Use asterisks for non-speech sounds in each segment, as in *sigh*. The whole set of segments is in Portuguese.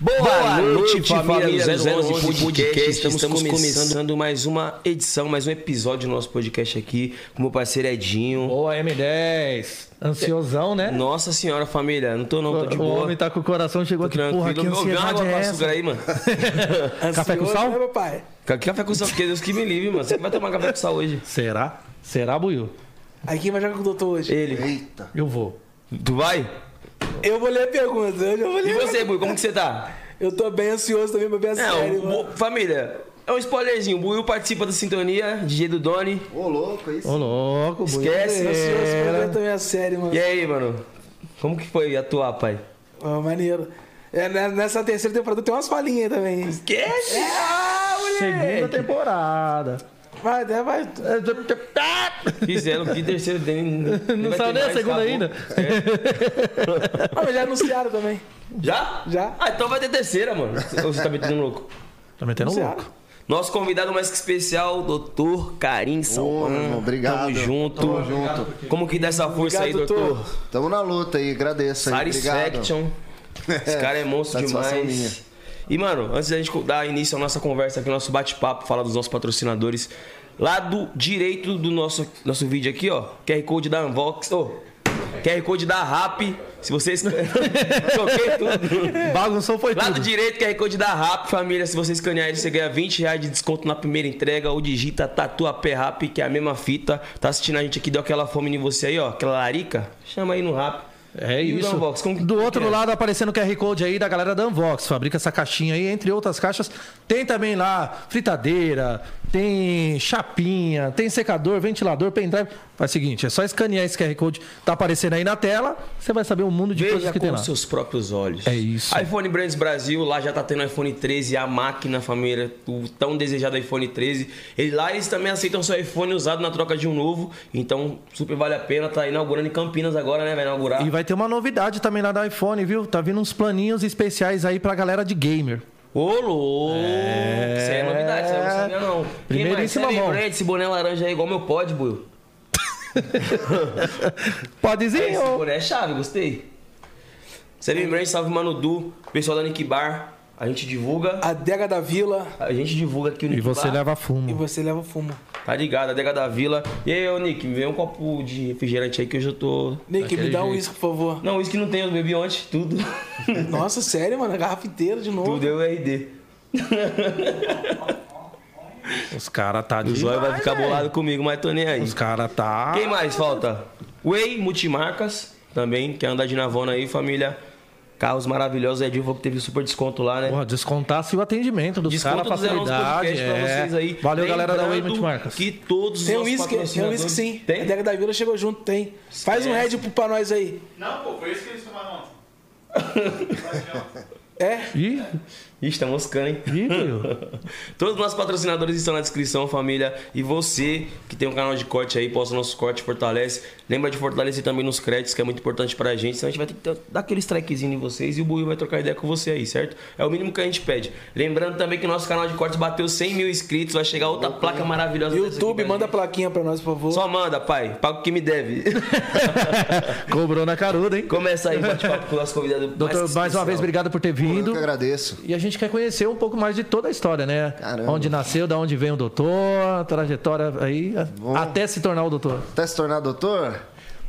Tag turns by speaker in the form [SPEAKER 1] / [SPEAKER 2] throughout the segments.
[SPEAKER 1] Boa, Boa noite, noite, família, família 011 podcast. podcast. Estamos, Estamos começando mais uma edição, mais um episódio do nosso podcast aqui com meu parceiro Edinho.
[SPEAKER 2] Boa, M10. Ansiosão, né?
[SPEAKER 1] Nossa senhora, família. Não tô não, tô de
[SPEAKER 2] o
[SPEAKER 1] boa.
[SPEAKER 2] O homem tá com o coração, chegou aqui, porra, que ansiedade é essa?
[SPEAKER 1] aí, mano.
[SPEAKER 2] Café com sal?
[SPEAKER 1] Né, pai? Café com sal, porque Deus que me livre, mano. Você vai tomar café com sal hoje.
[SPEAKER 2] Será? Será, Buiu?
[SPEAKER 3] Aí quem vai jogar com o doutor hoje?
[SPEAKER 1] Ele.
[SPEAKER 2] Eita. Eu vou.
[SPEAKER 1] Tu vai?
[SPEAKER 3] Eu vou ler a pergunta. Eu vou ler.
[SPEAKER 1] E você, Bui, como que você tá? É,
[SPEAKER 3] Eu tô bem ansioso também pra ver a série,
[SPEAKER 1] o-
[SPEAKER 3] mano.
[SPEAKER 1] família, é um spoilerzinho. O Buiu participa da sintonia, DJ do Doni.
[SPEAKER 4] Ô, louco, é isso?
[SPEAKER 2] Ô, é. louco, Buiu.
[SPEAKER 1] Esquece.
[SPEAKER 3] Ansioso pra ver também a série, mano.
[SPEAKER 1] É, E é- aí, mano? Como que foi atuar, pai?
[SPEAKER 3] Ó, maneiro. É, né, nessa terceira temporada tem umas falinhas aí também. hein?
[SPEAKER 1] Esquece!
[SPEAKER 2] É.
[SPEAKER 1] Ah,
[SPEAKER 2] Segunda temporada.
[SPEAKER 3] Vai, até vai.
[SPEAKER 1] Fizeram que terceiro dele.
[SPEAKER 2] *laughs* Não saiu nem a segunda ainda.
[SPEAKER 1] É.
[SPEAKER 3] Ah, mas já anunciaram também.
[SPEAKER 1] Tá Já?
[SPEAKER 3] Já.
[SPEAKER 1] Ah, então vai ter terceira, mano. Ou Você tá metendo louco.
[SPEAKER 2] Tá metendo
[SPEAKER 3] Anunciaram.
[SPEAKER 2] louco.
[SPEAKER 1] Nosso convidado mais que especial, doutor Karim
[SPEAKER 4] Ô, meu irmão,
[SPEAKER 1] Salman.
[SPEAKER 4] obrigado.
[SPEAKER 1] Tamo junto.
[SPEAKER 4] Tamo junto.
[SPEAKER 1] Como que dá essa força
[SPEAKER 3] Obrigado,
[SPEAKER 1] aí, doutor?
[SPEAKER 3] doutor.
[SPEAKER 4] Tamo na luta aí, agradeço aí. Obrigado.
[SPEAKER 1] Satisfaction. Esse cara é monstro
[SPEAKER 4] Satisfação
[SPEAKER 1] demais.
[SPEAKER 4] minha.
[SPEAKER 1] E, mano, antes da gente dar início à nossa conversa aqui, ao nosso bate-papo, falar dos nossos patrocinadores, lado direito do nosso, nosso vídeo aqui, ó, QR Code da Unbox, ô, QR Code da Rap, se vocês... *laughs* Choquei tudo.
[SPEAKER 2] Bagunçou foi
[SPEAKER 1] Lado
[SPEAKER 2] tudo.
[SPEAKER 1] direito, QR Code da RAP, família. Se você escanear ele, você ganha 20 reais de desconto na primeira entrega ou digita Tatuapé RAP, que é a mesma fita. Tá assistindo a gente aqui, deu aquela fome em você aí, ó. Aquela larica? Chama aí no RAP.
[SPEAKER 2] É
[SPEAKER 1] E o
[SPEAKER 2] isso.
[SPEAKER 1] Danvox, como que-
[SPEAKER 2] Do outro
[SPEAKER 1] que é?
[SPEAKER 2] lado aparecendo o QR Code aí da galera da Unvox. Fabrica essa caixinha aí, entre outras caixas. Tem também lá fritadeira, tem chapinha, tem secador, ventilador, pendrive. Faz o seguinte, é só escanear esse QR Code, tá aparecendo aí na tela, você vai saber o mundo de coisas
[SPEAKER 1] Veja
[SPEAKER 2] que tem
[SPEAKER 1] com
[SPEAKER 2] lá.
[SPEAKER 1] seus próprios olhos.
[SPEAKER 2] É isso.
[SPEAKER 1] iPhone Brands Brasil, lá já tá tendo iPhone 13, a máquina, família, o tão desejado iPhone 13. E lá eles também aceitam seu iPhone usado na troca de um novo. Então, super vale a pena. Tá inaugurando em Campinas agora, né? Vai inaugurar.
[SPEAKER 2] E vai ter uma novidade também lá da iPhone, viu? Tá vindo uns planinhos especiais aí pra galera de gamer.
[SPEAKER 1] Ô, louco! Isso aí é novidade, isso aí eu não sabia não.
[SPEAKER 2] Primeiríssima
[SPEAKER 1] Quem mais?
[SPEAKER 2] mão.
[SPEAKER 1] Lembrei desse boné laranja aí, igual meu pod, Buio. Esse
[SPEAKER 2] Podezinho!
[SPEAKER 1] boné é chave, gostei. Você lembrei, salve Mano Du, pessoal da Nick Bar. A gente divulga,
[SPEAKER 3] Adega da Vila.
[SPEAKER 1] a gente divulga aqui o Nick
[SPEAKER 2] E você
[SPEAKER 1] Bar.
[SPEAKER 2] leva
[SPEAKER 3] E
[SPEAKER 2] fumo.
[SPEAKER 3] você leva o fumo.
[SPEAKER 1] Tá ligado, a Dega da Vila. E aí, ô Nick, me vê um copo de refrigerante aí que hoje eu tô...
[SPEAKER 3] Nick, me
[SPEAKER 2] Daquele
[SPEAKER 3] dá um
[SPEAKER 2] jeito.
[SPEAKER 3] uísque, por favor.
[SPEAKER 1] Não, isso que não tem, eu bebi ontem, tudo.
[SPEAKER 3] Nossa, sério, mano. A garrafa inteira de novo.
[SPEAKER 1] tudo é o RD.
[SPEAKER 2] Os caras tá
[SPEAKER 1] O
[SPEAKER 2] de
[SPEAKER 1] Zóio vai ficar bolado comigo, mas tô nem aí.
[SPEAKER 2] Os caras tá.
[SPEAKER 1] Quem mais falta? Way Multimarcas, também, quer andar de navona aí, família. Carros maravilhosos, é Dilva que teve super desconto lá, né?
[SPEAKER 2] Porra, descontasse o atendimento dos
[SPEAKER 1] Desconto
[SPEAKER 2] caras,
[SPEAKER 1] do 011
[SPEAKER 2] facilidade.
[SPEAKER 1] Podcast pra
[SPEAKER 2] é.
[SPEAKER 1] vocês aí.
[SPEAKER 2] Valeu, galera da Way
[SPEAKER 1] Lembrando
[SPEAKER 2] Multimarcas.
[SPEAKER 1] Que todos os
[SPEAKER 3] Tem um
[SPEAKER 1] nossos
[SPEAKER 3] uísque, tem um
[SPEAKER 1] patrocinadores-
[SPEAKER 3] uísque sim. A
[SPEAKER 1] Tem?
[SPEAKER 3] Adega da Vila chegou junto, tem. Faz um
[SPEAKER 1] Esquece.
[SPEAKER 3] head pro- pra nós aí.
[SPEAKER 5] Não, pô, foi isso que eles tomaram ontem.
[SPEAKER 3] É?
[SPEAKER 2] Ih,
[SPEAKER 1] Ixi, tá moscando, hein?
[SPEAKER 2] ih, meu.
[SPEAKER 1] *laughs* Todos os nossos patrocinadores estão na descrição, família. E você que tem um canal de corte aí, posta nosso corte, fortalece. Lembra de fortalecer também nos créditos, que é muito importante pra gente. Senão a gente vai ter que dar aquele strikezinho em vocês e o Buiu vai trocar ideia com você aí, certo? É o mínimo que a gente pede. Lembrando também que nosso canal de cortes bateu 100 mil inscritos, vai chegar outra placa maravilhosa. dessa aqui
[SPEAKER 3] YouTube,
[SPEAKER 1] pra
[SPEAKER 3] manda a
[SPEAKER 1] gente.
[SPEAKER 3] plaquinha pra nós, por favor.
[SPEAKER 1] Só manda, pai. Paga o que me deve. *laughs*
[SPEAKER 2] É, Cobrou na caruda, hein?
[SPEAKER 1] Começa aí, bate-papo com o nosso convidado.
[SPEAKER 2] Doutor, mais,
[SPEAKER 1] que
[SPEAKER 2] uma
[SPEAKER 1] especial.
[SPEAKER 2] vez, obrigado por ter
[SPEAKER 4] Eu
[SPEAKER 2] vindo.
[SPEAKER 4] é que agradeço.
[SPEAKER 2] E a gente quer conhecer um pouco mais de toda a história, né?
[SPEAKER 4] Caramba.
[SPEAKER 2] Onde nasceu, da onde vem o doutor, a trajetória aí, a-
[SPEAKER 4] Bom.
[SPEAKER 2] até se tornar o doutor.
[SPEAKER 4] Até se tornar doutor?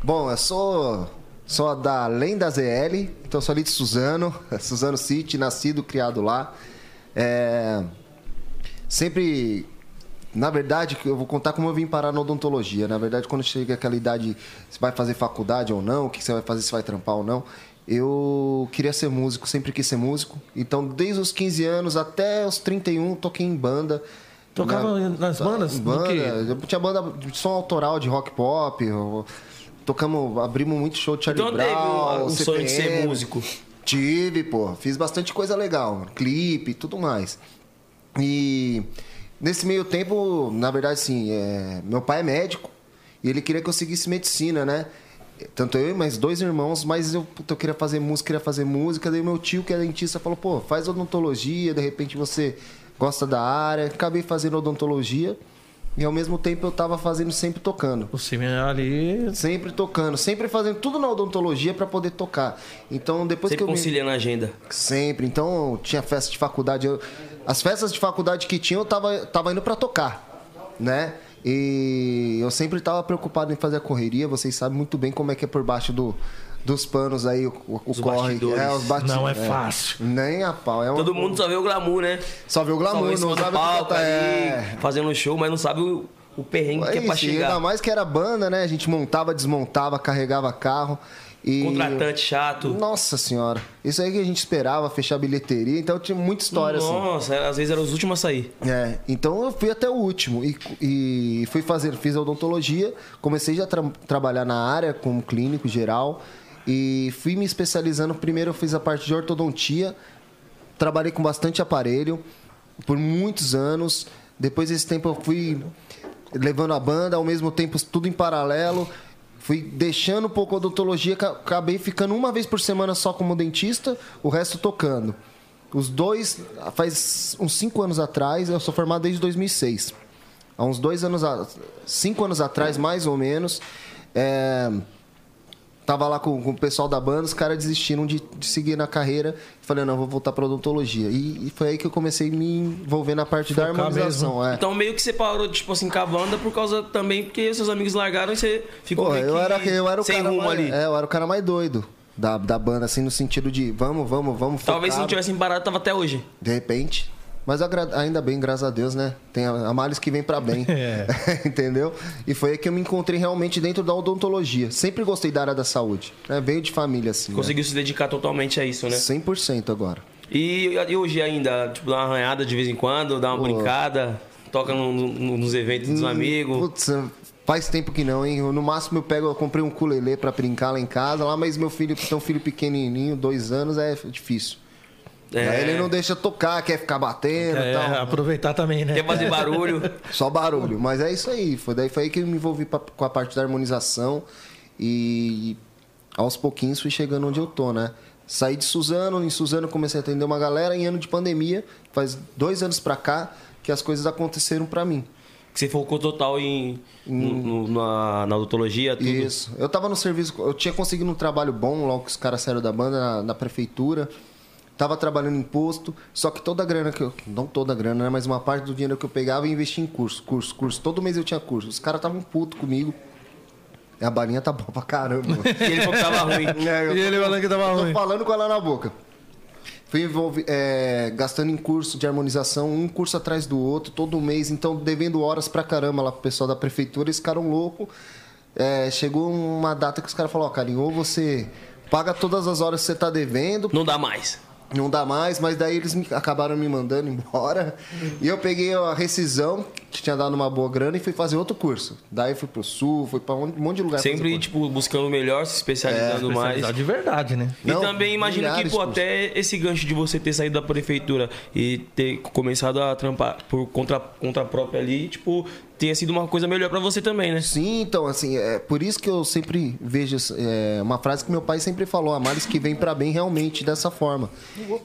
[SPEAKER 4] Bom, eu sou, sou da Lenda ZL, então sou ali de Suzano, *laughs* Suzano City, nascido, criado lá. É, sempre, na verdade, eu vou contar como eu vim parar na odontologia. Na verdade, quando chega aquela idade, se vai fazer faculdade ou não, o que você vai fazer, se vai trampar ou não. Eu queria ser músico, sempre quis ser músico. Então, desde os 15 anos até os 31, toquei em banda.
[SPEAKER 2] Tocava nas bandas?
[SPEAKER 4] Em
[SPEAKER 2] Do
[SPEAKER 4] Banda,
[SPEAKER 2] quê?
[SPEAKER 4] eu tinha banda de som autoral de rock pop. eu- Tocamos, abrimos muito show de Charlie
[SPEAKER 1] Então teve
[SPEAKER 4] Brown,
[SPEAKER 1] um, um sonho de ser
[SPEAKER 4] CPM.
[SPEAKER 1] músico.
[SPEAKER 4] Tive, pô. Fiz bastante coisa legal, mano. clipe e tudo mais. E nesse meio tempo, na verdade, assim, é, meu pai é médico e ele queria que eu seguisse medicina, né? Tanto eu e mais dois irmãos, mas eu, puta, eu queria fazer música, queria fazer música. Daí meu tio, que é dentista, falou: pô, faz odontologia, de repente você gosta da área. Acabei fazendo odontologia. E ao mesmo tempo eu tava fazendo sempre tocando.
[SPEAKER 2] O Simeão ali.
[SPEAKER 4] Sempre tocando, sempre fazendo tudo na odontologia pra poder tocar. Então depois
[SPEAKER 1] Sempre
[SPEAKER 4] que eu me-
[SPEAKER 1] conciliando a agenda.
[SPEAKER 4] Sempre. Então, tinha festa de faculdade. eu- as festas de faculdade que tinha, eu tava, tava indo pra tocar, né? E eu sempre tava preocupado em fazer a correria. Vocês sabem muito bem como é que é por baixo do, dos panos aí, o, o
[SPEAKER 1] Os
[SPEAKER 4] corre.
[SPEAKER 1] bastidores.
[SPEAKER 4] os bati-
[SPEAKER 2] Não é fácil.
[SPEAKER 4] Nem a pau. É uma-
[SPEAKER 1] Todo mundo só vê o glamour, né?
[SPEAKER 4] Só vê o glamour,
[SPEAKER 1] Só vê em
[SPEAKER 4] não
[SPEAKER 1] cima do
[SPEAKER 4] sabe o que
[SPEAKER 1] palco
[SPEAKER 4] tá-
[SPEAKER 1] ali,
[SPEAKER 4] é.
[SPEAKER 1] fazendo um show, mas não sabe o, o perrengue que é
[SPEAKER 4] Isso,
[SPEAKER 1] pra
[SPEAKER 4] e
[SPEAKER 1] chegar.
[SPEAKER 4] Ainda mais que era banda, né? A gente montava, desmontava, carregava carro. E...
[SPEAKER 1] Contratante chato.
[SPEAKER 4] Nossa senhora. Isso aí que a gente esperava, fechar a bilheteria. Então tinha muita história assim.
[SPEAKER 1] Nossa, às vezes eram os últimos a sair.
[SPEAKER 4] É, então eu fui até o último e, e fui fazer, fiz a odontologia, comecei já a tra trabalhar na área como clínico geral e fui me especializando. Primeiro eu fiz a parte de ortodontia, trabalhei com bastante aparelho por muitos anos. Depois desse tempo eu fui levando a banda, ao mesmo tempo tudo em paralelo. Fui deixando um pouco a odontologia, ca- acabei ficando uma vez por semana só como dentista, o resto tocando. Os dois, faz uns cinco anos atrás, eu sou formado desde 2006. Há uns dois anos, a- cinco anos atrás, mais ou menos, é, Tava lá com, com o pessoal da banda, os caras desistiram de, de seguir na carreira. Falei, não, vou voltar pra odontologia. E, e foi aí que eu comecei a me envolver na parte da
[SPEAKER 2] Focar
[SPEAKER 4] harmonização. é.
[SPEAKER 1] Então meio que você parou, tipo assim, com a banda por causa também porque seus amigos largaram e você ficou
[SPEAKER 4] Pô,
[SPEAKER 1] meio
[SPEAKER 4] eu
[SPEAKER 1] que
[SPEAKER 4] era, eu era
[SPEAKER 1] Então,
[SPEAKER 4] o
[SPEAKER 1] sem
[SPEAKER 4] cara
[SPEAKER 1] rumo
[SPEAKER 4] mais,
[SPEAKER 1] ali.
[SPEAKER 4] é, eu era o cara mais doido da, da banda, assim, no sentido de vamos, vamos, vamos
[SPEAKER 1] Talvez se não
[SPEAKER 4] focado.
[SPEAKER 1] tivessem parado, tava até hoje.
[SPEAKER 4] De repente. Mas agra- ainda bem, graças a Deus, né? Tem a, a males que vem pra bem.
[SPEAKER 2] É.
[SPEAKER 4] *laughs* Entendeu? E foi aí que eu me encontrei realmente dentro da odontologia. Sempre gostei da área da saúde. Né? Veio de família, assim. né?
[SPEAKER 1] Conseguiu se dedicar totalmente a isso, né?
[SPEAKER 4] 100% agora.
[SPEAKER 1] E, e hoje ainda, tipo, dá uma arranhada de vez em quando, dá uma brincada, toca no- no- nos eventos dos amigos.
[SPEAKER 4] Hum, Putz, faz tempo que não, hein? Eu, no máximo eu pego, eu comprei um culelê pra brincar lá em casa, lá, mas meu filho, tem um filho pequenininho, dois anos, é difícil.
[SPEAKER 1] É.
[SPEAKER 4] Aí ele não deixa tocar, quer ficar batendo e
[SPEAKER 2] É,
[SPEAKER 4] tal.
[SPEAKER 2] aproveitar também, né?
[SPEAKER 1] Quer
[SPEAKER 4] *laughs*
[SPEAKER 1] fazer barulho.
[SPEAKER 4] Só barulho. Mas é isso aí. Foi daí foi aí que eu me envolvi pa- com a parte da harmonização e aos pouquinhos fui chegando onde eu tô, né? Saí de Suzano, em Suzano comecei a atender uma galera em ano de pandemia, faz dois anos pra cá que as coisas aconteceram pra mim.
[SPEAKER 1] que você focou total em, no- no- na, na odontologia, tudo.
[SPEAKER 4] Hum. Isso. Eu tava no serviço, eu tinha conseguido um trabalho bom logo que os caras saíram da banda na, na prefeitura. Tava trabalhando em posto, só que toda a grana que eu. Não toda a grana, né? Mas uma parte do dinheiro que eu pegava eu investia em curso, curso, curso. Todo mês eu tinha curso. Os caras estavam puto comigo. A balinha tá boa pra caramba. mano.
[SPEAKER 1] E ele falou que tava
[SPEAKER 4] *laughs*
[SPEAKER 1] ruim.
[SPEAKER 4] É, eu-
[SPEAKER 2] E ele falando que tava
[SPEAKER 4] eu tô
[SPEAKER 2] ruim.
[SPEAKER 4] falando com ela na boca. Fui envolvi, é, gastando em curso de harmonização, um curso atrás do outro, todo mês, então devendo horas pra caramba lá pro pessoal da prefeitura, eles ficaram loucos. um É, chegou uma data que os caras falaram, ó, Carinho, ou você paga todas as horas que você tá devendo,
[SPEAKER 1] Não dá mais.
[SPEAKER 4] não dá mais, mas daí eles me- acabaram me mandando *laughs* embora. E eu peguei a rescisão, que tinha dado uma boa grana, e fui fazer outro curso. Daí fui pro sul, fui pra um monte de lugar. fazer
[SPEAKER 1] Sempre,
[SPEAKER 4] curso.
[SPEAKER 1] tipo, buscando o melhor, se especializando mais.
[SPEAKER 2] Especializar de verdade, né?
[SPEAKER 1] e
[SPEAKER 4] Não,
[SPEAKER 1] também imagino que,
[SPEAKER 4] milhares
[SPEAKER 1] pô,
[SPEAKER 4] de
[SPEAKER 1] até esse gancho de você ter saído da prefeitura e ter começado a trampar por conta, conta própria ali, tipo, tenha sido uma coisa melhor pra você também, né?
[SPEAKER 4] Sim, então, assim, é por isso que eu sempre vejo é, uma frase que meu pai sempre falou: a males que vem pra bem realmente dessa forma.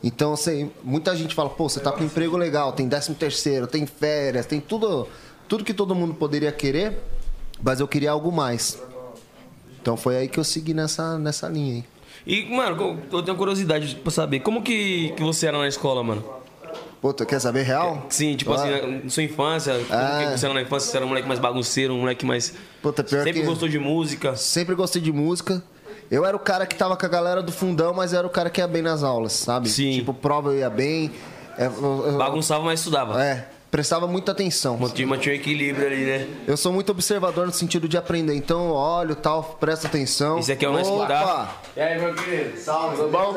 [SPEAKER 4] Então, assim, muita gente fala: pô, você tá com um emprego legal, tem 13 terceiro, tem férias, tem tudo, tudo que todo mundo poderia querer, mas eu queria algo mais. Então foi aí que eu segui nessa, nessa linha, hein?
[SPEAKER 1] E, mano, eu tenho curiosidade pra saber, como que, que você era na escola, mano?
[SPEAKER 4] Pô, tu quer saber real?
[SPEAKER 1] Sim, tipo
[SPEAKER 4] Ah,
[SPEAKER 1] assim, na sua infância, como
[SPEAKER 4] Ah.
[SPEAKER 1] que você era na infância? Você era um moleque mais bagunceiro, um moleque mais...
[SPEAKER 4] Puta, pior
[SPEAKER 1] Sempre
[SPEAKER 4] que-
[SPEAKER 1] gostou de música.
[SPEAKER 4] Sempre gostei de música. Eu era o cara que tava com a galera do fundão, mas era o cara que ia bem nas aulas, sabe?
[SPEAKER 1] Sim.
[SPEAKER 4] Tipo, prova eu ia bem. é, eu- eu-
[SPEAKER 1] Bagunçava, mas estudava.
[SPEAKER 4] É, prestava muita atenção.
[SPEAKER 1] Mantinha, mantinha um equilíbrio ali, né?
[SPEAKER 4] Eu sou muito observador no sentido de aprender, então eu olho tal, presta atenção.
[SPEAKER 1] Isso aqui é o lance que dá.
[SPEAKER 4] Opa!
[SPEAKER 6] E aí, meu querido?
[SPEAKER 4] Salve, tudo bom?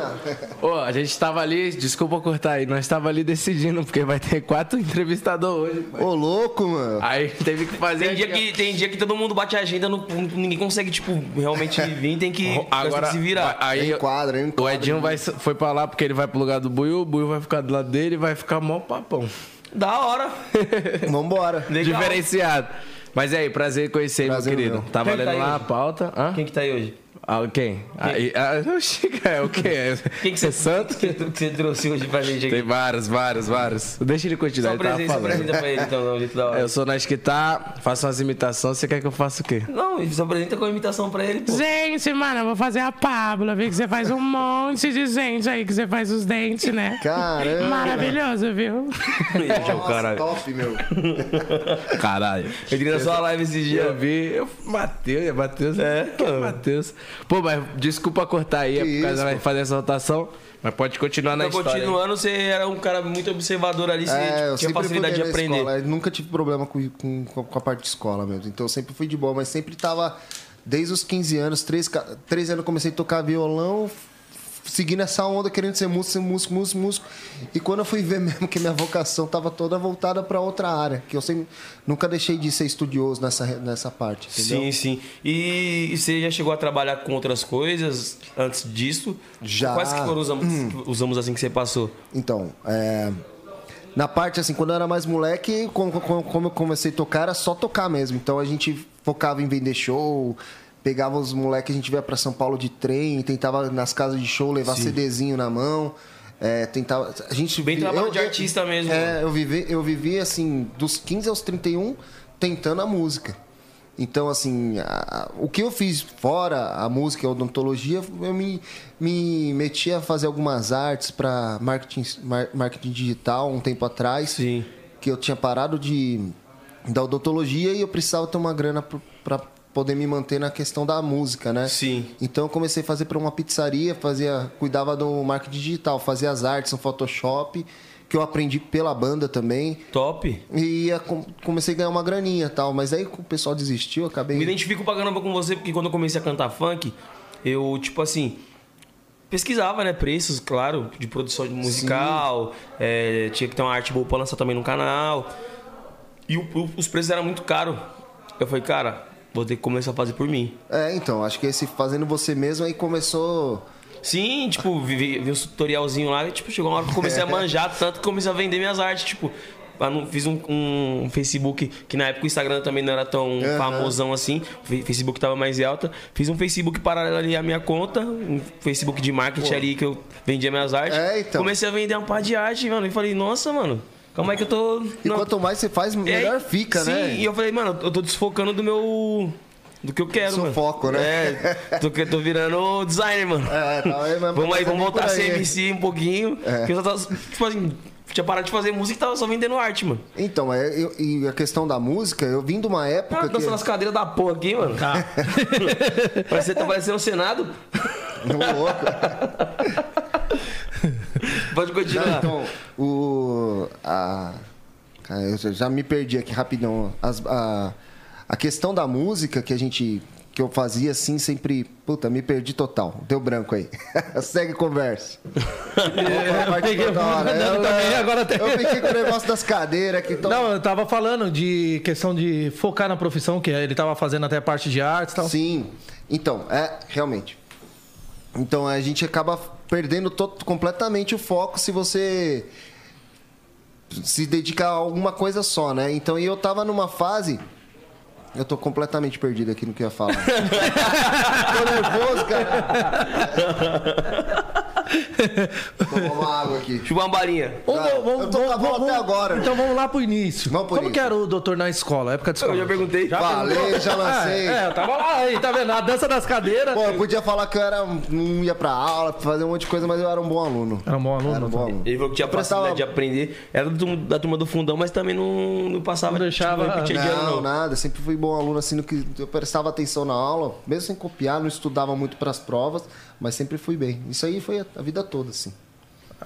[SPEAKER 6] Ô, a gente tava ali, desculpa cortar aí, nós tava ali decidindo, porque vai ter quatro *laughs* entrevistadores hoje.
[SPEAKER 4] Ô, louco, mano.
[SPEAKER 6] Aí teve é que fazer.
[SPEAKER 1] Tem dia que, tem dia que todo mundo bate a agenda, não, ninguém consegue, tipo,
[SPEAKER 4] *laughs*
[SPEAKER 1] realmente vir, tem que, nós tem
[SPEAKER 6] Agora,
[SPEAKER 1] que se virar.
[SPEAKER 6] aí
[SPEAKER 4] Aí, enquadra, hein?
[SPEAKER 6] o Edinho vai, foi pra lá porque ele vai pro lugar do Buiu, o Buiu vai ficar do lado dele e vai ficar mó papão.
[SPEAKER 1] Da hora.
[SPEAKER 6] *laughs*
[SPEAKER 4] Vambora.
[SPEAKER 1] Legal.
[SPEAKER 6] Diferenciado. Mas e aí, prazer em conhecer,
[SPEAKER 4] Prazer
[SPEAKER 6] meu querido.
[SPEAKER 4] meu.
[SPEAKER 6] Tá
[SPEAKER 1] Quem
[SPEAKER 6] valendo
[SPEAKER 1] tá aí
[SPEAKER 6] lá a
[SPEAKER 1] hoje?
[SPEAKER 6] pauta. Hã?
[SPEAKER 1] Quem que tá aí hoje?
[SPEAKER 6] Ah, quem? Aí, ah, *laughs* o Chica é o quê?
[SPEAKER 1] *laughs* Quem que você
[SPEAKER 6] é santo?
[SPEAKER 1] que que você trouxe hoje pra gente aqui?
[SPEAKER 6] Tem vários, vários, vários. Deixa ele continuar,
[SPEAKER 1] Só
[SPEAKER 6] ele tava
[SPEAKER 1] apresenta, só
[SPEAKER 6] falando.
[SPEAKER 1] apresenta pra ele então, não, jeito da
[SPEAKER 6] *laughs*
[SPEAKER 1] hora.
[SPEAKER 6] Eu sou nas guitar, faço umas imitações, você quer que eu faça o quê?
[SPEAKER 1] Não, só apresenta tá com a imitação pra ele, pô.
[SPEAKER 7] Gente, mano, eu vou fazer a Pablo. Vi que você faz um monte de gente aí que você faz os dentes, né?
[SPEAKER 4] Caramba.
[SPEAKER 7] Maravilhoso, viu?
[SPEAKER 1] Ele é o
[SPEAKER 4] Nossa,
[SPEAKER 1] caralho.
[SPEAKER 4] top, meu.
[SPEAKER 6] Caralho.
[SPEAKER 1] Eu entrei na sua live esse dia.
[SPEAKER 6] Eu vi, eu, Matheus, é Matheus, é, que é Matheus. Pô, mas desculpa cortar aí, é por
[SPEAKER 4] isso,
[SPEAKER 6] causa de fazer essa rotação, mas pode continuar na
[SPEAKER 1] Então,
[SPEAKER 6] história. aí.
[SPEAKER 1] continuando, você era um cara muito observador ali, você
[SPEAKER 4] É, eu
[SPEAKER 1] tinha
[SPEAKER 4] sempre
[SPEAKER 1] facilidade de
[SPEAKER 4] fui bem na
[SPEAKER 1] aprender.
[SPEAKER 4] Escola. Eu nunca tive problema com, com, com a parte de escola mesmo. Então eu sempre fui de boa, mas sempre tava. Desde os 15 anos, 3, anos eu comecei a tocar violão, f- seguindo essa onda, querendo ser músico, ser músico, músico, músico. E quando eu fui ver mesmo que minha vocação tava toda voltada para outra área, que eu sempre, nunca deixei de ser estudioso nessa, nessa parte, entendeu?
[SPEAKER 1] Sim, sim. E, e você já chegou a trabalhar com outras coisas antes disso?
[SPEAKER 4] Já. Hum.
[SPEAKER 1] Quais que foram os amos, os amos assim que você passou?
[SPEAKER 4] Então, é, na parte assim, quando eu era mais moleque, como, como- como eu comecei a tocar, era só tocar mesmo. Então a gente focava em vender show, pegava os moleques, a gente ia pra São Paulo de trem, tentava nas casas de show levar CDzinho na mão. é, tentava. A gente
[SPEAKER 1] Bem
[SPEAKER 4] vi-
[SPEAKER 1] trabalho de artista mesmo.
[SPEAKER 4] É, eu vivi, eu vivi assim, dos 15 aos 31, tentando a música. Então, assim, a- a- o que eu fiz fora a música e a odontologia, eu me, me meti a fazer algumas artes para marketing, mar- marketing digital um tempo atrás.
[SPEAKER 1] Sim.
[SPEAKER 4] Que eu tinha parado de da odontologia e eu precisava ter uma grana para poder me manter na questão da música, né?
[SPEAKER 1] Sim.
[SPEAKER 4] Então eu comecei a fazer para uma pizzaria, fazia, cuidava do marketing digital, fazia as artes no Photoshop, que eu aprendi pela banda também.
[SPEAKER 1] Top.
[SPEAKER 4] E ia com- comecei a ganhar uma graninha e tal, mas aí o pessoal desistiu, eu acabei.
[SPEAKER 1] Me identifico pra caramba com você, porque quando eu comecei a cantar funk, eu, tipo assim, pesquisava, né? Preços, claro, de produção de musical. é, tinha que ter uma arte boa pra lançar também no canal. E o- o- os preços eram muito caros. Eu falei, cara, vou ter que começar a fazer por mim.
[SPEAKER 4] É, então, acho que esse fazendo você mesmo aí começou.
[SPEAKER 1] Sim, tipo, vi, vi- vi os tutorialzinho lá e, tipo, chegou uma hora que eu
[SPEAKER 4] *laughs*
[SPEAKER 1] comecei a manjar tanto que comecei a vender minhas artes, tipo. lá no- Fiz um, um Facebook, que na época o Instagram também não era tão famosão assim, o fe- Facebook tava mais em alta. Fiz um Facebook paralelo ali à minha conta, um Facebook de marketing ali que eu vendia minhas artes.
[SPEAKER 4] É, então.
[SPEAKER 1] Comecei a vender um par de arte, mano, e falei, nossa, mano, calma aí que eu tô...
[SPEAKER 4] E
[SPEAKER 1] não-
[SPEAKER 4] quanto mais você faz,
[SPEAKER 1] e aí-
[SPEAKER 4] melhor fica,
[SPEAKER 1] sim,
[SPEAKER 4] né?
[SPEAKER 1] e eu falei, mano, eu tô desfocando do meu. Do que eu quero,
[SPEAKER 4] seu
[SPEAKER 1] mano.
[SPEAKER 4] foco, né?
[SPEAKER 1] É, tô, que- tô virando designer,
[SPEAKER 4] *laughs*
[SPEAKER 1] mano.
[SPEAKER 4] É, tá, é, mas-
[SPEAKER 1] Vamos aí, vamos voltar a
[SPEAKER 4] por aí. É.
[SPEAKER 1] ser MC um pouquinho. Porque eu só tava, tipo assim, tinha parado de fazer música e tava só vendendo arte, mano.
[SPEAKER 4] Então, mas eu- e a questão da música, eu vim de uma
[SPEAKER 1] Cara,
[SPEAKER 4] época. que...
[SPEAKER 1] dançando nas cadeiras da porra aqui, mano. *laughs* Parece que tá parecendo o Senado.
[SPEAKER 4] *laughs* Ô, louco.
[SPEAKER 1] Pode
[SPEAKER 4] Não,
[SPEAKER 1] continuar.
[SPEAKER 4] então, o. A, cara, eu já- já me perdi aqui rapidão. As- a, a questão da música que a gente. que eu fazia assim, sempre. Puta, me perdi total. Deu branco aí. *laughs* Segue conversa.
[SPEAKER 2] Eu
[SPEAKER 6] *laughs*
[SPEAKER 2] peguei
[SPEAKER 4] Da hora.
[SPEAKER 2] andando também, agora até.
[SPEAKER 4] né? Eu então. fiquei com o negócio das cadeiras que tão-
[SPEAKER 2] Não, eu tava falando de questão de focar na profissão, que ele tava fazendo até parte de artes e tal.
[SPEAKER 4] Sim. Então, é, realmente. Então a gente acaba perdendo to- completamente o foco se você se dedicar a alguma coisa só, né? Então e eu tava numa fase. Eu tô completamente perdido aqui no que eu ia falar.
[SPEAKER 2] *laughs*
[SPEAKER 4] tô nervoso, cara. Vou tomar uma água aqui.
[SPEAKER 1] Chupa uma balinha.
[SPEAKER 2] Vamos-
[SPEAKER 4] Cara, eu tô com a bola até agora,
[SPEAKER 2] Então vamos lá pro início.
[SPEAKER 4] Vamos pro
[SPEAKER 2] Como
[SPEAKER 4] início.
[SPEAKER 2] que era o doutor na escola? Época de escola.
[SPEAKER 1] Eu já perguntei.
[SPEAKER 4] Falei, já lancei.
[SPEAKER 2] É, é, eu tava lá aí, tá vendo? A dança das cadeiras.
[SPEAKER 4] Pô, eu podia falar que eu era, um- não ia pra aula, fazer um monte de coisa, mas eu era um bom aluno.
[SPEAKER 2] Era um bom aluno,
[SPEAKER 4] Era um bom
[SPEAKER 2] tá?
[SPEAKER 4] aluno.
[SPEAKER 1] Ele falou que tinha
[SPEAKER 4] Eu prestava-
[SPEAKER 1] facilidade de aprender. Era do turma- da turma do fundão, mas também não, não passava.
[SPEAKER 2] Não deixava-
[SPEAKER 1] Tipo, repetia de ano,
[SPEAKER 4] Não,
[SPEAKER 1] não.
[SPEAKER 4] nada. Sempre fui bom aluno, assim, no que eu prestava atenção na aula, mesmo sem copiar, não estudava muito pras provas, mas sempre fui bem. Isso aí foi a, a vida toda, assim.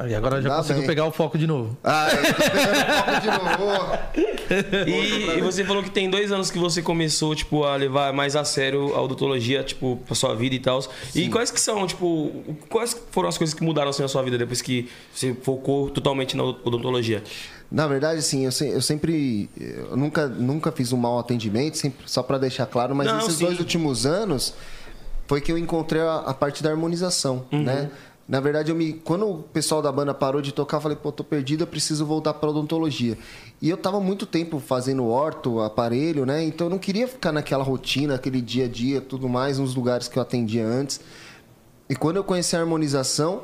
[SPEAKER 2] E agora já
[SPEAKER 4] Dá
[SPEAKER 2] conseguiu
[SPEAKER 4] bem.
[SPEAKER 2] pegar o foco de novo.
[SPEAKER 4] Ah, é. eu tô pegando *laughs* de novo.
[SPEAKER 1] E, e você falou que tem dois anos que você começou, tipo, a levar mais a sério a odontologia, tipo, pra sua vida e tal. E quais que são, tipo, o- quais foram as coisas que mudaram assim na sua vida depois que você focou totalmente na odontologia?
[SPEAKER 4] Na verdade, assim, eu, se- eu sempre. Eu nunca, nunca fiz um mau atendimento, sempre- só pra deixar claro, mas
[SPEAKER 1] Não,
[SPEAKER 4] esses
[SPEAKER 1] sim. Uhum.
[SPEAKER 4] dois últimos anos foi que eu encontrei a, a parte da harmonização, né? Na verdade, eu me, quando o pessoal da banda parou de tocar, eu falei, pô, tô perdido, eu preciso voltar pra odontologia. E eu tava muito tempo fazendo orto, aparelho, né? Então eu não queria ficar naquela rotina, aquele dia a dia, tudo mais, nos lugares que eu atendia antes. E quando eu conheci a harmonização,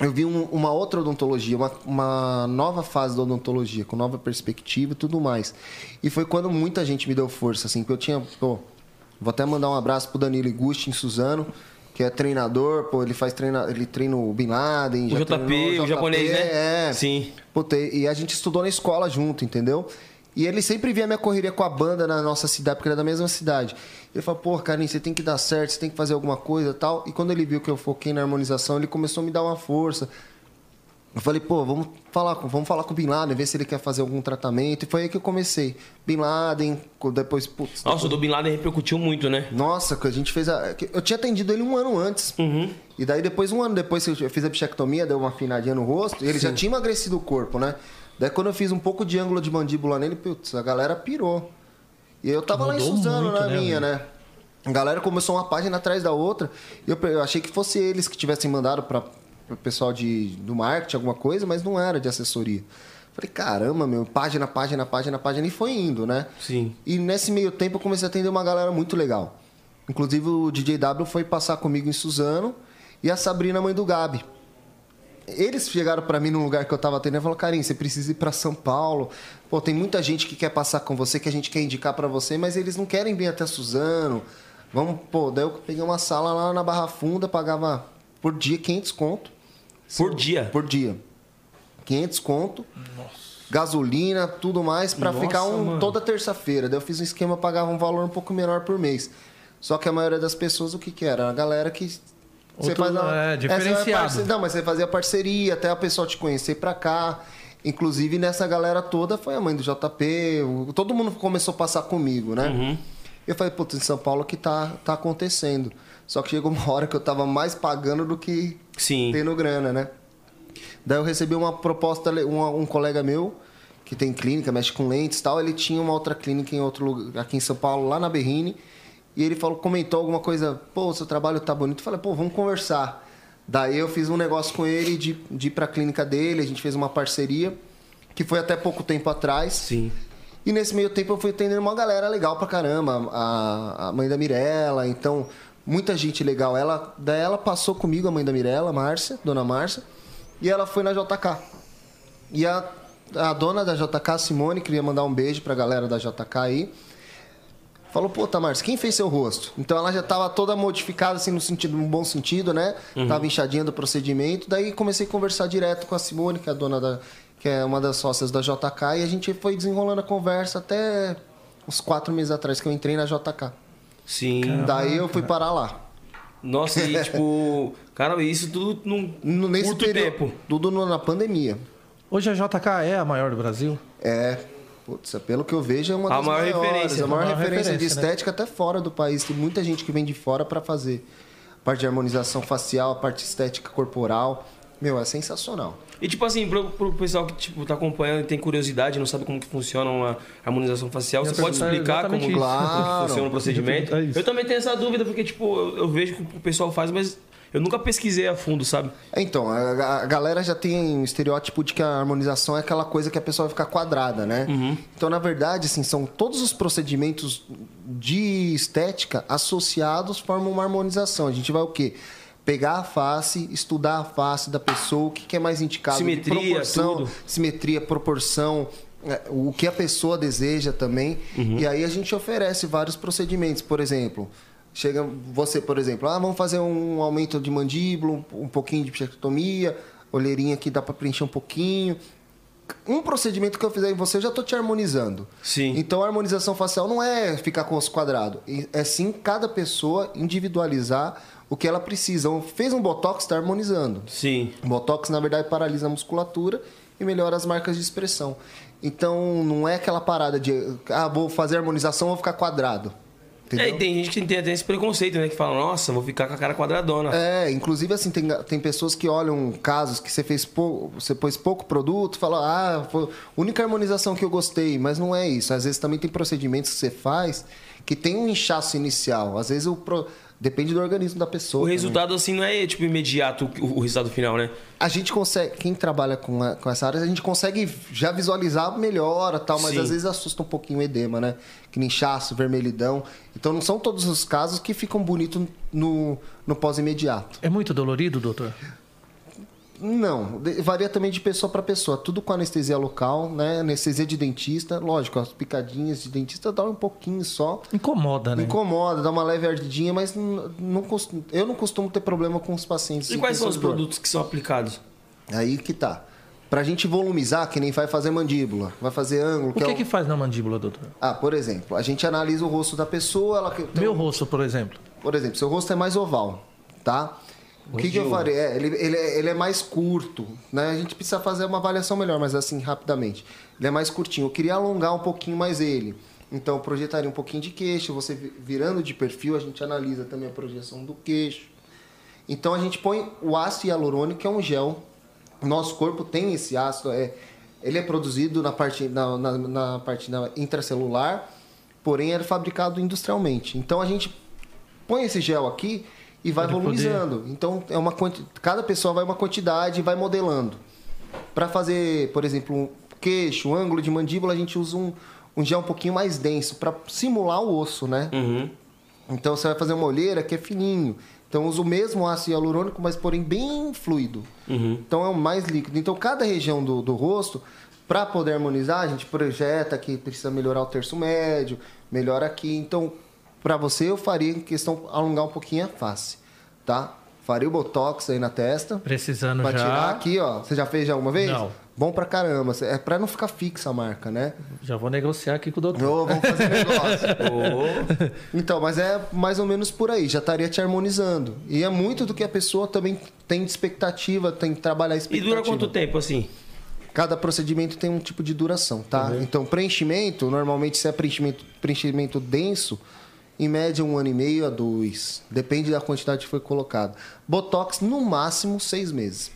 [SPEAKER 4] eu vi um- uma outra odontologia, uma, uma nova fase da odontologia, com nova perspectiva e tudo mais. E foi quando muita gente me deu força, assim, porque eu tinha. pô, vou até mandar um abraço pro Danilo Igusti em Suzano, que é treinador, pô, ele faz treina, ele treina o Bin
[SPEAKER 1] O
[SPEAKER 4] Laden,
[SPEAKER 1] JP, o japonês, né?
[SPEAKER 4] É.
[SPEAKER 1] Sim.
[SPEAKER 4] Puta, e a gente estudou na escola junto, entendeu? E ele sempre via minha correria com a banda na nossa cidade, porque era da mesma cidade. Ele falou, pô, Karim, você tem que dar certo, você tem que fazer alguma coisa e tal. E quando ele viu que eu foquei na harmonização, ele começou a me dar uma força. Eu falei, pô, vamos falar, com, vamos falar com o Bin Laden, ver se ele quer fazer algum tratamento. E foi aí que eu comecei. Bin Laden, co- depois, putz,
[SPEAKER 1] Nossa, o do Bin Laden repercutiu muito, né?
[SPEAKER 4] nossa, que a gente fez a. que Eu tinha atendido ele um ano antes. E daí depois, um ano depois que eu fiz a bichectomia, deu uma afinadinha no rosto, e ele já tinha emagrecido o corpo, né? Daí quando eu fiz um pouco de ângulo de mandíbula nele, putz, a galera pirou. E eu tava lá em
[SPEAKER 2] Mudou
[SPEAKER 4] Suzano,
[SPEAKER 2] muito,
[SPEAKER 4] na
[SPEAKER 2] né,
[SPEAKER 4] minha, né? A galera começou uma página atrás da outra. E eu, pe- eu achei que fosse eles que tivessem mandado para o pessoal de, do marketing, alguma coisa, mas não era de assessoria. Falei, caramba, meu, página, página, página, página. E foi indo, né?
[SPEAKER 1] Sim.
[SPEAKER 4] E nesse meio tempo eu comecei a atender uma galera muito legal. Inclusive o DJW foi passar comigo em Suzano e a Sabrina, mãe do Gabi. Eles chegaram pra mim num lugar que eu tava atendendo e falaram: Carinho, você precisa ir pra São Paulo. Pô, tem muita gente que quer passar com você, que a gente quer indicar pra você, mas eles não querem vir até Suzano. Vamos, pô, daí eu peguei uma sala lá na Barra Funda, pagava por dia 500 conto.
[SPEAKER 1] Por dia.
[SPEAKER 4] Por dia. 500 conto. Gasolina, tudo mais, pra ficar um, toda terça-feira. Daí eu fiz um esquema, pagava um valor um pouco menor por mês. Só que a maioria das pessoas, o que que era? A galera que...
[SPEAKER 2] Outro- é,
[SPEAKER 4] você vai
[SPEAKER 2] diferenciado.
[SPEAKER 4] parce- Não, mas você fazia parceria, até a pessoa te conhecer pra cá. Inclusive, nessa galera toda, foi a mãe do JP. o- Todo mundo começou a passar comigo, né? Eu falei, putz, em São Paulo que tá, tá acontecendo. Só que chegou uma hora que eu tava mais pagando do que
[SPEAKER 1] Sim.
[SPEAKER 4] tendo grana, né? Daí eu recebi uma proposta, le- um, um colega meu, que tem clínica, mexe com lentes e tal, ele tinha uma outra clínica em outro lugar, aqui em São Paulo, lá na Berrine, e ele falou, comentou alguma coisa, pô, seu trabalho tá bonito. Eu falei, pô, vamos conversar. Daí eu fiz um negócio com ele de, de ir pra clínica dele, a gente fez uma parceria, que foi até pouco tempo atrás.
[SPEAKER 1] Sim.
[SPEAKER 4] E nesse meio tempo eu fui atendendo uma galera legal pra caramba. A, a mãe da Mirella, então, muita gente legal. Ela, daí ela passou comigo, a mãe da Mirella, Márcia, dona Márcia, e ela foi na JK. E a, a dona da JK, Simone, queria mandar um beijo pra galera da JK aí. Falou, pô, Tamars, quem fez seu rosto? Então ela já tava toda modificada, assim, no sentido, num bom sentido, né?
[SPEAKER 1] Uhum.
[SPEAKER 4] Tava inchadinha do procedimento. Daí comecei a conversar direto com a Simone, que é a dona da. que é uma das sócias da JK, e a gente foi desenrolando a conversa até uns quatro meses atrás que eu entrei na JK.
[SPEAKER 1] Sim.
[SPEAKER 4] Daí eu fui parar lá.
[SPEAKER 1] Nossa, e
[SPEAKER 4] *laughs*
[SPEAKER 1] tipo, cara, isso tudo num
[SPEAKER 4] No- Nesse
[SPEAKER 1] curto
[SPEAKER 4] período,
[SPEAKER 1] tempo.
[SPEAKER 4] Tudo no- na pandemia.
[SPEAKER 2] Hoje a JK é a maior do Brasil?
[SPEAKER 4] É. Putz, pelo que eu vejo, é uma
[SPEAKER 1] A
[SPEAKER 4] das
[SPEAKER 1] maior
[SPEAKER 4] maiores,
[SPEAKER 1] referência.
[SPEAKER 4] A maior,
[SPEAKER 2] A maior
[SPEAKER 4] referência, de
[SPEAKER 2] referência, né?
[SPEAKER 4] estética até fora do país. Tem muita gente que vem de fora pra fazer a parte de harmonização facial, a parte estética corporal. Meu, é sensacional.
[SPEAKER 1] E tipo assim, pro, pro pessoal que tipo, tá acompanhando e tem curiosidade, não sabe como que funciona uma harmonização facial,
[SPEAKER 2] Eu ia
[SPEAKER 1] você pode
[SPEAKER 2] perguntar
[SPEAKER 1] explicar *laughs* como
[SPEAKER 2] exatamente
[SPEAKER 1] que
[SPEAKER 2] isso.
[SPEAKER 4] Claro.
[SPEAKER 1] funciona o procedimento?
[SPEAKER 2] Eu ia perguntar isso.
[SPEAKER 1] Eu também tenho essa dúvida, porque tipo, eu, eu vejo que o pessoal faz, mas eu nunca pesquisei a fundo, sabe?
[SPEAKER 4] Então, a, a galera já tem um estereótipo de que a harmonização é aquela coisa que a pessoa vai ficar quadrada, né?
[SPEAKER 1] Uhum.
[SPEAKER 4] Então, na verdade, assim, são todos os procedimentos de estética associados formam uma harmonização. A gente vai o quê? Pegar a face, estudar a face da pessoa, o que, que é mais indicado. de
[SPEAKER 1] Simetria,
[SPEAKER 4] proporção,
[SPEAKER 1] tudo.
[SPEAKER 4] Simetria, proporção, é, o que a pessoa deseja também. E aí a gente oferece vários procedimentos. Por exemplo, chega você, por exemplo, ah, vamos fazer um aumento de mandíbula, um, um pouquinho de bichectomia, olheirinha que dá para preencher um pouquinho. Um procedimento que eu fizer em você, eu já tô te harmonizando.
[SPEAKER 1] Sim.
[SPEAKER 4] Então a harmonização facial não é ficar com o rosto quadrado, e- é sim cada pessoa individualizar o que ela precisa. Um- Fez um botox, está harmonizando.
[SPEAKER 1] Sim.
[SPEAKER 4] Botox, na verdade, paralisa a musculatura e melhora as marcas de expressão. Então, não é aquela parada de, ah, vou fazer harmonização, vou ficar quadrado.
[SPEAKER 1] É, e
[SPEAKER 4] Entendeu?
[SPEAKER 1] tem gente que tem até esse preconceito, né? Que fala, nossa, vou ficar com a cara quadradona.
[SPEAKER 4] É, inclusive, assim, tem, tem pessoas que olham casos que você fez pouco, você pôs pouco produto, fala, ah, foi a única harmonização que eu gostei, mas não é isso. Às vezes também tem procedimentos que você faz que tem um inchaço inicial. Às vezes o pro- Depende do organismo da pessoa.
[SPEAKER 1] O
[SPEAKER 4] também.
[SPEAKER 1] resultado, assim, não é, tipo, imediato o, o resultado final, né?
[SPEAKER 4] A gente consegue, quem trabalha com, a- com essa área, a gente consegue já visualizar melhora tal, mas
[SPEAKER 1] Sim.
[SPEAKER 4] às vezes assusta um pouquinho o edema, né? Que nem inchaço, vermelhidão. Então não são todos os casos que ficam bonitos no, no pós-imediato.
[SPEAKER 2] É muito dolorido, doutor?
[SPEAKER 4] Não, de- varia também de pessoa para pessoa. Tudo com anestesia local, né? Anestesia de dentista, lógico, as picadinhas de dentista dói um pouquinho só.
[SPEAKER 2] Incomoda, né?
[SPEAKER 4] Incomoda, dá uma leve ardidinha, mas n- não costumo- eu não costumo ter problema com os pacientes.
[SPEAKER 1] E
[SPEAKER 4] que
[SPEAKER 1] quais
[SPEAKER 4] têm
[SPEAKER 1] são os
[SPEAKER 4] essa dor.
[SPEAKER 1] produtos que são aplicados?
[SPEAKER 4] Aí que tá. Pra gente volumizar, que nem vai fazer mandíbula, vai fazer ângulo,
[SPEAKER 2] o
[SPEAKER 4] que
[SPEAKER 2] que,
[SPEAKER 4] é o-
[SPEAKER 2] que faz na mandíbula, doutor?
[SPEAKER 4] Ah, por exemplo, a gente analisa o rosto da pessoa, ela que- tem
[SPEAKER 2] Meu
[SPEAKER 4] um-
[SPEAKER 2] rosto, por exemplo.
[SPEAKER 4] Por exemplo, seu rosto é mais oval, tá? O que, que eu faria? É, ele, ele é- ele é mais curto, né? A gente precisa fazer uma avaliação melhor, mas assim, rapidamente. Ele é mais curtinho. Eu queria alongar um pouquinho mais ele. Então, eu projetaria um pouquinho de queixo. Você vi- virando de perfil, a gente analisa também a projeção do queixo. Então, a gente põe o ácido hialurônico, que é um gel. Nosso corpo tem esse ácido. É, ele é produzido na parte, na, na- na parte na intracelular, porém, ele é fabricado industrialmente. Então, a gente põe esse gel aqui e vai
[SPEAKER 2] Pode
[SPEAKER 4] volumizando. Então é uma quanti... cada pessoa vai uma quantidade e vai modelando. Para fazer, por exemplo, um queixo, um ângulo de mandíbula, a gente usa um, um gel um pouquinho mais denso para simular o osso, né? Então você vai fazer uma olheira que é fininho. Então usa o mesmo ácido hialurônico, mas porém bem fluido. Então é o mais líquido. Então cada região do, do rosto, para poder harmonizar, a gente projeta que precisa melhorar o terço médio, melhora aqui. Então para você eu faria em questão alongar um pouquinho a face, tá? Faria o botox aí na testa.
[SPEAKER 2] Precisando
[SPEAKER 4] Pra
[SPEAKER 2] já.
[SPEAKER 4] tirar aqui, ó. Você já fez já alguma vez?
[SPEAKER 2] Não.
[SPEAKER 4] Bom pra caramba. É pra não ficar fixa a marca, né?
[SPEAKER 2] Já vou negociar aqui com o doutor.
[SPEAKER 4] Ô,
[SPEAKER 1] *laughs*
[SPEAKER 4] vamos fazer um negócio.
[SPEAKER 1] Ô,
[SPEAKER 4] Então, mas é mais ou menos por aí, já estaria te harmonizando. E é muito do que a pessoa também tem de expectativa, tem que trabalhar a
[SPEAKER 1] E
[SPEAKER 4] expectativa.
[SPEAKER 1] dura quanto tempo, assim?
[SPEAKER 4] Cada procedimento tem um tipo de duração, tá?
[SPEAKER 1] Uhum.
[SPEAKER 4] Então, preenchimento, normalmente se é preenchimento, preenchimento denso, em média um ano e meio a dois. Depende da quantidade que foi colocada. Botox, no máximo, seis meses.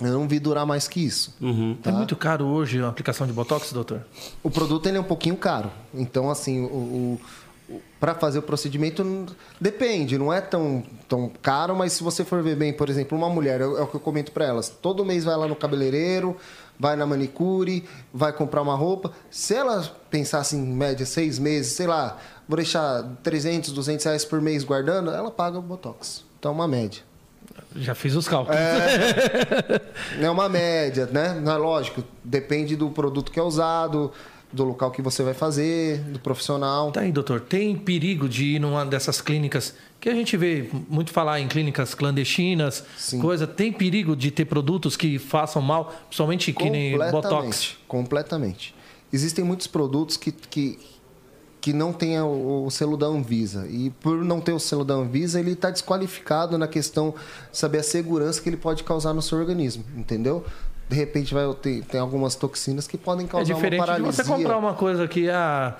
[SPEAKER 4] Eu não vi durar mais que isso. Tá.
[SPEAKER 2] É muito caro hoje a aplicação de Botox, doutor?
[SPEAKER 4] O produto ele é um pouquinho caro. Então, assim, o, para fazer o procedimento n- depende, não é tão, tão caro, mas se você for ver bem, por exemplo, uma mulher, é o é o que eu comento para elas, todo mês vai lá no cabeleireiro, vai na manicure, vai comprar uma roupa. Se ela pensasse em média seis meses, sei lá, vou deixar 300, 200 reais por mês guardando, ela paga o Botox. Então, é uma média.
[SPEAKER 2] Já fiz os cálculos.
[SPEAKER 4] É uma média, né? Não é lógico, depende do produto que é usado, do local que você vai fazer, do profissional.
[SPEAKER 2] Tá aí, doutor. Tem perigo de ir numa dessas clínicas que a gente vê muito falar em clínicas clandestinas, coisa. Tem perigo de ter produtos que façam mal, principalmente que nem Botox.
[SPEAKER 4] Completamente. Existem muitos produtos que, que, que não têm o, o selo da Anvisa. E por não ter o selo da Anvisa, ele está desqualificado na questão de saber a segurança que ele pode causar no seu organismo, entendeu? De repente vai ter, tem algumas toxinas que podem
[SPEAKER 2] É
[SPEAKER 4] causar uma
[SPEAKER 2] diferente de
[SPEAKER 4] paralisia.
[SPEAKER 2] você comprar uma coisa que é a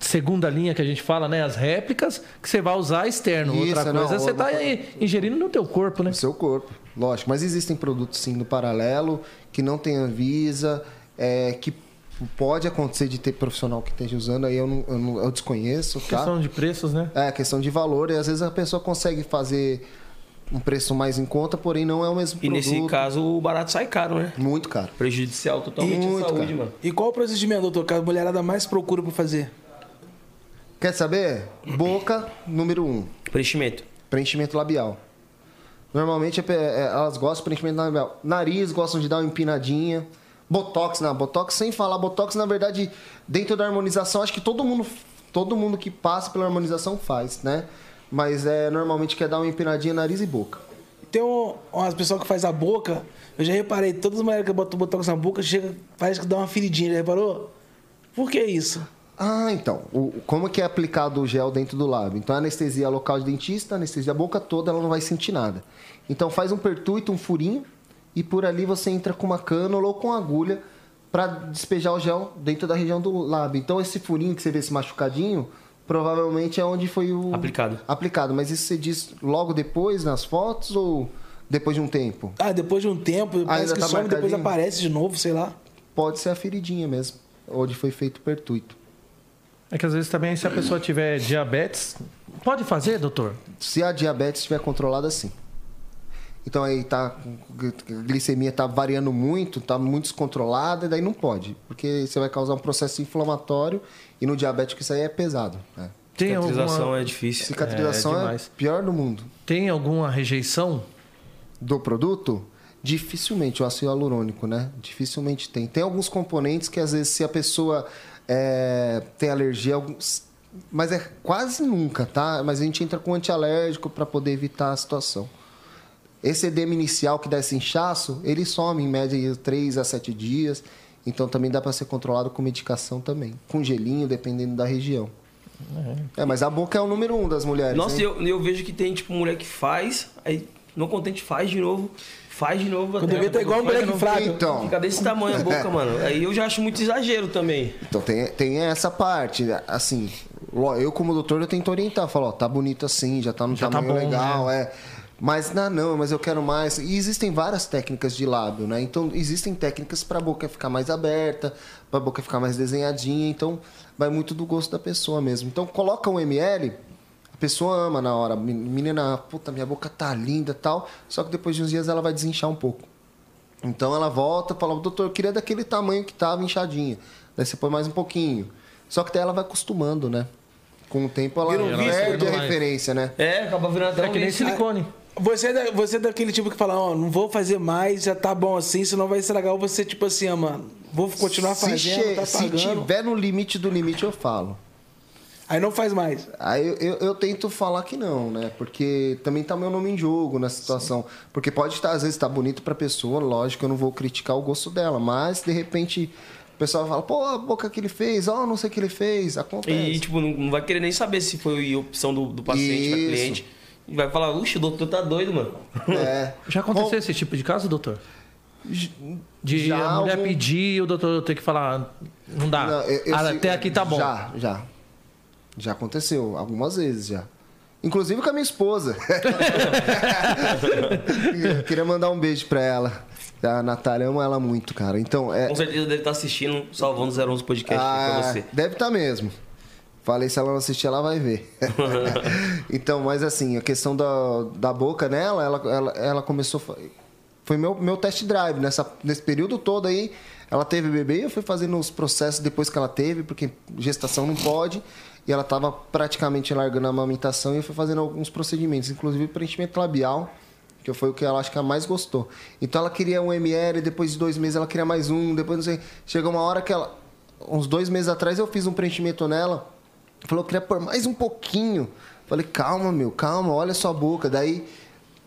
[SPEAKER 2] segunda linha que a gente fala, né? As réplicas, que você vai usar externo.
[SPEAKER 4] Isso,
[SPEAKER 2] Outra
[SPEAKER 4] não,
[SPEAKER 2] coisa, você
[SPEAKER 4] outra Tá.
[SPEAKER 2] tá aí ingerindo no teu corpo, né?
[SPEAKER 4] no seu corpo, lógico. Mas existem produtos sim no paralelo que não tem Anvisa, é, que pode acontecer de ter profissional que esteja usando, aí eu, não, eu, não- eu desconheço, tá?
[SPEAKER 2] Questão de preços, né?
[SPEAKER 4] É, questão de valor, e às vezes a pessoa consegue fazer um preço mais em conta, porém não é o mesmo
[SPEAKER 1] E
[SPEAKER 4] produto.
[SPEAKER 1] nesse caso, o barato sai caro, né?
[SPEAKER 4] Muito caro.
[SPEAKER 1] Prejudicial totalmente
[SPEAKER 4] Muito,
[SPEAKER 1] à saúde,
[SPEAKER 4] cara.
[SPEAKER 1] mano.
[SPEAKER 3] E qual o procedimento, doutor, que a mulherada mais procura pra fazer?
[SPEAKER 4] Quer saber?
[SPEAKER 1] *clears throat*
[SPEAKER 4] Boca, número Um.
[SPEAKER 1] Preenchimento.
[SPEAKER 4] Preenchimento labial. Normalmente é pe- é, elas gostam de preenchimento labial. Nariz, gostam de dar uma empinadinha. Botox, na Botox, sem falar Botox, na verdade, dentro da harmonização, acho que todo mundo, todo mundo que passa pela harmonização faz, né? Mas é normalmente quer dar uma empinadinha nariz e boca.
[SPEAKER 3] Tem um, umas pessoas que faz a boca, eu já reparei, todas as mulheres que botam botox na boca, chega, parece que dá uma feridinha, já reparou? Por que isso?
[SPEAKER 4] Ah, então. O, o- como que é aplicado o gel dentro do lábio? Então, a anestesia local de dentista, anestesia a boca toda, ela não vai sentir nada. Então, faz um pertuito, um furinho, e por ali você entra com uma cânula ou com agulha para despejar o gel dentro da região do lábio. Então, esse furinho que você vê, esse machucadinho, provavelmente é onde foi o...
[SPEAKER 1] Aplicado.
[SPEAKER 4] Aplicado. Mas isso você diz logo depois, nas fotos, ou depois de um tempo?
[SPEAKER 3] Ah, depois de um tempo, parece
[SPEAKER 4] ainda
[SPEAKER 3] que
[SPEAKER 4] tá
[SPEAKER 3] some, depois
[SPEAKER 4] marcadinho?
[SPEAKER 3] aparece de novo, sei lá.
[SPEAKER 4] Pode ser a feridinha mesmo, onde foi feito o pertuito.
[SPEAKER 2] É que às vezes também, se a pessoa tiver diabetes, pode fazer, doutor?
[SPEAKER 4] Se a diabetes estiver controlada, sim. Então aí tá a glicemia tá variando muito, tá muito descontrolada, e daí não pode, porque você vai causar um processo inflamatório e no diabético isso aí é pesado. né?
[SPEAKER 2] Tem
[SPEAKER 1] Cicatrização
[SPEAKER 2] alguma,
[SPEAKER 1] é difícil.
[SPEAKER 4] Cicatrização
[SPEAKER 2] É,
[SPEAKER 4] é,
[SPEAKER 2] demais.
[SPEAKER 4] pior do mundo.
[SPEAKER 2] tem alguma rejeição?
[SPEAKER 4] Do produto, dificilmente o ácido hialurônico, né? Dificilmente tem. Tem alguns componentes que às vezes se a pessoa é, tem alergia, alguns, mas é quase nunca, tá? Mas a gente entra com antialérgico para poder evitar a situação. Esse edema inicial que dá esse inchaço, ele some em média de 3 a 7 dias. Então também dá para ser controlado com medicação também. Com gelinho, dependendo da região. É, mas a boca é o número um das mulheres.
[SPEAKER 1] Nossa,
[SPEAKER 4] hein?
[SPEAKER 1] e eu, e eu vejo que tem, tipo, mulher que faz, aí não contente faz de novo, faz de novo.
[SPEAKER 3] Eu
[SPEAKER 2] tá
[SPEAKER 3] devia estar igual um
[SPEAKER 1] faz de
[SPEAKER 3] moleque
[SPEAKER 1] novo.
[SPEAKER 3] fraco.
[SPEAKER 4] Então.
[SPEAKER 1] Fica desse tamanho a boca, mano. Aí eu já acho muito exagero também.
[SPEAKER 4] Então tem, tem essa parte, né? assim, lo- eu como doutor eu tento orientar, falar, ó, tá bonito assim, já tá no
[SPEAKER 2] Já tá
[SPEAKER 4] tamanho
[SPEAKER 2] bom,
[SPEAKER 4] legal, é. Mas não, não, mas eu quero mais. E existem várias técnicas de lábio, né? Então existem técnicas pra boca ficar mais aberta, pra boca ficar mais desenhadinha, então vai muito do gosto da pessoa mesmo. Então coloca um ML, a pessoa ama na hora, Men- menina, puta, minha boca tá linda, tal, só que depois de uns dias ela vai desinchar um pouco. Então ela volta e fala, doutor, eu queria daquele tamanho que tava inchadinha. Daí você põe mais um pouquinho. Só que daí ela vai acostumando, né? Com o tempo ela,
[SPEAKER 2] Vira um vício,
[SPEAKER 4] perde a
[SPEAKER 2] né?
[SPEAKER 4] referência, né?
[SPEAKER 1] É, acaba virando
[SPEAKER 2] É
[SPEAKER 1] até um
[SPEAKER 4] Então,
[SPEAKER 2] que nem
[SPEAKER 1] vício.
[SPEAKER 2] silicone.
[SPEAKER 3] Você é, da- você é daquele tipo que fala, ó, não vou fazer mais, já tá bom assim, senão vai estragar. Ou você, tipo assim, ah, mano, vou continuar
[SPEAKER 4] che-
[SPEAKER 3] fazendo, tá
[SPEAKER 4] se
[SPEAKER 3] pagando.
[SPEAKER 4] tiver no limite do limite, eu falo.
[SPEAKER 3] Aí não faz mais.
[SPEAKER 4] Aí eu, eu- eu tento falar que não, né? Porque também tá meu nome em jogo nessa situação. Porque pode estar, às vezes, tá bonito pra pessoa, lógico, eu não vou criticar o gosto dela, mas de repente o pessoal fala, pô, a boca que ele fez, ó, não sei o que ele fez, acontece.
[SPEAKER 1] E, tipo, não, não vai querer nem saber se foi opção do, do paciente pra
[SPEAKER 4] Isso.
[SPEAKER 1] cliente. E vai falar, uxe, o doutor tá doido, mano.
[SPEAKER 4] É.
[SPEAKER 2] Já aconteceu
[SPEAKER 4] Bom,
[SPEAKER 2] esse tipo de caso, doutor? De
[SPEAKER 4] já
[SPEAKER 2] a mulher
[SPEAKER 4] algum-
[SPEAKER 2] pedir e o doutor ter que falar, não dá.
[SPEAKER 4] Não, eu- eu
[SPEAKER 2] Ah,
[SPEAKER 4] sei-
[SPEAKER 2] Até aqui tá bom.
[SPEAKER 4] Já, já. Já aconteceu, algumas vezes já. Inclusive com a minha
[SPEAKER 2] *laughs*
[SPEAKER 4] esposa. Eu Queria mandar um beijo pra ela. A Natália, eu amo ela muito, cara. Então, é.
[SPEAKER 1] Com certeza deve estar assistindo, salvando 011 podcast
[SPEAKER 4] Ah,
[SPEAKER 1] pra você.
[SPEAKER 4] Deve estar mesmo. Falei, se ela não assistir, ela
[SPEAKER 1] *laughs*
[SPEAKER 4] vai ver. então, mas assim, a questão da, da boca nela, ela, ela, ela começou. fa- Foi meu, meu test drive nessa, nesse período todo aí. Ela teve bebê e eu fui fazendo os processos depois que ela teve, porque gestação não pode. E ela estava praticamente largando a amamentação e eu fui fazendo alguns procedimentos, inclusive preenchimento labial, que foi o que ela acho que ela mais gostou. Então ela queria um ML, depois de dois meses ela queria mais um, depois não sei. Chegou uma hora que ela uns dois meses atrás eu fiz um preenchimento nela. Falou, eu queria pôr mais um pouquinho. Falei, calma, meu, calma, olha sua boca. Daí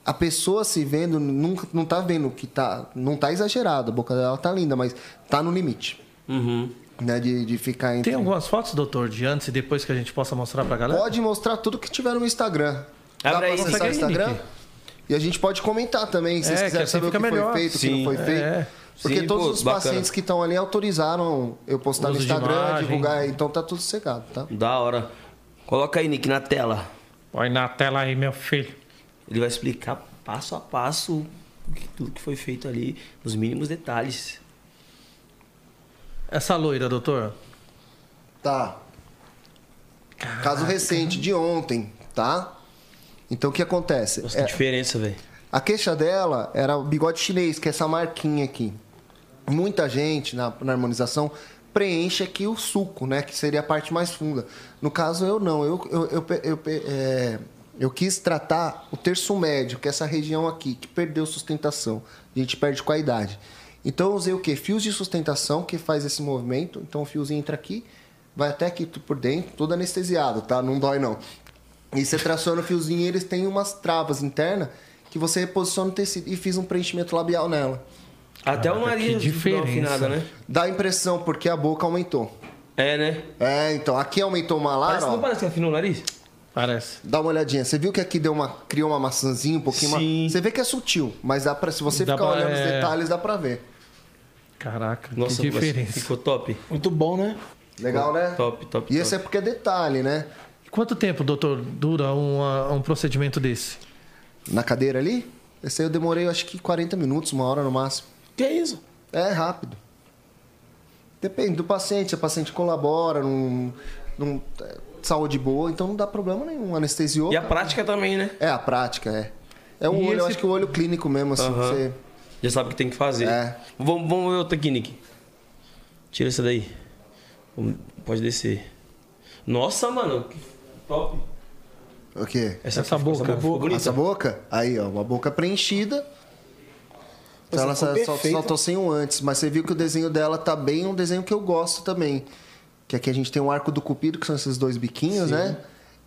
[SPEAKER 4] a pessoa se vendo, nunca, não tá vendo que tá. Não tá exagerado, a boca dela tá linda, mas tá no limite. Né, de, de ficar entre.
[SPEAKER 2] Tem algumas fotos, doutor, de antes e depois que a gente possa mostrar pra galera?
[SPEAKER 4] Pode mostrar tudo que tiver no Instagram. Dá
[SPEAKER 1] Abre
[SPEAKER 4] pra
[SPEAKER 1] aí,
[SPEAKER 4] acessar o
[SPEAKER 2] consegue aí,
[SPEAKER 4] Instagram?
[SPEAKER 2] Nick.
[SPEAKER 4] E a gente pode comentar também, se
[SPEAKER 2] É,
[SPEAKER 4] vocês
[SPEAKER 2] que
[SPEAKER 4] quiserem
[SPEAKER 2] assim
[SPEAKER 4] saber o que
[SPEAKER 2] fica melhor.
[SPEAKER 4] foi feito, o que
[SPEAKER 1] Sim.
[SPEAKER 4] não foi feito.
[SPEAKER 2] É.
[SPEAKER 4] Porque
[SPEAKER 1] Sim,
[SPEAKER 4] todos
[SPEAKER 1] pô,
[SPEAKER 4] os
[SPEAKER 1] bacana.
[SPEAKER 4] pacientes que estão ali autorizaram eu postar no
[SPEAKER 2] Uso de
[SPEAKER 4] Instagram,
[SPEAKER 2] imagem.
[SPEAKER 4] divulgar, então tá tudo cegado, tá?
[SPEAKER 1] Da hora. Coloca aí, Nick, na tela.
[SPEAKER 7] Põe na tela aí, meu filho.
[SPEAKER 1] Ele vai explicar passo a passo o que- tudo que foi feito ali, nos mínimos detalhes.
[SPEAKER 2] Essa loira, doutor.
[SPEAKER 4] Tá. Caso recente, de ontem, tá? Então o que acontece?
[SPEAKER 1] Nossa,
[SPEAKER 4] É,
[SPEAKER 1] que diferença, velho.
[SPEAKER 4] a queixa dela era o bigode chinês, que é essa marquinha aqui. Muita gente na, na harmonização preenche aqui o suco, né? Que seria a parte mais funda. No caso, eu não. Eu, eu, eu, pe- eu pe- é, eu quis tratar o terço médio, que é essa região aqui, que perdeu sustentação. A gente perde com a idade. Então, eu usei o quê? Fios de sustentação, que faz esse movimento. Então, o fiozinho entra aqui, vai até aqui por dentro, todo anestesiado, tá? Não dói, não. E você traciona o fiozinho e eles têm umas travas internas que você reposiciona o tecido. E fiz um preenchimento labial nela.
[SPEAKER 1] Até o
[SPEAKER 2] que
[SPEAKER 1] nariz deu uma
[SPEAKER 2] diferença.
[SPEAKER 1] afinada, né?
[SPEAKER 4] Dá a impressão, porque a boca aumentou.
[SPEAKER 1] É, né?
[SPEAKER 4] É, então, aqui aumentou uma
[SPEAKER 1] Parece,
[SPEAKER 4] lara,
[SPEAKER 1] não
[SPEAKER 4] ó.
[SPEAKER 1] parece que afinou o nariz?
[SPEAKER 2] Parece.
[SPEAKER 4] Dá uma olhadinha. Você viu que aqui deu uma, criou uma maçãzinha um pouquinho
[SPEAKER 1] Sim.
[SPEAKER 4] mais. Você vê que é sutil, mas dá pra, se você
[SPEAKER 2] Dá
[SPEAKER 4] ficar
[SPEAKER 2] pra-
[SPEAKER 4] olhando os
[SPEAKER 2] é.
[SPEAKER 4] detalhes, dá pra ver.
[SPEAKER 2] Caraca,
[SPEAKER 1] Nossa,
[SPEAKER 2] que
[SPEAKER 1] mas
[SPEAKER 2] diferença.
[SPEAKER 1] ficou top.
[SPEAKER 3] Muito bom, né?
[SPEAKER 4] Legal, né?
[SPEAKER 1] Top, top,
[SPEAKER 4] E esse é
[SPEAKER 1] top.
[SPEAKER 4] porque é detalhe, né?
[SPEAKER 2] Quanto tempo, doutor, dura uma- um procedimento desse?
[SPEAKER 4] Na cadeira ali, esse aí eu demorei, acho que 40 minutos, uma hora no máximo.
[SPEAKER 3] Que é isso?
[SPEAKER 4] É rápido. Depende do paciente. Se o paciente colabora, não, não- é, saúde boa, então não dá problema nenhum. Anestesiou.
[SPEAKER 1] E a
[SPEAKER 4] cara.
[SPEAKER 1] prática também, né?
[SPEAKER 4] É, a prática, é. É o
[SPEAKER 2] E
[SPEAKER 4] olho, eu
[SPEAKER 2] esse-
[SPEAKER 4] acho que o olho clínico mesmo, assim.
[SPEAKER 1] Aham.
[SPEAKER 4] Você...
[SPEAKER 1] Já sabe o que tem que fazer.
[SPEAKER 4] É.
[SPEAKER 1] Vamos, vamos ver outra aqui, Nick. Tira essa daí. Vamos- Pode descer. Nossa, mano. que Top.
[SPEAKER 4] O quê?
[SPEAKER 1] Essa,
[SPEAKER 2] Essa
[SPEAKER 1] ficou-
[SPEAKER 2] boca.
[SPEAKER 1] ficou bonita.
[SPEAKER 4] Essa boca? Aí, ó, uma boca preenchida.
[SPEAKER 3] Pô,
[SPEAKER 4] Então ela
[SPEAKER 3] ficou
[SPEAKER 4] só, só,
[SPEAKER 3] perfeita.
[SPEAKER 4] só tô sem um antes, mas você viu que o desenho dela tá bem um desenho que eu gosto também. Que aqui a gente tem o arco do cupido, que são esses dois biquinhos, né?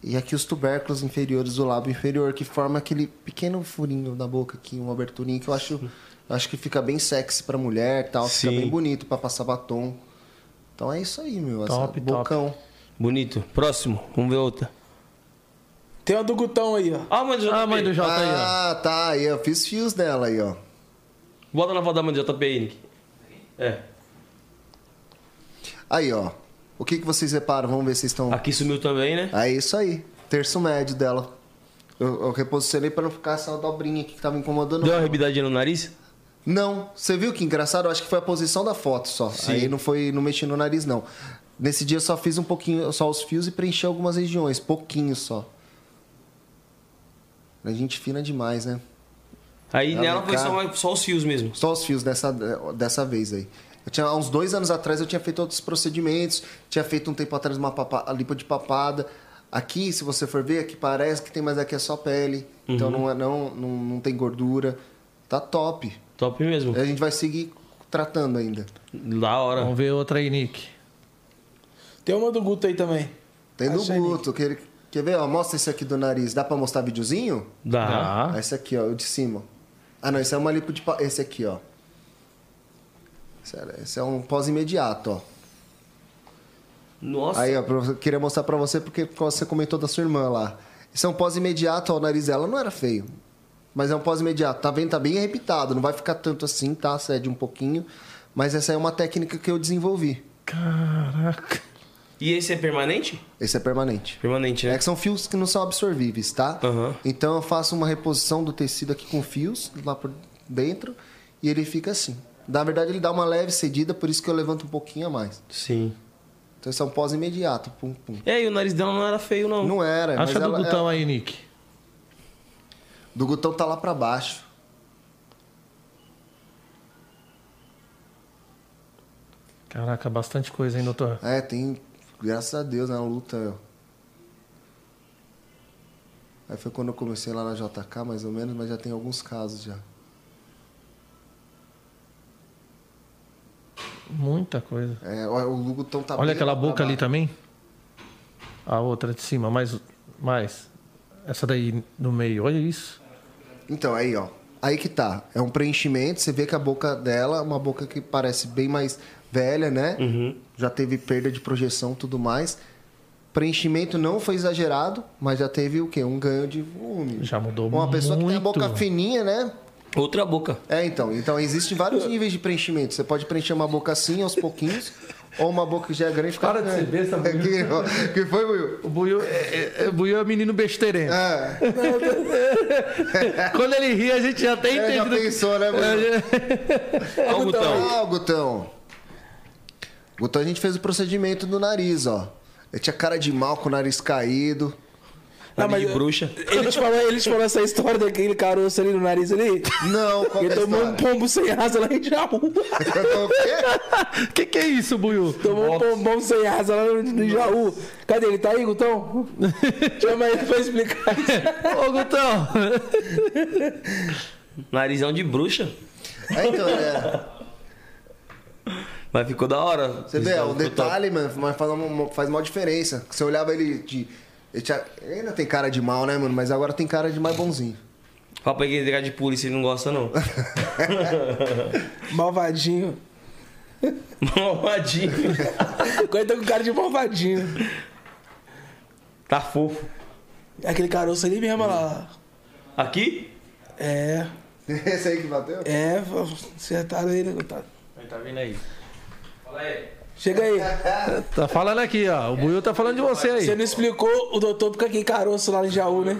[SPEAKER 4] E aqui os tubérculos inferiores do lábio inferior, que forma aquele pequeno furinho da boca aqui, uma aberturinha que eu acho, eu acho que fica bem sexy pra mulher e tal.
[SPEAKER 1] Sim.
[SPEAKER 4] Fica bem bonito pra passar batom. Então é isso aí, meu. essa
[SPEAKER 2] Top, top.
[SPEAKER 4] bocão.
[SPEAKER 1] Bonito. Próximo. Vamos ver outra.
[SPEAKER 3] Tem uma do Gutão aí, ó.
[SPEAKER 1] Ah, a mãe do JP.
[SPEAKER 2] Ah, mãe do Jota aí, ó.
[SPEAKER 4] Ah, tá. Aí eu fiz fios dela aí, ó.
[SPEAKER 1] Bota na foto da mãe do JP aí, Nick. É.
[SPEAKER 4] Aí, ó. O que, que vocês reparam? Vamos ver se vocês estão.
[SPEAKER 1] Aqui sumiu também, né?
[SPEAKER 4] É isso aí. Terço médio dela. Eu, eu reposicionei pra não ficar essa dobrinha aqui que tava incomodando.
[SPEAKER 1] Deu uma rebidadinha no nariz?
[SPEAKER 4] Não, você viu que engraçado? Eu acho que foi a posição da foto só. Aí não foi, não mexi no nariz não. Nesse dia eu só fiz um pouquinho, só os fios e preenchi algumas regiões, pouquinho só. A gente fina demais, né?
[SPEAKER 1] Aí
[SPEAKER 4] Ela
[SPEAKER 1] nela foi
[SPEAKER 4] vem cá.
[SPEAKER 1] só, só os fios mesmo.
[SPEAKER 4] Só os fios dessa, dessa vez aí. Eu tinha, há uns dois anos atrás eu tinha feito outros procedimentos, tinha feito um tempo atrás uma papa- a lipo de papada. Aqui, se você for ver, aqui parece que tem, mas aqui é só pele. Então não, é- não, não, não tem gordura. Tá top.
[SPEAKER 1] Top mesmo.
[SPEAKER 4] A gente vai seguir tratando ainda.
[SPEAKER 1] Da hora.
[SPEAKER 4] Ah.
[SPEAKER 2] Vamos ver outra aí, Nick.
[SPEAKER 3] Tem uma do Guto aí também.
[SPEAKER 4] Tem do
[SPEAKER 3] Achei, Nick.
[SPEAKER 4] Guto. Quer, quer ver? Ó, mostra esse aqui do nariz. Dá pra mostrar videozinho?
[SPEAKER 1] Dá.
[SPEAKER 2] Ah.
[SPEAKER 4] Esse aqui, ó, o de cima. Ah, não, esse é uma lipo de... pa- Esse aqui, ó. Esse é- Esse é um pós-imediato, ó.
[SPEAKER 1] Nossa.
[SPEAKER 4] Aí, ó, pra você- queria mostrar pra você porque você comentou da sua irmã lá. Isso é um pós-imediato, ó, o nariz dela não era feio. Mas é um pós-imediato. Tá vendo? Tá bem arrepitado. Não vai ficar tanto assim, tá? Cede um pouquinho. Mas essa é uma técnica que eu desenvolvi.
[SPEAKER 2] Caraca.
[SPEAKER 1] E esse é permanente?
[SPEAKER 4] Esse é permanente.
[SPEAKER 1] Permanente, né?
[SPEAKER 4] É que são fios que não são absorvíveis, tá?
[SPEAKER 1] Aham.
[SPEAKER 4] Então eu faço uma reposição do tecido aqui com fios lá por dentro e ele fica assim. Na verdade, ele dá uma leve cedida, por isso que eu levanto um pouquinho a mais.
[SPEAKER 1] Sim.
[SPEAKER 4] Então isso é um pós-imediato. Pum, pum.
[SPEAKER 1] É, e o nariz dela não era feio, não.
[SPEAKER 4] Não era, É, mas
[SPEAKER 2] Acha do
[SPEAKER 4] ela,
[SPEAKER 2] Gutão aí, Nick.
[SPEAKER 4] Do Gutão tá lá pra baixo.
[SPEAKER 2] Caraca, bastante coisa, hein, doutor?
[SPEAKER 4] É, tem. Graças a Deus, na luta. eu- Aí foi quando eu comecei lá na JK, mais ou menos, mas já tem alguns casos já.
[SPEAKER 2] Muita coisa.
[SPEAKER 4] É, ó, o Gutão tá
[SPEAKER 2] Olha
[SPEAKER 4] bem
[SPEAKER 2] aquela
[SPEAKER 4] lá pra
[SPEAKER 2] boca ali
[SPEAKER 4] baixo.
[SPEAKER 2] também. A outra de cima, mais. mais. Essa daí no meio, olha isso. tá?
[SPEAKER 4] Então, aí, ó. Aí que tá. É um preenchimento, você vê que a boca dela é uma boca que parece bem mais velha, né?
[SPEAKER 2] Uhum.
[SPEAKER 4] Já teve perda de projeção e tudo mais. Preenchimento não foi exagerado, mas já teve o quê? Um ganho de volume.
[SPEAKER 2] Já mudou
[SPEAKER 4] Uma pessoa que tem a
[SPEAKER 2] muito.
[SPEAKER 4] boca fininha, né?
[SPEAKER 1] Outra boca.
[SPEAKER 4] É, então. Então, existem vários níveis de preenchimento. Você pode preencher uma boca assim, aos pouquinhos, ou uma boca que já é grande e fica...
[SPEAKER 2] Para de ser besta,
[SPEAKER 4] É, que, ó, que foi, Will?
[SPEAKER 2] O Buiu é, é, o Buiu é menino besteirense.
[SPEAKER 4] É,
[SPEAKER 2] *laughs* Quando ele ri, a gente já tem
[SPEAKER 4] é, já pensou, né, Will?
[SPEAKER 2] É,
[SPEAKER 1] Olha o
[SPEAKER 2] então.
[SPEAKER 1] botão.
[SPEAKER 4] Ah, o Gutão. Gutão, a gente fez o procedimento do nariz, ó. Ele tinha cara de mal com o nariz caído.
[SPEAKER 3] Não,
[SPEAKER 1] Nariz
[SPEAKER 3] mas-
[SPEAKER 4] é-
[SPEAKER 1] de bruxa.
[SPEAKER 3] Ele te, falou, ele te falou essa história daquele caroço ali no nariz ali?
[SPEAKER 2] *laughs*
[SPEAKER 4] Não, qual que
[SPEAKER 3] Ele
[SPEAKER 4] é a
[SPEAKER 3] tomou um
[SPEAKER 4] história?
[SPEAKER 3] pombo sem asa lá em Jaú.
[SPEAKER 4] Eu tô o quê?
[SPEAKER 2] Que que é isso, Buiu?
[SPEAKER 3] Tomou um pombão sem asa lá no, no Jaú. Cadê ele? Tá aí, *laughs* Gutão? Chama ele pra explicar.
[SPEAKER 2] Ô, Gutão!
[SPEAKER 1] Narizão de bruxa.
[SPEAKER 4] É, então, é.
[SPEAKER 1] Mas ficou da hora.
[SPEAKER 4] Você vê,
[SPEAKER 1] Isso,
[SPEAKER 4] é um
[SPEAKER 1] ficou
[SPEAKER 4] detalhe, mano, mas faz uma, faz uma diferença. Você olhava ele de... Ele, tinha- ele ainda tem cara de mal, né, mano? Mas agora tem cara de mais bonzinho.
[SPEAKER 1] top.
[SPEAKER 4] *laughs*
[SPEAKER 1] Papai que cara de polícia ele não gosta, não.
[SPEAKER 3] Malvadinho.
[SPEAKER 1] Malvadinho.
[SPEAKER 3] Agora ele tá com cara de malvadinho.
[SPEAKER 1] Tá fofo.
[SPEAKER 3] Aquele caroço ali mesmo, olha lá.
[SPEAKER 1] Aqui?
[SPEAKER 3] É,
[SPEAKER 4] Esse aí que bateu?
[SPEAKER 3] é, acertaram ele, Gutão.
[SPEAKER 2] Tá vindo aí.
[SPEAKER 1] Fala aí.
[SPEAKER 3] Chega aí.
[SPEAKER 2] Tá falando aqui, ó. O Buiu tá falando de você
[SPEAKER 3] Você
[SPEAKER 2] aí.
[SPEAKER 3] não explicou o doutor porque aquele caroço lá em Jaú, né?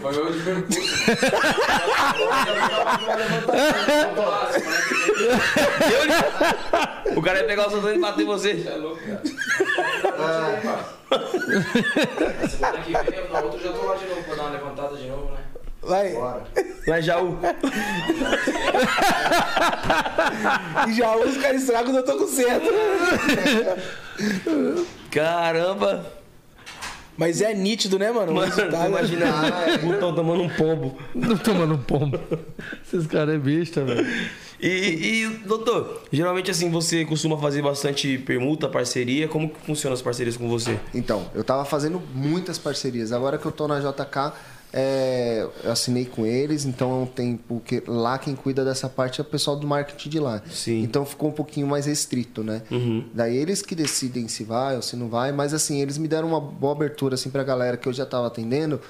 [SPEAKER 1] O cara ia pegar o seu e bater em você.
[SPEAKER 8] Semana que vem, na outra eu já tô lá de novo, pra dar uma levantada de novo, né?
[SPEAKER 3] Vai.
[SPEAKER 1] Lá em Jaú.
[SPEAKER 3] E já os caras estragam, eu tô com certo.
[SPEAKER 1] Caramba!
[SPEAKER 3] Mas é nítido, né, mano? O
[SPEAKER 1] Mano,
[SPEAKER 3] resultado.
[SPEAKER 1] imagina o Gutão tomando um pombo.
[SPEAKER 2] Não tomando um pombo. Esses caras é besta, velho.
[SPEAKER 1] E, e, doutor, geralmente assim, você costuma fazer bastante permuta, parceria. Como que funciona as parcerias com você?
[SPEAKER 4] Então, eu tava fazendo muitas parcerias. Agora que eu tô na JK, é, eu assinei com eles, então é um tempo que lá quem cuida dessa parte é o pessoal do marketing de lá.
[SPEAKER 1] Sim. Uhum.
[SPEAKER 4] Então ficou um pouquinho mais restrito, né? Daí eles que decidem se vai ou se não vai, mas assim, eles me deram uma boa abertura assim pra galera que eu já tava atendendo,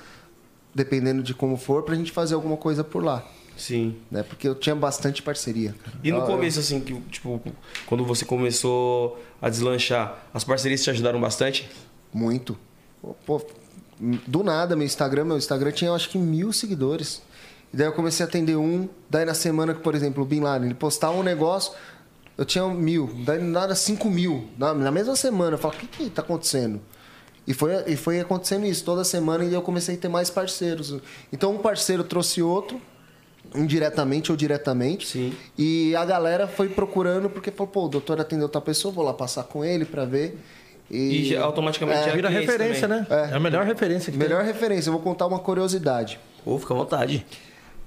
[SPEAKER 4] dependendo de como for, pra gente fazer alguma coisa por lá.
[SPEAKER 1] Sim.
[SPEAKER 4] Né? Porque eu tinha bastante parceria. cara.
[SPEAKER 1] E no
[SPEAKER 4] Então, eu-
[SPEAKER 1] começo, assim, que, tipo, quando você começou a deslanchar, as parcerias te ajudaram bastante?
[SPEAKER 4] Muito. Pô, do nada, meu Instagram, meu Instagram tinha eu acho que mil seguidores. E daí eu comecei a atender um, daí na semana que, por exemplo, o Bin Laden, ele postava um negócio, eu tinha mil, daí nada, cinco mil. Na, na mesma semana, eu falo, o que, que tá acontecendo? E foi, e foi acontecendo isso toda semana e eu comecei a ter mais parceiros. Então um parceiro trouxe outro, indiretamente ou diretamente.
[SPEAKER 1] Sim.
[SPEAKER 4] E a galera foi procurando porque falou, pô, o doutor atendeu outra pessoa, vou lá passar com ele pra ver.
[SPEAKER 1] E, já- automaticamente já
[SPEAKER 2] Vira
[SPEAKER 1] cliente
[SPEAKER 2] referência,
[SPEAKER 1] também.
[SPEAKER 2] né? É. a melhor referência que tem.
[SPEAKER 4] Melhor referência, eu vou contar uma curiosidade.
[SPEAKER 1] Ô, fica à vontade.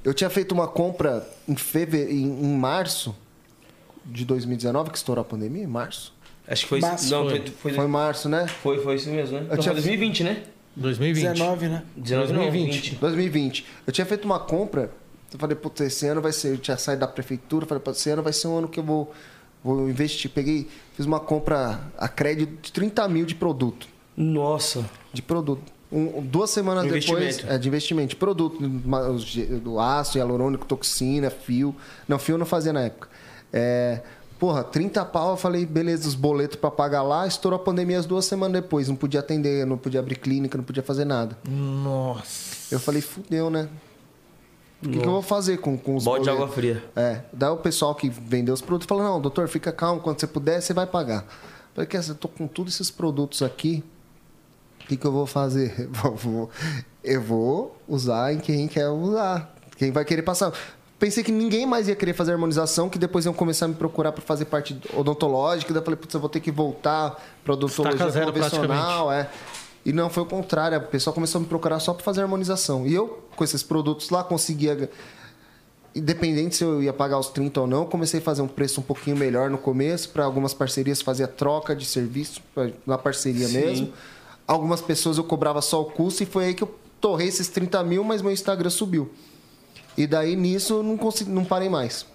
[SPEAKER 4] Eu tinha feito uma compra em, feve... em, em março de 2019, que estourou a pandemia, em março.
[SPEAKER 1] Acho que foi.
[SPEAKER 3] Mas
[SPEAKER 1] não, foi.
[SPEAKER 3] foi.
[SPEAKER 1] Foi,
[SPEAKER 4] Foi
[SPEAKER 1] foi,
[SPEAKER 4] em março, né?
[SPEAKER 1] foi isso mesmo, né? Então,
[SPEAKER 4] tinha-
[SPEAKER 1] foi 2020, né?
[SPEAKER 2] 2020.
[SPEAKER 3] 19, né?
[SPEAKER 1] 19 não,
[SPEAKER 2] 2020.
[SPEAKER 1] 20.
[SPEAKER 4] 2020. Eu tinha feito uma compra, eu falei, putz, esse ano vai ser. Eu tinha saído da prefeitura, falei, putz, esse ano vai ser um ano que eu vou, vou investir. Peguei, fiz uma compra a crédito de 30 mil de produto.
[SPEAKER 1] Nossa.
[SPEAKER 4] de produto. Um- duas semanas
[SPEAKER 1] De
[SPEAKER 4] depois.
[SPEAKER 1] investimento.
[SPEAKER 4] É, de investimento. De produto. ma- os ge- Do ácido, hialurônico, toxina, fio. Não, fio eu não fazia na época. É, porra, 30 pau, eu falei, beleza, os boletos pra pagar lá. Estourou a pandemia as duas semanas depois. Não podia atender, não podia abrir clínica, não podia fazer nada.
[SPEAKER 2] Nossa.
[SPEAKER 4] Eu falei, fudeu, né? O que, que eu vou fazer com, com os
[SPEAKER 1] Balde de
[SPEAKER 4] boletos?
[SPEAKER 1] água fria.
[SPEAKER 4] É. Daí o pessoal que vendeu os produtos falou, não, doutor, fica calmo, quando você puder, você vai pagar. Eu falei, quer dizer, eu tô com todos esses produtos aqui, o que, que eu vou fazer? *laughs* Eu vou- vou, eu vou usar em quem quer usar, quem vai querer passar. Pensei que ninguém mais ia querer fazer harmonização, que depois iam começar a me procurar para fazer parte odontológica. Daí eu falei, putz, eu vou ter que voltar para odontologia
[SPEAKER 2] Estaca zero,
[SPEAKER 4] convencional. É. E não, foi o contrário. O pessoal começou a me procurar só para fazer harmonização. E eu, com esses produtos lá, conseguia independente se eu ia pagar os 30 ou não, eu comecei a fazer um preço um pouquinho melhor no começo, para algumas parcerias fazia troca de serviço, pra- na parceria mesmo. Algumas pessoas eu cobrava só o custo e foi aí que eu torrei esses 30 mil, mas meu Instagram subiu. E daí nisso eu não, consegui, não parei mais.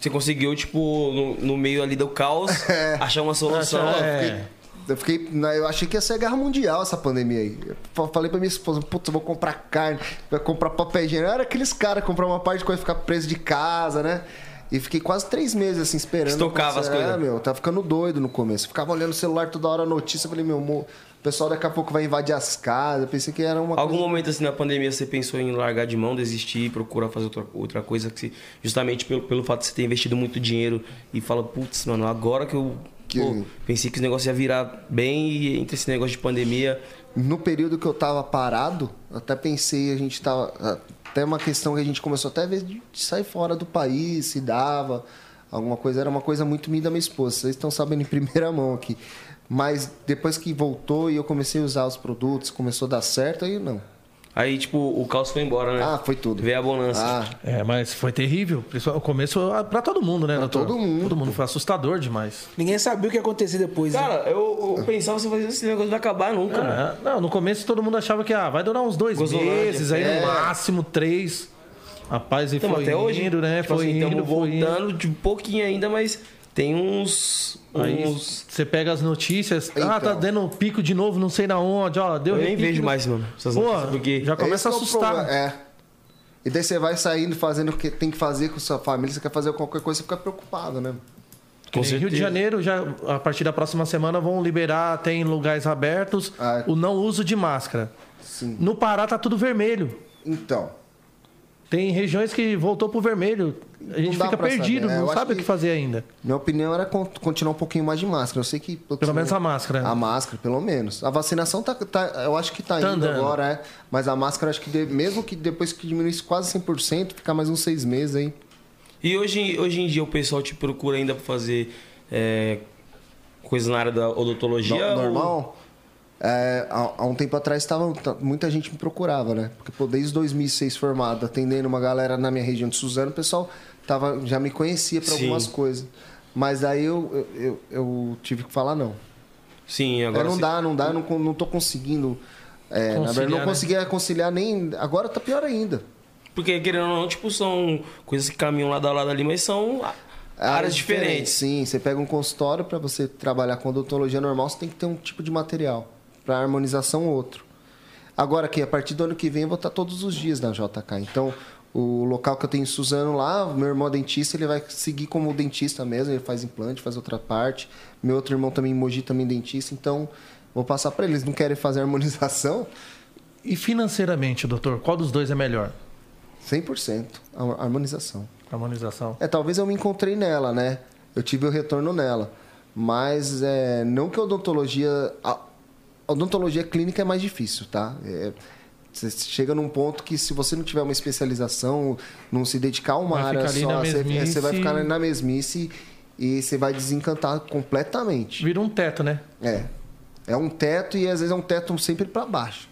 [SPEAKER 1] Você conseguiu, tipo, no, no meio ali do
[SPEAKER 4] *laughs*
[SPEAKER 1] caos,
[SPEAKER 4] É.
[SPEAKER 1] achar uma solução.
[SPEAKER 2] Achar,
[SPEAKER 1] ó,
[SPEAKER 2] é.
[SPEAKER 1] fiquei-
[SPEAKER 4] Eu fiquei. na- Eu achei que ia ser a guerra mundial essa pandemia aí. Eu fa- falei pra minha esposa, putz, eu vou comprar carne, vou comprar papel higiênico. Eu Era aqueles caras comprar uma parte de coisa e ficar preso de casa, né? E fiquei quase três meses assim esperando.
[SPEAKER 1] Estocava as
[SPEAKER 4] É,
[SPEAKER 1] coisas.
[SPEAKER 4] meu, eu tava ficando doido no começo. Eu Ficava olhando o celular toda hora a notícia. Eu Falei, meu, mo- o pessoal daqui a pouco vai invadir as casas. Eu pensei que era uma
[SPEAKER 1] Algum
[SPEAKER 4] coisa.
[SPEAKER 1] momento assim na pandemia você pensou em largar de mão, desistir, e procurar fazer outra, outra coisa que se- justamente pelo, pelo fato de você ter investido muito dinheiro e fala, putz, mano, agora que eu
[SPEAKER 4] Que-
[SPEAKER 1] pô, pensei que o negócio ia virar bem e entre esse negócio de pandemia.
[SPEAKER 4] No período que eu tava parado, eu até pensei, a gente tava. Até uma questão que a gente começou até a ver de sair fora do país, se dava, alguma coisa. Era uma coisa muito minha e da minha esposa. Vocês estão sabendo em *laughs* primeira mão aqui. Mas depois que voltou e eu comecei a usar os produtos, começou a dar certo, aí não.
[SPEAKER 1] Aí, tipo, o caos foi embora, né?
[SPEAKER 4] Ah, foi tudo.
[SPEAKER 1] Veio a bonança.
[SPEAKER 4] Ah,
[SPEAKER 2] É, mas foi terrível. Principal- O começo ah, pra todo mundo, né, doutor?
[SPEAKER 4] todo mundo,
[SPEAKER 2] Todo mundo. Foi assustador demais.
[SPEAKER 3] Ninguém sabia o que ia acontecer depois. né?
[SPEAKER 1] Cara, eu, eu pensava assim, esse negócio não vai acabar
[SPEAKER 4] É.
[SPEAKER 1] nunca, mano.
[SPEAKER 2] Ah, não, no começo todo mundo achava que ah, vai durar uns dois
[SPEAKER 1] Gozolândia. é.
[SPEAKER 2] meses, aí no máximo três. Rapaz, e
[SPEAKER 1] Então,
[SPEAKER 2] foi
[SPEAKER 1] até hoje,
[SPEAKER 2] indo, né?
[SPEAKER 1] tipo
[SPEAKER 2] foi
[SPEAKER 1] assim,
[SPEAKER 2] indo,
[SPEAKER 1] tamo
[SPEAKER 2] foi indo.
[SPEAKER 1] voltando de pouquinho ainda, mas tem uns
[SPEAKER 2] Aí
[SPEAKER 1] uns
[SPEAKER 2] você pega as notícias, ah,
[SPEAKER 4] Então.
[SPEAKER 2] tá dando um pico de novo, não sei na onde, ó, deu
[SPEAKER 1] eu nem
[SPEAKER 2] repique,
[SPEAKER 1] vejo
[SPEAKER 2] não-
[SPEAKER 1] mais, mano. Essas
[SPEAKER 2] Pô,
[SPEAKER 1] notícias, porque
[SPEAKER 2] já começa a
[SPEAKER 4] esse que é o
[SPEAKER 2] assustar. né?
[SPEAKER 4] problema, É. E daí você vai saindo fazendo o que tem que fazer com sua família, você quer fazer qualquer coisa, você fica preocupado, né?
[SPEAKER 1] Com
[SPEAKER 2] Em Rio de
[SPEAKER 1] certeza.
[SPEAKER 2] Janeiro, já, a partir da próxima semana, vão liberar, tem lugares abertos,
[SPEAKER 4] Ah.
[SPEAKER 1] é.
[SPEAKER 2] o não uso de máscara.
[SPEAKER 4] Sim.
[SPEAKER 2] No Pará tá tudo vermelho.
[SPEAKER 4] Então.
[SPEAKER 2] Tem regiões que voltou pro vermelho. A gente
[SPEAKER 4] dá
[SPEAKER 2] fica
[SPEAKER 4] pra
[SPEAKER 2] perdido,
[SPEAKER 4] saber, né? Eu
[SPEAKER 2] não
[SPEAKER 4] acho
[SPEAKER 2] sabe o que
[SPEAKER 4] que-
[SPEAKER 2] fazer ainda.
[SPEAKER 4] Minha opinião era con- continuar um pouquinho mais de máscara. Eu sei que.
[SPEAKER 2] Pelo menos a máscara. né?
[SPEAKER 4] A máscara, pelo menos. A vacinação tá. tá- eu acho que tá, indo
[SPEAKER 2] andando.
[SPEAKER 4] agora, é. Mas a máscara, acho que de- mesmo que depois que diminuísse quase 100%, ficar mais uns seis meses aí.
[SPEAKER 1] E hoje, hoje em dia o pessoal te procura ainda pra fazer é, coisa na área da
[SPEAKER 4] No-
[SPEAKER 1] odontologia? ou-
[SPEAKER 4] normal. É, há, há um tempo atrás tava, tá- muita gente me procurava, né? Porque pô, desde 2006 formado, atendendo uma galera na minha região de Suzano, o pessoal tava, já me conhecia para
[SPEAKER 1] Sim.
[SPEAKER 4] algumas coisas. Mas aí eu, eu, eu- eu tive que falar não.
[SPEAKER 1] Sim,
[SPEAKER 4] É,
[SPEAKER 1] agora.
[SPEAKER 4] não
[SPEAKER 1] você-
[SPEAKER 4] dá, não dá, eu não, con- não tô conseguindo. é, na verdade,
[SPEAKER 2] Conciliar,
[SPEAKER 4] não
[SPEAKER 2] né?
[SPEAKER 4] conseguia conciliar nem. Agora tá pior ainda.
[SPEAKER 1] Porque querendo ou não, tipo, são coisas que caminham lado a lado ali, mas são a- áreas diferentes.
[SPEAKER 4] Sim, você pega um consultório para você trabalhar com odontologia normal, você tem que ter um tipo de material. Para harmonização, outro. Agora que a partir do ano que vem eu vou estar todos os dias na JK. Então, o local que eu tenho em Suzano lá, meu irmão é dentista, ele vai seguir como dentista mesmo, ele faz implante, faz outra parte. Meu outro irmão também em Mogi também é dentista, então vou passar para eles, não querem fazer harmonização?
[SPEAKER 2] E financeiramente, doutor, qual dos dois é melhor?
[SPEAKER 4] 100% a harmonização.
[SPEAKER 2] Harmonização.
[SPEAKER 4] É, talvez eu me encontrei nela, né? Eu tive o retorno nela. Mas é, não que a odontologia. A a odontologia clínica é mais difícil, tá? É, você chega num ponto que se você não tiver uma especialização, não se dedicar a uma
[SPEAKER 2] Vai
[SPEAKER 4] área
[SPEAKER 2] ficar ali na
[SPEAKER 4] só, você,
[SPEAKER 2] mesmice.
[SPEAKER 4] você vai ficar na mesmice e você vai desencantar completamente.
[SPEAKER 2] Vira um teto, né?
[SPEAKER 4] É. É um teto e às vezes é um teto sempre pra baixo.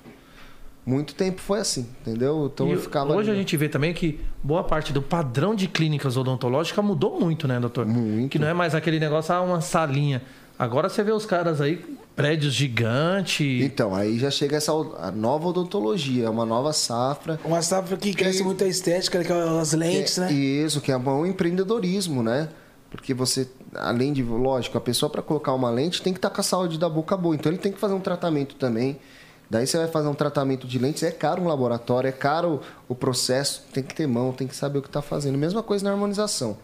[SPEAKER 4] Muito tempo foi assim, entendeu? Então
[SPEAKER 2] E
[SPEAKER 4] eu ficava.
[SPEAKER 2] hoje a
[SPEAKER 4] ali.
[SPEAKER 2] gente vê também que boa parte do padrão de clínicas odontológicas mudou muito, né, doutor?
[SPEAKER 4] Muito.
[SPEAKER 2] Que não é mais aquele negócio, ah, uma salinha. Agora você vê os caras aí, prédios gigantes.
[SPEAKER 4] Então, aí já chega essa o- a nova odontologia, é uma nova safra.
[SPEAKER 3] Uma safra que cresce muito a estética, que é as lentes,
[SPEAKER 4] Que é-
[SPEAKER 3] Um né?
[SPEAKER 4] Isso, que é um empreendedorismo, né? Porque você, além de, lógico, a pessoa para colocar uma lente tem que estar com a saúde da boca boa. Então ele tem que fazer um tratamento também. Daí você vai fazer um tratamento de lentes, é caro um laboratório, é caro o processo, tem que ter mão, tem que saber o que está fazendo. Mesma coisa na harmonização.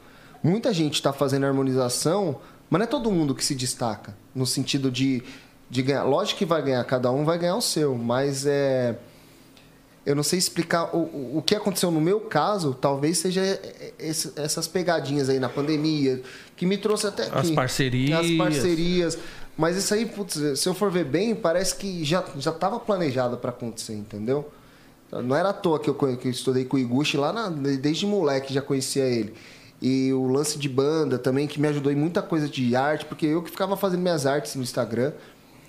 [SPEAKER 4] Muita gente está fazendo harmonização, mas não é todo mundo que se destaca no sentido de, de ganhar. Lógico que vai ganhar, cada um vai ganhar o seu, mas é. Eu não sei explicar o, o- o que aconteceu no meu caso, talvez seja esse- essas pegadinhas aí na pandemia, que me trouxe até aqui.
[SPEAKER 2] As parcerias.
[SPEAKER 4] As parcerias. Mas isso aí, putz, se eu for ver bem, parece que já estava planejado para acontecer, entendeu? Não era à toa que eu, conhe- que eu estudei com o Iguchi lá na- desde moleque, já conhecia ele. E o lance de banda também, que me ajudou em muita coisa de arte, porque eu que ficava fazendo minhas artes no Instagram,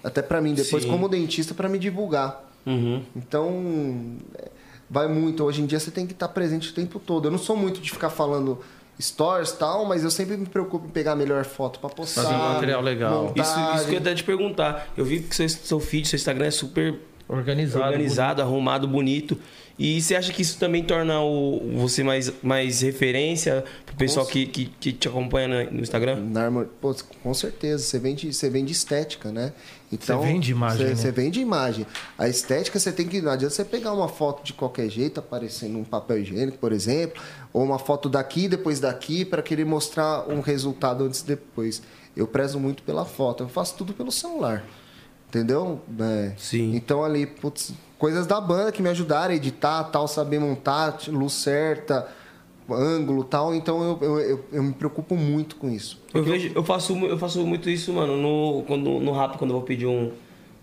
[SPEAKER 4] até para mim, depois
[SPEAKER 1] Sim.
[SPEAKER 4] como dentista, para me divulgar.
[SPEAKER 1] Uhum.
[SPEAKER 4] Então, é, vai muito. Hoje em dia você tem que estar presente o tempo todo. Eu não sou muito de ficar falando stories e tal, mas eu sempre me preocupo em pegar a melhor foto pra postar.
[SPEAKER 2] Fazer um material legal.
[SPEAKER 4] montagem.
[SPEAKER 1] Isso, isso que eu ia até te perguntar. Eu vi que seu, seu feed, seu Instagram é super
[SPEAKER 2] Organizado.
[SPEAKER 1] organizado, arrumado, bonito. E você acha que isso também torna o, você mais, mais referência pro pessoal que, que, que te acompanha na- no Instagram?
[SPEAKER 4] Na harmo- pô, com certeza, você vende, você vende estética, né?
[SPEAKER 2] vende imagem,
[SPEAKER 4] Você,
[SPEAKER 2] né?
[SPEAKER 4] você vende imagem. A estética você tem que. Não adianta você pegar uma foto de qualquer jeito, aparecendo um papel higiênico, por exemplo, ou uma foto daqui depois daqui, para querer mostrar um resultado antes e depois. Eu prezo muito pela foto, eu faço tudo pelo celular. Entendeu? É,
[SPEAKER 1] Sim.
[SPEAKER 4] Então ali, putz, coisas da banda que me ajudaram a editar, tal, saber montar, luz certa, ângulo tal. Então eu, eu, eu, eu me preocupo muito com isso.
[SPEAKER 1] Eu, vejo, eu, faço, mu- eu faço muito isso, mano, no, quando, no rap, quando eu vou pedir um,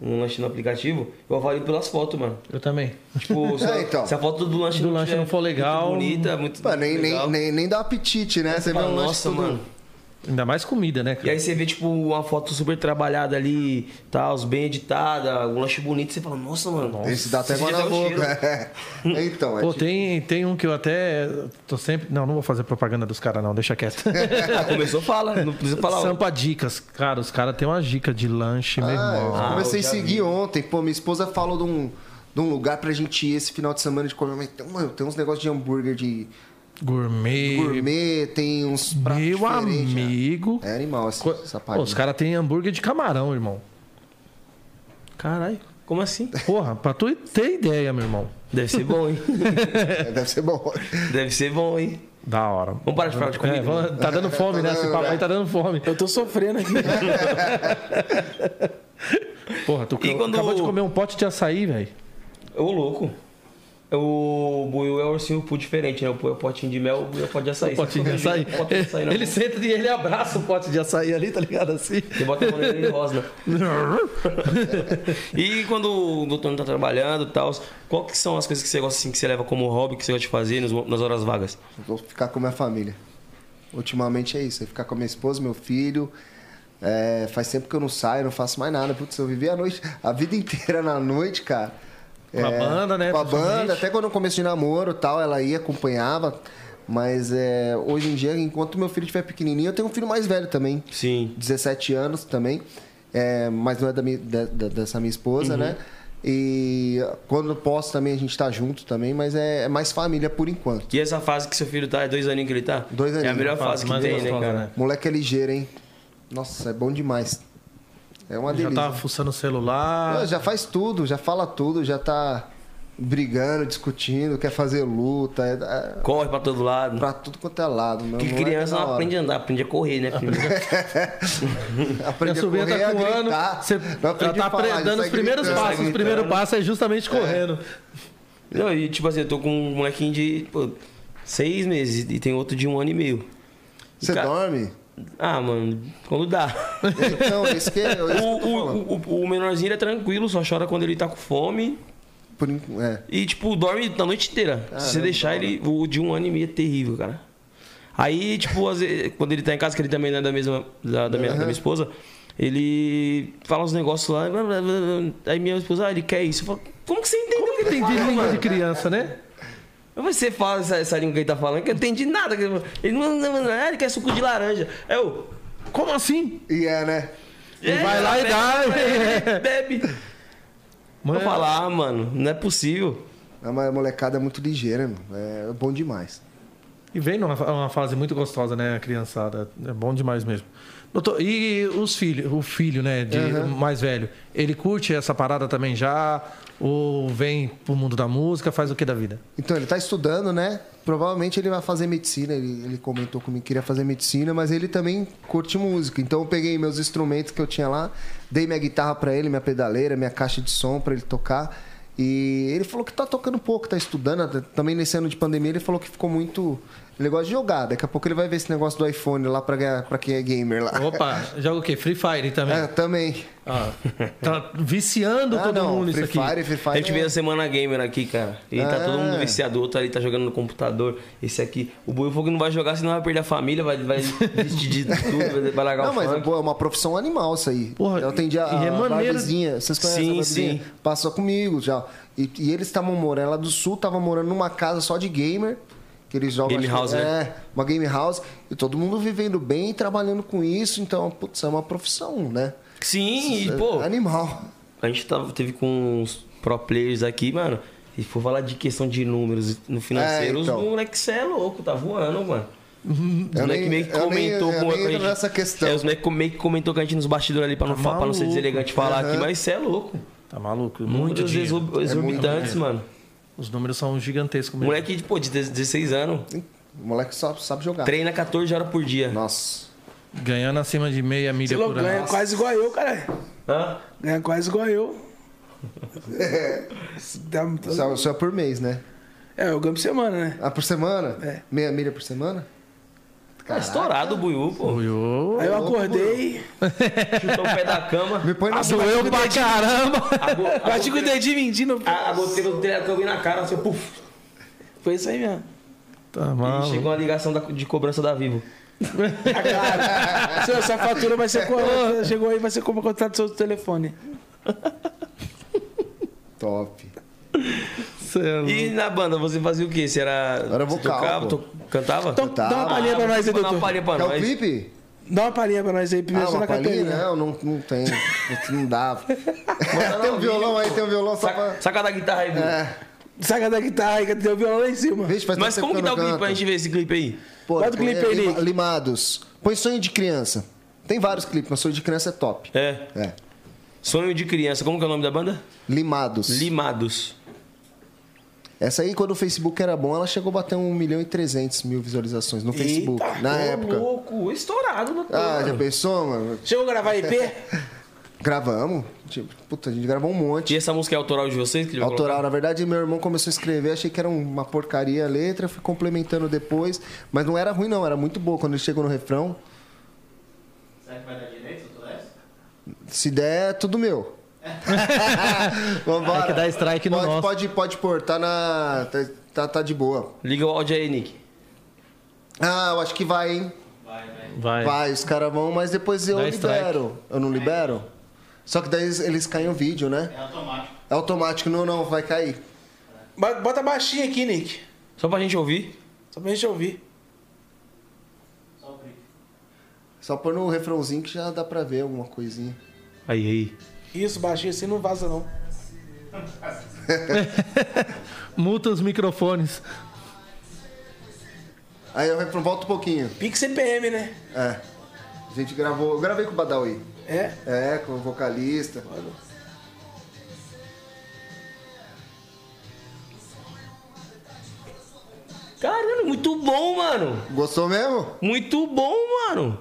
[SPEAKER 1] um lanche no aplicativo, eu avalio pelas fotos,
[SPEAKER 2] *laughs*
[SPEAKER 1] mano.
[SPEAKER 2] Eu também.
[SPEAKER 1] Tipo, se,
[SPEAKER 4] É,
[SPEAKER 1] a-
[SPEAKER 4] então.
[SPEAKER 1] se a foto do lanche,
[SPEAKER 2] Do lanche
[SPEAKER 1] tiver
[SPEAKER 2] não for legal,
[SPEAKER 1] Muito bonita, muito.
[SPEAKER 4] Pô, nem, nem,
[SPEAKER 1] legal.
[SPEAKER 4] nem, nem dá apetite, né? Você vê
[SPEAKER 1] Fala,
[SPEAKER 4] um lanche
[SPEAKER 1] Nossa,
[SPEAKER 4] todo-
[SPEAKER 1] mano.
[SPEAKER 2] Ainda mais comida, né, cara?
[SPEAKER 1] E aí você vê, tipo, uma foto super trabalhada ali, tal, os bem editada, um lanche bonito, você fala, nossa, mano.
[SPEAKER 4] Esse dá até
[SPEAKER 1] Esse
[SPEAKER 4] água
[SPEAKER 1] já
[SPEAKER 4] na
[SPEAKER 1] dá um o
[SPEAKER 4] boca. *laughs* É. Então, é
[SPEAKER 2] Pô,
[SPEAKER 4] tipo-
[SPEAKER 2] tem, tem um que eu até tô sempre... Não, não vou fazer propaganda dos caras, não. Deixa quieto.
[SPEAKER 1] Ah, começou, fala, não precisa falar. ó.
[SPEAKER 2] Sampa Dicas. Cara, os caras têm uma dica de lanche, meu
[SPEAKER 4] Ah,
[SPEAKER 2] irmão.
[SPEAKER 4] eu comecei a
[SPEAKER 1] eu já
[SPEAKER 4] seguir ontem. Pô, minha esposa falou de um, de um lugar pra gente ir esse final de semana de comer. Mas tem, mano, tem uns negócios de hambúrguer de
[SPEAKER 2] Gourmet.
[SPEAKER 4] gourmet, tem uns pratos
[SPEAKER 2] Meu
[SPEAKER 4] diferentes, né?
[SPEAKER 2] amigo.
[SPEAKER 4] É animal essa,
[SPEAKER 2] Co-
[SPEAKER 4] essa
[SPEAKER 2] Pô, os
[SPEAKER 4] parte.
[SPEAKER 2] caras têm hambúrguer de camarão, irmão.
[SPEAKER 1] Caralho, como assim?
[SPEAKER 2] Porra, pra tu ter ideia, meu irmão.
[SPEAKER 1] Deve ser bom, hein?
[SPEAKER 4] É, *laughs* deve ser bom.
[SPEAKER 1] *laughs* Deve ser bom, hein?
[SPEAKER 2] Da hora.
[SPEAKER 1] Vamos parar de falar de comida.
[SPEAKER 2] É, vamos- tá dando fome, né? Esse papo aí tá dando fome.
[SPEAKER 3] Eu tô sofrendo aqui.
[SPEAKER 2] Porra, tu
[SPEAKER 1] E quando-
[SPEAKER 2] acabou de comer um pote de açaí, velho.
[SPEAKER 1] Ô, louco. o buiu é o ursinho pu diferente, né? O pu é o potinho de mel, o buiu é o pote de açaí.
[SPEAKER 2] O pote de açaí.
[SPEAKER 1] O pote de açaí, né? não.
[SPEAKER 2] Ele senta e ele abraça o pote de açaí ali, tá ligado? Assim.
[SPEAKER 1] Você bota a mão nele e rosna. E quando o doutor não tá trabalhando e tal, qual que são as coisas que você gosta assim, que você leva como hobby, que você gosta de fazer nos- nas horas vagas?
[SPEAKER 4] Vou ficar com minha família. Ultimamente é isso, é ficar com a minha esposa, meu filho. É, faz tempo que eu não saio, não faço mais nada. Putz, eu vivi a noite, a vida inteira na noite, cara. É,
[SPEAKER 2] Com a banda, né,
[SPEAKER 4] Com a
[SPEAKER 2] principalmente.
[SPEAKER 4] banda, até quando eu comecei namoro e tal, ela ia, acompanhava. Mas é, hoje em dia, enquanto meu filho estiver pequenininho, eu tenho um filho mais velho também.
[SPEAKER 1] Sim.
[SPEAKER 4] 17 anos também, é, mas não é da minha- da- da- dessa minha
[SPEAKER 2] Uhum.
[SPEAKER 4] esposa, né? E quando posso também a gente tá junto também, mas é, é mais família por enquanto.
[SPEAKER 1] E essa fase que seu filho tá, é dois aninhos que ele tá?
[SPEAKER 4] Dois
[SPEAKER 1] É a
[SPEAKER 4] aninhos,
[SPEAKER 1] melhor
[SPEAKER 4] uma
[SPEAKER 1] fase que
[SPEAKER 2] mais
[SPEAKER 1] tem, né,
[SPEAKER 2] gostosa,
[SPEAKER 1] cara?
[SPEAKER 2] né?
[SPEAKER 4] Moleque é ligeiro, hein? Nossa, é bom demais. É uma
[SPEAKER 2] Já
[SPEAKER 4] delícia.
[SPEAKER 2] tá fuçando o celular.
[SPEAKER 4] Não, já faz tudo, já fala tudo, já tá brigando, discutindo, quer fazer luta, é, é
[SPEAKER 1] Corre pra todo lado.
[SPEAKER 4] pra tudo quanto é lado. Meu
[SPEAKER 1] Porque
[SPEAKER 4] moleque
[SPEAKER 1] criança
[SPEAKER 4] é da
[SPEAKER 1] não
[SPEAKER 4] hora.
[SPEAKER 1] aprende a andar, aprende a correr, né? filho?
[SPEAKER 4] *laughs* Aprende
[SPEAKER 2] Minha
[SPEAKER 4] a
[SPEAKER 2] sobrinha
[SPEAKER 4] correr,
[SPEAKER 2] tá
[SPEAKER 4] a
[SPEAKER 2] com um ano.
[SPEAKER 4] gritar,
[SPEAKER 2] Você
[SPEAKER 4] não
[SPEAKER 2] ela
[SPEAKER 4] aprende
[SPEAKER 2] tá
[SPEAKER 4] a falar, já
[SPEAKER 2] aprendendo
[SPEAKER 4] sai
[SPEAKER 2] os primeiros
[SPEAKER 4] gritando.
[SPEAKER 2] passos. Os primeiros passos é justamente correndo.
[SPEAKER 1] Não, e tipo assim, eu tô com um molequinho de pô, seis meses e tem outro de um ano e meio. E,
[SPEAKER 4] Você
[SPEAKER 1] cara,
[SPEAKER 4] dorme?
[SPEAKER 1] Ah, mano, quando
[SPEAKER 4] *laughs*
[SPEAKER 1] dá.
[SPEAKER 4] Então, isso que, é- isso que eu
[SPEAKER 2] *laughs*
[SPEAKER 4] tô
[SPEAKER 1] O, o-
[SPEAKER 4] falando.
[SPEAKER 1] o- o menorzinho ele é tranquilo, só chora quando ele tá com fome.
[SPEAKER 4] Por en- é.
[SPEAKER 1] E, tipo, dorme a noite inteira. Se você deixar ele, o de um ano e meio é terrível, cara. Aí, tipo, às vezes, quando ele tá em casa, que ele também não é da mesma. da, da minha, da minha esposa, ele fala uns negócios lá. blá, blá, blá, blá. Aí minha esposa, ah, ele quer isso. Eu falo, como que você entendeu?
[SPEAKER 2] Como que tem de língua de criança, né?
[SPEAKER 1] Você fala essa, essa língua que ele tá falando, que eu não entendi nada. que ele- Ele não, não, não, ah, ele quer suco de laranja. É Eu.
[SPEAKER 2] Como assim?
[SPEAKER 4] E é, né?
[SPEAKER 1] Ele
[SPEAKER 2] vai lá e dá.
[SPEAKER 1] Bebe. bebe. Vou
[SPEAKER 2] Mano.
[SPEAKER 1] falar, ah, mano, não é possível.
[SPEAKER 4] Não, mas A molecada é muito ligeira, mano. É bom demais.
[SPEAKER 2] E vem numa fa- uma fase muito gostosa, né, a criançada? É bom demais mesmo. Doutor, e os filhos, o filho, né, de mais velho, ele curte essa parada também já? Ou vem pro mundo da música, faz o que da vida?
[SPEAKER 4] Então, ele tá estudando, né? Provavelmente ele vai fazer medicina. Ele, ele comentou comigo que queria fazer medicina, mas ele também curte música. Então, eu peguei meus instrumentos que eu tinha lá, dei minha guitarra pra ele, minha pedaleira, minha caixa de som pra ele tocar. E ele falou que tá tocando pouco, tá estudando. até- Também nesse ano de pandemia, ele falou que ficou muito. Ele gosta de jogar. Daqui a pouco ele vai ver esse negócio do iPhone lá pra, ganhar- pra quem é gamer lá.
[SPEAKER 2] Opa, joga o quê? Free Fire também.
[SPEAKER 4] É, também.
[SPEAKER 2] Ah, tá viciando
[SPEAKER 4] Ah,
[SPEAKER 2] todo
[SPEAKER 4] não,
[SPEAKER 2] mundo
[SPEAKER 4] Free
[SPEAKER 2] isso um aqui.
[SPEAKER 4] Fire, Free Fire.
[SPEAKER 1] A gente
[SPEAKER 4] é-
[SPEAKER 1] veio a semana gamer aqui, cara. E tá
[SPEAKER 4] É.
[SPEAKER 1] todo mundo viciado. O outro ali tá jogando no computador. Esse aqui. O Boifogo não vai jogar, senão vai perder a família, vai, vai desistir de tudo, vai- vai largar
[SPEAKER 4] Não,
[SPEAKER 1] o
[SPEAKER 4] mas
[SPEAKER 1] funk.
[SPEAKER 4] pô, é uma profissão animal isso aí.
[SPEAKER 2] Porra,
[SPEAKER 4] eu atendi a,
[SPEAKER 2] e é
[SPEAKER 4] a
[SPEAKER 2] maneiro.
[SPEAKER 4] Barbizinha, vocês conhecem
[SPEAKER 1] Sim,
[SPEAKER 4] a Barbizinha?
[SPEAKER 1] sim.
[SPEAKER 4] Passou comigo já. E, e eles estavam morando, ela é do sul tava morando numa casa só de gamer. Que eles jogam.
[SPEAKER 1] Game
[SPEAKER 4] acho que-
[SPEAKER 1] house,
[SPEAKER 4] é,
[SPEAKER 1] né?
[SPEAKER 4] uma game house. E todo mundo vivendo bem e trabalhando com isso. Então, putz, é uma profissão, né?
[SPEAKER 1] Sim, e,
[SPEAKER 4] É
[SPEAKER 1] pô,
[SPEAKER 4] Animal.
[SPEAKER 1] a gente tava, teve com uns pro players aqui, mano. E for falar de questão de números no financeiro,
[SPEAKER 4] É, então.
[SPEAKER 1] os moleques cê é louco, tá voando, mano. Os
[SPEAKER 4] Eu
[SPEAKER 1] moleque
[SPEAKER 4] nem-
[SPEAKER 1] meio que
[SPEAKER 4] eu nem-
[SPEAKER 1] comentou
[SPEAKER 4] eu
[SPEAKER 1] com
[SPEAKER 4] nem
[SPEAKER 1] a
[SPEAKER 4] entro
[SPEAKER 1] gente.
[SPEAKER 4] nessa questão.
[SPEAKER 1] É, os moleque meio que comentou com a gente nos bastidores ali pra não, fa- pra não ser
[SPEAKER 2] Tá maluco.
[SPEAKER 1] deselegante falar aqui, mas cê é louco.
[SPEAKER 2] Tá maluco? Muito
[SPEAKER 1] Números
[SPEAKER 2] dinheiro.
[SPEAKER 1] exorb- exorbitantes, mano.
[SPEAKER 2] Os números são gigantescos mesmo.
[SPEAKER 1] Moleque, pô, de 16 anos.
[SPEAKER 4] O moleque só sabe jogar.
[SPEAKER 1] Treina 14 horas por dia.
[SPEAKER 4] Ah. Nossa.
[SPEAKER 2] Ganhando acima de meia milha
[SPEAKER 3] Sei lá,
[SPEAKER 2] por ano.
[SPEAKER 3] ganha é quase igual eu, caralho.
[SPEAKER 1] Hã?
[SPEAKER 3] Ganha quase igual eu. Dá um-
[SPEAKER 4] Isso é, isso é por mês, né?
[SPEAKER 3] É, eu ganho por semana, né?
[SPEAKER 4] Ah, por semana?
[SPEAKER 3] É.
[SPEAKER 4] Meia milha por semana?
[SPEAKER 1] Tá estourado o buiú, pô.
[SPEAKER 2] Ui, ô.
[SPEAKER 3] Aí eu acordei,
[SPEAKER 1] Chutou o pé da
[SPEAKER 2] *laughs*
[SPEAKER 1] cama.
[SPEAKER 4] Me põe na
[SPEAKER 2] Doeu pra caramba!
[SPEAKER 1] A, go- a,
[SPEAKER 3] bati com o dedinho mentindo.
[SPEAKER 1] a, a goteira do telhado que eu vi na cara, assim, puf.
[SPEAKER 3] Foi isso aí mesmo.
[SPEAKER 2] Tá
[SPEAKER 1] E
[SPEAKER 2] maluco.
[SPEAKER 1] chegou uma ligação da- de cobrança da Vivo.
[SPEAKER 3] Seu, Essa fatura vai ser co- Chegou aí, vai ser como contrato do seu telefone.
[SPEAKER 4] Top.
[SPEAKER 2] Cê é louco.
[SPEAKER 1] E na banda, você fazia o quê? Você era.
[SPEAKER 4] Uhum. Era
[SPEAKER 1] você
[SPEAKER 4] vocal,
[SPEAKER 1] Tocava,
[SPEAKER 4] pô.
[SPEAKER 1] to- cantava?
[SPEAKER 3] Então
[SPEAKER 4] Tá.
[SPEAKER 3] dá uma palhinha pra nós aí,
[SPEAKER 1] Dá uma
[SPEAKER 3] doutor.
[SPEAKER 1] palhinha pra
[SPEAKER 4] Quer o
[SPEAKER 1] nós.
[SPEAKER 4] clipe?
[SPEAKER 3] Dá uma palhinha pra nós aí,
[SPEAKER 4] Ah,
[SPEAKER 3] primeiro
[SPEAKER 4] uma
[SPEAKER 3] Santa
[SPEAKER 4] palhinha?
[SPEAKER 3] Catarina.
[SPEAKER 4] Não, não, não tem. Não dá.
[SPEAKER 3] *laughs*
[SPEAKER 4] tem um violão aí, tem um violão só pra...
[SPEAKER 1] Saca, saca da guitarra aí, Buiú.
[SPEAKER 4] É.
[SPEAKER 3] Saca da guitarra aí, que tem o violão lá em cima.
[SPEAKER 4] Vixe, faz
[SPEAKER 1] Mas
[SPEAKER 4] tanto
[SPEAKER 1] como que
[SPEAKER 4] tempo
[SPEAKER 1] tá o
[SPEAKER 4] eu não
[SPEAKER 1] clipe pra
[SPEAKER 4] canto.
[SPEAKER 1] gente ver esse clipe aí?
[SPEAKER 4] Pô,
[SPEAKER 3] Bota o
[SPEAKER 4] põe
[SPEAKER 3] clipe aí,
[SPEAKER 4] Lima-
[SPEAKER 3] Nick.
[SPEAKER 4] Limados. Põe Sonho de Criança. Tem vários clipes, mas Sonho de Criança é top.
[SPEAKER 1] É.
[SPEAKER 4] É.
[SPEAKER 1] Sonho de criança. Como que é o nome da banda?
[SPEAKER 4] Limados.
[SPEAKER 1] Limados.
[SPEAKER 4] Essa aí, quando o Facebook era bom, ela chegou a bater 1 milhão e 300 mil visualizações no Facebook,
[SPEAKER 3] Eita,
[SPEAKER 4] na
[SPEAKER 1] Ô,
[SPEAKER 4] época.
[SPEAKER 3] né?
[SPEAKER 1] louco, estourado, doutor.
[SPEAKER 4] Ah, já pensou, mano?
[SPEAKER 3] Chegou a gravar EP?
[SPEAKER 4] Gravamos. Tipo, puta, a gente gravou um monte.
[SPEAKER 1] E essa música é autoral de vocês? Que ele vai
[SPEAKER 4] Autoral, na verdade, meu irmão começou a escrever, achei que era uma porcaria a letra, fui complementando depois, mas não era ruim não, era muito boa quando ele chegou no refrão.
[SPEAKER 5] Será que vai dar direito tudo isso?
[SPEAKER 4] Se der, é tudo
[SPEAKER 5] *laughs*
[SPEAKER 4] meu. Vambora.
[SPEAKER 2] Tem É que dar strike no
[SPEAKER 4] pode,
[SPEAKER 2] nosso.
[SPEAKER 4] Pode, pode pôr, tá na... tá- tá, tá de boa.
[SPEAKER 1] colocar? Liga o áudio aí, Nick.
[SPEAKER 4] Ah, eu acho que vai, hein?
[SPEAKER 2] Vai.
[SPEAKER 4] Vai, os caras vão, mas depois eu
[SPEAKER 2] É. Dá strike.
[SPEAKER 4] libero. Eu não libero? Só que daí eles- eles caem o vídeo, né?
[SPEAKER 5] É automático.
[SPEAKER 4] É automático, não, não, vai cair.
[SPEAKER 3] Ba- Bota baixinho aqui, Nick.
[SPEAKER 1] Só pra gente ouvir.
[SPEAKER 3] Só pra gente ouvir.
[SPEAKER 5] Só o clique.
[SPEAKER 4] Só pôr no refrãozinho que já dá pra ver alguma coisinha.
[SPEAKER 1] Aí, aí.
[SPEAKER 3] Isso, baixinho assim não vaza, não.
[SPEAKER 2] Multa os microfones.
[SPEAKER 4] Aí eu refrão, volta um pouquinho.
[SPEAKER 3] Pique CPM, né?
[SPEAKER 4] É. A gente gravou, eu gravei com o Badawi.
[SPEAKER 3] É.
[SPEAKER 4] É, com o vocalista.
[SPEAKER 1] Caralho, muito bom, mano.
[SPEAKER 4] Gostou mesmo?
[SPEAKER 1] Muito bom, mano.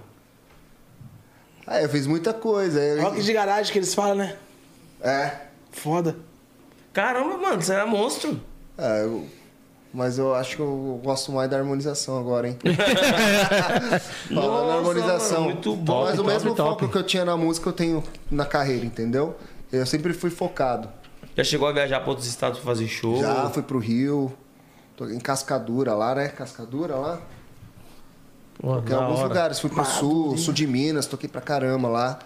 [SPEAKER 4] Ah, eu fiz muita coisa. eu-
[SPEAKER 3] Rock de garagem que eles falam, né?
[SPEAKER 4] É.
[SPEAKER 3] Foda.
[SPEAKER 1] Caramba, mano, você era monstro.
[SPEAKER 4] É, eu- Mas eu acho que eu gosto mais da harmonização agora, hein? Falando
[SPEAKER 1] Nossa,
[SPEAKER 4] na harmonização.
[SPEAKER 1] mano, muito bom.
[SPEAKER 4] Mas o
[SPEAKER 2] Top,
[SPEAKER 4] mesmo
[SPEAKER 2] top,
[SPEAKER 4] foco
[SPEAKER 2] top.
[SPEAKER 4] que eu tinha na música eu tenho na carreira, entendeu? Eu sempre fui focado.
[SPEAKER 1] Já chegou a viajar pra outros estados pra fazer show?
[SPEAKER 4] Já fui pro Rio, tô em Cascadura lá, né? Cascadura lá.
[SPEAKER 2] Pô,
[SPEAKER 4] Em
[SPEAKER 2] da
[SPEAKER 4] alguns
[SPEAKER 2] hora.
[SPEAKER 4] lugares, fui pro sul, sul de Minas, toquei pra caramba lá.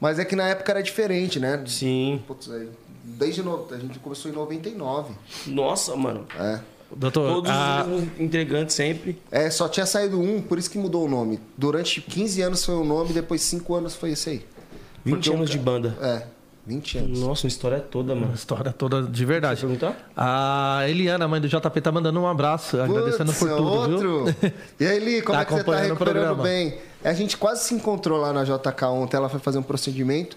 [SPEAKER 4] Mas é que na época era diferente, né?
[SPEAKER 1] Sim.
[SPEAKER 4] Putz, aí, desde no... a gente começou em 99.
[SPEAKER 1] Nossa, mano.
[SPEAKER 4] É.
[SPEAKER 2] Doutor,
[SPEAKER 1] Todos
[SPEAKER 2] a-
[SPEAKER 1] os integrantes sempre.
[SPEAKER 4] É, só tinha saído um, por isso que mudou o nome. Durante 15 anos foi o nome, depois 5 anos foi esse aí.
[SPEAKER 1] 20
[SPEAKER 4] Porque o
[SPEAKER 1] anos de banda.
[SPEAKER 4] É, 20 anos.
[SPEAKER 1] um, Nossa, uma história toda,
[SPEAKER 2] a
[SPEAKER 1] mano.
[SPEAKER 2] história toda de verdade.
[SPEAKER 1] Perguntar?
[SPEAKER 2] A Eliana, mãe do JP, tá mandando um abraço, agradecendo por
[SPEAKER 4] Putz, é
[SPEAKER 2] tudo, viu? *laughs*
[SPEAKER 4] outro. E aí, Li, como
[SPEAKER 2] Tá
[SPEAKER 4] é que você tá
[SPEAKER 2] acompanhando o
[SPEAKER 4] recuperando
[SPEAKER 2] programa.
[SPEAKER 4] bem? A gente quase se encontrou lá na JK ontem, ela foi fazer um procedimento.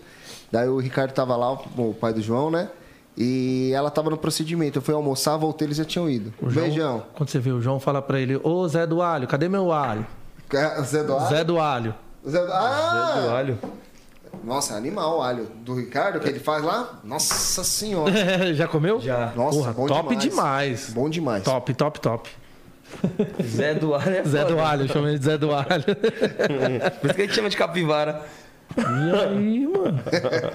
[SPEAKER 4] Daí o Ricardo tava lá, o o pai do João, né? E ela tava no procedimento. Eu fui almoçar, voltei, eles já tinham ido.
[SPEAKER 2] O João-
[SPEAKER 4] Beijão.
[SPEAKER 2] Quando você vê o João, fala pra ele, ô Zé do Alho, cadê meu alho?
[SPEAKER 4] É, Zé do Alho?
[SPEAKER 2] Zé do Alho. *laughs*
[SPEAKER 4] Zé do-
[SPEAKER 1] Zé do
[SPEAKER 4] Ah!
[SPEAKER 1] Alho.
[SPEAKER 4] Nossa, é animal o alho. Do Ricardo, que ele faz lá?
[SPEAKER 2] *laughs*
[SPEAKER 4] Nossa senhora.
[SPEAKER 2] Já comeu?
[SPEAKER 1] Já.
[SPEAKER 4] Nossa,
[SPEAKER 2] Porra,
[SPEAKER 4] bom
[SPEAKER 2] top
[SPEAKER 4] demais.
[SPEAKER 2] demais.
[SPEAKER 4] Bom demais.
[SPEAKER 2] Top, top, top.
[SPEAKER 1] *laughs* Zé do Alho é
[SPEAKER 2] Zé do
[SPEAKER 1] foda.
[SPEAKER 2] Alho, chama ele de Zé do Alho.
[SPEAKER 1] Por isso que a gente chama de capivara.
[SPEAKER 2] E aí, *laughs* mano?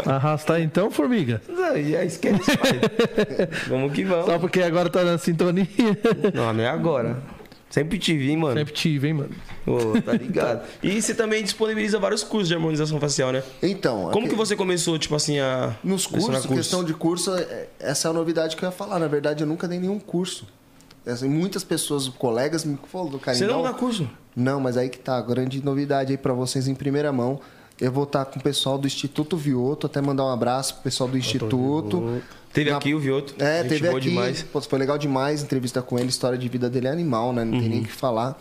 [SPEAKER 2] Arrastar então, formiga?
[SPEAKER 1] Não, e aí, esquece, *laughs* pai. Vamos que vamos.
[SPEAKER 2] Só porque agora tá na sintonia.
[SPEAKER 1] Não, não é agora. Sempre tive, hein, mano?
[SPEAKER 2] Sempre tive, hein, mano?
[SPEAKER 1] Ô, tá *laughs* ligado. E você também disponibiliza vários cursos de harmonização facial, né?
[SPEAKER 4] Então,
[SPEAKER 1] Como
[SPEAKER 4] aqui-
[SPEAKER 1] que você começou, tipo assim, a.
[SPEAKER 4] Nos
[SPEAKER 1] lecionar
[SPEAKER 4] cursos, questão de curso, é- essa é a novidade que eu ia falar. Na verdade, eu nunca dei nenhum curso. Assim, muitas pessoas, colegas, me falaram, cara,
[SPEAKER 1] Você não dá curso?
[SPEAKER 4] Não, mas aí que tá, a grande novidade aí pra vocês em primeira mão. Eu vou estar com o pessoal do Instituto Vioto, até mandar um abraço pro pessoal do Instituto.
[SPEAKER 1] Teve
[SPEAKER 4] Na-
[SPEAKER 1] aqui o Vioto.
[SPEAKER 4] É,
[SPEAKER 1] gente
[SPEAKER 4] teve
[SPEAKER 1] boa
[SPEAKER 4] aqui.
[SPEAKER 1] demais.
[SPEAKER 4] Pô, foi legal demais a entrevista com ele, a história de vida dele é animal, né? Não
[SPEAKER 1] Uhum.
[SPEAKER 4] tem nem o que falar.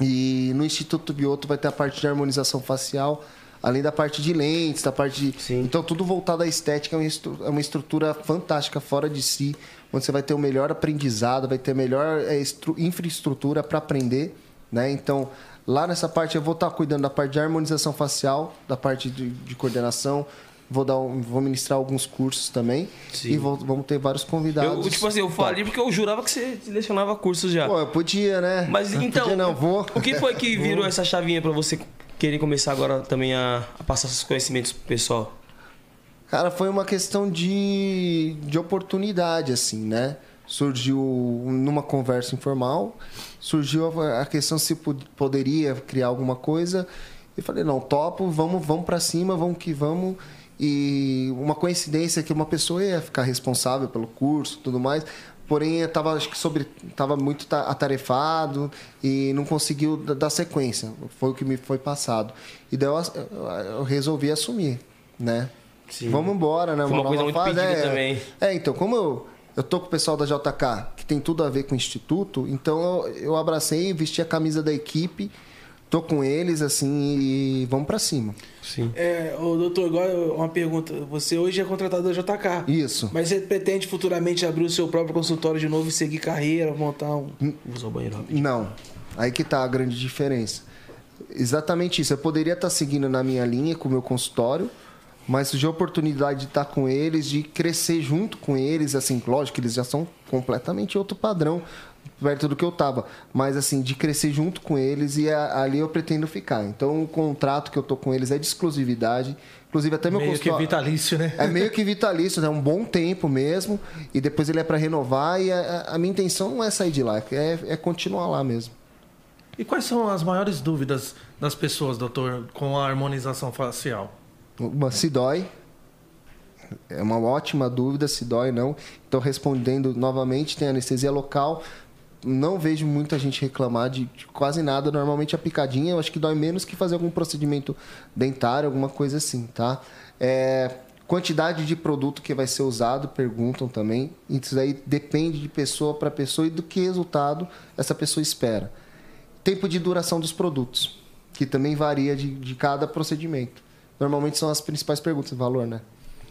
[SPEAKER 4] E no Instituto Bioto vai ter a parte de harmonização facial, além da parte de lentes, da parte de.
[SPEAKER 1] Sim.
[SPEAKER 4] Então, tudo voltado à estética, é uma, estru- é uma estrutura fantástica, fora de si, onde você vai ter o melhor aprendizado, vai ter a melhor é, estru- infraestrutura para aprender, né? Então. Lá nessa parte eu vou estar cuidando da parte de harmonização facial, da parte de, de coordenação, vou dar um- vou ministrar alguns cursos também
[SPEAKER 1] Sim.
[SPEAKER 4] e vou- vamos ter vários convidados.
[SPEAKER 1] Eu, tipo assim, eu falei porque eu jurava que você selecionava cursos já.
[SPEAKER 4] Pô, eu podia, né?
[SPEAKER 1] Mas então.
[SPEAKER 4] Podia não, vou.
[SPEAKER 1] O que foi que virou essa chavinha pra você querer começar agora também a, a passar seus conhecimentos pro pessoal?
[SPEAKER 4] Cara, foi uma questão de, de oportunidade, assim, né? Surgiu numa conversa informal, surgiu a, a questão se pod- poderia criar alguma coisa. Eu falei, não, topo, vamos, vamos para cima, vamos que vamos. E uma coincidência que uma pessoa ia ficar responsável pelo curso e tudo mais, porém eu tava, acho que sobre, tava muito ta- atarefado e não conseguiu da- dar sequência. Foi o que me foi passado. E daí eu, ass- eu- eu resolvi assumir, né?
[SPEAKER 1] Sim.
[SPEAKER 4] Vamos embora, né?
[SPEAKER 1] Foi uma coisa
[SPEAKER 4] nova
[SPEAKER 1] muito
[SPEAKER 4] fase,
[SPEAKER 1] pedida
[SPEAKER 4] é,
[SPEAKER 1] também.
[SPEAKER 4] É, então, como eu, eu tô com o pessoal da JK, que tem tudo a ver com o Instituto, então eu, eu abracei, vesti a camisa da equipe, tô com eles, assim, e vamos pra cima.
[SPEAKER 1] Sim.
[SPEAKER 3] É, ô, doutor, igual eu- uma pergunta. Você hoje é contratado da JK.
[SPEAKER 4] Isso.
[SPEAKER 3] Mas você pretende futuramente abrir o seu próprio consultório de novo e seguir carreira, montar um.
[SPEAKER 4] Hum.
[SPEAKER 1] Usou o banheiro rapidinho.
[SPEAKER 4] Não. Aí que tá a grande tá diferença. Exatamente isso. Eu poderia estar seguindo na minha linha com o meu consultório, mas surgiu a oportunidade de estar com eles, de crescer junto com eles, assim, lógico que eles já são completamente outro padrão perto do que eu tava, mas assim, de crescer junto com eles e a- ali eu pretendo ficar. Então o contrato que eu tô com eles é de exclusividade, inclusive até meu
[SPEAKER 2] Meio que
[SPEAKER 4] consultório-
[SPEAKER 2] vitalício, né?
[SPEAKER 4] é meio que vitalício, né? Um bom tempo mesmo. E depois ele é pra renovar. E a, a minha intenção não é sair de lá, é, é continuar lá mesmo.
[SPEAKER 2] E quais são as maiores dúvidas das pessoas, doutor, com a harmonização facial?
[SPEAKER 4] Uma, se dói. É uma ótima dúvida se dói ou não. Então, respondendo novamente, tem anestesia local. Não vejo muita gente reclamar de, de quase nada. Normalmente a picadinha eu acho que dói menos que fazer algum procedimento dentário, alguma coisa assim, tá? É, quantidade de produto que vai ser usado, perguntam também. Isso aí depende de pessoa para pessoa e do que resultado essa pessoa espera. Tempo de duração dos produtos, que também varia de, de cada procedimento. Normalmente são as principais perguntas, valor, né?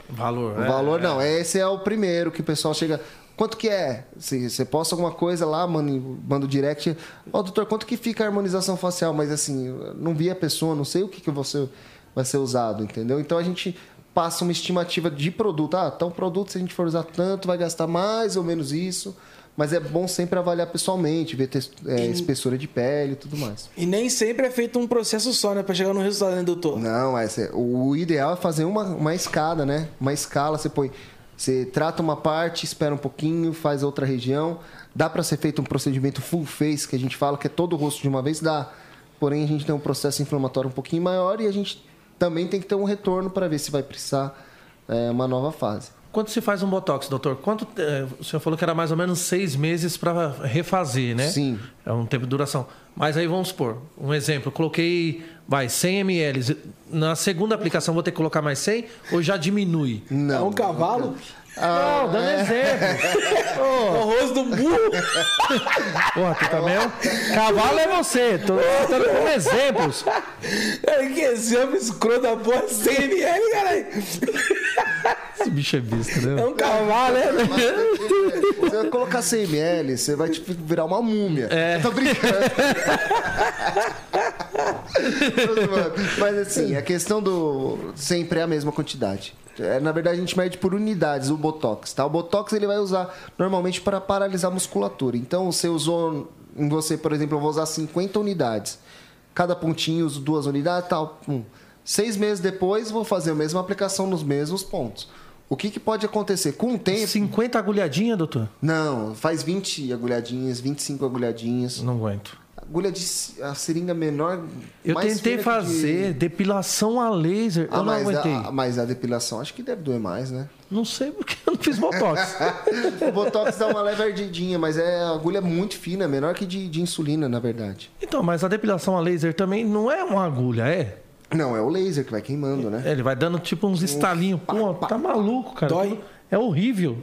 [SPEAKER 2] Valor.
[SPEAKER 4] O
[SPEAKER 2] né?
[SPEAKER 4] valor não, esse é o primeiro que o pessoal chega. Quanto que é? Se você posta alguma coisa lá, manda, manda o direct. Ó, doutor, quanto que fica a harmonização facial? Mas assim, eu não vi a pessoa, não sei o que, que você vai ser usado, entendeu? Então a gente passa uma estimativa de produto. Ah, então produto, se a gente for usar tanto, vai gastar mais ou menos isso. Mas é bom sempre avaliar pessoalmente, ver tes- é, espessura de pele e tudo mais.
[SPEAKER 3] E nem sempre é feito um processo só, né? Pra chegar no resultado, né, doutor?
[SPEAKER 4] Não, essa é- o ideal é fazer uma, uma escada, né? Uma escala, você põe. Você trata uma parte, espera um pouquinho, faz outra região. Dá para ser feito um procedimento full face, que a gente fala que é todo o rosto de uma vez, dá. Porém, a gente tem um processo inflamatório um pouquinho maior e a gente também tem que ter um retorno para ver se vai precisar é, uma nova fase.
[SPEAKER 2] Quando se faz um botox, doutor? Quanto, eh, o senhor falou que era mais ou menos seis meses para refazer, né?
[SPEAKER 4] Sim.
[SPEAKER 2] É um tempo de duração. Mas aí vamos supor, um exemplo, eu coloquei, vai, 100 ml. Na segunda aplicação vou ter que colocar mais 100 ou já diminui?
[SPEAKER 3] é um cavalo?
[SPEAKER 2] Não, dando
[SPEAKER 4] né?
[SPEAKER 2] exemplo.
[SPEAKER 3] É o rosto do burro?
[SPEAKER 2] Ô, Pô, tu também é um... Cavalo é você, tô dando como exemplos.
[SPEAKER 3] É, que exemplo escroto da porra, é 100 ml, caralho.
[SPEAKER 2] Esse bicho é besta,
[SPEAKER 3] É
[SPEAKER 2] né?
[SPEAKER 3] um cavalo, né?
[SPEAKER 4] Você vai colocar 100 ml, você vai tipo, virar uma múmia. É. Tô brincando. Mas assim, a questão do. Sempre é a mesma quantidade. É, na verdade, a gente mede por unidades o Botox, tá? O Botox ele vai usar normalmente para paralisar a musculatura. Então, você usou. Em você, por exemplo, eu vou usar 50 unidades. Cada pontinho uso duas unidades tal. Hum. Seis meses depois, vou fazer a mesma aplicação nos mesmos pontos. O que, que pode acontecer? Com o tempo.
[SPEAKER 2] 50 agulhadinhas, doutor?
[SPEAKER 4] Não, faz 20 agulhadinhas, 25 agulhadinhas.
[SPEAKER 2] Não aguento.
[SPEAKER 4] Agulha de ci- a seringa menor.
[SPEAKER 2] Eu
[SPEAKER 4] mais
[SPEAKER 2] tentei
[SPEAKER 4] fina que de-
[SPEAKER 2] fazer depilação a laser,
[SPEAKER 4] Ah,
[SPEAKER 2] eu não
[SPEAKER 4] mas,
[SPEAKER 2] aguentei.
[SPEAKER 4] a, mas a depilação acho que deve doer mais, né? *laughs*
[SPEAKER 2] Não sei porque eu não fiz botox.
[SPEAKER 4] o Botox dá uma leve ardidinha, mas é a agulha é muito fina, menor que de, de insulina, na verdade.
[SPEAKER 2] Então, mas a depilação a laser também não é uma agulha, é?
[SPEAKER 4] Não, é o laser que vai queimando, né?
[SPEAKER 2] É, Ele vai dando tipo uns estalinhos. Pô, tá maluco, cara.
[SPEAKER 3] Dói.
[SPEAKER 2] É horrível.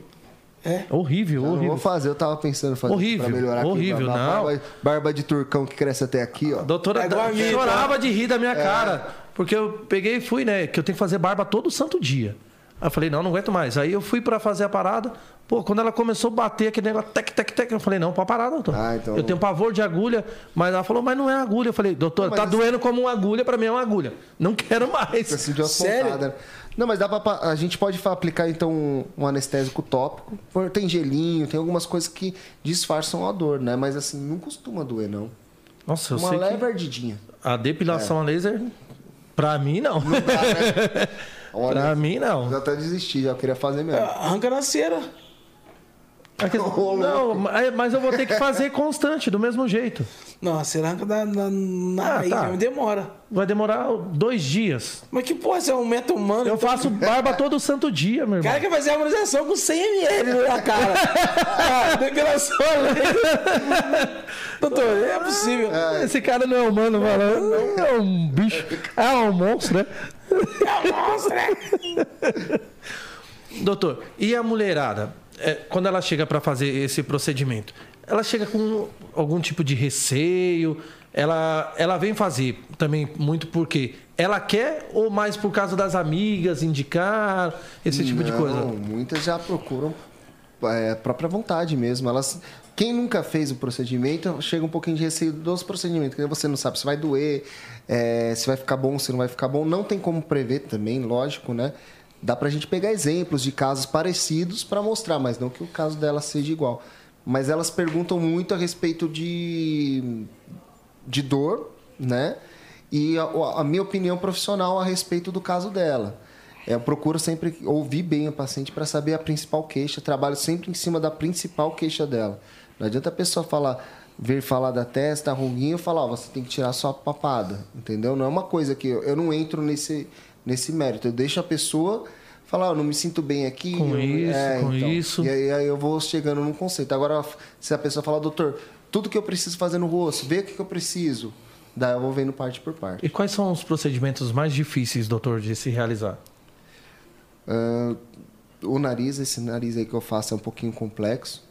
[SPEAKER 3] É?
[SPEAKER 2] Horrível,
[SPEAKER 4] Eu não vou
[SPEAKER 2] horrível.
[SPEAKER 4] fazer, eu tava pensando em fazer
[SPEAKER 2] Horrível,
[SPEAKER 4] pra melhorar aqui,
[SPEAKER 2] horrível,
[SPEAKER 4] barba-
[SPEAKER 2] não.
[SPEAKER 4] Barba, barba de turcão que cresce até aqui, ó.
[SPEAKER 2] A doutora
[SPEAKER 3] É igual a minha,
[SPEAKER 2] chorava de rir da
[SPEAKER 4] É.
[SPEAKER 2] minha cara. Porque eu peguei e fui, né? Que eu tenho que fazer barba todo santo dia. Aí eu falei, não, não aguento mais. Aí eu fui pra fazer a parada. Pô, quando ela começou a bater aquele negócio, tec, tec, tec, eu falei, não, pode parar, doutor.
[SPEAKER 4] Ah, então-
[SPEAKER 2] Eu tenho pavor de agulha. Mas ela falou, mas não é agulha. Eu falei, doutor,
[SPEAKER 4] Mas
[SPEAKER 2] tá
[SPEAKER 4] isso-
[SPEAKER 2] doendo como uma agulha, pra mim é uma agulha. Não quero mais.
[SPEAKER 4] Assim, de uma
[SPEAKER 3] Sério?
[SPEAKER 4] pontada, né? Não, mas dá pra. pa- A gente pode fa- aplicar então um- um anestésico tópico. Por- Tem gelinho, tem algumas coisas que disfarçam a dor, né? Mas assim, não costuma doer, não.
[SPEAKER 2] Nossa, eu
[SPEAKER 4] Uma
[SPEAKER 2] sei que-
[SPEAKER 4] leve ardidinha.
[SPEAKER 2] A depilação a laser, pra mim não.
[SPEAKER 4] Olha,
[SPEAKER 2] *laughs* pra mim não.
[SPEAKER 4] já até desisti, já queria fazer mesmo.
[SPEAKER 3] Arranca na cera.
[SPEAKER 2] A questão-
[SPEAKER 4] Ô,
[SPEAKER 2] É Não, mas- mas eu vou ter que fazer constante, do mesmo jeito.
[SPEAKER 3] Não, a cera arranca na, na, na
[SPEAKER 2] Ah,
[SPEAKER 3] raiz
[SPEAKER 2] tá.
[SPEAKER 3] mesmo, demora.
[SPEAKER 2] Vai demorar dois dias.
[SPEAKER 3] Mas que porra, você é um meta humano?
[SPEAKER 2] Eu
[SPEAKER 3] então?
[SPEAKER 2] faço barba todo santo dia, meu
[SPEAKER 3] O
[SPEAKER 2] irmão.
[SPEAKER 3] cara quer fazer harmonização com 100 ml
[SPEAKER 2] *laughs*
[SPEAKER 3] na cara. ah, depilação. né? *laughs* doutor, é possível.
[SPEAKER 2] Esse cara não é humano, mano. Não é um bicho. É um monstro, né?
[SPEAKER 3] É um monstro, né?
[SPEAKER 2] Doutor, e a mulherada? É, quando ela chega pra fazer esse procedimento, ela chega com algum tipo de receio? Ela, ela vem fazer também muito porque ela quer ou mais por causa das amigas indicar, esse tipo de
[SPEAKER 4] Não,
[SPEAKER 2] coisa?
[SPEAKER 4] Muitas já procuram é, própria vontade mesmo. Elas, quem nunca fez o procedimento, chega um pouquinho de receio dos procedimentos. porque Você não sabe se vai doer, é, se vai ficar bom, se não vai ficar bom. Não tem como prever também, lógico, né? Dá pra gente pegar exemplos de casos parecidos para mostrar, mas não que o caso dela seja igual. Mas elas perguntam muito a respeito de, de dor, né? E a, a minha opinião profissional a respeito do caso dela. É, Eu procuro sempre ouvir bem o paciente para saber a principal queixa. Trabalho sempre em cima da principal queixa dela. Não adianta a pessoa falar, vir falar da testa, ruguinho, e falar, ó, você tem que tirar só a papada, entendeu? Não é uma coisa que eu, eu não entro nesse, nesse mérito. Eu deixo a pessoa falar, eu não me sinto bem aqui.
[SPEAKER 2] Com
[SPEAKER 4] eu- É, então.
[SPEAKER 2] isso, com isso.
[SPEAKER 4] E aí, aí eu vou chegando num conceito. Agora, se a pessoa falar, doutor, tudo que eu preciso fazer no rosto, vê o que, que eu preciso. Daí eu vou vendo parte por parte.
[SPEAKER 2] E quais são os procedimentos mais difíceis, doutor, de se realizar?
[SPEAKER 4] Ah, o nariz, esse nariz aí que eu faço é um pouquinho complexo.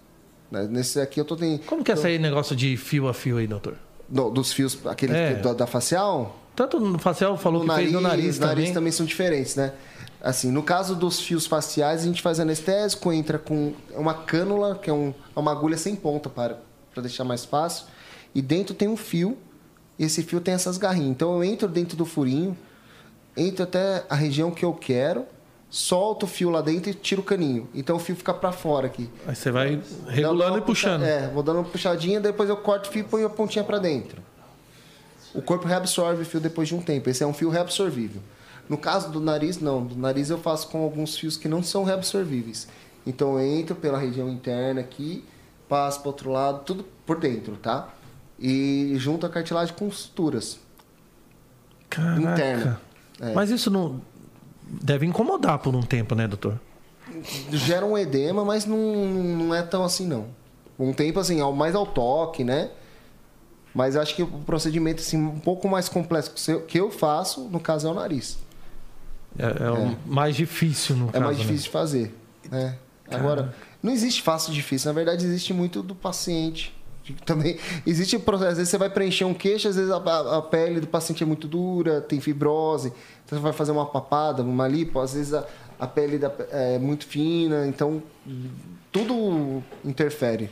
[SPEAKER 4] né? Nesse aqui eu tô tem
[SPEAKER 2] Como que
[SPEAKER 3] Então
[SPEAKER 2] é esse negócio de fio a fio aí, doutor?
[SPEAKER 4] do- dos fios, aquele
[SPEAKER 2] É.
[SPEAKER 4] que- da, da facial,
[SPEAKER 2] Tanto no facial falou
[SPEAKER 4] o
[SPEAKER 2] que fez
[SPEAKER 4] nariz,
[SPEAKER 2] no nariz,
[SPEAKER 4] nariz,
[SPEAKER 2] também.
[SPEAKER 4] também são diferentes, né? Assim, no caso dos fios faciais, a gente faz anestésico, entra com uma cânula, que é um- é uma agulha sem ponta para pra deixar mais fácil, e dentro tem um fio, e esse fio tem essas garrinhas. Então eu entro dentro do furinho, entro até a região que eu quero, solto o fio lá dentro e tiro o caninho. Então o fio fica para fora aqui.
[SPEAKER 2] Aí você vai
[SPEAKER 4] Dá
[SPEAKER 2] regulando
[SPEAKER 4] uma
[SPEAKER 2] e puxando.
[SPEAKER 4] puxa- É, vou dando uma puxadinha, depois eu corto o fio e ponho a pontinha pra dentro. O corpo reabsorve o fio depois de um tempo. Esse é um fio reabsorvível. No caso do nariz, não. Do nariz eu faço com alguns fios que não são reabsorvíveis. Então eu entro pela região interna aqui, passo pro outro lado, tudo por dentro, tá? E junto a cartilagem com suturas.
[SPEAKER 2] Caraca.
[SPEAKER 4] Interna. É.
[SPEAKER 2] Mas isso não deve incomodar por um tempo, né, doutor?
[SPEAKER 4] Gera um edema, mas não, não é tão assim, não. Um tempo, assim, ao- mais ao toque, né? Mas acho que o procedimento assim, um pouco mais complexo que eu- que eu faço, no caso, é o nariz.
[SPEAKER 2] É, é o mais difícil no
[SPEAKER 4] É
[SPEAKER 2] caso.
[SPEAKER 4] mais
[SPEAKER 2] né?
[SPEAKER 4] difícil de fazer. né? Agora, não existe fácil e difícil. Na verdade, existe muito do paciente. *laughs* Também existe o processo. Às vezes você vai preencher um queixo, às vezes a, a- a pele do paciente é muito dura, tem fibrose. Então você vai fazer uma papada, uma lipo, às vezes a, a pele da- é muito fina. Então, tudo interfere.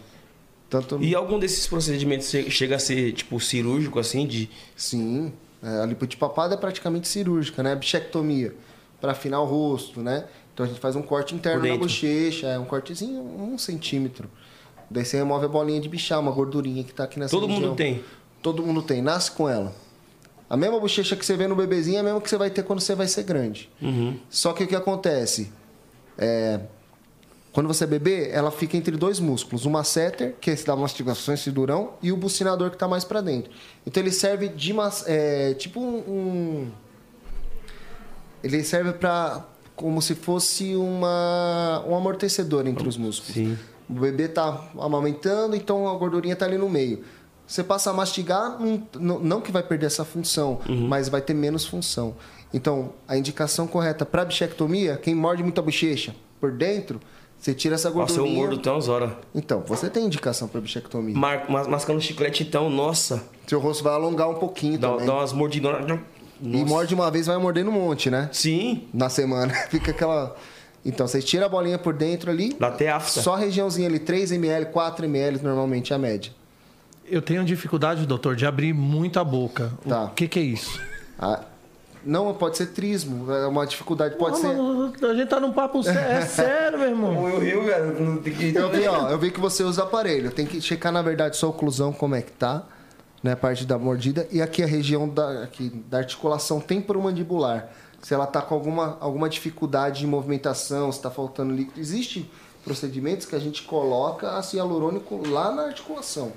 [SPEAKER 4] Tanto
[SPEAKER 1] E algum desses procedimentos che- chega a ser, tipo, cirúrgico, assim, de...
[SPEAKER 4] Sim, é, a lipotipapada é praticamente cirúrgica, né? Bichectomia, para afinar o rosto, né? Então a gente faz um corte interno
[SPEAKER 1] Por
[SPEAKER 4] na
[SPEAKER 1] dentro.
[SPEAKER 4] bochecha, é um cortezinho, um centímetro. Daí você remove a bolinha de bichar, uma gordurinha que tá aqui nessa
[SPEAKER 1] Todo mundo
[SPEAKER 4] região.
[SPEAKER 1] tem.
[SPEAKER 4] Todo mundo tem, nasce com ela. A mesma bochecha que você vê no bebezinho é a mesma que você vai ter quando você vai ser grande.
[SPEAKER 1] Uhum.
[SPEAKER 4] Só que o que acontece? É, quando você é bebê, ela fica entre dois músculos, o masseter, que é esse da mastigação, esse durão, e o bucinador que está mais para dentro. Então ele serve de mas, é, tipo um, um- ele serve para como se fosse uma um amortecedor entre os músculos.
[SPEAKER 1] Sim.
[SPEAKER 4] O bebê tá amamentando, então a gordurinha tá ali no meio. Você passa a mastigar, não- não, não que vai perder essa função,
[SPEAKER 1] Uhum.
[SPEAKER 4] mas vai ter menos função. Então, a indicação correta para bichectomia, quem morde muito a bochecha por dentro, você tira essa
[SPEAKER 1] Nossa, eu
[SPEAKER 4] gordurinha.
[SPEAKER 1] mordo até umas horas.
[SPEAKER 4] Então, você tem indicação para bichectomia.
[SPEAKER 1] Mar- mas- mascando chiclete, então, nossa.
[SPEAKER 4] Seu rosto vai alongar um pouquinho
[SPEAKER 1] Dá,
[SPEAKER 4] também.
[SPEAKER 1] dá umas mordidoras.
[SPEAKER 4] E morde uma vez, vai mordendo um monte, né?
[SPEAKER 1] Sim.
[SPEAKER 4] na semana. *laughs* Fica aquela. Então, você tira a bolinha por dentro ali.
[SPEAKER 1] Dá até afta.
[SPEAKER 4] Só a regiãozinha ali, 3ml, 4ml normalmente é a média.
[SPEAKER 2] Eu tenho dificuldade, doutor, de abrir muito a boca.
[SPEAKER 4] Tá.
[SPEAKER 2] O que, que é isso?
[SPEAKER 4] Ah, Não, pode ser trismo, é uma dificuldade, pode ser.
[SPEAKER 2] Mano, a gente tá num papo sério.
[SPEAKER 4] *laughs*
[SPEAKER 2] É sério, meu irmão.
[SPEAKER 1] Eu rio, velho. Não tem que...
[SPEAKER 4] Então, Eu vi, ó, eu vi que você usa aparelho. Tem que checar, na verdade, sua oclusão, como é que tá, né? A parte da mordida. E aqui a região da, aqui, da articulação temporomandibular. Se ela tá com alguma, alguma dificuldade de movimentação, se tá faltando líquido. Existem procedimentos que a gente coloca ácido hialurônico lá na articulação.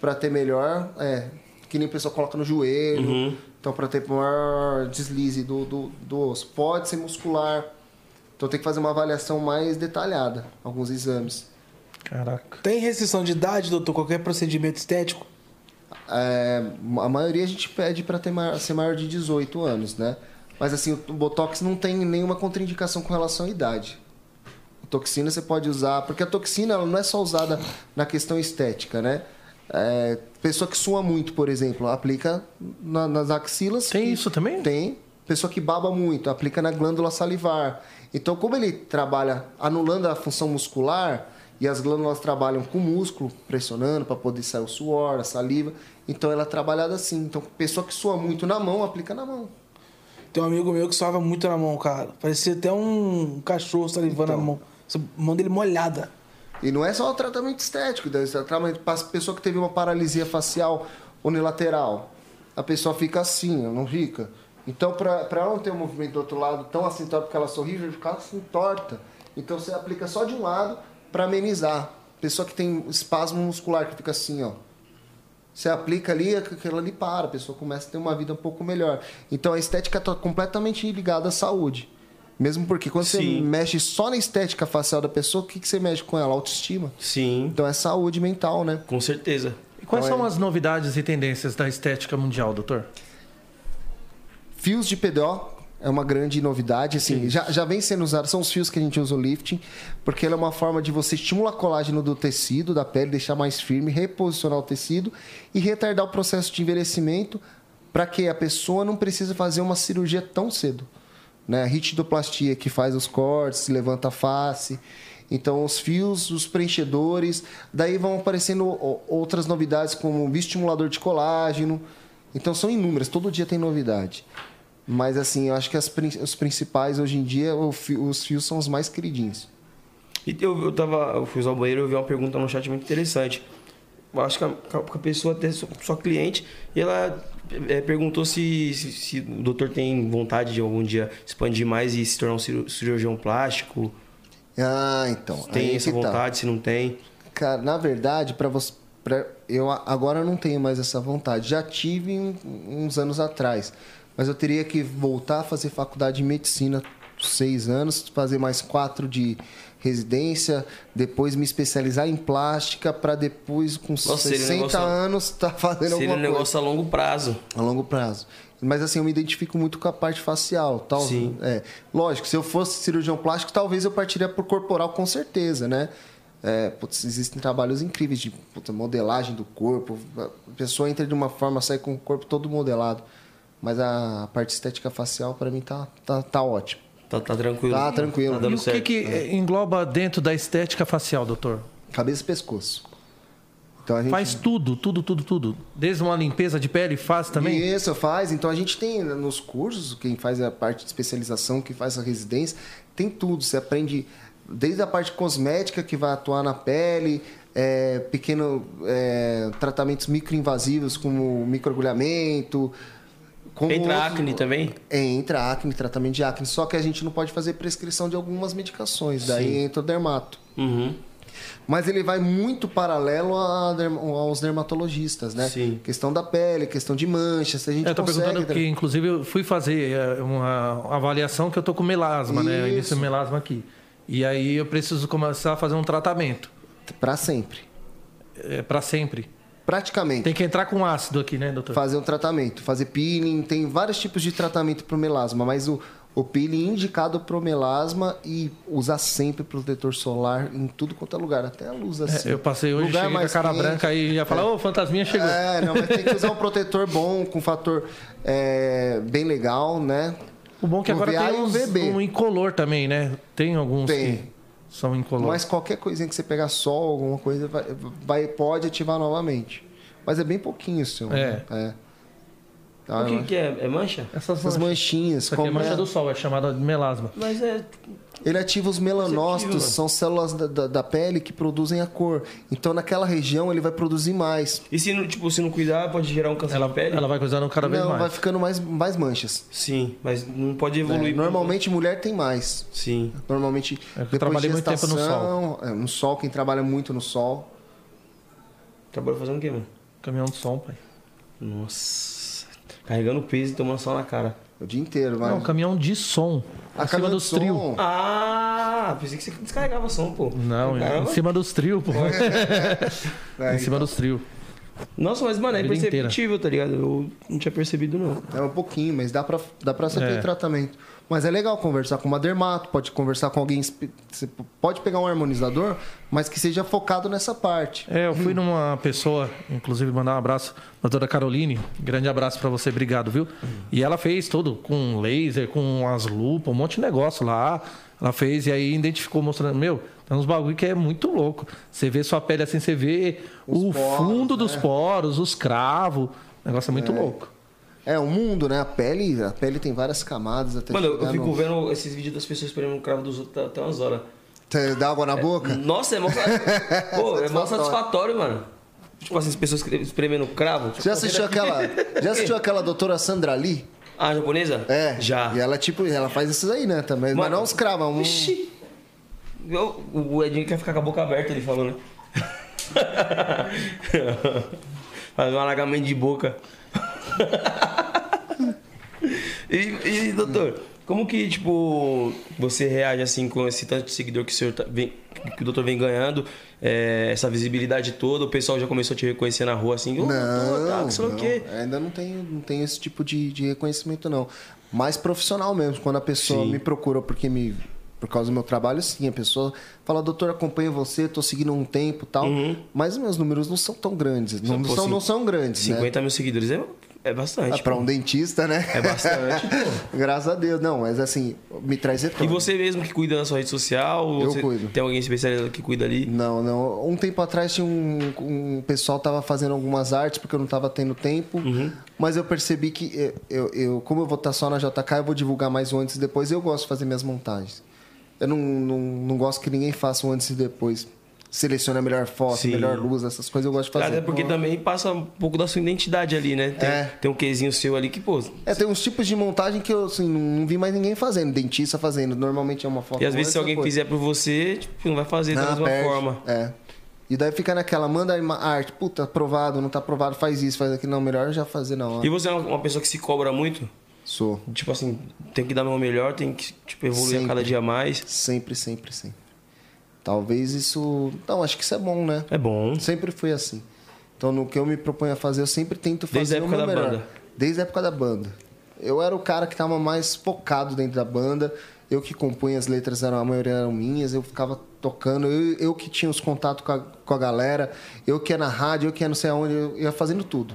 [SPEAKER 4] para ter melhor. É, que nem o pessoal coloca no joelho. Então, para ter maior deslize do, do, do osso. Pode ser muscular. Então, tem que fazer uma avaliação mais detalhada. Alguns exames.
[SPEAKER 2] Caraca.
[SPEAKER 3] Tem restrição de idade, doutor? Qualquer procedimento estético?
[SPEAKER 4] É, a maioria a gente pede para ter maior, ser maior de 18 anos, né? Mas assim, o Botox não tem nenhuma contraindicação com relação à idade. A toxina você pode usar, porque a toxina ela não é só usada na questão estética, né? É, pessoa que sua muito, por exemplo, aplica na- nas axilas.
[SPEAKER 2] Tem
[SPEAKER 4] e-
[SPEAKER 2] isso também?
[SPEAKER 4] Tem. Pessoa que baba muito, aplica na glândula salivar. Então, como ele trabalha anulando a função muscular, E as glândulas trabalham com o músculo, pressionando para poder sair o suor, a saliva. Então ela é trabalhada assim. Então, pessoa que sua muito na mão, aplica na mão.
[SPEAKER 3] Tem um amigo meu que suava muito na mão, cara. Parecia até um cachorro salivando
[SPEAKER 2] Então.
[SPEAKER 3] na mão. Essa mão dele molhada.
[SPEAKER 4] E não é só o tratamento estético, né? Esse é o tratamento para a pessoa que teve uma paralisia facial unilateral. A pessoa fica assim, não fica. Então, para ela não ter um movimento do outro lado tão assim torto, porque ela sorri, vai ficar assim torta. Então, você aplica só de um lado para amenizar. Pessoa que tem espasmo muscular, que fica assim, ó. Você aplica ali, aquilo ali para, a pessoa começa a ter uma vida um pouco melhor. Então a estética está completamente ligada à saúde. Mesmo porque quando você
[SPEAKER 1] Sim.
[SPEAKER 4] mexe só na estética facial da pessoa, o que, que você mexe com ela? Autoestima.
[SPEAKER 1] Sim,
[SPEAKER 4] Então é saúde mental, né?
[SPEAKER 1] com certeza.
[SPEAKER 2] E quais
[SPEAKER 4] Então,
[SPEAKER 2] são
[SPEAKER 4] é-
[SPEAKER 2] as novidades e tendências da estética mundial, doutor?
[SPEAKER 4] Fios de PDO é uma grande novidade, assim, já, já vem sendo usado, são os fios que a gente usa o lifting, porque ela é uma forma de você estimular colágeno do tecido, da pele, deixar mais firme, reposicionar o tecido e retardar o processo de envelhecimento para que a pessoa não precise fazer uma cirurgia tão cedo. Né? A ritidoplastia que faz os cortes, levanta a face. Então, os fios, os preenchedores, daí vão aparecendo o- outras novidades como o bioestimulador de colágeno. Então, são inúmeras, todo dia tem novidade. Mas assim, eu acho que as prin- os principais hoje em dia, o fi- os fios são os mais queridinhos.
[SPEAKER 1] E eu, eu tava. Eu fui usar o banheiro e eu vi uma pergunta no chat muito interessante. Eu acho que a, que a- que a pessoa até sua, sua cliente e ela eh, perguntou se, se, se o doutor tem vontade de algum dia expandir mais e se tornar um ciru- cirurgião plástico.
[SPEAKER 4] Ah, então.
[SPEAKER 1] Tem
[SPEAKER 4] aí
[SPEAKER 1] essa
[SPEAKER 4] que tá.
[SPEAKER 1] vontade, se não tem.
[SPEAKER 4] Cara, na verdade, para você. pra- eu a- agora não tenho mais essa vontade. Já tive um- uns anos atrás. Mas eu teria que voltar a fazer faculdade de medicina seis anos, fazer mais quatro de residência, depois me especializar em plástica, para depois, com
[SPEAKER 1] Nossa, seria um
[SPEAKER 4] 60
[SPEAKER 1] negócio-
[SPEAKER 4] anos, estar tá fazendo
[SPEAKER 1] Seria
[SPEAKER 4] alguma
[SPEAKER 1] um
[SPEAKER 4] coisa.
[SPEAKER 1] negócio a longo prazo.
[SPEAKER 4] a longo prazo. Mas assim, eu me identifico muito com a parte facial, tal.
[SPEAKER 1] Sim.
[SPEAKER 4] É, lógico, se eu fosse cirurgião plástico, talvez eu partiria por corporal com certeza, né? É, putz, existem trabalhos incríveis de puta, modelagem do corpo. A pessoa entra de uma forma, sai com o corpo todo modelado. Mas a parte estética facial, pra mim, tá, tá, tá ótimo.
[SPEAKER 1] Tá, tá tranquilo.
[SPEAKER 4] Tá tranquilo.
[SPEAKER 1] Tá
[SPEAKER 2] E
[SPEAKER 1] dando
[SPEAKER 2] o que,
[SPEAKER 1] certo.
[SPEAKER 2] que eh, engloba dentro da estética facial, doutor?
[SPEAKER 4] Cabeça e pescoço. Então a gente
[SPEAKER 2] Faz tudo, tudo, tudo, tudo. Desde uma limpeza de pele, faz também.
[SPEAKER 4] Isso, faz. Então a gente tem nos cursos, quem faz a parte de especialização, quem faz a residência, tem tudo. Você aprende desde a parte cosmética que vai atuar na pele, é, pequeno é, tratamentos microinvasivos como microagulhamento. Como
[SPEAKER 1] Entra
[SPEAKER 4] outros-
[SPEAKER 1] acne também?
[SPEAKER 4] Entra acne, tratamento de acne. Só que a gente não pode fazer prescrição de algumas medicações. Daí entra o dermato.
[SPEAKER 1] Uhum.
[SPEAKER 4] Mas ele vai muito paralelo a derm- aos dermatologistas, né?
[SPEAKER 1] Sim.
[SPEAKER 4] Questão da pele, questão de manchas, se a gente
[SPEAKER 2] Eu tô
[SPEAKER 4] consegue...
[SPEAKER 2] perguntando porque, inclusive, eu fui fazer eh, uma avaliação que eu tô com melasma, né? Eu
[SPEAKER 4] Isso.
[SPEAKER 2] início do melasma aqui. E aí eu preciso começar a fazer um tratamento.
[SPEAKER 4] Pra sempre.
[SPEAKER 2] É, para sempre.
[SPEAKER 4] Praticamente.
[SPEAKER 2] Tem que entrar com ácido aqui, né, doutor?
[SPEAKER 4] Fazer um tratamento, fazer peeling, tem vários tipos de tratamento pro melasma, mas o, o peeling indicado pro melasma e usar sempre protetor solar em tudo quanto é lugar, até a luz assim.
[SPEAKER 2] É, eu passei hoje,
[SPEAKER 4] Lugar
[SPEAKER 2] cheguei com a
[SPEAKER 4] mais
[SPEAKER 2] cara
[SPEAKER 4] quente.
[SPEAKER 2] branca e ia falar, ô, fantasminha chegou.
[SPEAKER 4] É, não, mas tem que usar um protetor bom, com fator é, bem legal, né?
[SPEAKER 2] O bom é que
[SPEAKER 4] O
[SPEAKER 2] agora
[SPEAKER 4] VA e
[SPEAKER 2] tem
[SPEAKER 4] o
[SPEAKER 2] uns,
[SPEAKER 4] VB.
[SPEAKER 2] um incolor também, né? Tem alguns
[SPEAKER 4] Tem.
[SPEAKER 2] que são incolor.
[SPEAKER 4] Mas qualquer coisinha que você pegar sol, alguma coisa, vai, vai- pode ativar novamente. Mas é bem pouquinho, senhor.
[SPEAKER 2] É.
[SPEAKER 4] é.
[SPEAKER 1] O
[SPEAKER 4] Tá, eu
[SPEAKER 1] que,
[SPEAKER 4] acho.
[SPEAKER 1] que é? É mancha?
[SPEAKER 2] Essas
[SPEAKER 4] Essas
[SPEAKER 2] manchas.
[SPEAKER 4] manchinhas,
[SPEAKER 2] Isso aqui é
[SPEAKER 4] como
[SPEAKER 2] mancha
[SPEAKER 4] é-
[SPEAKER 2] do sol, é chamada de melasma.
[SPEAKER 1] Mas é.
[SPEAKER 4] Ele ativa os melanócitos,
[SPEAKER 1] Perceptiva.
[SPEAKER 4] são células da, da- da pele que produzem a cor. Então, naquela região, ele vai produzir mais.
[SPEAKER 1] E se não, tipo, se não cuidar, pode gerar um câncer
[SPEAKER 2] Ela,
[SPEAKER 1] de pele?
[SPEAKER 2] ela vai coisando cada vez
[SPEAKER 4] Assim, não,
[SPEAKER 2] mais.
[SPEAKER 4] vai ficando mais, mais manchas.
[SPEAKER 1] Sim, mas não pode
[SPEAKER 4] né?
[SPEAKER 1] evoluir.
[SPEAKER 4] Normalmente, mulher tem mais.
[SPEAKER 1] Sim.
[SPEAKER 4] Normalmente,
[SPEAKER 2] É que eu
[SPEAKER 4] depois
[SPEAKER 2] trabalhei
[SPEAKER 4] de
[SPEAKER 2] muito tempo no
[SPEAKER 4] gestação... é, no sol, quem trabalha muito no sol.
[SPEAKER 1] Trabalho fazendo o quê, mano?
[SPEAKER 2] Caminhão do som, pai.
[SPEAKER 1] Nossa. Carregando peso e tomando sol na cara.
[SPEAKER 4] é O dia inteiro, vai.
[SPEAKER 2] Não, caminhão de som.
[SPEAKER 4] A
[SPEAKER 2] em cima
[SPEAKER 4] caminhão de
[SPEAKER 2] dos trio.
[SPEAKER 4] som,
[SPEAKER 1] Ah, pensei que você descarregava som, pô.
[SPEAKER 2] Não,
[SPEAKER 4] é
[SPEAKER 2] em
[SPEAKER 1] Caramba.
[SPEAKER 2] cima dos trio, pô. *laughs*
[SPEAKER 4] né,
[SPEAKER 2] em cima dos trio.
[SPEAKER 1] Nossa, mas, mano, é
[SPEAKER 2] Vida inteira.
[SPEAKER 1] imperceptível, tá ligado? Eu não tinha percebido, não.
[SPEAKER 4] É um pouquinho, mas dá pra, dá pra você ter
[SPEAKER 2] É.
[SPEAKER 4] tratamento. Mas é legal conversar com uma dermato, pode conversar com alguém. espe- Você pode pegar um harmonizador, mas que seja focado nessa parte.
[SPEAKER 2] É, eu fui numa pessoa, inclusive mandar um abraço, doutora Caroline, grande abraço pra você, obrigado, viu? E ela fez tudo com laser, com as lupas, um monte de negócio lá. Ela fez e aí identificou, mostrando, meu, tem uns bagulho que é muito louco. Você vê sua pele assim, você vê o
[SPEAKER 4] poros, né?
[SPEAKER 2] fundo dos poros, os cravos. O negócio é muito louco.
[SPEAKER 4] É o mundo, né? A pele, a pele tem várias camadas até
[SPEAKER 1] Mano, eu
[SPEAKER 4] chegar
[SPEAKER 1] fico
[SPEAKER 4] no-
[SPEAKER 1] vendo esses vídeos das pessoas esperando o cravo dos outros até umas horas.
[SPEAKER 4] Cê Dá água na boca?
[SPEAKER 1] Nossa, é mó,
[SPEAKER 4] *laughs*
[SPEAKER 1] Pô, é mó
[SPEAKER 4] Satisfatório.
[SPEAKER 1] satisfatório, mano. Tipo assim, as pessoas espremendo cravo.
[SPEAKER 4] Já assistiu aquela, já assistiu aquela doutora Sandra Lee?
[SPEAKER 1] Ah, japonesa?
[SPEAKER 4] É.
[SPEAKER 1] Já.
[SPEAKER 4] E ela tipo, ela faz isso aí, né, também, mas
[SPEAKER 1] Mano,
[SPEAKER 4] não os cravos, um...
[SPEAKER 1] Ixi. Eu- o Edinho quer ficar com a boca aberta, ele falou, né? *laughs* Fazer um alagamento de boca. *laughs* e, e, doutor, como que, tipo, você reage, assim, com esse tanto de seguidor que o, senhor tá- vem- que o doutor vem ganhando, é, essa visibilidade toda, o pessoal já começou a te reconhecer na rua, assim, "Ô, doutor, tá, que sei lá o quê.
[SPEAKER 4] ainda não tenho, não tenho esse tipo de, de reconhecimento, não. Mais profissional mesmo, quando a pessoa me procura porque me. Por causa do meu trabalho, sim, a pessoa fala, doutor, acompanho você, tô seguindo há um tempo e tal. Mas meus números não são tão grandes. Não,
[SPEAKER 1] Uhum. pô,
[SPEAKER 4] são, não
[SPEAKER 1] cin-
[SPEAKER 4] são grandes. né?
[SPEAKER 1] 50 mil seguidores é, é bastante.
[SPEAKER 4] Ah, pra um dentista, né?
[SPEAKER 1] É
[SPEAKER 4] *laughs*
[SPEAKER 1] bastante,
[SPEAKER 4] Graças a Deus. Não, mas assim, me traz
[SPEAKER 1] E
[SPEAKER 4] retorno.
[SPEAKER 1] você mesmo que cuida da sua rede social? ou
[SPEAKER 4] Eu
[SPEAKER 1] você
[SPEAKER 4] cuido.
[SPEAKER 1] Tem alguém especializado que cuida ali?
[SPEAKER 4] Não, não. Um tempo atrás tinha um, um pessoal tava fazendo algumas artes porque eu não tava tendo tempo.
[SPEAKER 1] Uhum.
[SPEAKER 4] Mas eu percebi que eu, eu, eu- como eu vou estar só na JK, eu vou divulgar mais o antes e depois. Eu gosto de fazer minhas montagens. Eu não, não, não gosto que ninguém faça um antes e depois. Selecione a melhor foto,
[SPEAKER 1] Sim.
[SPEAKER 4] melhor luz, essas coisas eu gosto de fazer. Então,
[SPEAKER 1] Até porque também passa um pouco da sua identidade ali, né? Tem,
[SPEAKER 4] É.
[SPEAKER 1] tem um quesinho seu ali que, pô.
[SPEAKER 4] É, tem uns tipos de montagem que eu assim, não, não vi mais ninguém fazendo, dentista fazendo. Normalmente é uma foto.
[SPEAKER 1] E às vezes, se
[SPEAKER 4] antes,
[SPEAKER 1] alguém
[SPEAKER 4] depois.
[SPEAKER 1] fizer por você, tipo, não vai fazer da
[SPEAKER 4] Ah,
[SPEAKER 1] mesma
[SPEAKER 4] perde.
[SPEAKER 1] forma.
[SPEAKER 4] É. E daí fica naquela, manda a ima- arte, puta, aprovado, não tá aprovado, faz isso, faz aquilo. Não, melhor eu já fazer na hora.
[SPEAKER 1] E você é uma- uma pessoa que se cobra muito?
[SPEAKER 4] Sou.
[SPEAKER 1] Tipo assim, tem que dar meu melhor, tem que tipo, evoluir a
[SPEAKER 4] Sempre.
[SPEAKER 1] cada dia mais.
[SPEAKER 4] Sempre, sempre, sempre. Talvez isso. Não, acho que isso é bom, né?
[SPEAKER 1] É bom.
[SPEAKER 4] Sempre fui assim. Então, no que eu me proponho a fazer, eu sempre tento fazer
[SPEAKER 1] Desde a
[SPEAKER 4] o
[SPEAKER 1] época
[SPEAKER 4] meu
[SPEAKER 1] da
[SPEAKER 4] melhor.
[SPEAKER 1] banda.
[SPEAKER 4] Desde a época da banda. Eu era o cara que tava mais focado dentro da banda. Eu que compunha as letras, eram, a maioria eram minhas. Eu ficava tocando. Eu, eu que tinha os contatos com a, com a galera. Eu que ia na rádio, eu que ia não sei aonde. Eu ia fazendo tudo.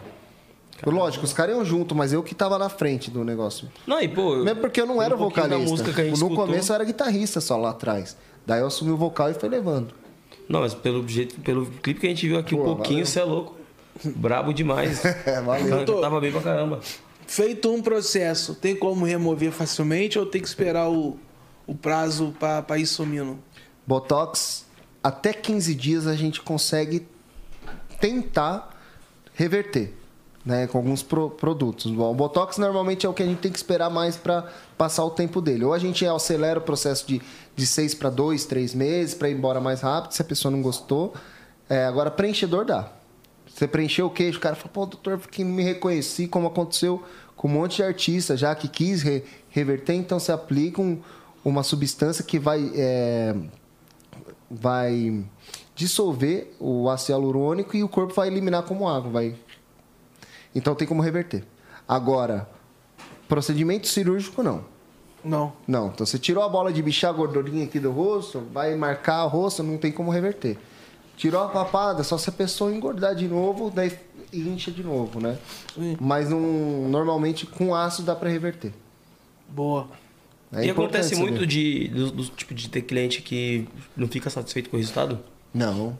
[SPEAKER 4] Lógico, os caras iam junto, mas eu que tava na frente do negócio.
[SPEAKER 1] Não, e pô.
[SPEAKER 4] Mesmo é porque eu não
[SPEAKER 1] um
[SPEAKER 4] era
[SPEAKER 1] pouquinho da
[SPEAKER 4] vocalista.
[SPEAKER 1] música que a gente
[SPEAKER 4] no
[SPEAKER 1] escutou-
[SPEAKER 4] começo é- eu era guitarrista só lá atrás. Daí eu assumi o vocal e fui levando.
[SPEAKER 1] Não, mas pelo jeito, pelo clipe que a gente viu aqui um
[SPEAKER 4] Pô,
[SPEAKER 1] pouquinho,
[SPEAKER 4] valeu.
[SPEAKER 1] você é louco. Brabo demais.
[SPEAKER 4] É, *laughs* valeu.
[SPEAKER 1] Eu tava bem pra caramba.
[SPEAKER 3] Feito um processo, tem como remover facilmente ou tem que esperar o, o prazo pra, pra ir sumindo?
[SPEAKER 4] Botox, até 15 dias a gente consegue tentar reverter, né? Com alguns pro- produtos. O Botox normalmente é o que a gente tem que esperar mais para passar o tempo dele. Ou a gente acelera o processo de, de 6 para 2, 3 meses, para ir embora mais rápido, se a pessoa não gostou. É, agora, preenchedor dá. Você preencheu o queixo, o cara fala, pô, doutor, porque não me reconheci, como aconteceu com um monte de artista já que quis re- reverter, então você aplica um- uma substância que vai é, vai dissolver o ácido hialurônico e o corpo vai eliminar como água, vai. Então tem como reverter. Agora, procedimento cirúrgico não.
[SPEAKER 3] Não.
[SPEAKER 4] Não, então você tirou a bola de bichar a gordurinha aqui do rosto, vai marcar o rosto, não tem como reverter. Tirou a papada, só se a pessoa engordar de novo, daí incha de novo, né? Mas não, normalmente com ácido dá pra reverter.
[SPEAKER 3] Boa.
[SPEAKER 4] É
[SPEAKER 1] e
[SPEAKER 4] importante
[SPEAKER 1] acontece
[SPEAKER 4] saber.
[SPEAKER 1] muito de, do, do tipo de ter cliente que não fica satisfeito com o resultado?
[SPEAKER 4] Não.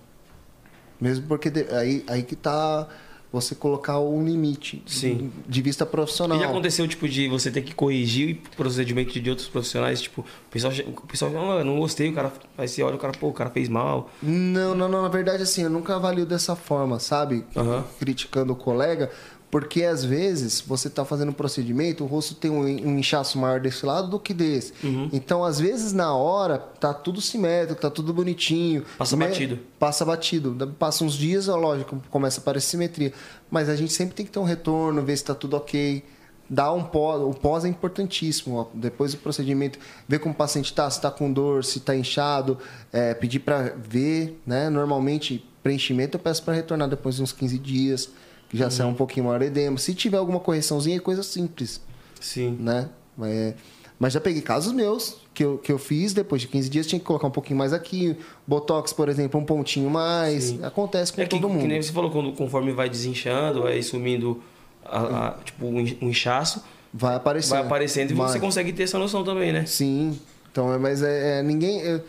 [SPEAKER 4] Mesmo porque de- aí, aí que tá você colocar um limite
[SPEAKER 1] Sim.
[SPEAKER 4] de vista profissional.
[SPEAKER 1] E já aconteceu, tipo, de você ter que corrigir o procedimento de outros profissionais? Tipo, o pessoal, che- o pessoal fala, "Ah, não gostei, o cara. Aí você olha o cara, pô, o cara fez mal.
[SPEAKER 4] Não, não, não. Na verdade, assim, eu nunca avalio dessa forma, sabe?
[SPEAKER 1] Aham.
[SPEAKER 4] Criticando o colega. Porque às vezes você tá fazendo um procedimento, o rosto tem um, um inchaço maior desse lado do que desse.
[SPEAKER 1] Uhum.
[SPEAKER 4] Então, às vezes, na hora, tá tudo simétrico, tá tudo bonitinho.
[SPEAKER 1] Passa batido.
[SPEAKER 4] Né? Passa batido. Da- Passa uns dias, ó, lógico, começa a aparecer simetria. Mas a gente sempre tem que ter um retorno, ver se tá tudo ok. Dar um pós, o pós é importantíssimo. ó. Depois do procedimento, ver como o paciente tá, se tá com dor, se tá inchado, é, pedir para ver, né? Normalmente, preenchimento eu peço para retornar depois de uns 15 dias, que
[SPEAKER 1] Uhum.
[SPEAKER 4] já sai um pouquinho maior edema. Se tiver alguma correçãozinha, é coisa simples
[SPEAKER 1] Sim.
[SPEAKER 4] né? É, Mas já peguei casos meus que eu, que eu fiz, depois de 15 dias tinha que colocar um pouquinho mais aqui. Botox, por exemplo, um pontinho mais. Acontece com
[SPEAKER 1] É que,
[SPEAKER 4] todo mundo.
[SPEAKER 1] que nem você falou, quando, conforme vai desinchando, vai sumindo a- a- tipo, um en- um inchaço,
[SPEAKER 4] Vai aparecendo.
[SPEAKER 1] vai aparecendo e você
[SPEAKER 4] Vai.
[SPEAKER 1] consegue ter essa noção também, né?
[SPEAKER 4] Sim. Então, é- mas é, é, ninguém. Eu,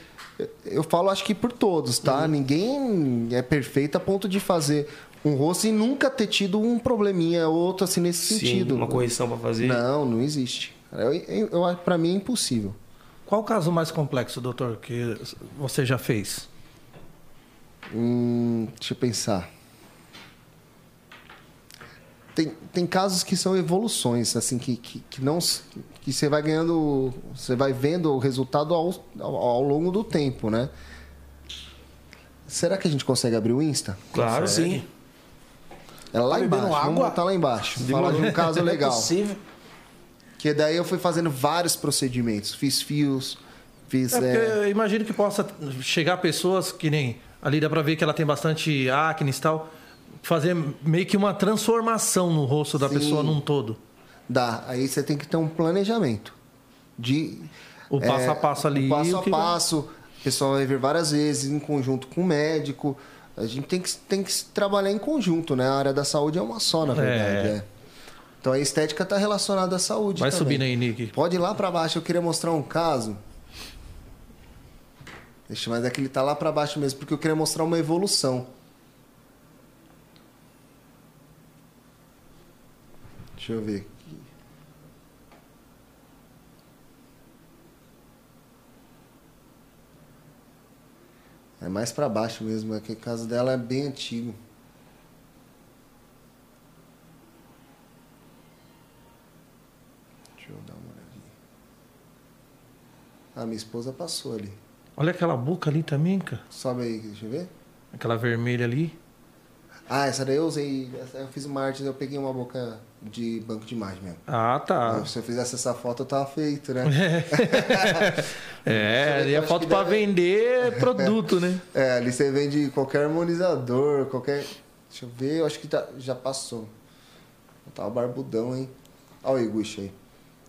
[SPEAKER 4] eu falo, acho que por todos, tá?
[SPEAKER 1] Uhum.
[SPEAKER 4] Ninguém é perfeito a ponto de fazer um rosto e nunca ter tido um probleminha ou outro assim nesse
[SPEAKER 1] Sim,
[SPEAKER 4] sentido.
[SPEAKER 1] uma correção pra fazer.
[SPEAKER 4] Não, não existe. Eu, eu, eu- pra mim é impossível.
[SPEAKER 2] Qual o caso mais complexo, doutor, que você já fez?
[SPEAKER 4] Hum, deixa eu pensar. Tem, tem casos que são evoluções, assim, que, que, que não. s- que você vai ganhando. Você vai vendo o resultado ao, ao, ao longo do tempo, né? Será que a gente consegue abrir o Insta?
[SPEAKER 1] Claro, sim.
[SPEAKER 4] É lá
[SPEAKER 3] Tá bebendo
[SPEAKER 4] embaixo. Vamos
[SPEAKER 3] água?
[SPEAKER 4] botar lá embaixo. Falar de um caso
[SPEAKER 3] Não é *laughs*
[SPEAKER 4] legal.
[SPEAKER 3] possível.
[SPEAKER 4] Que daí eu fui fazendo vários procedimentos. Fiz fios, fiz.
[SPEAKER 2] É porque
[SPEAKER 4] é,
[SPEAKER 2] eu imagino que possa chegar pessoas que nem ali dá pra ver que ela tem bastante acne e tal, fazer meio que uma transformação no rosto da
[SPEAKER 4] Sim.
[SPEAKER 2] pessoa num todo.
[SPEAKER 4] Dá. Aí você tem que ter um planejamento. De, é,
[SPEAKER 2] O passo a passo ali,
[SPEAKER 4] O passo
[SPEAKER 2] o
[SPEAKER 4] a
[SPEAKER 2] que vai-
[SPEAKER 4] passo. O pessoal vai ver várias vezes, em conjunto com o médico. A gente tem que, tem que se trabalhar em conjunto, né? A área da saúde é uma só, na verdade.
[SPEAKER 2] É.
[SPEAKER 4] é. Então a estética está relacionada à saúde.
[SPEAKER 2] Vai
[SPEAKER 4] também.
[SPEAKER 2] subindo aí, Nick.
[SPEAKER 4] Pode ir lá para baixo, eu queria mostrar um caso. Deixa, mas é que ele tá lá para baixo mesmo, porque eu queria mostrar uma evolução. Deixa eu ver. É mais para baixo mesmo, é que o caso dela é bem antigo. Deixa eu dar um uma olhadinha. Ah, minha esposa passou ali.
[SPEAKER 2] Olha aquela boca ali também, cara.
[SPEAKER 4] Sobe aí, deixa eu ver.
[SPEAKER 2] Aquela vermelha ali.
[SPEAKER 4] Ah, essa daí eu usei. essa Eu fiz uma arte, eu peguei uma boca de banco de imagem mesmo.
[SPEAKER 2] Ah, tá.
[SPEAKER 4] Se eu fizesse essa foto, eu tava feito, né?
[SPEAKER 2] É,
[SPEAKER 4] Eu
[SPEAKER 2] e a
[SPEAKER 4] acho
[SPEAKER 2] foto
[SPEAKER 4] que
[SPEAKER 2] pra
[SPEAKER 4] deve-
[SPEAKER 2] vender produto, né?
[SPEAKER 4] É, ali você vende qualquer harmonizador, qualquer. Deixa eu ver, eu acho que tá- já passou. Eu tava barbudão, hein? Olha o Iguchi aí.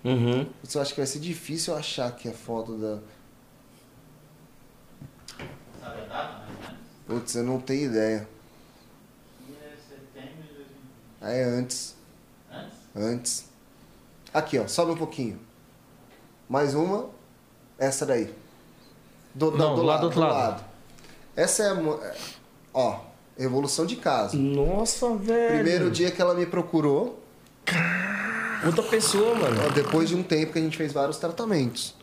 [SPEAKER 1] Uhum.
[SPEAKER 4] Putz, Eu acho que vai ser difícil eu achar que é foto da.
[SPEAKER 5] Sabe a data, mais ou menos?
[SPEAKER 4] Putz, eu não tenho ideia.
[SPEAKER 5] E é setembro de 2020.
[SPEAKER 4] Ah, é antes.
[SPEAKER 5] Antes?
[SPEAKER 4] Antes. Aqui, ó, sobe um pouquinho. Mais uma. Essa daí. Do, da-
[SPEAKER 2] Não, lá do outro lado.
[SPEAKER 4] Essa é. a mo- é, Ó, evolução de caso.
[SPEAKER 1] Nossa, velho.
[SPEAKER 4] Primeiro dia que ela me procurou,
[SPEAKER 1] Outra pessoa, mano.
[SPEAKER 4] ó, depois de um tempo que a gente fez vários tratamentos.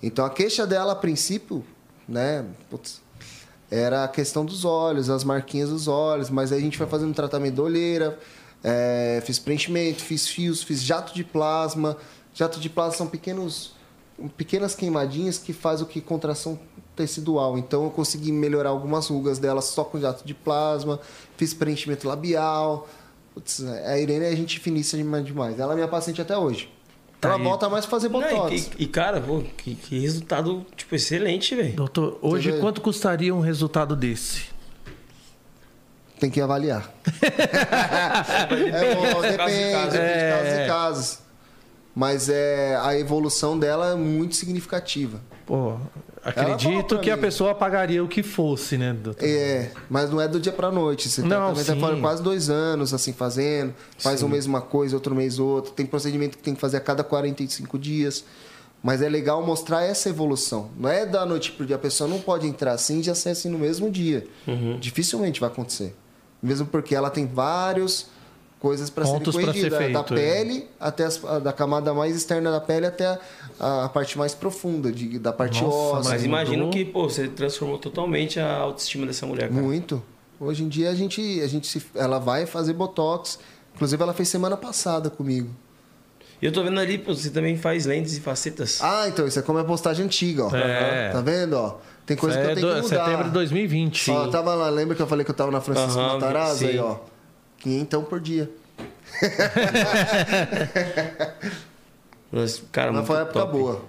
[SPEAKER 4] Então a queixa dela, a princípio, né? putz, era a questão dos olhos, as marquinhas dos olhos, mas aí a gente foi fazendo tratamento da olheira, é, fiz preenchimento, fiz fios, fiz jato de plasma. Jato de plasma são pequenos, pequenas queimadinhas que faz o que contração tecidual. Então eu consegui melhorar algumas rugas dela só com jato de plasma, fiz preenchimento labial. Putz, a Irene é gente finíssima demais. Ela é minha paciente até hoje.
[SPEAKER 2] Tá
[SPEAKER 4] ela
[SPEAKER 2] aí.
[SPEAKER 4] volta mais pra fazer
[SPEAKER 1] Não, e-
[SPEAKER 4] botox.
[SPEAKER 1] e, e, cara, pô, que, que resultado, tipo, excelente, velho.
[SPEAKER 2] *laughs* Doutor, hoje
[SPEAKER 4] vê?
[SPEAKER 2] quanto custaria um resultado desse?
[SPEAKER 4] Tem
[SPEAKER 1] *laughs*
[SPEAKER 4] que avaliar. é bom, depende,
[SPEAKER 1] caso em caso. É.
[SPEAKER 4] depende de casos e casos. Mas é, a evolução dela é muito significativa.
[SPEAKER 2] Pô,
[SPEAKER 4] falou
[SPEAKER 2] acredito
[SPEAKER 4] pra
[SPEAKER 2] que a
[SPEAKER 4] mim.
[SPEAKER 2] pessoa pagaria o que fosse, né, doutor?
[SPEAKER 4] É, mas não é do dia pra noite. Você
[SPEAKER 2] Não,
[SPEAKER 4] também tá
[SPEAKER 2] sim.
[SPEAKER 4] falando quase dois anos assim fazendo. Faz um mês uma coisa, outro mês outra. Tem procedimento que tem que fazer a cada 45 dias. Mas é legal mostrar essa evolução. Não é da noite pro dia. A pessoa não pode entrar assim e já sair assim no mesmo dia.
[SPEAKER 2] Uhum.
[SPEAKER 4] Dificilmente vai acontecer. Mesmo porque ela tem vários coisas para serem
[SPEAKER 2] Pontos pra ser
[SPEAKER 4] corrigidas. da
[SPEAKER 2] feito, é.
[SPEAKER 4] pele até as- a- da camada mais externa da pele até a, a parte mais profunda, de- da parte
[SPEAKER 2] Nossa,
[SPEAKER 4] óssea.
[SPEAKER 1] Mas
[SPEAKER 2] Mudou.
[SPEAKER 1] imagino que, pô, você transformou totalmente a autoestima dessa mulher, cara.
[SPEAKER 4] Muito. Hoje em dia a gente, a gente se, ela vai fazer botox. Inclusive ela fez semana passada comigo.
[SPEAKER 1] E eu tô vendo ali, pô, você também faz lentes e facetas.
[SPEAKER 4] Ah, então isso é como é postagem antiga, ó.
[SPEAKER 2] É.
[SPEAKER 4] Tá vendo, ó? Tem coisa que eu
[SPEAKER 2] é
[SPEAKER 4] tenho
[SPEAKER 2] do-
[SPEAKER 4] que mudar. tá
[SPEAKER 2] setembro de 2020.
[SPEAKER 4] Ó, eu tava lá, lembra que eu falei que eu tava na Francisco
[SPEAKER 1] Aham,
[SPEAKER 4] Matarazzo
[SPEAKER 1] sim.
[SPEAKER 4] aí, ó. Quinhentão por dia.
[SPEAKER 1] Mas,
[SPEAKER 2] É
[SPEAKER 1] cara,
[SPEAKER 4] Mas
[SPEAKER 1] muito
[SPEAKER 4] foi uma época
[SPEAKER 1] top.
[SPEAKER 4] boa.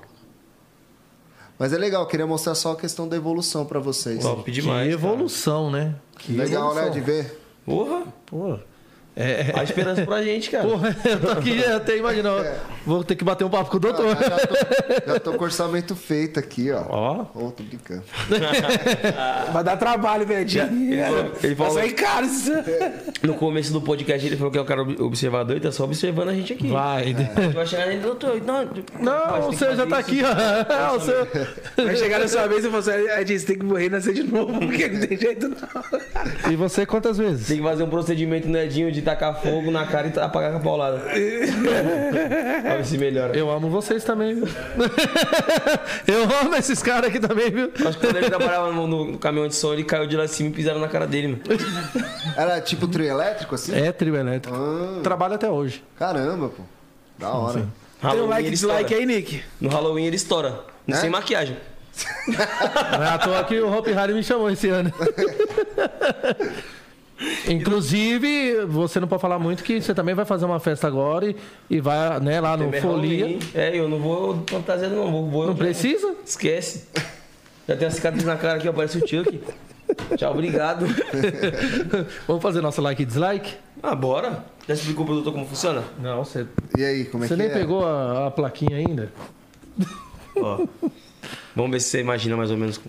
[SPEAKER 4] Mas é legal, eu queria mostrar só a questão da evolução pra vocês.
[SPEAKER 1] Top
[SPEAKER 2] Que
[SPEAKER 1] demais. cara.
[SPEAKER 2] evolução, né? Que
[SPEAKER 4] legal,
[SPEAKER 2] evolução.
[SPEAKER 4] né, de ver.
[SPEAKER 1] Porra!
[SPEAKER 2] Pô, É,
[SPEAKER 1] Há esperança pra gente, cara.
[SPEAKER 2] *laughs* Porra, eu tô aqui eu até imagino. ó, Vou ter que bater um papo com o doutor.
[SPEAKER 4] É. Ah, Já tô, já tô com o orçamento feito aqui, ó.
[SPEAKER 2] Ó,
[SPEAKER 4] Ô, tô brincando.
[SPEAKER 3] Vai dar trabalho, velho. Dinheiro.
[SPEAKER 1] ele
[SPEAKER 3] Vai
[SPEAKER 1] falou-
[SPEAKER 3] sair caro isso.
[SPEAKER 1] No começo do podcast ele falou que é o cara ob- observador e tá só observando a gente aqui.
[SPEAKER 4] É.
[SPEAKER 2] vai.
[SPEAKER 1] Eu vou chegar nele, doutor, não,
[SPEAKER 2] Não, o seu já tá aqui, ó. É, *laughs* o seu.
[SPEAKER 4] né?
[SPEAKER 3] Vai chegar na sua vez e você aí diz, tem que morrer e nascer de novo, porque não tem jeito não.
[SPEAKER 2] E você quantas vezes?
[SPEAKER 1] Tem que fazer um procedimento no Edinho de tacar fogo na cara e ta- apagar com a paulada. Pra ver se melhora.
[SPEAKER 2] Eu amo vocês também, viu? *laughs* Eu amo esses caras aqui também, viu?
[SPEAKER 1] Acho que quando ele trabalhava no, no caminhão de som, ele caiu de lá de cima e pisaram na cara dele, mano.
[SPEAKER 4] Era tipo trio elétrico, assim?
[SPEAKER 2] É trio elétrico.
[SPEAKER 4] Ah,
[SPEAKER 2] Trabalho até hoje.
[SPEAKER 4] caramba, pô. Da hora.
[SPEAKER 3] Tem um
[SPEAKER 1] Halloween,
[SPEAKER 3] like e
[SPEAKER 1] ele
[SPEAKER 3] dislike
[SPEAKER 1] estoura.
[SPEAKER 3] aí, Nick.
[SPEAKER 1] No Halloween ele estoura.
[SPEAKER 4] É?
[SPEAKER 1] Sem maquiagem.
[SPEAKER 2] Ah, tô aqui, o Hope Harry me chamou esse *laughs* ano. Inclusive, você não pode falar muito que você também vai fazer uma festa agora e, e vai né, lá no
[SPEAKER 1] É
[SPEAKER 2] Folia.
[SPEAKER 1] Halloween. É, eu não vou fantasiado não. Vou, vou,
[SPEAKER 2] Não precisa?
[SPEAKER 1] Esquece. Já tem a cicatriz na cara aqui, ó, parece o Chuck. Tchau, obrigado.
[SPEAKER 2] Vamos fazer nosso like e dislike?
[SPEAKER 1] Ah, bora. Já explicou pro doutor como funciona?
[SPEAKER 2] Não, você,
[SPEAKER 4] E aí, como é
[SPEAKER 2] você
[SPEAKER 4] que
[SPEAKER 2] nem
[SPEAKER 4] é?
[SPEAKER 2] pegou a, a plaquinha ainda.
[SPEAKER 1] Ó. Vamos ver se você imagina mais ou menos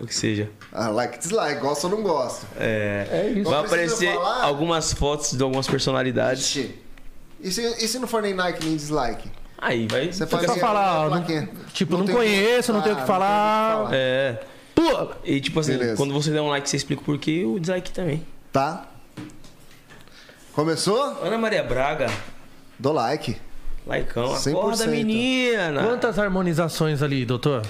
[SPEAKER 1] o que seja.
[SPEAKER 4] Ah, like, dislike, gosto ou não gosto?
[SPEAKER 2] É isso.
[SPEAKER 1] Vai
[SPEAKER 4] Não precisa
[SPEAKER 1] aparecer
[SPEAKER 4] falar.
[SPEAKER 1] algumas fotos de algumas personalidades.
[SPEAKER 4] Ixi. E se, e se não for nem like nem dislike?
[SPEAKER 1] Aí, vai.
[SPEAKER 4] Você
[SPEAKER 2] Só
[SPEAKER 4] faz assim,
[SPEAKER 2] falar, ó,
[SPEAKER 4] uma
[SPEAKER 2] não-
[SPEAKER 4] plaquinha.
[SPEAKER 2] tipo, não
[SPEAKER 4] tem o que-
[SPEAKER 2] conheço, não tenho o que
[SPEAKER 4] Ah,
[SPEAKER 2] falar.
[SPEAKER 4] não tem o que
[SPEAKER 1] É.
[SPEAKER 2] Pô,
[SPEAKER 1] E tipo assim,
[SPEAKER 4] Beleza.
[SPEAKER 1] quando você der um like, você explica o porquê e o dislike também.
[SPEAKER 4] Tá? Começou?
[SPEAKER 1] Ana Maria Braga,
[SPEAKER 4] Dou like.
[SPEAKER 1] likeão.
[SPEAKER 4] 100%.
[SPEAKER 1] Acorda, menina!
[SPEAKER 2] quantas harmonizações ali, doutor?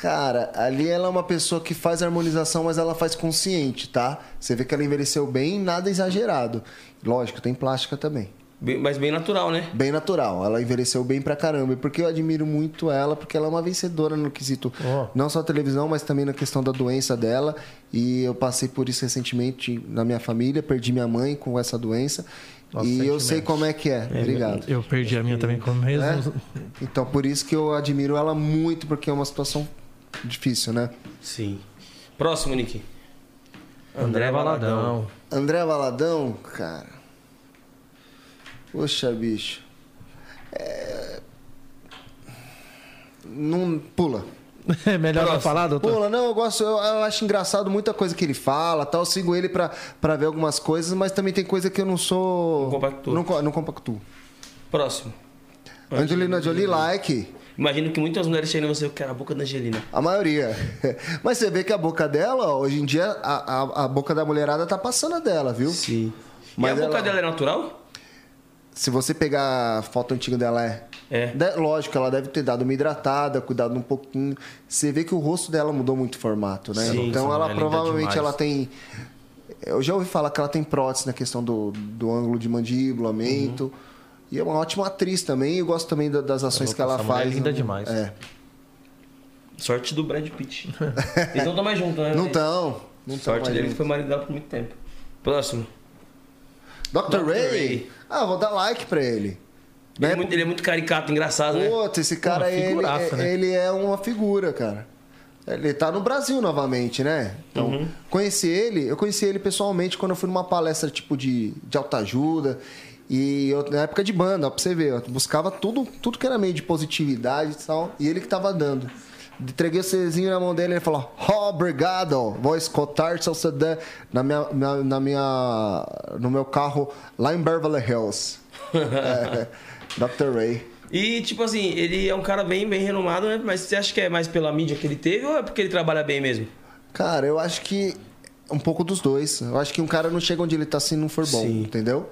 [SPEAKER 4] Cara, ali ela é uma pessoa que faz harmonização, mas ela faz consciente, tá? Você vê que ela envelheceu bem, nada exagerado. Lógico, tem plástica também.
[SPEAKER 1] Bem- mas bem natural, né?
[SPEAKER 4] Bem natural, ela envelheceu bem pra caramba. E porque eu admiro muito ela, porque ela é uma vencedora no quesito,
[SPEAKER 2] Ó.
[SPEAKER 4] não só televisão, mas também na questão da doença dela. E eu passei por isso recentemente na minha família, perdi minha mãe com essa doença.
[SPEAKER 2] Nossa,
[SPEAKER 4] e eu
[SPEAKER 2] sentimentos.
[SPEAKER 4] sei como é que é. Obrigado.
[SPEAKER 2] Eu perdi a minha também com o mesmo.
[SPEAKER 4] É? Então, por isso que eu admiro ela muito, porque é uma situação difícil, né?
[SPEAKER 1] Sim. Próximo, Nick.
[SPEAKER 2] André Valadão.
[SPEAKER 4] André Valadão, cara. Poxa, bicho. É... Não pula.
[SPEAKER 2] É melhor não *laughs* falar, doutor?
[SPEAKER 4] Pula, não, eu gosto, eu, eu acho engraçado muita coisa que ele fala, tal, eu sigo ele pra, pra ver algumas coisas, mas também tem coisa que eu não sou
[SPEAKER 1] Não compactua.
[SPEAKER 4] Não, co- não compactuo.
[SPEAKER 1] Próximo.
[SPEAKER 4] Angelina Jolie like.
[SPEAKER 1] Imagino que muitas mulheres chegam em você, cara, a boca da Angelina.
[SPEAKER 4] A maioria. *laughs* Mas você vê que a boca dela, hoje em dia, a, a, a boca da mulherada tá passando a dela, viu?
[SPEAKER 1] Sim.
[SPEAKER 4] Mas
[SPEAKER 1] e a boca
[SPEAKER 4] ela-
[SPEAKER 1] dela é natural?
[SPEAKER 4] Se você pegar a foto antiga dela, é.
[SPEAKER 1] É.
[SPEAKER 4] De- lógico, ela deve ter dado uma hidratada, cuidado um pouquinho. Você vê que o rosto dela mudou muito o formato, né?
[SPEAKER 1] Sim,
[SPEAKER 4] então
[SPEAKER 1] sim,
[SPEAKER 4] ela
[SPEAKER 1] é linda
[SPEAKER 4] provavelmente
[SPEAKER 1] demais.
[SPEAKER 4] ela tem. Eu já ouvi falar que ela tem prótese na questão do, do ângulo de
[SPEAKER 1] Uhum.
[SPEAKER 4] mandíbula, aumento. E é uma ótima atriz também. Eu gosto também da- das ações que ela
[SPEAKER 2] essa mulher
[SPEAKER 4] faz.
[SPEAKER 2] é linda
[SPEAKER 4] né?
[SPEAKER 2] demais.
[SPEAKER 4] É.
[SPEAKER 1] Sorte do Brad
[SPEAKER 4] *laughs*
[SPEAKER 1] Pitt. Eles não estão mais juntos, né?
[SPEAKER 4] Não estão. Não tão
[SPEAKER 1] Sorte
[SPEAKER 4] mais
[SPEAKER 1] dele que
[SPEAKER 4] juntos.
[SPEAKER 1] foi marido dela por muito tempo. Próximo.
[SPEAKER 4] Dr. Ray.
[SPEAKER 1] Ray.
[SPEAKER 4] Ah, vou dar like pra ele.
[SPEAKER 1] Ele
[SPEAKER 4] Né?
[SPEAKER 1] é, muito, ele é muito caricato, engraçado, né?
[SPEAKER 4] Puta, esse cara
[SPEAKER 2] Uma
[SPEAKER 4] aí, ele,
[SPEAKER 2] figuraça, né?
[SPEAKER 4] ele é uma figura, cara. Ele tá no Brasil novamente, né? Então, conheci ele, eu conheci ele pessoalmente quando eu fui numa palestra tipo de, de autoajuda. E eu, na época de banda, ó, pra você ver, eu buscava tudo, tudo que era meio de positividade e tal. E ele que tava dando. Entreguei o Czinho na mão dele e ele falou: "Ó, obrigado, vou escutar seu CD na minha, na, na minha, no meu carro lá em Beverly Hills. É, Dr. Ray.
[SPEAKER 1] E, tipo assim, ele é um cara bem, bem renomado, né? Mas você acha que é mais pela mídia que ele teve ou é porque ele trabalha bem mesmo?
[SPEAKER 4] Cara, eu acho que um pouco dos dois. Eu acho que um cara não chega onde ele tá se não for bom,
[SPEAKER 1] Sim.
[SPEAKER 4] entendeu?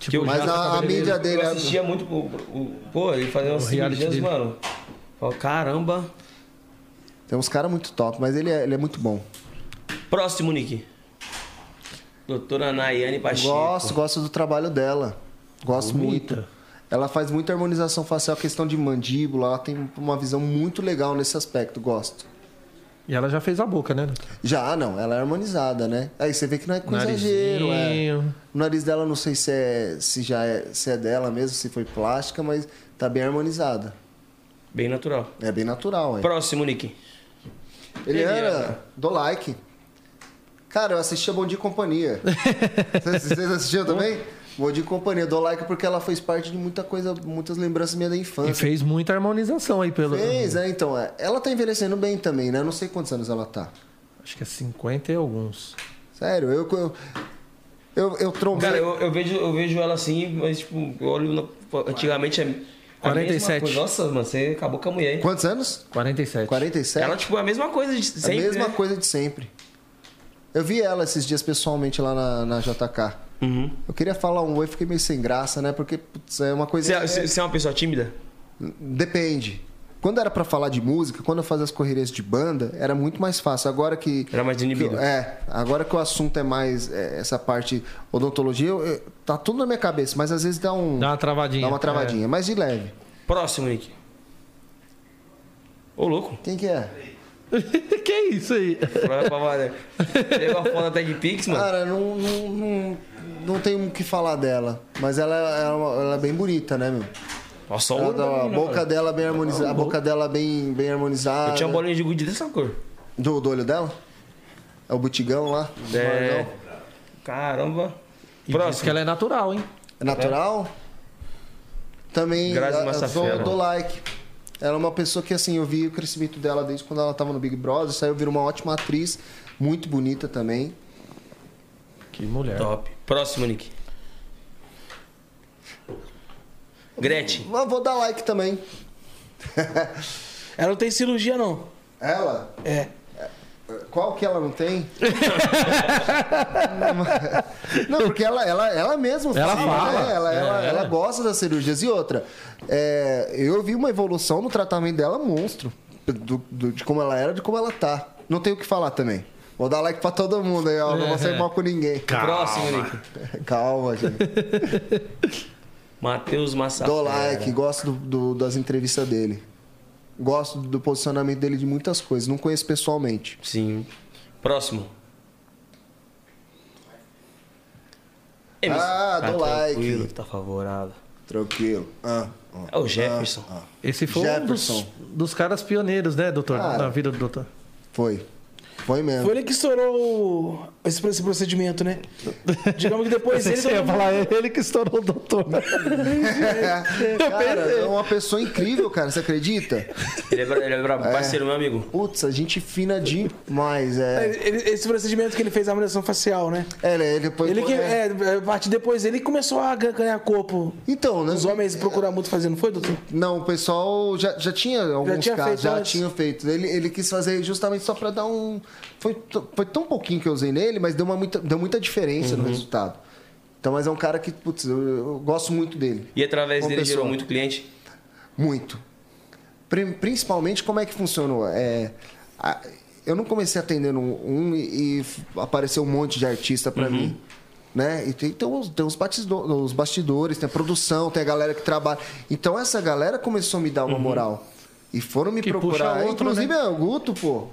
[SPEAKER 1] Tipo,
[SPEAKER 4] mas
[SPEAKER 1] já-
[SPEAKER 4] a- a mídia dele é-
[SPEAKER 1] Eu assistia muito o, o- Pô, ele fazia umas
[SPEAKER 2] reality
[SPEAKER 1] cirurgias,
[SPEAKER 2] dele.
[SPEAKER 1] mano. Fala, caramba.
[SPEAKER 4] Tem uns caras muito top, mas ele é, ele é muito bom.
[SPEAKER 1] Próximo, Nick. Doutora Nayane Pacheco.
[SPEAKER 4] Gosto, gosto do trabalho dela. Gosto muito. Ela faz muita harmonização facial, questão de mandíbula. Ela tem uma visão muito legal nesse aspecto. Gosto.
[SPEAKER 2] E ela já fez a boca, né? doutor?
[SPEAKER 4] Já, não, ela é harmonizada, né? Aí você vê que não é com exagero, é.
[SPEAKER 2] Narizinho.
[SPEAKER 4] O nariz dela, eu não sei se é, se já é, se é dela mesmo, se foi plástica, mas tá bem harmonizada.
[SPEAKER 1] Bem natural.
[SPEAKER 4] É bem natural, hein?
[SPEAKER 1] Próximo, Nick.
[SPEAKER 4] Eliana, do
[SPEAKER 1] *laughs*
[SPEAKER 4] like. Cara, eu assistia Bom Dia e Companhia. Vocês vocês assistiam também? Vou de companhia, dou like porque ela fez parte de muita coisa, muitas lembranças minhas da
[SPEAKER 2] E
[SPEAKER 4] infância.
[SPEAKER 2] fez muita harmonização aí pelo.
[SPEAKER 4] Fez, é, então. é. Ela tá envelhecendo bem também, né? Eu não sei quantos anos ela tá.
[SPEAKER 2] Acho que é 50 e alguns.
[SPEAKER 4] Sério, eu. Eu, eu, eu trombei.
[SPEAKER 1] Cara, eu, eu vejo, eu vejo ela assim, mas tipo, eu olho na- antigamente é. a mesma
[SPEAKER 2] 47.
[SPEAKER 1] coisa. Nossa, mano, você acabou com a mulher, hein?
[SPEAKER 4] Quantos anos?
[SPEAKER 2] 47.
[SPEAKER 4] 47?
[SPEAKER 1] Ela, tipo, é a mesma coisa de sempre.
[SPEAKER 4] a mesma
[SPEAKER 1] né?
[SPEAKER 4] coisa de sempre. Eu vi ela esses dias pessoalmente lá na, na JK.
[SPEAKER 1] Uhum.
[SPEAKER 4] Eu queria falar um oi, fiquei meio sem graça, né? Porque putz, é uma coisa.
[SPEAKER 1] Você, você- você é uma pessoa tímida?
[SPEAKER 4] Depende. Quando era pra falar de música, quando eu fazia as correrias de banda, era muito mais fácil. Agora que.
[SPEAKER 1] Era mais inibido.
[SPEAKER 4] que eu- é, agora que o assunto é mais é, essa parte odontologia, eu- eu- tá tudo na minha cabeça, mas às vezes dá um.
[SPEAKER 2] Dá uma é. travadinha.
[SPEAKER 4] dá uma travadinha, mas de leve.
[SPEAKER 1] Próximo, Nick. Ô, louco.
[SPEAKER 4] Quem que é?
[SPEAKER 2] É. *laughs* que isso aí?
[SPEAKER 1] Vai pra valer. Chegou a foda da TagPix, mano.
[SPEAKER 4] Cara, não, não, não, não tem o que falar dela. Mas ela, ela, ela é bem bonita, né, meu?
[SPEAKER 1] Nossa,
[SPEAKER 4] Ela
[SPEAKER 1] olha
[SPEAKER 4] dá- a boca dela bem harmonizada. A boca dela bem, bem harmonizada.
[SPEAKER 1] Eu tinha um uma bolinha de gude dessa cor.
[SPEAKER 4] do, do olho dela? É o botigão lá?
[SPEAKER 1] É.
[SPEAKER 4] Não, não.
[SPEAKER 1] Caramba.
[SPEAKER 2] E diz
[SPEAKER 1] Próximo.
[SPEAKER 2] que ela é natural, hein?
[SPEAKER 4] É natural? Também
[SPEAKER 1] Grazi
[SPEAKER 4] a- a-
[SPEAKER 1] Massafera.
[SPEAKER 4] dou, dou like. Ela é uma pessoa que, assim, eu vi o crescimento dela desde quando ela tava no Big Brother. Saiu, virou uma ótima atriz. Muito bonita também.
[SPEAKER 2] Que mulher.
[SPEAKER 1] Top. Próximo, Nick. Gretchen.
[SPEAKER 4] Mas vou dar like também.
[SPEAKER 3] Ela não tem cirurgia, não.
[SPEAKER 4] Ela?
[SPEAKER 3] É.
[SPEAKER 4] Qual que ela não
[SPEAKER 1] *laughs*
[SPEAKER 4] tem? *laughs* não, porque ela, ela, ela mesma
[SPEAKER 2] Ela fala.
[SPEAKER 4] né?
[SPEAKER 1] É,
[SPEAKER 4] Ela, ela, ela gosta das cirurgias. E outra, é, eu vi uma evolução no tratamento dela monstro. do- do- de como ela era, de como ela tá. Não tem o que falar também. Vou dar like pra todo mundo aí, ó. Não vou
[SPEAKER 1] É.
[SPEAKER 4] sair mal com ninguém.
[SPEAKER 1] Próximo, Nick.
[SPEAKER 4] Calma, gente.
[SPEAKER 1] Matheus Massa.
[SPEAKER 4] Dou like, gosto do- do- das entrevistas dele. Gosto do posicionamento dele de muitas coisas. Não conheço pessoalmente.
[SPEAKER 1] Sim. Próximo.
[SPEAKER 4] Ah, dou like.
[SPEAKER 1] Tá favorável.
[SPEAKER 4] Tranquilo. Ah, ah.
[SPEAKER 1] É o Jefferson.
[SPEAKER 2] Esse foi um
[SPEAKER 4] Jefferson.
[SPEAKER 2] dos, dos caras pioneiros, né, doutor?
[SPEAKER 4] Cara.
[SPEAKER 2] Na vida do doutor.
[SPEAKER 4] Foi. Foi mesmo.
[SPEAKER 3] Foi ele que estourou o- esse, esse procedimento, né? Digamos que
[SPEAKER 2] *laughs*
[SPEAKER 3] depois ele.
[SPEAKER 2] Você ia falar ele que estourou o doutor.
[SPEAKER 4] cara, é uma pessoa incrível, cara. Você acredita?
[SPEAKER 1] Ele é, bra- ele é bra- parceiro, meu amigo.
[SPEAKER 4] Putz, a gente fina demais. É,
[SPEAKER 3] Ele- ele- Esse procedimento que ele fez a harmonização facial, né?
[SPEAKER 4] é ele, ele, foi-
[SPEAKER 3] Ele que,
[SPEAKER 4] é.
[SPEAKER 3] é, a partir depois ele começou a gan- ganhar corpo.
[SPEAKER 4] Então, né?
[SPEAKER 3] Os homens procurar muito fazer, não foi, doutor?
[SPEAKER 4] Não, o pessoal já, já tinha alguns
[SPEAKER 3] tinha
[SPEAKER 4] casos,
[SPEAKER 3] feito
[SPEAKER 4] já
[SPEAKER 3] antes.
[SPEAKER 4] tinha feito. Ele, ele quis fazer justamente só pra dar um. Foi, t- foi tão pouquinho que eu usei nele, mas deu, uma muita, deu muita diferença
[SPEAKER 3] Uhum.
[SPEAKER 4] no resultado. Então, mas é um cara que, putz, eu, eu gosto muito dele.
[SPEAKER 1] E através
[SPEAKER 4] Como
[SPEAKER 1] dele gerou
[SPEAKER 4] pessoa.
[SPEAKER 1] muito cliente.
[SPEAKER 4] Muito. Pri- Principalmente como é que funcionou? É, a- eu não comecei atendendo um, um e, e f- apareceu um monte de artista
[SPEAKER 2] Uhum.
[SPEAKER 4] pra mim. Né? E tem, tem, os, tem os, batido- os bastidores, tem a produção, tem a galera que trabalha. Então essa galera começou a me dar uma moral. E foram me
[SPEAKER 2] Uhum. Que puxa
[SPEAKER 4] procurar.
[SPEAKER 2] outro, né?
[SPEAKER 4] Inclusive, é o Guto, pô.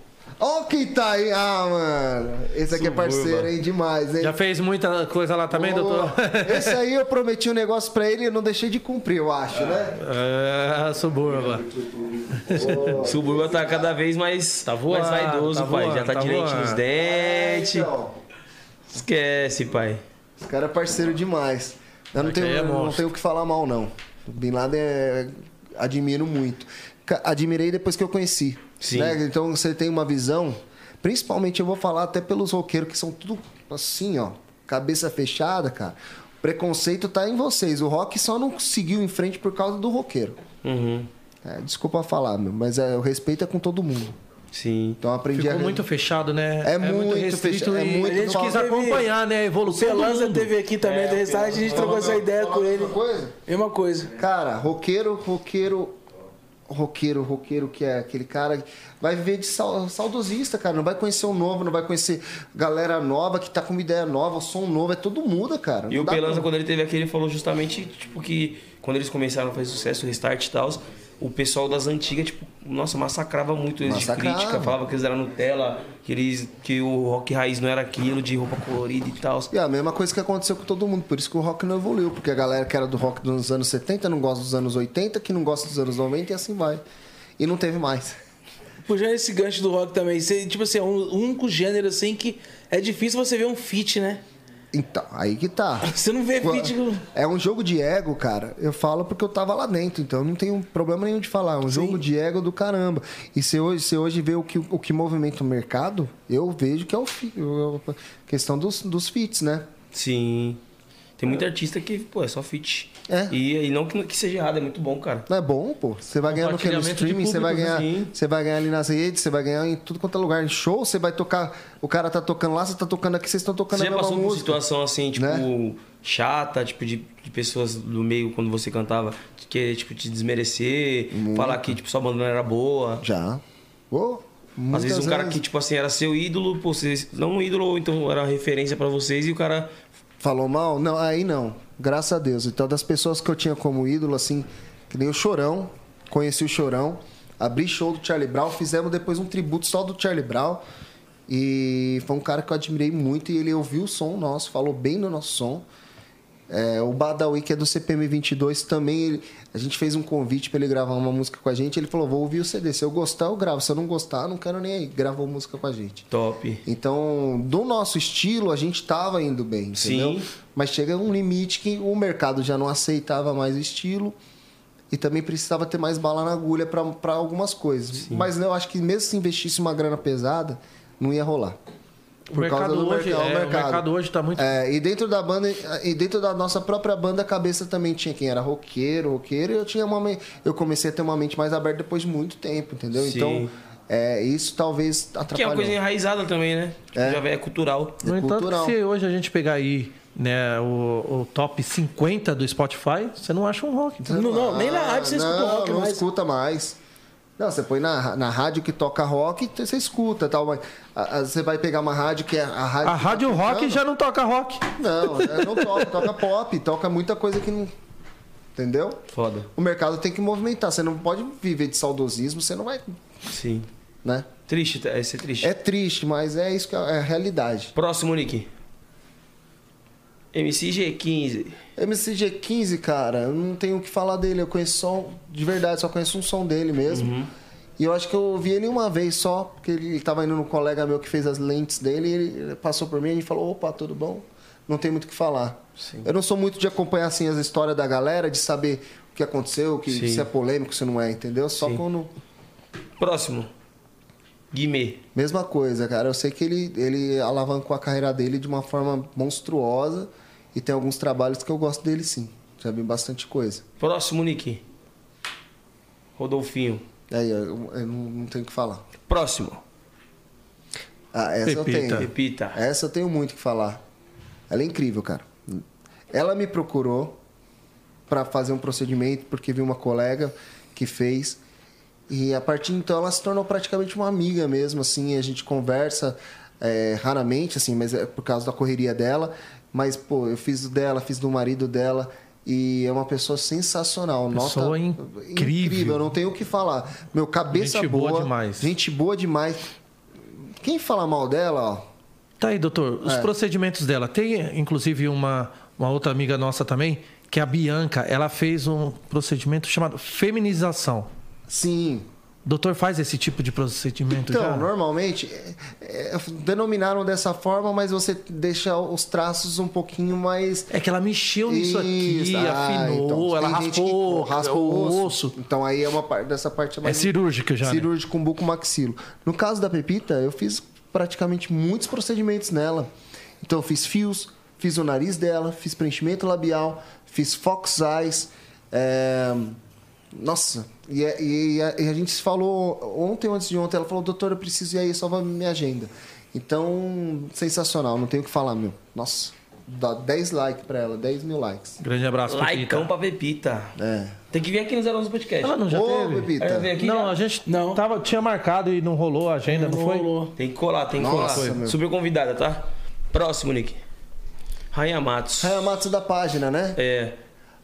[SPEAKER 4] Ó quem tá aí. Ah, mano. Esse aqui é parceiro, hein? Demais,
[SPEAKER 2] *laughs*
[SPEAKER 4] hein?
[SPEAKER 2] Já fez muita coisa lá também,
[SPEAKER 4] Boa.
[SPEAKER 2] doutor?
[SPEAKER 4] Esse aí eu prometi um negócio pra ele e eu não deixei de cumprir, eu acho, né?
[SPEAKER 2] É, suburba.
[SPEAKER 1] Suburba tá cada vez mais,
[SPEAKER 2] Tá voando,
[SPEAKER 1] mais vaidoso,
[SPEAKER 2] tá
[SPEAKER 1] pai.
[SPEAKER 2] voando,
[SPEAKER 1] Já tá,
[SPEAKER 2] tá
[SPEAKER 1] direitinho
[SPEAKER 2] voando.
[SPEAKER 1] nos
[SPEAKER 2] É,
[SPEAKER 1] dentes.
[SPEAKER 2] tipo,
[SPEAKER 4] Então,
[SPEAKER 1] Esquece, pai.
[SPEAKER 4] Esse cara é parceiro demais. Eu não tenho,
[SPEAKER 2] aí é
[SPEAKER 4] eu não
[SPEAKER 2] monstro.
[SPEAKER 4] tenho o que falar mal, não. O Bin Laden é... admiro muito. Ca- Admirei depois que eu conheci.
[SPEAKER 1] Sim.
[SPEAKER 4] né? Então você tem uma visão. Principalmente eu vou falar até pelos roqueiros que são tudo assim, ó. Cabeça fechada, cara. O preconceito tá em vocês. O rock só não seguiu em frente por causa do roqueiro.
[SPEAKER 1] Uhum.
[SPEAKER 4] É, desculpa falar, meu, mas é, o respeito é com todo mundo.
[SPEAKER 1] Sim.
[SPEAKER 4] Então eu aprendi
[SPEAKER 2] Ficou
[SPEAKER 4] a...
[SPEAKER 2] muito fechado, né?
[SPEAKER 4] É muito fechado, é
[SPEAKER 2] e
[SPEAKER 4] muito-
[SPEAKER 2] a gente quis
[SPEAKER 3] Teve-
[SPEAKER 2] acompanhar, né? A
[SPEAKER 3] O
[SPEAKER 2] evolução do
[SPEAKER 3] Celanza
[SPEAKER 2] mundo.
[SPEAKER 3] teve aqui
[SPEAKER 4] É,
[SPEAKER 3] também, da restart, a gente trocou essa ideia é com ele.
[SPEAKER 4] Uma coisa?
[SPEAKER 3] Mesma coisa.
[SPEAKER 4] Cara, roqueiro, roqueiro, roqueiro, roqueiro que é aquele cara que vai viver de sau- saudosista, cara. Não vai conhecer o novo, não vai conhecer galera nova que tá com uma ideia nova, o som novo, é todo muda, cara.
[SPEAKER 1] E
[SPEAKER 4] Não
[SPEAKER 1] o
[SPEAKER 4] dá
[SPEAKER 1] Pelanza,
[SPEAKER 4] pra-
[SPEAKER 1] quando ele teve aqui, ele falou justamente, tipo, que quando eles começaram a fazer sucesso, restart e tal, o pessoal das antigas, tipo, nossa, massacrava muito eles
[SPEAKER 4] Massacrava.
[SPEAKER 1] de crítica, falava que eles eram Nutella, que, eles, que o rock raiz não era aquilo, de roupa colorida e tal.
[SPEAKER 4] E é a mesma coisa que aconteceu com todo mundo, por isso que o rock não evoluiu, porque a galera que era do rock dos anos 70 não gosta dos anos 80, que não gosta dos anos 90 e assim vai. E não teve mais.
[SPEAKER 3] Puxando esse gancho do rock também, você, tipo assim, é um o único gênero assim que é difícil você ver um feat, né?
[SPEAKER 4] Então, aí que tá.
[SPEAKER 3] Você não vê feat com-
[SPEAKER 4] É um jogo de ego, cara. Eu falo porque eu tava lá dentro, então eu não tenho problema nenhum de falar. É um jogo de ego do caramba. E se hoje, se hoje vê o que, o que movimenta o mercado, eu vejo que é o fi- o- a questão dos, dos fits, né?
[SPEAKER 1] Sim. Tem muito artista que, pô, é só feat.
[SPEAKER 4] É.
[SPEAKER 1] E, e não que, que seja errado, é muito bom, cara.
[SPEAKER 4] Não é bom, pô. Você
[SPEAKER 1] um
[SPEAKER 4] vai ganhar no, que? no
[SPEAKER 2] Compartilhamento de
[SPEAKER 4] streaming, você vai
[SPEAKER 2] público,
[SPEAKER 4] ganhar,
[SPEAKER 1] sim.
[SPEAKER 4] você vai ganhar ali nas redes, você vai ganhar em tudo quanto é lugar, em show, você vai tocar, o cara tá tocando lá, você tá tocando aqui, vocês estão tocando
[SPEAKER 1] Você
[SPEAKER 4] a
[SPEAKER 1] já
[SPEAKER 4] mesma
[SPEAKER 1] passou por
[SPEAKER 4] música.
[SPEAKER 1] situação assim, tipo,
[SPEAKER 4] né?
[SPEAKER 1] chata, tipo, de, de pessoas do meio quando você cantava, de querer, tipo, te desmerecer, falar que, tipo, sua banda não era boa.
[SPEAKER 4] Já. Ô,
[SPEAKER 1] Às
[SPEAKER 4] muitas
[SPEAKER 1] vezes um cara que, tipo assim, era seu ídolo, pô, vocês. Não um ídolo, ou então era uma referência pra vocês, e o cara.
[SPEAKER 4] Falou mal? Não, aí não. Graças a Deus. Então, das pessoas que eu tinha como ídolo, assim, que nem o Chorão, conheci o Chorão, abri show do Charlie Brown, fizemos depois um tributo só do Charlie Brown. E foi um cara que eu admirei muito e ele ouviu o som nosso, falou bem do nosso som. É, o Badawi, que é do CPM 22, também ele- a gente fez um convite pra ele gravar uma música com a gente. Ele falou: Vou ouvir o CD. Se eu gostar, eu gravo. Se eu não gostar, eu não quero nem aí. Gravou música com a gente.
[SPEAKER 1] Top.
[SPEAKER 4] Então, do nosso estilo, a gente tava indo bem, entendeu?
[SPEAKER 1] Sim.
[SPEAKER 4] Mas chega um limite que o mercado já não aceitava mais o estilo e também precisava ter mais bala na agulha para algumas coisas. Mas eu acho que mesmo se investisse uma grana pesada, não ia rolar.
[SPEAKER 2] O mercado hoje,
[SPEAKER 4] mercado,
[SPEAKER 2] é, o mercado hoje tá muito.
[SPEAKER 4] É, e dentro da banda, e dentro da nossa própria banda, a cabeça também tinha quem era roqueiro, roqueiro, e eu tinha uma men- eu comecei a ter uma mente mais aberta depois de muito tempo, entendeu?
[SPEAKER 1] Sim.
[SPEAKER 4] Então, é, isso talvez atrapalhou.
[SPEAKER 1] Que é uma coisa enraizada também, né? Tipo,
[SPEAKER 4] É.
[SPEAKER 1] Já é cultural.
[SPEAKER 2] No
[SPEAKER 4] é
[SPEAKER 2] entanto,
[SPEAKER 4] cultural.
[SPEAKER 2] que se hoje a gente pegar aí né, o, o top 50 do Spotify, você não acha um rock.
[SPEAKER 4] Sei
[SPEAKER 3] Não, não,
[SPEAKER 4] lá.
[SPEAKER 3] nem na rádio você escuta
[SPEAKER 4] Não,
[SPEAKER 3] rock
[SPEAKER 4] Ah, não
[SPEAKER 3] mais.
[SPEAKER 4] escuta mais. Não, você põe na, na rádio que toca rock, t- você escuta tal, mas a- a- você vai pegar uma rádio que é a rádio.
[SPEAKER 2] A
[SPEAKER 4] que tá
[SPEAKER 2] rádio rock
[SPEAKER 4] tocando.
[SPEAKER 2] já não toca rock.
[SPEAKER 4] Não, né, não toca, toca pop, toca muita coisa que não. Entendeu?
[SPEAKER 1] Foda.
[SPEAKER 4] O mercado tem que movimentar, você não pode viver de saudosismo, você não vai.
[SPEAKER 1] Sim.
[SPEAKER 4] né?
[SPEAKER 1] Triste, é ser triste.
[SPEAKER 4] É triste, mas é isso que é a realidade.
[SPEAKER 1] Próximo, Nick. MCG15.
[SPEAKER 4] MCG15, cara, eu não tenho o que falar dele. Eu conheço só, um, de verdade, só conheço um som dele mesmo.
[SPEAKER 1] Uhum.
[SPEAKER 4] E eu acho que eu ouvi ele uma vez só, porque ele tava indo num colega meu que fez as lentes dele, e ele passou por mim e falou: opa, tudo bom? Não tem muito o que falar. Eu não sou muito de acompanhar assim as histórias da galera, de saber o que aconteceu, que,
[SPEAKER 1] Sim.
[SPEAKER 4] se é polêmico, se não é, entendeu? Só
[SPEAKER 1] Sim.
[SPEAKER 4] quando.
[SPEAKER 1] Próximo. Guimê.
[SPEAKER 4] Mesma coisa, cara. Eu sei que ele, ele alavancou a carreira dele de uma forma monstruosa e tem alguns trabalhos que eu gosto dele sim. Já vi bastante coisa.
[SPEAKER 1] Próximo, Nick. Rodolfinho.
[SPEAKER 4] Aí, eu, eu não, não tenho o que falar.
[SPEAKER 1] Próximo.
[SPEAKER 4] Ah, essa
[SPEAKER 2] Repita.
[SPEAKER 4] eu tenho.
[SPEAKER 1] Repita.
[SPEAKER 4] Essa eu tenho muito o que falar. Ela é incrível, cara. Ela me procurou pra fazer um procedimento porque viu uma colega que fez. E a partir de então ela se tornou praticamente uma amiga mesmo, assim, a gente conversa é, raramente, assim, mas é por causa da correria dela. Mas, pô, eu fiz do dela, fiz do marido dela. E é uma pessoa sensacional.
[SPEAKER 2] Pessoa
[SPEAKER 4] Nota
[SPEAKER 2] incrível. né?
[SPEAKER 4] Eu não tenho o que falar. Meu, cabeça
[SPEAKER 2] Gente boa
[SPEAKER 4] boa.
[SPEAKER 2] demais.
[SPEAKER 4] Gente boa demais. Quem fala mal dela, ó,
[SPEAKER 2] Tá aí, doutor. Os
[SPEAKER 4] É.
[SPEAKER 2] procedimentos dela. Tem, inclusive, uma, uma outra amiga nossa também, que é a Bianca. Ela fez um procedimento chamado feminização.
[SPEAKER 4] Sim.
[SPEAKER 2] Doutor faz esse tipo de procedimento
[SPEAKER 4] Então,
[SPEAKER 2] já?
[SPEAKER 4] normalmente, é, é, denominaram dessa forma, mas você deixa os traços um pouquinho mais.
[SPEAKER 2] É que ela mexeu nisso aqui,
[SPEAKER 4] Isso, ah,
[SPEAKER 2] afinou,
[SPEAKER 4] então,
[SPEAKER 2] ela
[SPEAKER 4] tem gente que
[SPEAKER 2] raspou,
[SPEAKER 4] raspa
[SPEAKER 2] o
[SPEAKER 4] o
[SPEAKER 2] osso.
[SPEAKER 4] Então aí é uma parte dessa parte é
[SPEAKER 2] É
[SPEAKER 4] mais
[SPEAKER 2] cirúrgica já. né?
[SPEAKER 4] cirúrgico com bucomaxilo. No caso da Pepita, eu fiz praticamente muitos procedimentos nela. Então eu fiz fios, fiz o nariz dela, fiz preenchimento labial, fiz fox eyes. é, Nossa, e, é- e a, e a gente se falou ontem ou antes de ontem, ela falou, doutor, eu preciso ir aí, só vai minha agenda. Então, sensacional, não tenho o que falar, meu. Nossa, dá 10 likes pra ela, 10 mil likes.
[SPEAKER 2] Grande abraço,
[SPEAKER 1] Laicão
[SPEAKER 2] Pepita.
[SPEAKER 1] pra Pepita.
[SPEAKER 4] É.
[SPEAKER 1] Tem que vir aqui nos Aeronos Podcast.
[SPEAKER 2] Ela não já
[SPEAKER 4] Ô,
[SPEAKER 2] teve?
[SPEAKER 4] Pepita.
[SPEAKER 1] Ela veio aqui
[SPEAKER 2] Não,
[SPEAKER 1] já?
[SPEAKER 2] a gente
[SPEAKER 3] Não.
[SPEAKER 2] Tava, tinha marcado e não rolou a agenda, não, foi?
[SPEAKER 3] rolou.
[SPEAKER 1] Tem que colar, tem que
[SPEAKER 4] Nossa,
[SPEAKER 1] colar.
[SPEAKER 4] meu.
[SPEAKER 1] Subiu convidada, tá? Próximo, Nick. Rainha Matos.
[SPEAKER 4] Raia Matos É, da página, né?
[SPEAKER 1] É.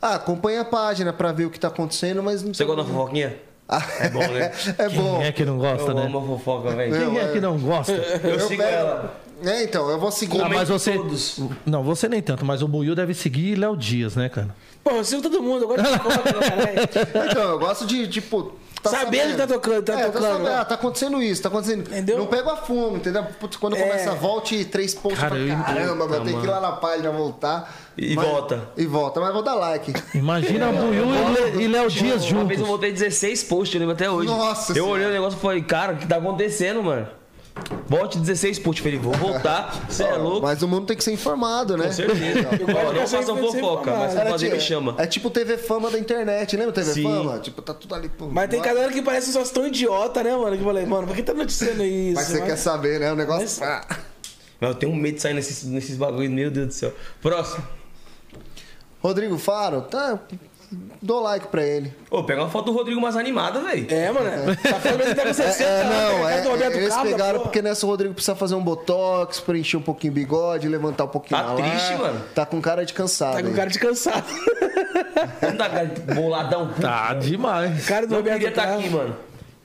[SPEAKER 4] Ah, acompanha a página pra ver o que tá acontecendo, mas não
[SPEAKER 1] Você gosta da fofoquinha?
[SPEAKER 4] Ah,
[SPEAKER 1] É bom, né?
[SPEAKER 4] *laughs* é
[SPEAKER 2] Quem
[SPEAKER 4] bom.
[SPEAKER 2] é que não gosta,
[SPEAKER 1] eu
[SPEAKER 2] né?
[SPEAKER 1] amo a fofoca, velho.
[SPEAKER 4] Não.
[SPEAKER 2] Quem é que não gosta?
[SPEAKER 1] Eu sigo
[SPEAKER 4] pego-
[SPEAKER 1] ela.
[SPEAKER 4] É, então, eu vou seguir.
[SPEAKER 2] Ah, mas você.
[SPEAKER 1] todos.
[SPEAKER 2] Não, você nem tanto, mas o Buiu deve seguir Léo Dias, né, cara?
[SPEAKER 4] *laughs*
[SPEAKER 3] Pô, né? eu sigo todo mundo, eu gosto de fofoca, caralho.
[SPEAKER 4] Então, eu gosto de, tipo, tá
[SPEAKER 3] Sabendo que tá tocando, tá
[SPEAKER 4] É,
[SPEAKER 3] tocando.
[SPEAKER 4] sabendo, ah, tá acontecendo isso, tá acontecendo.
[SPEAKER 3] Entendeu?
[SPEAKER 4] Não pego a fome, entendeu? Putz, quando começa a volta e três pontos,
[SPEAKER 2] Cara, eu
[SPEAKER 4] eu falo,
[SPEAKER 2] entendo,
[SPEAKER 4] caramba, eu tenho que ir lá na página voltar.
[SPEAKER 1] E
[SPEAKER 4] Mas-
[SPEAKER 1] volta.
[SPEAKER 4] E volta, mas vou dar like.
[SPEAKER 2] Imagina Buiu e Le- e Léo Dias
[SPEAKER 1] Uma vez eu
[SPEAKER 2] juntos.
[SPEAKER 1] voltei 16 posts, eu lembro até hoje.
[SPEAKER 4] Nossa
[SPEAKER 1] Eu
[SPEAKER 4] Senhora.
[SPEAKER 1] olhei o negócio e falei, cara, o que tá acontecendo, mano? Volte 16 posts. Falei, vou voltar,
[SPEAKER 4] *laughs*
[SPEAKER 1] você é louco.
[SPEAKER 4] Mas o mundo tem que ser informado, né?
[SPEAKER 1] Com certeza. Ó, não façam fofoca, mas se
[SPEAKER 4] Era
[SPEAKER 1] fazer
[SPEAKER 4] tipo-
[SPEAKER 1] me chama.
[SPEAKER 4] É tipo TV Fama da internet, lembra TV
[SPEAKER 1] Sim.
[SPEAKER 4] Fama? Tipo, tá tudo ali. Pô,
[SPEAKER 3] Mas tem
[SPEAKER 4] cada
[SPEAKER 3] galera que parece só tão idiota, né, mano? Que eu falei, mano, por que tá noticiando isso?
[SPEAKER 4] Mas você
[SPEAKER 3] mano?
[SPEAKER 4] quer saber, né? O negócio.
[SPEAKER 3] Mas-
[SPEAKER 4] Ah.
[SPEAKER 1] Mas eu tenho medo de sair nesses, nesses bagulhos, meu Deus do céu. Próximo.
[SPEAKER 4] Rodrigo Faro, tá. Dou like pra ele.
[SPEAKER 1] Ô, pega uma foto do Rodrigo mais animada, velho.
[SPEAKER 3] É, mano. Tá falando que tá com 60,
[SPEAKER 4] É,
[SPEAKER 3] né?
[SPEAKER 4] não,
[SPEAKER 3] Cara do
[SPEAKER 4] é,
[SPEAKER 3] Roberto
[SPEAKER 4] eles
[SPEAKER 3] Carlos,
[SPEAKER 4] pegaram
[SPEAKER 3] porra.
[SPEAKER 4] porque nessa o Rodrigo precisa fazer um botox, preencher um pouquinho o bigode, levantar um pouquinho
[SPEAKER 1] Tá
[SPEAKER 4] a lá.
[SPEAKER 1] triste, mano.
[SPEAKER 4] Tá com cara de cansado.
[SPEAKER 3] Tá com
[SPEAKER 4] hein?
[SPEAKER 3] cara de cansado. *laughs*
[SPEAKER 1] Não tá cara de boladão.
[SPEAKER 2] Tá demais.
[SPEAKER 3] Cara do
[SPEAKER 1] Não
[SPEAKER 3] Roberto
[SPEAKER 1] queria estar
[SPEAKER 3] Carlos.
[SPEAKER 1] aqui, mano.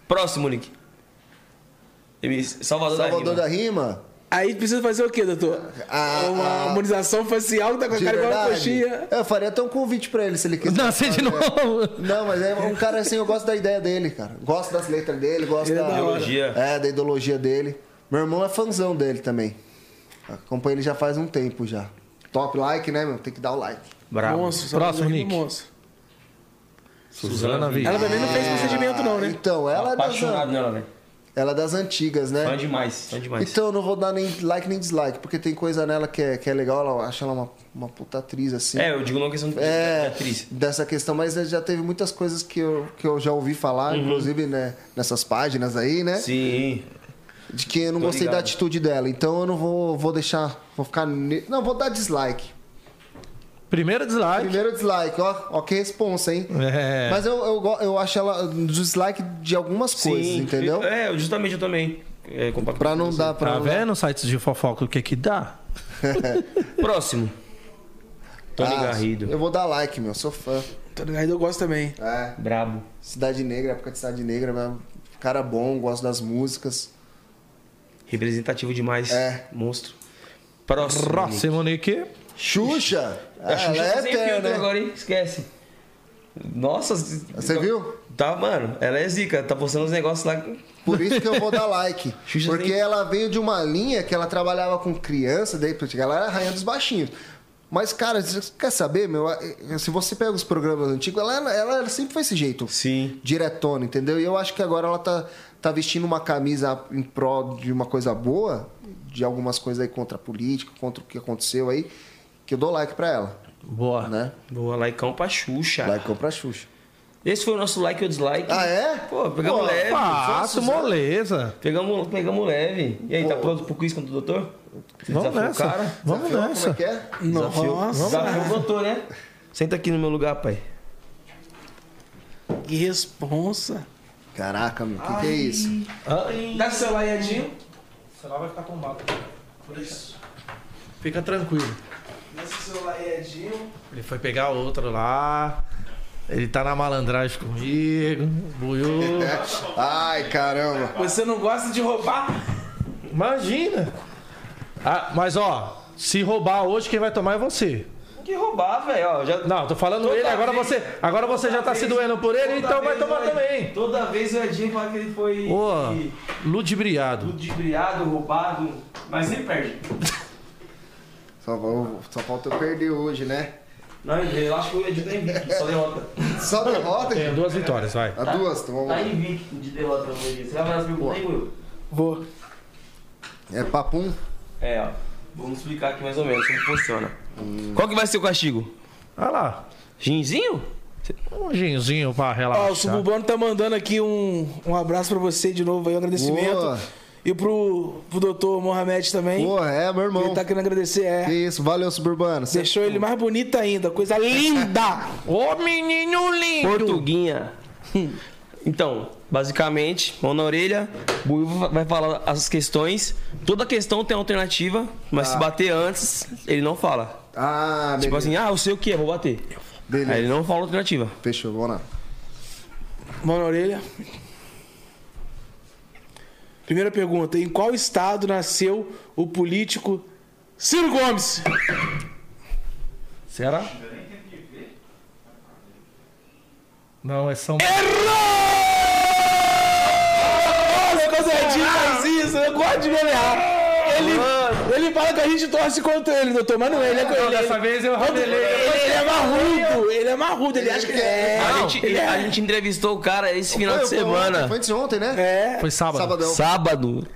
[SPEAKER 1] Próximo, Nick. Ele- Salvador,
[SPEAKER 4] Salvador
[SPEAKER 1] da
[SPEAKER 4] da
[SPEAKER 1] Rima.
[SPEAKER 4] Rima?
[SPEAKER 3] Aí precisa fazer o quê, doutor?
[SPEAKER 4] Ah,
[SPEAKER 3] Uma
[SPEAKER 4] ah.
[SPEAKER 3] harmonização facial que tá com a
[SPEAKER 4] De
[SPEAKER 3] cara igual uma
[SPEAKER 4] verdade?
[SPEAKER 3] coxinha.
[SPEAKER 4] Eu faria até um convite pra ele se ele quiser.
[SPEAKER 2] Nascer
[SPEAKER 1] é-
[SPEAKER 2] de novo.
[SPEAKER 4] Não, mas é um cara assim, eu gosto da ideia dele, cara. Gosto das letras dele, gosto
[SPEAKER 3] Ele é
[SPEAKER 4] da
[SPEAKER 3] da hora.
[SPEAKER 1] Ideologia.
[SPEAKER 4] É, da ideologia dele. Meu irmão é fãzão dele também. Acompanha ele já faz um tempo já. Top like, né, meu? Tem que dar o like.
[SPEAKER 1] Bravo.
[SPEAKER 3] Monstro, só
[SPEAKER 2] Próximo,
[SPEAKER 3] fazendo
[SPEAKER 2] Nick.
[SPEAKER 3] monstro.
[SPEAKER 2] Suzana Vieira.
[SPEAKER 3] Ela também não
[SPEAKER 4] Ah.
[SPEAKER 3] fez procedimento, não, né?
[SPEAKER 4] Então, ela é das,
[SPEAKER 1] Apaixonado nela, velho.
[SPEAKER 4] ela é das antigas,
[SPEAKER 1] Fã
[SPEAKER 4] né?
[SPEAKER 1] demais, fã demais.
[SPEAKER 4] Então, eu não vou dar nem like nem dislike, porque tem coisa nela que é, que é legal, ela acha ela uma, uma puta atriz, assim.
[SPEAKER 1] É, eu digo não questão de
[SPEAKER 4] É,
[SPEAKER 1] de atriz.
[SPEAKER 4] dessa questão, mas né, já teve muitas coisas que eu, que eu já ouvi falar, inclusive né, nessas páginas aí, né?
[SPEAKER 1] Uhum. Sim.
[SPEAKER 4] De que eu não
[SPEAKER 1] Tô
[SPEAKER 4] gostei da
[SPEAKER 1] ligado.
[SPEAKER 4] atitude dela. Então eu não vou, vou deixar. Vou ficar. ne- Não, vou dar dislike.
[SPEAKER 2] Primeiro dislike.
[SPEAKER 4] Primeiro dislike, ó. Ó, que responsa, hein?
[SPEAKER 2] É.
[SPEAKER 4] Mas eu, eu, go- eu acho ela dislike de algumas coisas,
[SPEAKER 1] Sim.
[SPEAKER 4] entendeu?
[SPEAKER 1] É, eu- justamente eu também. É, compacto.
[SPEAKER 4] Pra não dar pra.
[SPEAKER 2] Tá
[SPEAKER 4] não-
[SPEAKER 2] vendo os sites de fofoca o que que dá?
[SPEAKER 1] Próximo. Tony
[SPEAKER 4] Ah,
[SPEAKER 1] Garrido.
[SPEAKER 4] Eu vou dar like, meu. Sou fã.
[SPEAKER 3] Tô ligado, eu gosto também.
[SPEAKER 4] É.
[SPEAKER 1] Brabo.
[SPEAKER 4] Cidade Negra, época de Cidade Negra, meu. cara bom, gosto das músicas.
[SPEAKER 1] Representativo demais.
[SPEAKER 4] É.
[SPEAKER 1] Monstro. Próximo.
[SPEAKER 2] Próximo, Nick.
[SPEAKER 4] Xuxa!
[SPEAKER 1] A Xuxa
[SPEAKER 4] ela
[SPEAKER 1] tá
[SPEAKER 4] é
[SPEAKER 1] sem filtro
[SPEAKER 4] eterna.
[SPEAKER 1] agora, hein? Esquece. Nossa.
[SPEAKER 4] Você viu?
[SPEAKER 1] Tá, mano. Ela é zica. Tá postando uns negócios lá.
[SPEAKER 4] Por isso que eu vou dar like.
[SPEAKER 1] *laughs* Xuxa
[SPEAKER 4] porque
[SPEAKER 1] tem-
[SPEAKER 4] ela veio de uma linha que ela trabalhava com criança, daí pra ela era a rainha dos baixinhos. Mas, cara, você quer saber, meu? Se você pega os programas antigos, ela, ela sempre foi esse jeito.
[SPEAKER 1] Sim.
[SPEAKER 4] Diretona, entendeu? E eu acho que agora ela tá, tá vestindo uma camisa em prol de uma coisa boa, de algumas coisas aí contra a política, contra o que aconteceu aí, que eu dou like pra ela,
[SPEAKER 2] Boa.
[SPEAKER 4] né?
[SPEAKER 1] Boa, likeão pra Xuxa.
[SPEAKER 4] Like pra Xuxa.
[SPEAKER 1] Esse foi o nosso like ou dislike.
[SPEAKER 4] Ah, é?
[SPEAKER 1] Pô, pegamos
[SPEAKER 4] Pô,
[SPEAKER 1] leve.
[SPEAKER 2] Fácil, moleza.
[SPEAKER 1] Pegamos, pegamos leve. E aí, tá pronto pro quiz contra o doutor? Você
[SPEAKER 2] Vamos
[SPEAKER 1] desafiou o
[SPEAKER 2] nessa.
[SPEAKER 1] cara?
[SPEAKER 2] Vamos
[SPEAKER 4] Viu Como é
[SPEAKER 2] nessa.
[SPEAKER 4] que é?
[SPEAKER 1] Desafio.
[SPEAKER 3] Nossa,
[SPEAKER 1] Desafio botou, né? Senta aqui no meu lugar, pai.
[SPEAKER 3] que responsa.
[SPEAKER 4] Caraca, meu, o que, que é isso?
[SPEAKER 8] Dá seu celular aí, Edinho. O celular vai ficar tombado. Por isso.
[SPEAKER 6] Fica tranquilo.
[SPEAKER 8] Dá seu celular aí, Edinho.
[SPEAKER 6] Ele foi pegar outro lá. Ele tá na malandragem comigo. Buiu.
[SPEAKER 4] Ai, caramba.
[SPEAKER 3] Você não gosta de roubar?
[SPEAKER 2] Imagina. Ah, mas ó, se roubar hoje, quem vai tomar é você.
[SPEAKER 1] Tem que roubar, velho. ó, Já...
[SPEAKER 2] Não, tô falando
[SPEAKER 1] Toda
[SPEAKER 2] ele, agora
[SPEAKER 1] vez-
[SPEAKER 2] você, agora você já tá se doendo por ele,
[SPEAKER 1] Toda
[SPEAKER 2] então vai
[SPEAKER 1] vez
[SPEAKER 2] tomar
[SPEAKER 1] o Ed-
[SPEAKER 2] também.
[SPEAKER 1] Toda vez o Edinho fala que ele foi
[SPEAKER 2] Pô,
[SPEAKER 1] que-
[SPEAKER 2] ludibriado.
[SPEAKER 1] tudo desviado, roubado, mas sempre perde.
[SPEAKER 4] Só, vou- só falta eu perder hoje, né?
[SPEAKER 1] Não, eu acho que o Edinho tá invicto, só derrota.
[SPEAKER 4] Só derrota?
[SPEAKER 2] Tem duas vitórias, vai.
[SPEAKER 4] A duas, então vamos
[SPEAKER 1] Tá
[SPEAKER 4] lá.
[SPEAKER 1] invicto de derrota no Edinho. Você vai fazer as perguntas aí, Will?
[SPEAKER 3] Vou.
[SPEAKER 4] É papum?
[SPEAKER 1] É, ó. Vamos explicar aqui mais ou menos como funciona.
[SPEAKER 4] Hum.
[SPEAKER 1] Qual que vai ser o castigo?
[SPEAKER 2] Olha lá.
[SPEAKER 1] Ginzinho?
[SPEAKER 2] Um ginzinho pra relaxar.
[SPEAKER 3] Ó, o Suburbano tá mandando aqui um, um abraço pra você de novo aí, um agradecimento.
[SPEAKER 4] Boa.
[SPEAKER 3] E pro, pro doutor Mohamed também.
[SPEAKER 4] Porra, é, meu irmão.
[SPEAKER 3] Ele tá querendo agradecer, é.
[SPEAKER 4] Que isso, valeu, Suburbano. Cê-
[SPEAKER 3] Deixou ele mais bonito ainda, coisa linda!
[SPEAKER 2] Ô, menino lindo.
[SPEAKER 4] *laughs*
[SPEAKER 1] Portuguinha. Então, basicamente, mão na orelha, o Buivo vai falar as questões. Toda questão tem alternativa, mas
[SPEAKER 4] Tá.
[SPEAKER 1] se bater antes, ele não fala.
[SPEAKER 4] Ah,
[SPEAKER 1] Tipo
[SPEAKER 4] beleza.
[SPEAKER 1] assim, ah, eu sei o que é, vou bater.
[SPEAKER 4] beleza.
[SPEAKER 1] Aí ele não fala alternativa.
[SPEAKER 4] Fechou, vamos lá.
[SPEAKER 3] Mão na orelha. Primeira pergunta: em qual estado nasceu o político Ciro Gomes?
[SPEAKER 2] Será? Não, é São
[SPEAKER 3] isso, eu gosto de me alerrar. Ele, ele fala que a gente torce contra ele, doutor, mas não, ele é
[SPEAKER 2] Não,
[SPEAKER 3] ele,
[SPEAKER 2] dessa vez eu
[SPEAKER 3] ele, ele,
[SPEAKER 2] ramelei.
[SPEAKER 3] ele é marrudo, ele é marrudo, ele acha que é.
[SPEAKER 1] A gente, a gente entrevistou o cara esse final de
[SPEAKER 4] Foi- foi ontem,
[SPEAKER 1] semana.
[SPEAKER 4] Foi antes de ontem, né?
[SPEAKER 3] É.
[SPEAKER 2] Foi sábado.
[SPEAKER 4] Sabadão.
[SPEAKER 1] Sábado.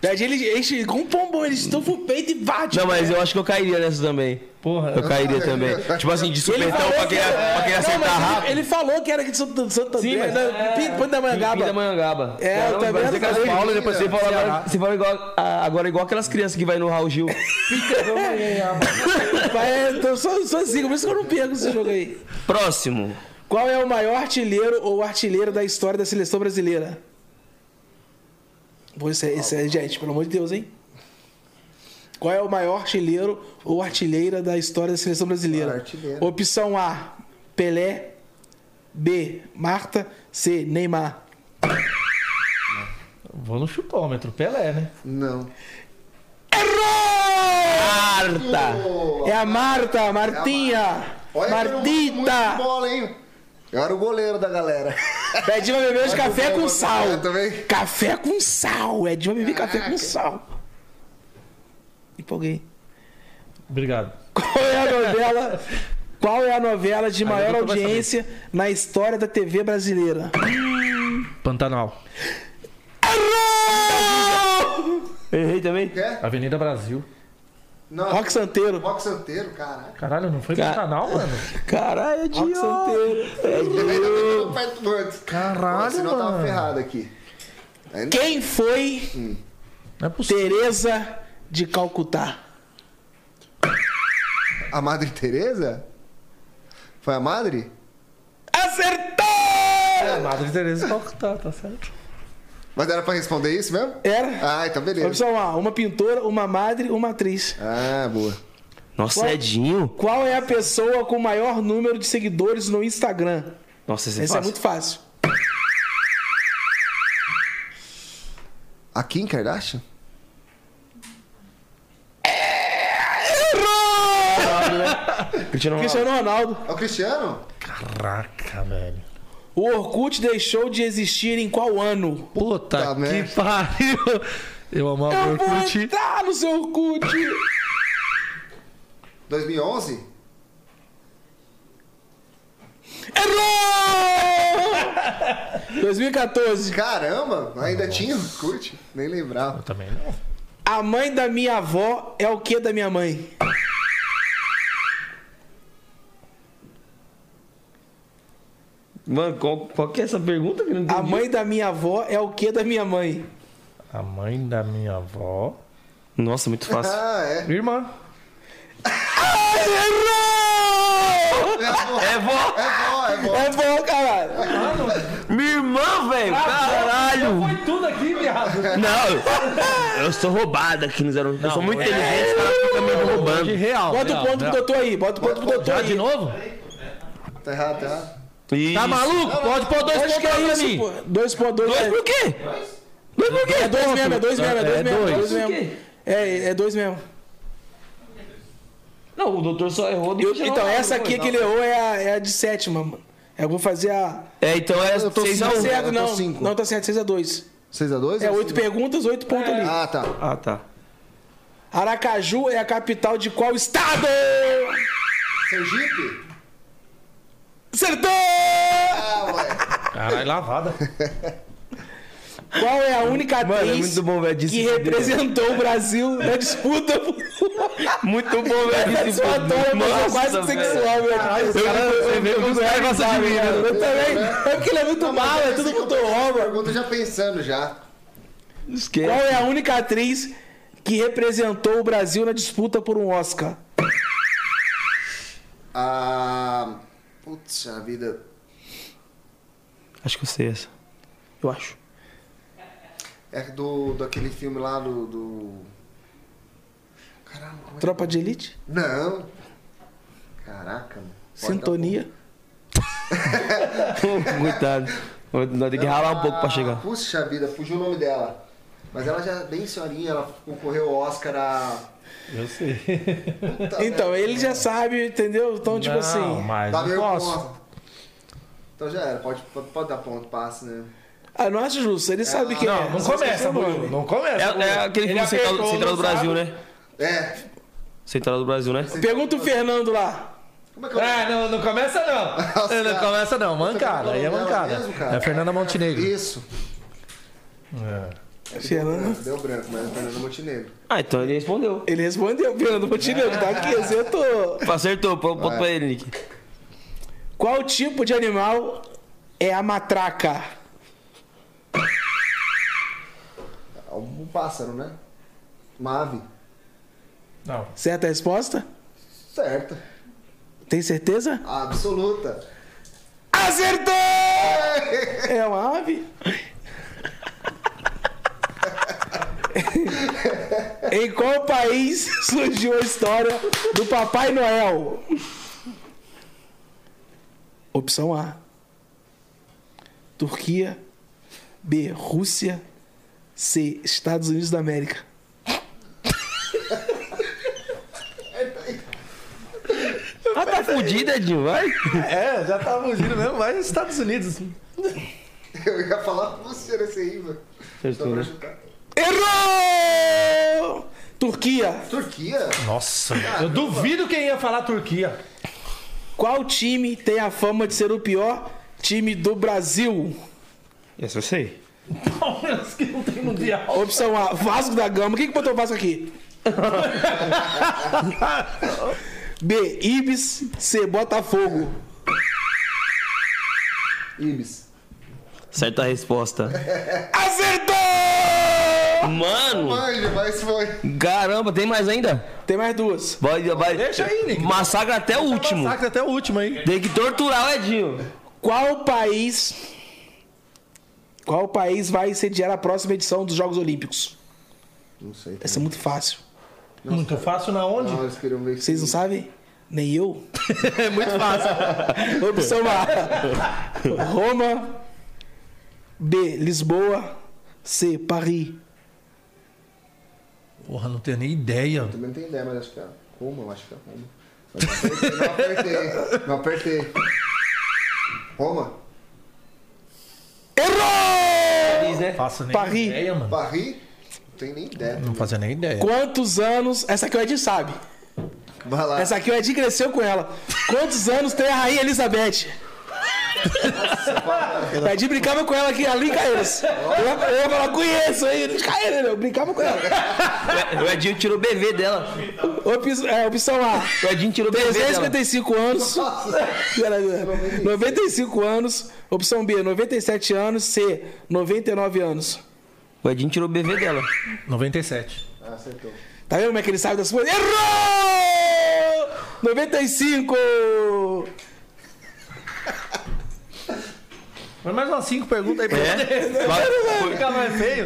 [SPEAKER 3] Daí ele enche com um pombom, ele estufa o peito e bate.
[SPEAKER 1] Não, mas eu acho que eu cairia nessa também.
[SPEAKER 2] Porra.
[SPEAKER 1] Eu cairia também. Tipo assim, de
[SPEAKER 3] Ele
[SPEAKER 1] supetão
[SPEAKER 3] falou
[SPEAKER 1] pra
[SPEAKER 3] que
[SPEAKER 1] quem,
[SPEAKER 3] era-
[SPEAKER 1] pra quem
[SPEAKER 3] Não,
[SPEAKER 1] acertar
[SPEAKER 3] mas ele-
[SPEAKER 1] rápido.
[SPEAKER 3] Ele falou que era de Santo Santo
[SPEAKER 1] Sim,
[SPEAKER 3] André,
[SPEAKER 1] mas-
[SPEAKER 3] da- Pi- Pinto da Mangaba.
[SPEAKER 1] da Mangaba.
[SPEAKER 3] É, eu também
[SPEAKER 1] vai
[SPEAKER 3] não
[SPEAKER 1] ser com as
[SPEAKER 3] sabia.
[SPEAKER 1] Paula, depois você fala, agora, você fala igual, ah, agora igual aquelas crianças que vai no Raul Gil.
[SPEAKER 3] Mas é, então, sou, sou zica, por isso que eu não perco esse jogo aí.
[SPEAKER 1] Próximo.
[SPEAKER 3] Qual é o maior artilheiro ou artilheiro da história da seleção brasileira? Pô, isso é, isso é- gente, pelo amor de Deus, hein? Qual é o maior artilheiro ou artilheira da história da seleção brasileira?
[SPEAKER 4] Maior artilheiro.
[SPEAKER 3] Opção A, Pelé. B, Marta. C, Neymar.
[SPEAKER 2] Vou no chutômetro, Pelé, né?
[SPEAKER 4] Não.
[SPEAKER 1] Marta.
[SPEAKER 3] É a Marta, Martinha.
[SPEAKER 4] que eu não gosto muito de
[SPEAKER 3] Martita.
[SPEAKER 4] bola, hein? Eu era o goleiro da galera.
[SPEAKER 3] Edinho vai beber hoje
[SPEAKER 4] Olha
[SPEAKER 3] café
[SPEAKER 4] o
[SPEAKER 3] com
[SPEAKER 4] gol,
[SPEAKER 3] sal.
[SPEAKER 4] eu também.
[SPEAKER 3] Café com sal. Edinho vai beber café com sal. Empolguei.
[SPEAKER 2] Obrigado.
[SPEAKER 3] Qual é a novela? Qual é a novela de maior
[SPEAKER 2] doutor vai
[SPEAKER 3] audiência na história da TV brasileira?
[SPEAKER 2] Pantanal.
[SPEAKER 1] Errei também?
[SPEAKER 4] Quer?
[SPEAKER 2] Avenida Brasil.
[SPEAKER 4] Não.
[SPEAKER 3] Rock Santeiro.
[SPEAKER 4] Rock Santeiro, caralho.
[SPEAKER 2] Caralho, não foi
[SPEAKER 1] Ca-
[SPEAKER 2] Pantanal, mano?
[SPEAKER 1] Caralho,
[SPEAKER 3] Rock Santeiro.
[SPEAKER 4] Ainda bem que eu tô perto do antes.
[SPEAKER 2] Caralho,
[SPEAKER 4] Senão eu tava
[SPEAKER 2] mano.
[SPEAKER 4] ferrado aqui. Ainda-
[SPEAKER 3] Quem foi
[SPEAKER 2] Não é possível.
[SPEAKER 3] Teresa de Calcutá?
[SPEAKER 4] A Madre Teresa? Foi a Madre?
[SPEAKER 3] Acertou!
[SPEAKER 2] É, Madre Teresa Calcutá, tá certo.
[SPEAKER 4] Mas era pra responder isso mesmo?
[SPEAKER 3] Era.
[SPEAKER 4] Ah, então beleza.
[SPEAKER 3] Opção A, uma pintora, uma madre, uma atriz.
[SPEAKER 4] Ah, boa.
[SPEAKER 1] Nossa, Edinho.
[SPEAKER 3] Qual é a pessoa com o maior número de seguidores no Instagram?
[SPEAKER 1] Nossa, esse é
[SPEAKER 3] Essa é
[SPEAKER 1] fácil.
[SPEAKER 3] muito fácil.
[SPEAKER 4] A Kim Kardashian?
[SPEAKER 1] Cristiano Ronaldo.
[SPEAKER 3] Cristiano Ronaldo.
[SPEAKER 4] É o Cristiano?
[SPEAKER 2] Caraca, velho.
[SPEAKER 3] O Orkut deixou de existir em qual ano?
[SPEAKER 2] Puta
[SPEAKER 4] Puta merda.
[SPEAKER 2] que pariu. Eu amava o
[SPEAKER 3] Eu vou
[SPEAKER 2] Orkut.
[SPEAKER 3] entrar no seu Orkut.
[SPEAKER 4] 2011?
[SPEAKER 3] Errou! 2014.
[SPEAKER 4] Caramba, ainda tinha? Curte? Nem lembrava.
[SPEAKER 2] Eu também não.
[SPEAKER 3] A mãe da minha avó é o que da minha mãe?
[SPEAKER 1] Mano, qual, qual que é essa pergunta que não entendi?
[SPEAKER 3] A mãe da minha avó é o que da minha mãe?
[SPEAKER 2] A mãe da minha avó.
[SPEAKER 1] Nossa, muito *laughs* fácil.
[SPEAKER 4] Ah, é.
[SPEAKER 2] Irmã.
[SPEAKER 1] É vó!
[SPEAKER 4] É bom, é bom.
[SPEAKER 3] É bom, caralho.
[SPEAKER 1] Minha irmã, velho! Caralho!
[SPEAKER 2] Foi tudo aqui, viado.
[SPEAKER 1] Não! Eu sou roubado aqui no zero. eu sou muito inteligente, os caras ficam me roubando.
[SPEAKER 2] De real.
[SPEAKER 3] Bota
[SPEAKER 2] real,
[SPEAKER 3] o ponto pro
[SPEAKER 2] real.
[SPEAKER 3] doutor aí. Bota o ponto pro doutor
[SPEAKER 2] Já
[SPEAKER 3] aí.
[SPEAKER 2] de novo?
[SPEAKER 4] Tá errado, tá errado.
[SPEAKER 1] Isso.
[SPEAKER 2] Tá maluco? Pode pôr dois
[SPEAKER 3] Acho
[SPEAKER 2] pontos
[SPEAKER 3] que é
[SPEAKER 2] aí pra
[SPEAKER 3] isso,
[SPEAKER 2] mim. É.
[SPEAKER 3] pô. Dois pontos, dois.
[SPEAKER 1] Dois por quê? Dois por quê?
[SPEAKER 3] É dois mesmo, é dois mesmo, é dois
[SPEAKER 2] É
[SPEAKER 3] mesmo. É dois
[SPEAKER 2] dois.
[SPEAKER 3] mesmo. É, é dois mesmo.
[SPEAKER 1] Não, o doutor só errou do
[SPEAKER 3] Eu-
[SPEAKER 1] Cristiano
[SPEAKER 3] então,
[SPEAKER 1] Ronaldo,
[SPEAKER 3] essa aqui
[SPEAKER 1] não.
[SPEAKER 3] que ele errou é a, é a de sétima, mano. Eu vou fazer a.
[SPEAKER 1] É, então é
[SPEAKER 4] Eu tô
[SPEAKER 1] 6 a
[SPEAKER 4] sem
[SPEAKER 1] 1.
[SPEAKER 4] acerto.
[SPEAKER 3] Certo,
[SPEAKER 4] eu tô
[SPEAKER 3] não.
[SPEAKER 4] cinco.
[SPEAKER 3] Não, tá certo, 6x2.
[SPEAKER 4] 6x2?
[SPEAKER 3] É oito perguntas, oito pontos ali.
[SPEAKER 4] Ah, tá.
[SPEAKER 1] Ah, tá.
[SPEAKER 3] Aracaju é a capital de qual estado?
[SPEAKER 4] Sergipe?
[SPEAKER 3] Acertou!
[SPEAKER 4] Ah, ué.
[SPEAKER 2] Caralho, lavada.
[SPEAKER 3] Qual é a única atriz
[SPEAKER 1] Mano, é muito bom, velho.
[SPEAKER 3] que representou o Brasil na disputa por
[SPEAKER 1] Muito bom, *laughs*
[SPEAKER 3] *laughs*
[SPEAKER 1] velho.
[SPEAKER 3] satisfatória mas é quase sexual, velho?
[SPEAKER 2] é
[SPEAKER 1] Você vê o cara passa de mim, né?
[SPEAKER 3] Eu também. É porque ele é muito mal,
[SPEAKER 4] assim
[SPEAKER 3] é tudo muito rouba.
[SPEAKER 4] Pergunta já pensando já.
[SPEAKER 1] Esquece.
[SPEAKER 3] Qual é a única atriz que representou o Brasil na disputa por um Oscar?
[SPEAKER 4] Ah. Putz, a vida.
[SPEAKER 1] Acho que eu sei essa. Eu acho.
[SPEAKER 4] É do, daquele filme lá do. do... Caramba, como é que.
[SPEAKER 3] Tropa de Elite?
[SPEAKER 4] Não! Caraca, mano. Pode um
[SPEAKER 3] Sintonia?
[SPEAKER 1] *laughs* Coitado. Vou- Nós temos que
[SPEAKER 4] dar
[SPEAKER 1] ralar um pouco pra chegar.
[SPEAKER 4] Puxa Ah, vida, fugiu o nome dela. Mas ela já, é bem senhorinha, ela concorreu ao Oscar a.
[SPEAKER 2] Eu sei.
[SPEAKER 3] Então, ele já sabe, entendeu? Então, tipo
[SPEAKER 2] não,
[SPEAKER 3] assim.
[SPEAKER 2] mas
[SPEAKER 4] Tá
[SPEAKER 2] não
[SPEAKER 4] meio
[SPEAKER 2] posso.
[SPEAKER 4] ponto. Então já era, pode, pode, pode dar ponto, passe, né?
[SPEAKER 3] Ah, não acho justo. Ele sabe quem é.
[SPEAKER 2] Não, não
[SPEAKER 3] só
[SPEAKER 2] começa,
[SPEAKER 3] esqueceu o nome.
[SPEAKER 2] Murilo. Não começa.
[SPEAKER 1] É,
[SPEAKER 2] Murilo.
[SPEAKER 1] é aquele
[SPEAKER 2] Ele
[SPEAKER 1] filme Central,
[SPEAKER 2] apertou,
[SPEAKER 1] Central
[SPEAKER 2] não
[SPEAKER 1] do Brasil,
[SPEAKER 2] sabe.
[SPEAKER 1] né?
[SPEAKER 4] É.
[SPEAKER 1] Central do Brasil, né?
[SPEAKER 3] Pergunta o Fernando lá.
[SPEAKER 4] Como é que eu...
[SPEAKER 2] Ah, não, não começa
[SPEAKER 1] *laughs*
[SPEAKER 2] não.
[SPEAKER 4] Nossa,
[SPEAKER 2] não
[SPEAKER 4] cara.
[SPEAKER 2] começa não, mancada. Aí é
[SPEAKER 4] Você tá falando
[SPEAKER 2] mancada.
[SPEAKER 4] dela mesmo, cara?
[SPEAKER 2] é a Fernanda Montenegro.
[SPEAKER 4] Isso.
[SPEAKER 3] Fernando.
[SPEAKER 4] Deu branco, mas é Fernando Montenegro.
[SPEAKER 1] Ah, então ele respondeu.
[SPEAKER 3] Ele respondeu, Fernando Montenegro, que tá aqui, acertou.
[SPEAKER 1] Acertou, pô, ponto
[SPEAKER 2] É.
[SPEAKER 1] pra ele, Nick.
[SPEAKER 3] Qual tipo de animal é a matraca?
[SPEAKER 4] Um pássaro, né? Uma ave.
[SPEAKER 2] Não.
[SPEAKER 3] Certa a resposta?
[SPEAKER 4] Certa.
[SPEAKER 3] Tem certeza?
[SPEAKER 4] Absoluta.
[SPEAKER 3] Acertou! É uma ave? em qual país surgiu a história do Papai Noel? Opção A: Turquia. B: Rússia. C: Estados Unidos da América.
[SPEAKER 1] Ah, tá fudida, Edinho, vai.
[SPEAKER 2] É, já tá fugindo mesmo, vai nos Estados Unidos.
[SPEAKER 4] *laughs* Eu ia falar com você nesse aí, velho. Só
[SPEAKER 3] né?
[SPEAKER 4] pra chutar.
[SPEAKER 3] Errou! Turquia.
[SPEAKER 4] Turquia?
[SPEAKER 2] Nossa, eu duvido quem ia falar Turquia.
[SPEAKER 3] Qual time tem a fama de ser o pior time do Brasil?
[SPEAKER 1] Essa eu sei.
[SPEAKER 2] Palmeiras que não tem mundial.
[SPEAKER 3] Opção A, Vasco da Gama. Quem que botou o Vasco aqui? B, Ibis. C, Botafogo.
[SPEAKER 4] Ibis.
[SPEAKER 1] Certa a resposta.
[SPEAKER 3] Acertou! Hum.
[SPEAKER 1] Mano,
[SPEAKER 4] Manja, mas foi.
[SPEAKER 1] caramba, tem mais ainda?
[SPEAKER 3] Tem mais duas.
[SPEAKER 1] Vai, vai.
[SPEAKER 2] Deixa aí, Nick.
[SPEAKER 1] Massacra até o último.
[SPEAKER 2] Massacre até o último aí.
[SPEAKER 1] Tem que torturar o Edinho.
[SPEAKER 3] Qual país... Qual país vai sediar a próxima edição dos Jogos Olímpicos?
[SPEAKER 4] Não sei.
[SPEAKER 3] Essa é muito fácil.
[SPEAKER 2] Muito fácil na onde?
[SPEAKER 4] Não, Ah, eles queriam ver
[SPEAKER 3] Vocês não
[SPEAKER 4] se-
[SPEAKER 3] sabem? Nem eu.
[SPEAKER 2] *laughs* É muito fácil.
[SPEAKER 3] *laughs* Opção A. Roma. B. Lisboa. C. Paris.
[SPEAKER 2] Porra, não tenho nem ideia.
[SPEAKER 4] Também não tenho ideia, mas acho que é Roma, eu acho que é Roma. Mas não apertei, não apertei. Não apertei. Roma?
[SPEAKER 3] Errou!
[SPEAKER 1] Diz, né?
[SPEAKER 2] Faço nem
[SPEAKER 3] Paris.
[SPEAKER 2] ideia, mano.
[SPEAKER 4] Paris? Não tenho nem ideia.
[SPEAKER 2] Não fazia nem ideia.
[SPEAKER 3] Quantos anos. Essa aqui o Ed sabe.
[SPEAKER 4] Vai lá. *laughs*
[SPEAKER 3] Essa aqui o Ed cresceu com ela. Quantos anos tem a Rainha Elizabeth? O Ed brincava com ela aqui ali em Caeiras. Eu, eu ia falar, conheço aí, de Caeiras, eu brincava com ela.
[SPEAKER 1] O Edinho tirou o BV dela.
[SPEAKER 3] Opção, é, opção A.
[SPEAKER 1] O Edinho tirou o BV dela.
[SPEAKER 3] 355 anos.
[SPEAKER 4] Ah,
[SPEAKER 3] Pera, pera. 95 anos. Opção B, 97 anos. C, 99 anos.
[SPEAKER 1] O Edinho tirou o BV dela.
[SPEAKER 2] 97.
[SPEAKER 4] Ah, acertou.
[SPEAKER 3] Tá vendo como é que ele sabe das coisas? Errou! 95!
[SPEAKER 2] Mas mais umas 5 perguntas aí pra né?
[SPEAKER 1] É? Vai, foi-
[SPEAKER 2] ficar mais feio.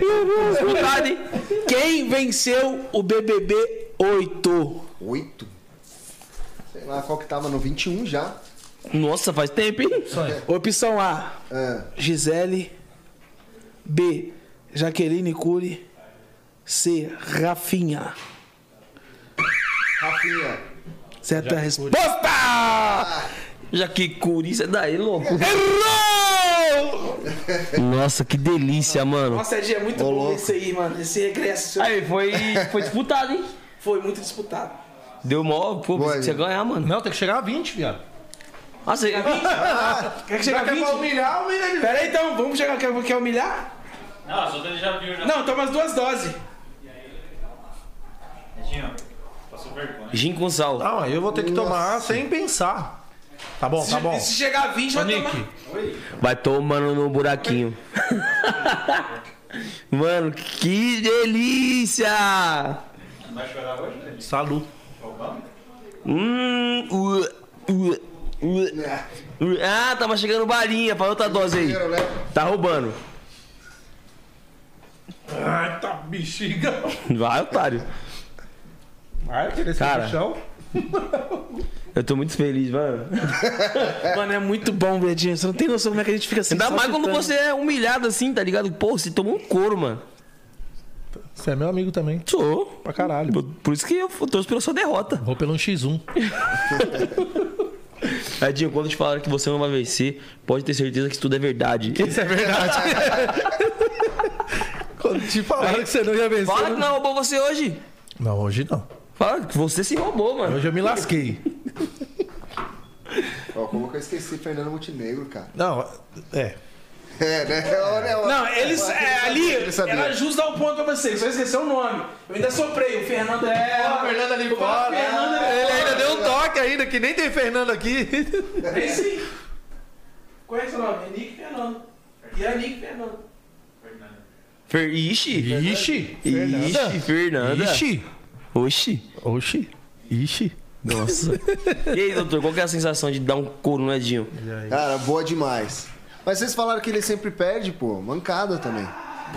[SPEAKER 1] Dificuldade, hein?
[SPEAKER 3] Quem venceu o BBB 8?
[SPEAKER 4] Oito? Sei lá qual que tava no 21 já.
[SPEAKER 1] Nossa, faz tempo, hein?
[SPEAKER 3] Opção A,
[SPEAKER 4] Ah,
[SPEAKER 3] Gisele. B, Jaqueline Cury. C, Rafinha.
[SPEAKER 4] Rafinha.
[SPEAKER 3] Certa resposta!
[SPEAKER 1] Já que cura isso é daí, louco.
[SPEAKER 3] Errou!
[SPEAKER 1] Nossa, que delícia, mano.
[SPEAKER 3] Nossa, Edinho, é muito bom esse aí, mano. Esse regresso
[SPEAKER 1] Aí, foi, foi disputado, hein?
[SPEAKER 3] foi muito disputado.
[SPEAKER 1] Deu mó, pô,
[SPEAKER 4] Boa,
[SPEAKER 1] pra você
[SPEAKER 4] Edinho.
[SPEAKER 1] ganhar, mano.
[SPEAKER 2] Não, tem que chegar a 20, viado.
[SPEAKER 1] Ah, você...
[SPEAKER 3] *laughs* Quer que chegue a 20?
[SPEAKER 2] humilhar, humilha de
[SPEAKER 3] Pera aí, então, vamos chegar. Quer, quer humilhar?
[SPEAKER 5] Não, as outras ele já viu, né?
[SPEAKER 3] Não, toma as duas doses.
[SPEAKER 5] Edinho, passou vergonha.
[SPEAKER 1] Gin com sal.
[SPEAKER 2] Não, aí eu vou ter que tomar
[SPEAKER 4] Nossa.
[SPEAKER 2] sem pensar. Tá bom, tá bom.
[SPEAKER 3] Se chegar a 20,
[SPEAKER 2] Ô,
[SPEAKER 3] vai tomar.
[SPEAKER 2] Nick,
[SPEAKER 1] Vai tomando no buraquinho. *laughs* Mano, que delícia!
[SPEAKER 5] Vai chorar hoje, né?
[SPEAKER 2] salu.
[SPEAKER 1] Hum, u, u, u,
[SPEAKER 4] É,
[SPEAKER 1] u. Ah, tava chegando balinha pra outra dose aí.
[SPEAKER 4] Primeiro, né?
[SPEAKER 1] Tá roubando.
[SPEAKER 2] Ai, tá bexiga.
[SPEAKER 1] Vai, otário.
[SPEAKER 2] Ai, que desse
[SPEAKER 1] Cara.
[SPEAKER 2] bichão.
[SPEAKER 1] Eu tô muito feliz, mano.
[SPEAKER 3] Mano, é muito bom, Verdinho. Você não tem noção como é que a gente fica assim.
[SPEAKER 1] Ainda
[SPEAKER 3] só
[SPEAKER 1] mais quando
[SPEAKER 3] chutando.
[SPEAKER 1] você é humilhado assim, tá ligado? Pô, você tomou um couro, mano.
[SPEAKER 2] Você é meu amigo também.
[SPEAKER 1] Sou.
[SPEAKER 2] Pra caralho. um
[SPEAKER 1] Por isso que eu torço pela sua derrota.
[SPEAKER 2] Vou pelo 1x1.
[SPEAKER 1] Edinho, quando te falaram que você não vai vencer, pode ter certeza que isso tudo é verdade.
[SPEAKER 2] Isso é verdade. *laughs* Quando te falaram que você não ia vencer.
[SPEAKER 1] Fala
[SPEAKER 2] eu
[SPEAKER 1] que
[SPEAKER 2] não...
[SPEAKER 1] não roubou você hoje.
[SPEAKER 2] não, hoje não.
[SPEAKER 1] Fala que você se roubou, mano.
[SPEAKER 2] Hoje eu me lasquei.
[SPEAKER 4] Ó, como que eu esqueci Fernando Montenegro, cara?
[SPEAKER 2] Não, é.
[SPEAKER 4] É, né? *laughs* Olha, olha.
[SPEAKER 3] Não, eles. é, ali,
[SPEAKER 4] ele sabia.
[SPEAKER 3] era justo dar o ponto pra vocês, só esqueceu o nome. Eu ainda soprei, o Fernando é. O Fernando ali fora. Fernando é.
[SPEAKER 2] Ele ainda deu um toque ainda, que nem tem Fernando aqui.
[SPEAKER 3] Tem sim. É Qual é seu nome? É Nick Fernando. E é Nick Fernando.
[SPEAKER 1] Fer... Ixi.
[SPEAKER 2] Ixi.
[SPEAKER 1] Ixi, Fernanda.
[SPEAKER 2] Ixi.
[SPEAKER 1] Oxi.
[SPEAKER 2] Oxi. Ixi.
[SPEAKER 1] Nossa. e aí, doutor, qual que é a sensação de dar um couro no Edinho?
[SPEAKER 4] Cara, boa demais. Mas vocês falaram que ele sempre perde, pô. Mancada também.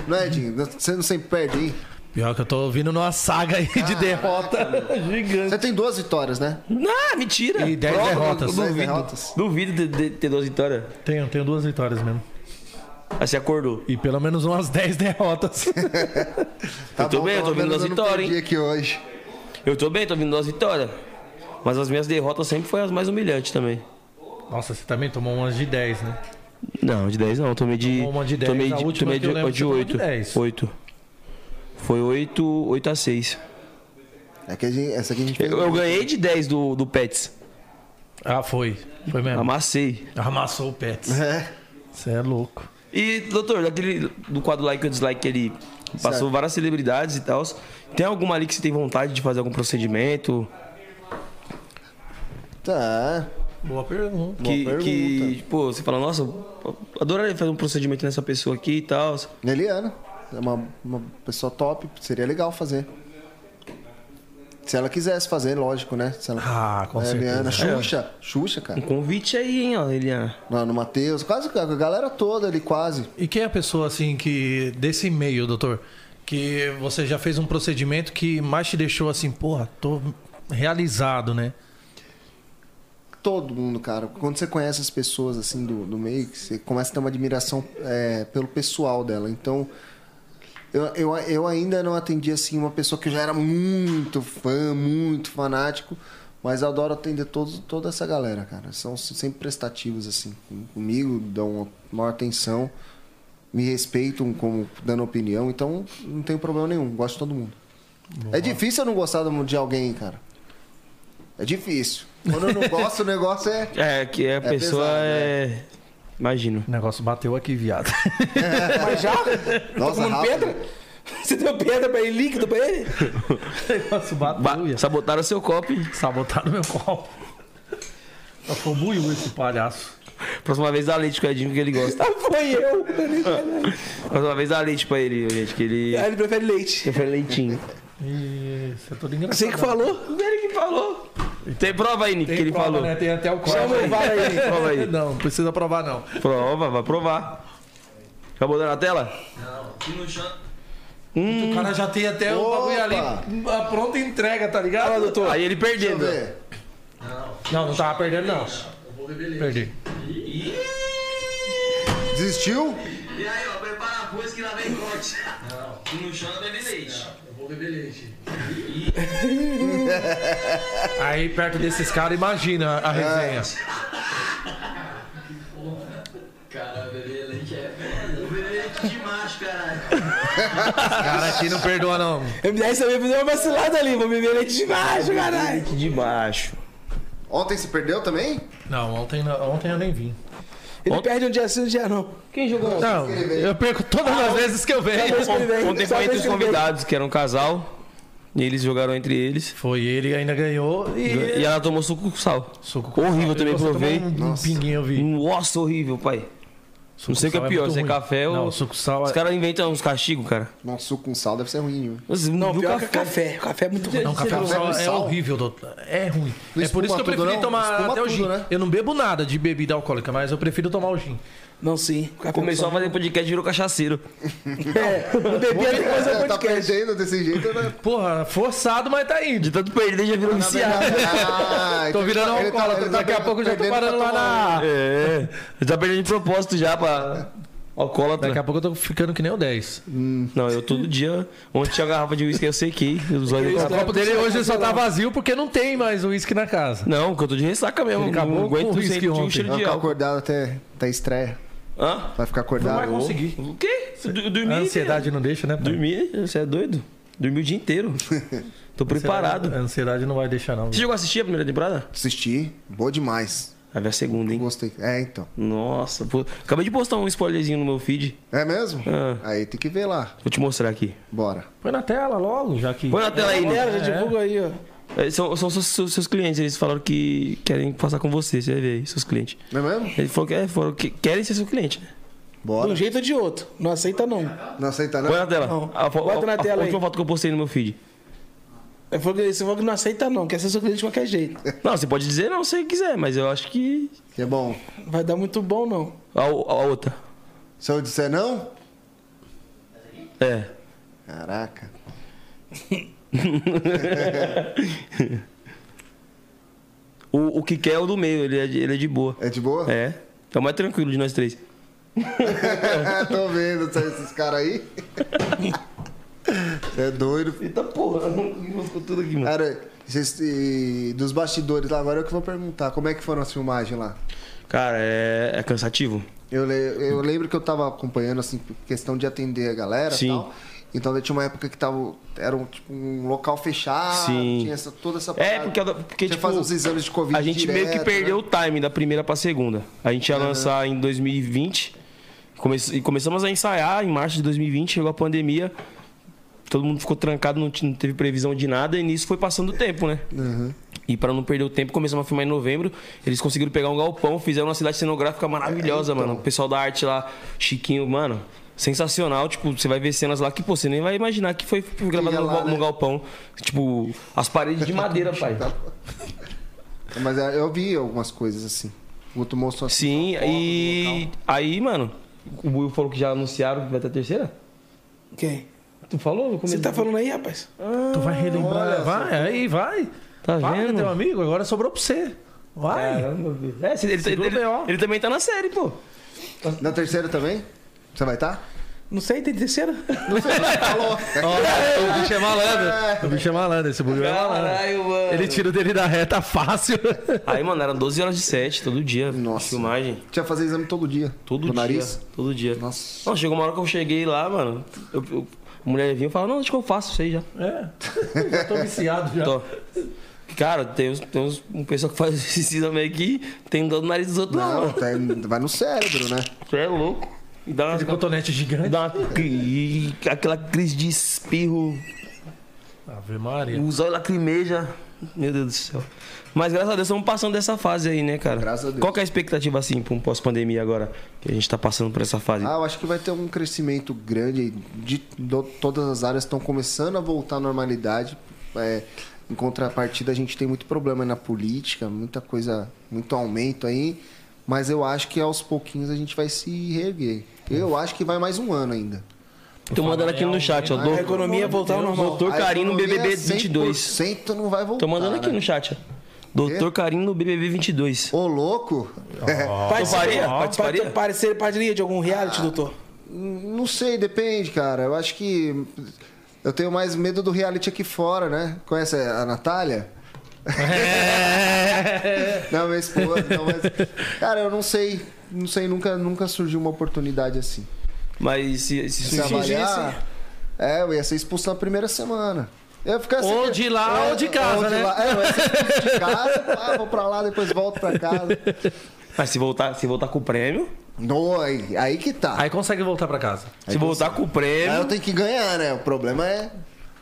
[SPEAKER 4] Não é, Dinho? Você não sempre perde, hein?
[SPEAKER 2] Pior que eu tô ouvindo numa saga aí de derrota Ah. gigante.
[SPEAKER 4] Você tem duas vitórias, né?
[SPEAKER 1] Ah, mentira.
[SPEAKER 2] E 10
[SPEAKER 1] Prova,
[SPEAKER 2] derrotas.
[SPEAKER 1] du-
[SPEAKER 4] Dez
[SPEAKER 1] Duvido,
[SPEAKER 4] derrotas.
[SPEAKER 1] duvido de, de ter duas vitórias.
[SPEAKER 2] Tenho, tenho duas vitórias mesmo.
[SPEAKER 1] Aí você acordou.
[SPEAKER 2] E pelo menos umas 10 *laughs* derrotas.
[SPEAKER 4] Tá
[SPEAKER 1] Eu tô bem, eu tô vindo
[SPEAKER 4] pelo menos
[SPEAKER 1] das
[SPEAKER 4] eu não
[SPEAKER 1] vitórias,
[SPEAKER 4] perdi
[SPEAKER 1] hein?
[SPEAKER 4] aqui hoje.
[SPEAKER 1] Eu tô bem, tô vindo duas vitórias. Mas as minhas derrotas sempre foram as mais humilhantes também.
[SPEAKER 2] Nossa, você também tomou umas de 10, né?
[SPEAKER 1] Não, de 10 não, eu tomei de.
[SPEAKER 2] Tomou uma de 10,
[SPEAKER 1] tomei
[SPEAKER 2] a
[SPEAKER 1] de,
[SPEAKER 2] última
[SPEAKER 1] tomei
[SPEAKER 2] que eu
[SPEAKER 1] de,
[SPEAKER 2] lembro,
[SPEAKER 1] de
[SPEAKER 2] você tomou de
[SPEAKER 1] 8.
[SPEAKER 2] 10.
[SPEAKER 1] 8. Foi 8, 8 a 6.
[SPEAKER 4] É que a gente, essa aqui a gente fez.
[SPEAKER 1] Eu, eu ganhei de 10 do, do Pets.
[SPEAKER 2] Ah, foi. Foi mesmo.
[SPEAKER 1] Amassei.
[SPEAKER 2] Amassou o Pets.
[SPEAKER 4] É.
[SPEAKER 2] Você é louco.
[SPEAKER 1] E, doutor, daquele do quadro like ou dislike que ele passou várias celebridades e tal. Tem alguma ali que você tem vontade de fazer algum procedimento?
[SPEAKER 4] *laughs* Tá.
[SPEAKER 2] Boa pergunta.
[SPEAKER 1] que,
[SPEAKER 4] pergunta.
[SPEAKER 1] que, pô, você fala, nossa, eu adoraria fazer um procedimento nessa pessoa aqui e tal.
[SPEAKER 4] Eliana. É uma, uma pessoa top. Seria legal fazer. Se ela quisesse fazer, lógico, né? Se ela...
[SPEAKER 2] Ah, com
[SPEAKER 4] é, Eliana.
[SPEAKER 2] certeza.
[SPEAKER 4] Xuxa. Xuxa, cara.
[SPEAKER 1] Um convite aí, hein, ó, Eliana.
[SPEAKER 4] Não, no Matheus. Quase a galera toda ali, quase.
[SPEAKER 2] E quem é a pessoa assim que desse meio, doutor, que você já fez um procedimento que mais te deixou assim, porra, tô realizado, né?
[SPEAKER 4] todo mundo, cara. Quando você conhece as pessoas assim do, do meio, que você começa a ter uma admiração é, pelo pessoal dela. Então, eu, eu, eu ainda não atendi assim uma pessoa que eu já era muito fã, muito fanático, mas eu adoro atender todos, toda essa galera, cara. São sempre prestativos assim com- comigo, dão a maior atenção, me respeitam como dando opinião, então não tem problema nenhum, gosto de todo mundo. É difícil eu não gostar do- de alguém, cara. É difícil. Quando eu não gosto, o negócio é.
[SPEAKER 1] É, que a pessoa
[SPEAKER 4] pesado,
[SPEAKER 1] é. Imagino.
[SPEAKER 2] O negócio bateu aqui, viado. *laughs*
[SPEAKER 3] Mas já?
[SPEAKER 4] Nossa,
[SPEAKER 3] Tomando
[SPEAKER 4] rápido.
[SPEAKER 3] pedra? Você deu pedra pra ele, líquido pra ele?
[SPEAKER 2] O negócio bateu.
[SPEAKER 1] Ba
[SPEAKER 2] viado.
[SPEAKER 1] sabotaram seu copo. *laughs* hein?
[SPEAKER 2] Sabotaram meu copo. Só foi buiu esse palhaço.
[SPEAKER 1] Próxima vez dá leite com o Edinho que ele gosta.
[SPEAKER 3] Foi eu.
[SPEAKER 1] Próxima vez dá leite pra ele, gente, que ele.
[SPEAKER 3] Aí ele prefere leite.
[SPEAKER 1] Ele foi leitinho.
[SPEAKER 2] Ih, Você é todo engraçado.
[SPEAKER 3] Você que falou?
[SPEAKER 1] Ele que falou. Tem prova aí, Nick,
[SPEAKER 2] Tem
[SPEAKER 1] Assim que ele
[SPEAKER 2] prova,
[SPEAKER 1] falou.
[SPEAKER 2] né? Tem até o corte.
[SPEAKER 1] Chama o
[SPEAKER 2] aí.
[SPEAKER 1] VAR aí, *laughs* prova aí.
[SPEAKER 2] Não, não precisa provar, não.
[SPEAKER 1] Prova, vai provar. Acabou dando na tela?
[SPEAKER 2] O cara já tem até o bagulho ali. A pronta entrega, tá ligado?
[SPEAKER 1] doutor. Aí ele perdendo.
[SPEAKER 4] Deixa eu ver.
[SPEAKER 2] Não, não tava perdendo, não. Perdi.
[SPEAKER 4] Desistiu?
[SPEAKER 8] E aí, ó, prepara a pose que lá vem corte. Não. E no chão não bebe leite.
[SPEAKER 2] Aí perto desses caras, imagina a resenha.
[SPEAKER 8] Cara, beber leite é foda. Beber leite de macho, caralho.
[SPEAKER 2] Cara aqui não perdoa, não.
[SPEAKER 3] MDR também me deu uma vacilada ali, vou beber leite demais, caralho.
[SPEAKER 1] Aqui de baixo.
[SPEAKER 4] Ontem se perdeu também?
[SPEAKER 2] Não, ontem, não- ontem eu nem vim.
[SPEAKER 3] Ele perde um dia sim, um dia não.
[SPEAKER 1] Quem jogou?
[SPEAKER 2] Não, eu perco todas as vezes que eu venho.
[SPEAKER 3] Só vez que ele vem,
[SPEAKER 1] Ontem
[SPEAKER 3] só
[SPEAKER 1] foi
[SPEAKER 3] vez
[SPEAKER 1] entre os
[SPEAKER 3] que ele vem.
[SPEAKER 1] convidados, que era um casal. E eles jogaram entre eles.
[SPEAKER 2] Foi ele, ainda ganhou. E...
[SPEAKER 1] E ela tomou suco com sal.
[SPEAKER 2] Suco com
[SPEAKER 1] Horrível
[SPEAKER 2] sal.
[SPEAKER 1] também,
[SPEAKER 2] Você tomou
[SPEAKER 1] provei.
[SPEAKER 2] Um pinguinho eu vi.
[SPEAKER 1] Nossa, horrível, pai.
[SPEAKER 2] Suco
[SPEAKER 1] sei o que é
[SPEAKER 2] sal
[SPEAKER 1] pior,
[SPEAKER 2] muito
[SPEAKER 1] se é
[SPEAKER 2] ruim.
[SPEAKER 1] café ou-
[SPEAKER 2] Não, suco sal
[SPEAKER 1] Os
[SPEAKER 2] é...
[SPEAKER 1] caras inventam uns castigos, cara.
[SPEAKER 4] Nossa, suco com sal deve ser ruim, viu?
[SPEAKER 1] Você
[SPEAKER 3] Não,
[SPEAKER 1] viu
[SPEAKER 3] pior
[SPEAKER 1] café?
[SPEAKER 3] que café. Café é muito ruim.
[SPEAKER 2] Não, café com
[SPEAKER 4] Café
[SPEAKER 2] sal
[SPEAKER 4] com
[SPEAKER 2] é
[SPEAKER 4] sal?
[SPEAKER 2] horrível, doutor. É ruim. é
[SPEAKER 4] Não
[SPEAKER 2] por isso
[SPEAKER 4] espuma
[SPEAKER 2] que eu
[SPEAKER 4] tudo,
[SPEAKER 2] preferi
[SPEAKER 4] não?
[SPEAKER 2] tomar
[SPEAKER 4] Espuma
[SPEAKER 2] até o
[SPEAKER 4] tudo,
[SPEAKER 2] gin.
[SPEAKER 4] né?
[SPEAKER 2] Eu não bebo nada de bebida alcoólica, mas eu prefiro tomar o gin.
[SPEAKER 3] Não, sim. Café
[SPEAKER 1] Começou a fazer podcast e virou cachaceiro.
[SPEAKER 3] É, não bebia
[SPEAKER 1] né?
[SPEAKER 3] depois do
[SPEAKER 4] Tá, tá
[SPEAKER 3] podcast.
[SPEAKER 4] perdendo desse jeito, né?
[SPEAKER 2] *laughs* Porra, forçado, mas tá indo.
[SPEAKER 1] De tanto perder, já virou viciado.
[SPEAKER 4] Ah,
[SPEAKER 2] Tô
[SPEAKER 4] então
[SPEAKER 2] virando
[SPEAKER 4] ele então tá-
[SPEAKER 2] alcoólatra.
[SPEAKER 4] ele tá
[SPEAKER 2] Daqui a pouco eu já tô
[SPEAKER 4] perdendo pra
[SPEAKER 2] parando lá
[SPEAKER 4] tomar
[SPEAKER 2] na...
[SPEAKER 1] É, já tá perdendo de propósito já pra Alcoólatra.
[SPEAKER 2] Daqui a pouco eu tô ficando que nem o 10.
[SPEAKER 1] Não, eu todo dia. Ontem tinha garrafa de uísque, eu sequei. Os olhos
[SPEAKER 2] O copo dele hoje ele só tá vazio porque não tem mais uísque na casa.
[SPEAKER 1] Não, que eu tô de ressaca mesmo.
[SPEAKER 2] Ele acabou
[SPEAKER 1] não aguento
[SPEAKER 2] com o
[SPEAKER 1] sem-
[SPEAKER 2] uísque
[SPEAKER 1] tinha um
[SPEAKER 2] ontem.
[SPEAKER 1] cheiro
[SPEAKER 4] Vai
[SPEAKER 1] de
[SPEAKER 4] ficar
[SPEAKER 1] álcool.
[SPEAKER 4] acordado até, até a estreia.
[SPEAKER 1] Hã?
[SPEAKER 4] Vai ficar acordado.
[SPEAKER 1] O quê? Você du-
[SPEAKER 2] A
[SPEAKER 1] Dormi.
[SPEAKER 2] ansiedade não deixa, né? pai?
[SPEAKER 1] velho? Dormi, você é doido? Dormi o
[SPEAKER 2] *laughs*
[SPEAKER 1] dia inteiro. Tô preparado.
[SPEAKER 2] A ansiedade não vai deixar, não.
[SPEAKER 1] Você chegou a assistir a primeira temporada? Ah,
[SPEAKER 4] Assisti, boa demais.
[SPEAKER 1] Vai ver a segunda, hein?
[SPEAKER 4] Gostei. É, então.
[SPEAKER 1] Nossa, pô. Acabei de postar um spoilerzinho no meu feed.
[SPEAKER 4] É mesmo?
[SPEAKER 1] Ah.
[SPEAKER 4] Aí tem que ver lá.
[SPEAKER 1] Vou te mostrar aqui.
[SPEAKER 4] Bora.
[SPEAKER 2] Põe na tela logo, já que.
[SPEAKER 1] Põe na tela aí,
[SPEAKER 3] Galera,
[SPEAKER 1] né?
[SPEAKER 3] já divulga aí, ó. um
[SPEAKER 1] É, São, são seus, seus- seus clientes, eles falaram que querem passar com você, você vai ver aí, seus clientes.
[SPEAKER 4] Não é mesmo?
[SPEAKER 1] Ele falou que, é, foram que querem ser seu cliente, né?
[SPEAKER 3] De
[SPEAKER 4] Bora.
[SPEAKER 3] um jeito ou de outro. Não aceita, não.
[SPEAKER 4] Não aceita, não?
[SPEAKER 1] Põe na tela.
[SPEAKER 3] Não.
[SPEAKER 1] A, Ah, fo-
[SPEAKER 3] Bota na
[SPEAKER 1] a- a
[SPEAKER 3] tela aí.
[SPEAKER 1] última foto que eu postei no meu feed.
[SPEAKER 3] Ele falou que- Você falou que não aceita, não. Quer ser seu cliente de qualquer jeito.
[SPEAKER 1] Não, você pode dizer não se quiser, mas eu acho que.
[SPEAKER 4] Que é bom.
[SPEAKER 3] Vai dar muito bom, não.
[SPEAKER 1] A, o- a outra.
[SPEAKER 4] Se eu disser não,
[SPEAKER 1] É.
[SPEAKER 4] caraca.
[SPEAKER 1] O, o que quer é o do meio, ele é de, ele é de boa.
[SPEAKER 4] É de boa?
[SPEAKER 1] É. É o mais tranquilo de nós três.
[SPEAKER 4] *laughs* Tô vendo sabe, esses caras aí. *laughs* Você é doido.
[SPEAKER 1] Eita porra, ficou tudo aqui, mano.
[SPEAKER 4] Cara, vocês- e dos bastidores lá, agora eu que vou perguntar. Como é que foram as filmagens lá?
[SPEAKER 1] Cara, é, é cansativo.
[SPEAKER 4] Eu, le- eu lembro que eu tava acompanhando, assim, questão de atender a galera e
[SPEAKER 1] Sim.
[SPEAKER 4] tal. Então tinha uma época que tava. Era um, tipo, um local fechado,
[SPEAKER 1] Sim.
[SPEAKER 4] tinha essa- toda essa
[SPEAKER 1] É, porque, porque
[SPEAKER 4] tinha
[SPEAKER 1] tipo,
[SPEAKER 4] que fazer os exames de Covid.
[SPEAKER 1] a gente meio que
[SPEAKER 4] direto,
[SPEAKER 1] perdeu
[SPEAKER 4] né?
[SPEAKER 1] o time da primeira pra segunda. A gente ia lançar em 2020. come- e começamos a ensaiar em março de 2020, chegou a pandemia. Todo mundo ficou trancado, não, t- não teve previsão de nada, e nisso foi passando o tempo, né? E pra não perder o tempo, começamos a filmar em novembro. Eles conseguiram pegar um galpão, fizeram uma cidade cenográfica
[SPEAKER 4] É,
[SPEAKER 1] maravilhosa, mano. O
[SPEAKER 4] então.
[SPEAKER 1] pessoal da arte lá, Chiquinho, mano. Sensacional, tipo, você vai ver cenas lá que pô, você nem vai imaginar que foi gravada
[SPEAKER 4] ia
[SPEAKER 1] no,
[SPEAKER 4] lá,
[SPEAKER 1] gal-
[SPEAKER 4] né? Tá
[SPEAKER 1] no galpão. Tipo, as paredes de
[SPEAKER 4] *laughs*
[SPEAKER 1] madeira, pai.
[SPEAKER 4] Mas é, eu vi algumas coisas assim. O outro mostrou assim.
[SPEAKER 1] Sim, e aí, mano, o Will falou que já anunciaram que vai ter a terceira?
[SPEAKER 3] Quem?
[SPEAKER 1] Tu falou? no começo?
[SPEAKER 3] Você tá falando aí, rapaz?
[SPEAKER 2] é Tu vai relembrar.
[SPEAKER 4] Ah, Olha só.
[SPEAKER 2] vai, aí, vai.
[SPEAKER 1] Tá
[SPEAKER 2] Vai,
[SPEAKER 1] vendo?
[SPEAKER 2] teu amigo, agora sobrou pra você. Vai.
[SPEAKER 1] Caramba, velho. É, ele, ele,
[SPEAKER 2] Segura o
[SPEAKER 1] ele-
[SPEAKER 2] B.O..
[SPEAKER 1] ele também tá na série, pô.
[SPEAKER 4] Na terceira também? Você vai tá? estar?
[SPEAKER 3] Não sei, tem terceira?
[SPEAKER 2] Ó, o bicho é malandro. O bicho é malandro, esse bugio é malandro.
[SPEAKER 1] mano.
[SPEAKER 2] Ele tira o dele da reta fácil.
[SPEAKER 1] Aí, mano, eram 12 horas de set, todo dia.
[SPEAKER 4] Nossa.
[SPEAKER 1] Filmagem.
[SPEAKER 4] Tinha que fazer exame todo dia.
[SPEAKER 1] Todo
[SPEAKER 4] do
[SPEAKER 1] dia.
[SPEAKER 4] nariz.
[SPEAKER 1] Todo dia.
[SPEAKER 4] Nossa.
[SPEAKER 1] Não, chegou uma hora que eu cheguei lá, mano. eu- eu- a mulher vinha e falava, não, acho que eu faço isso aí já.
[SPEAKER 2] É. Já tô viciado já.
[SPEAKER 1] Tô. Cara, tem, uns- tem uns- um pessoal que faz *laughs* esse exame aqui, tem dor no nariz dos outros, não.
[SPEAKER 4] Não,
[SPEAKER 1] mano.
[SPEAKER 4] tá- vai no cérebro, né?
[SPEAKER 1] Você é louco. E dá
[SPEAKER 2] De
[SPEAKER 1] uma,
[SPEAKER 2] cotonete gigante.
[SPEAKER 1] dá uma cri- aquela crise de espirro.
[SPEAKER 2] Ave Maria.
[SPEAKER 1] Os olhos lacrimeja. Meu Deus do céu. Mas graças a Deus estamos passando dessa fase aí, né, cara?
[SPEAKER 4] Graças a Deus.
[SPEAKER 1] Qual que é a expectativa, assim, pra um pós-pandemia agora? Que a gente tá passando por essa fase.
[SPEAKER 4] Ah, eu acho que vai ter um crescimento grande aí de, do- todas as áreas estão começando a voltar à normalidade. É, em contrapartida, a gente tem muito problema na política, muita coisa, muito aumento aí. Mas eu acho que aos pouquinhos a gente vai se reerguer. Eu
[SPEAKER 1] É.
[SPEAKER 4] acho que vai mais um ano ainda.
[SPEAKER 1] Tô mandando aqui no chat, ó.
[SPEAKER 3] A
[SPEAKER 1] Dou-
[SPEAKER 3] economia voltar ao normal.
[SPEAKER 1] Doutor Carinho no BBB 22.
[SPEAKER 4] 100% não vai voltar.
[SPEAKER 1] Tô mandando aqui
[SPEAKER 4] né?
[SPEAKER 1] no chat, ó. Doutor Carinho no BBB 22.
[SPEAKER 4] Ô, louco!
[SPEAKER 1] Participaria? Participaria?
[SPEAKER 3] Participaria? Participaria? Participaria de algum reality, doutor?
[SPEAKER 4] Não sei, depende, cara. Eu acho que. Eu tenho mais medo do reality aqui fora, né? Conhece a
[SPEAKER 2] *laughs*
[SPEAKER 4] Natália? não, minha esposa, não, mas. Cara, eu não sei. Não sei, nunca, nunca surgiu uma oportunidade assim.
[SPEAKER 1] Mas se, se
[SPEAKER 4] Se
[SPEAKER 1] surgir-
[SPEAKER 4] avaliar. É, eu ia ser expulso na primeira semana. Eu ia ficar assim.
[SPEAKER 2] Ou de lá,
[SPEAKER 4] é,
[SPEAKER 2] ou de casa,
[SPEAKER 4] ou de
[SPEAKER 2] né?
[SPEAKER 4] lá. É, eu ia ser expulso de casa, pá, vou pra lá, depois volto pra casa. é-
[SPEAKER 1] Mas se voltar, se voltar com o prêmio.
[SPEAKER 4] No, aí, aí que tá.
[SPEAKER 2] Aí consegue voltar pra casa.
[SPEAKER 1] se voltar com o
[SPEAKER 4] Aí eu
[SPEAKER 1] prêmio.
[SPEAKER 4] tenho que ganhar, né? O problema é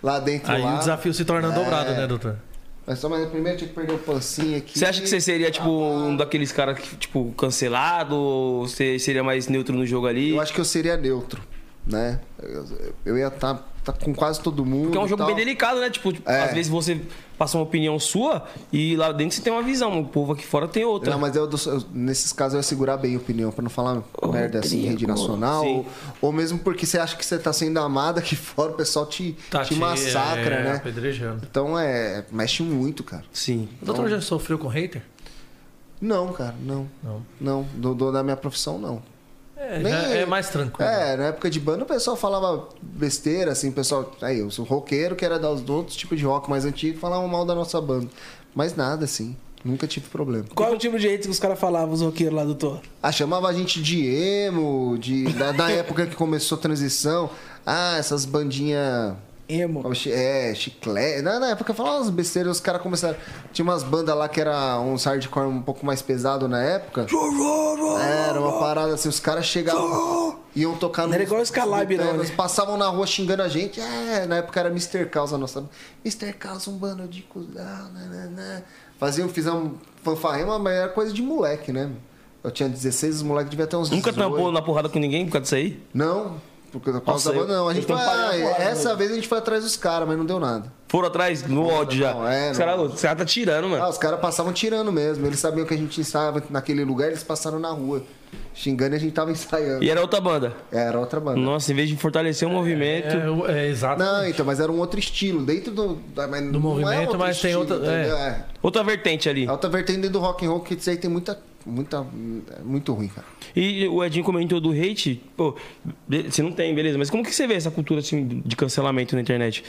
[SPEAKER 4] lá dentro
[SPEAKER 2] Aí
[SPEAKER 4] lá.
[SPEAKER 2] o desafio se torna dobrado, né, doutor?
[SPEAKER 4] Mas só mais primeiro tinha que perder o pancinho aqui.
[SPEAKER 1] Você acha que você seria, tipo, um daqueles caras, que, tipo, cancelado? Ou você seria mais neutro no jogo ali?
[SPEAKER 4] Eu acho que eu seria neutro, né? Eu, eu ia estar com quase todo mundo.
[SPEAKER 1] Porque é um
[SPEAKER 4] e
[SPEAKER 1] jogo
[SPEAKER 4] tal.
[SPEAKER 1] bem delicado, né? Tipo,
[SPEAKER 4] É.
[SPEAKER 1] às vezes você passa uma opinião sua e lá dentro você tem uma visão. O povo aqui fora tem outra.
[SPEAKER 4] Não, mas eu, eu- nesses casos eu ia segurar bem a opinião, pra não falar merda assim em rede nacional.
[SPEAKER 1] Sim.
[SPEAKER 4] Ou, ou mesmo porque você acha que você tá sendo amado aqui *laughs* fora, o pessoal te, te massacra,
[SPEAKER 2] Tá é,
[SPEAKER 4] né?
[SPEAKER 2] Apedrejando. Então-
[SPEAKER 4] Então é. Mexe muito, cara.
[SPEAKER 1] Sim.
[SPEAKER 2] O doutor já sofreu com hater?
[SPEAKER 4] Não, cara, não.
[SPEAKER 2] Não.
[SPEAKER 4] Não, do, do- da minha profissão não.
[SPEAKER 2] É,
[SPEAKER 4] Nem-
[SPEAKER 2] já é mais tranquilo.
[SPEAKER 4] É, na época de banda o pessoal falava besteira, assim, o pessoal. Aí, os roqueiros que era dos outros tipos de rock mais antigo falavam mal da nossa banda. Mas nada, assim. Nunca tive problema.
[SPEAKER 3] Qual é o tipo de jeito que os caras falavam, os roqueiros lá do Thor?
[SPEAKER 4] Ah, chamava a gente de emo, de, da, da *laughs* época que começou a transição. Ah, essas bandinhas.
[SPEAKER 3] Emo.
[SPEAKER 4] É, chiclete. Na, na época eu falava umas besteiras, os caras começaram. Tinha umas bandas lá que era uns hardcore um pouco mais pesado na época. Era uma parada assim, os caras chegavam, iam tocar no.
[SPEAKER 3] Não era igual o Scalab, não, né?
[SPEAKER 4] passavam na rua xingando a gente. É, na época era Mr. Caos a nossa. Mr. Caos, um bando de cuzão, né, nananã. Faziam, fizeram um fanfarrema, mas era coisa de moleque, né? Eu tinha 16, os moleques deviam ter uns
[SPEAKER 1] Nunca
[SPEAKER 4] 18.
[SPEAKER 1] tampou na porrada com ninguém por causa disso aí?
[SPEAKER 4] Não, por causa da
[SPEAKER 1] Nossa,
[SPEAKER 4] pausa da banda,
[SPEAKER 1] eu-
[SPEAKER 4] não. A gente
[SPEAKER 1] eu
[SPEAKER 4] foi,
[SPEAKER 1] tô parado,
[SPEAKER 4] ah,
[SPEAKER 1] parado,
[SPEAKER 4] essa vez a gente foi atrás dos caras, mas não deu nada.
[SPEAKER 1] Foram atrás no ódio já.
[SPEAKER 4] não, é,
[SPEAKER 1] Os
[SPEAKER 4] não.
[SPEAKER 1] caras cara tá tirando, mano.
[SPEAKER 4] Ah, os caras passavam tirando mesmo. Eles sabiam que a gente estava naquele lugar, eles passaram na rua. Xingando e a gente tava ensaiando.
[SPEAKER 1] E era outra banda.
[SPEAKER 4] Era outra banda.
[SPEAKER 1] Nossa, em vez de fortalecer o movimento.
[SPEAKER 2] É, o- é, exato.
[SPEAKER 4] Não, então, mas era um outro estilo. Dentro do. da- Mas não
[SPEAKER 2] movimento,
[SPEAKER 4] outro
[SPEAKER 2] mas tem outra- é.
[SPEAKER 4] entendeu?
[SPEAKER 1] Outra vertente ali.
[SPEAKER 4] É. A outra vertente dentro do rock and roll, que isso aí tem muita. muita é muito ruim, cara.
[SPEAKER 1] E o Edinho comentou do hate. Pô, be- você não tem, beleza. Mas como que você vê essa cultura assim, de cancelamento na internet?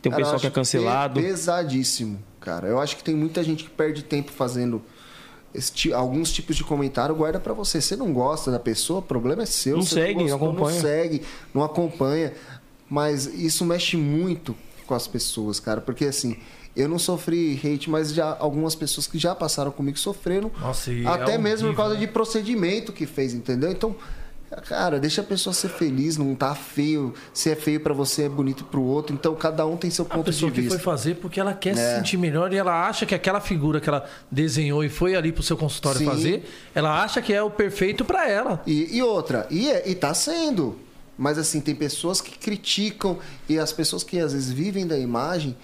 [SPEAKER 1] Tem um
[SPEAKER 4] Cara, eu
[SPEAKER 1] pessoal
[SPEAKER 4] acho
[SPEAKER 1] que é cancelado.
[SPEAKER 4] pe- Pesadíssimo, cara. Eu acho que tem muita gente que perde tempo fazendo. esse ti- alguns tipos de comentário guarda pra você. Você não gosta da pessoa, o problema é seu.
[SPEAKER 1] Não
[SPEAKER 4] Você
[SPEAKER 1] segue, não acompanha.
[SPEAKER 4] Não segue, não acompanha. Mas isso mexe muito com as pessoas, cara. Porque assim, eu não sofri hate, mas já algumas pessoas que já passaram comigo sofreram.
[SPEAKER 2] Nossa, e é
[SPEAKER 4] até mesmo
[SPEAKER 2] horrível,
[SPEAKER 4] por causa
[SPEAKER 2] né?
[SPEAKER 4] de procedimento que fez, entendeu? Então, cara, deixa a pessoa ser feliz, não tá feio. Se é feio pra você, é bonito pro outro. Então, cada um tem seu
[SPEAKER 2] A
[SPEAKER 4] ponto de
[SPEAKER 2] pessoa que foi
[SPEAKER 4] vista.
[SPEAKER 2] fazer porque ela quer se sentir melhor e ela acha que aquela figura que ela desenhou e foi ali pro seu consultório
[SPEAKER 4] Sim.
[SPEAKER 2] fazer, ela acha que é o perfeito pra ela.
[SPEAKER 4] E, e outra, e, é- e tá sendo. Mas assim, tem pessoas que criticam e as pessoas que às vezes vivem da imagem,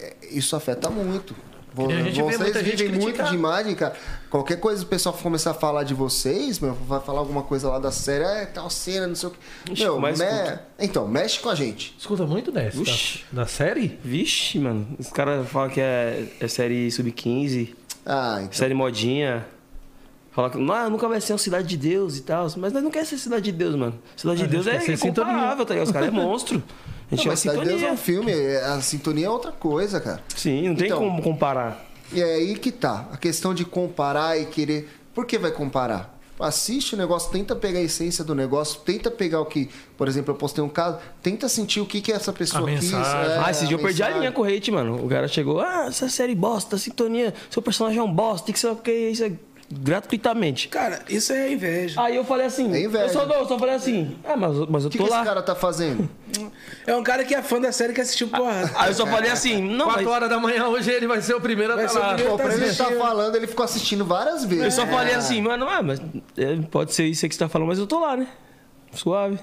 [SPEAKER 4] é, isso afeta muito. Vo-
[SPEAKER 2] E a gente vê
[SPEAKER 4] Vocês
[SPEAKER 2] muita gente
[SPEAKER 4] vivem muito
[SPEAKER 2] criticar.
[SPEAKER 4] de imagem, cara. Qualquer coisa, o pessoal começar a falar de vocês, meu, vai falar alguma coisa lá da série, é tal cena, não sei o que.
[SPEAKER 1] Ixi,
[SPEAKER 4] Meu,
[SPEAKER 1] mas
[SPEAKER 4] né? Então, mexe com a gente.
[SPEAKER 2] Escuta muito dessa.
[SPEAKER 1] Uxi.
[SPEAKER 2] Da, da série?
[SPEAKER 1] Vixe, mano. Os caras falam que é, é série sub-15,
[SPEAKER 4] Ah, então.
[SPEAKER 1] série modinha. Fala que "Não, nunca vai ser uma cidade de Deus e tal. Mas nós não quer ser cidade de Deus, mano. Cidade de
[SPEAKER 2] A gente
[SPEAKER 1] Deus
[SPEAKER 2] quer
[SPEAKER 1] é
[SPEAKER 2] ser sintonia.
[SPEAKER 1] incomparável, tá ligado? Os caras é monstro. A gente
[SPEAKER 4] Não,
[SPEAKER 1] vai
[SPEAKER 4] mas Cidade de Deus
[SPEAKER 1] sintonia.
[SPEAKER 4] é um filme, é- a sintonia é outra coisa, cara.
[SPEAKER 1] Sim, não tem
[SPEAKER 4] Então.
[SPEAKER 1] como comparar.
[SPEAKER 4] E é aí que tá. A questão de comparar e querer. Por que vai comparar? Assiste o negócio, tenta pegar a essência do negócio, tenta pegar o que. Por exemplo, eu postei um caso, tenta sentir o que, que essa pessoa
[SPEAKER 2] A
[SPEAKER 4] quis. é,
[SPEAKER 2] mensagem.
[SPEAKER 1] ah, esse dia eu perdi a
[SPEAKER 4] mensagem.
[SPEAKER 1] linha com o hate, mano. O cara chegou, ah, essa série bosta, sintonia, seu personagem é um bosta, tem que ser que isso é gratuitamente.
[SPEAKER 3] Cara, isso é inveja.
[SPEAKER 1] Aí eu falei assim,
[SPEAKER 4] É inveja.
[SPEAKER 1] eu só, eu só falei assim, ah, mas, mas eu
[SPEAKER 4] O que,
[SPEAKER 1] tô
[SPEAKER 4] que
[SPEAKER 1] lá.
[SPEAKER 4] esse cara tá fazendo?
[SPEAKER 3] É um cara que é fã da série que assistiu porra.
[SPEAKER 1] Aí eu só falei assim, não, mas...
[SPEAKER 2] 4 horas da manhã hoje ele vai ser o primeiro a
[SPEAKER 3] Vai ser
[SPEAKER 1] Ah,
[SPEAKER 3] o
[SPEAKER 2] estar lá.
[SPEAKER 3] primeiro.
[SPEAKER 4] Pô, pra ele estar
[SPEAKER 3] assistindo.
[SPEAKER 4] falando, ele ficou assistindo várias vezes.
[SPEAKER 1] Eu tá só
[SPEAKER 4] É.
[SPEAKER 1] falei assim, mano, ah, mas é, pode ser isso aí que você tá falando, mas eu tô lá, né? Suave.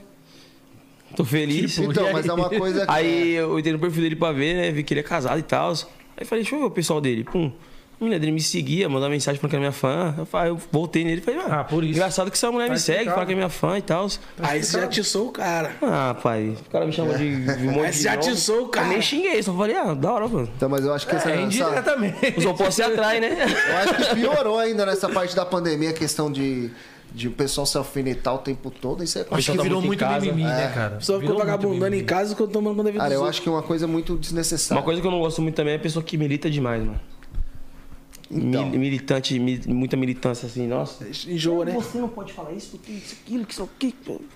[SPEAKER 1] Tô feliz.
[SPEAKER 4] Então, mas é uma coisa que.
[SPEAKER 1] Aí
[SPEAKER 2] é.
[SPEAKER 1] eu entrei no perfil dele pra ver, né? Vi que ele é casado e tal. Aí falei, deixa eu ver o pessoal dele. Pum. A mulher dele me seguia, mandava mensagem falando que era minha fã. Eu, falei, eu voltei nele e falei, mano,
[SPEAKER 2] Ah, por isso.
[SPEAKER 1] engraçado que essa mulher
[SPEAKER 2] Tá
[SPEAKER 1] me segue,
[SPEAKER 2] explicado.
[SPEAKER 1] fala que é minha fã e tal.
[SPEAKER 3] Aí você já atiçou o cara.
[SPEAKER 1] Ah, pai, o cara me chamou de, de um monte
[SPEAKER 3] Mas
[SPEAKER 1] de
[SPEAKER 3] já
[SPEAKER 1] nome.
[SPEAKER 3] atiçou o cara.
[SPEAKER 1] Eu nem xinguei, só falei, ah, da hora, mano.
[SPEAKER 4] Então, mas eu acho que essa,
[SPEAKER 2] É
[SPEAKER 4] essa-
[SPEAKER 2] indiretamente.
[SPEAKER 1] Os opostos se atraem, né? *laughs*
[SPEAKER 4] Eu acho que piorou ainda nessa parte da pandemia, a questão de, de o pessoal se alfinetar o tempo todo. Isso é
[SPEAKER 2] Acho
[SPEAKER 1] pessoal
[SPEAKER 2] que
[SPEAKER 1] tá
[SPEAKER 2] virou
[SPEAKER 1] muito em
[SPEAKER 2] muito
[SPEAKER 1] casa.
[SPEAKER 2] mimimi, né, cara?
[SPEAKER 3] A pessoa ficou
[SPEAKER 2] Virou muito
[SPEAKER 3] vagabundando
[SPEAKER 2] mimimi.
[SPEAKER 3] em casa ficou tomando conta da vida
[SPEAKER 4] Cara,
[SPEAKER 3] dos
[SPEAKER 4] eu
[SPEAKER 3] outros.
[SPEAKER 4] acho que é uma coisa muito desnecessária.
[SPEAKER 1] Uma coisa que eu não gosto muito também é a pessoa que milita demais, mano.
[SPEAKER 4] Então.
[SPEAKER 1] Mi- militante, mi- muita militância assim, nossa.
[SPEAKER 3] Enjoa, né?
[SPEAKER 1] Você não pode falar isso, porque isso, aquilo, que isso, aqui. pô.
[SPEAKER 4] *laughs*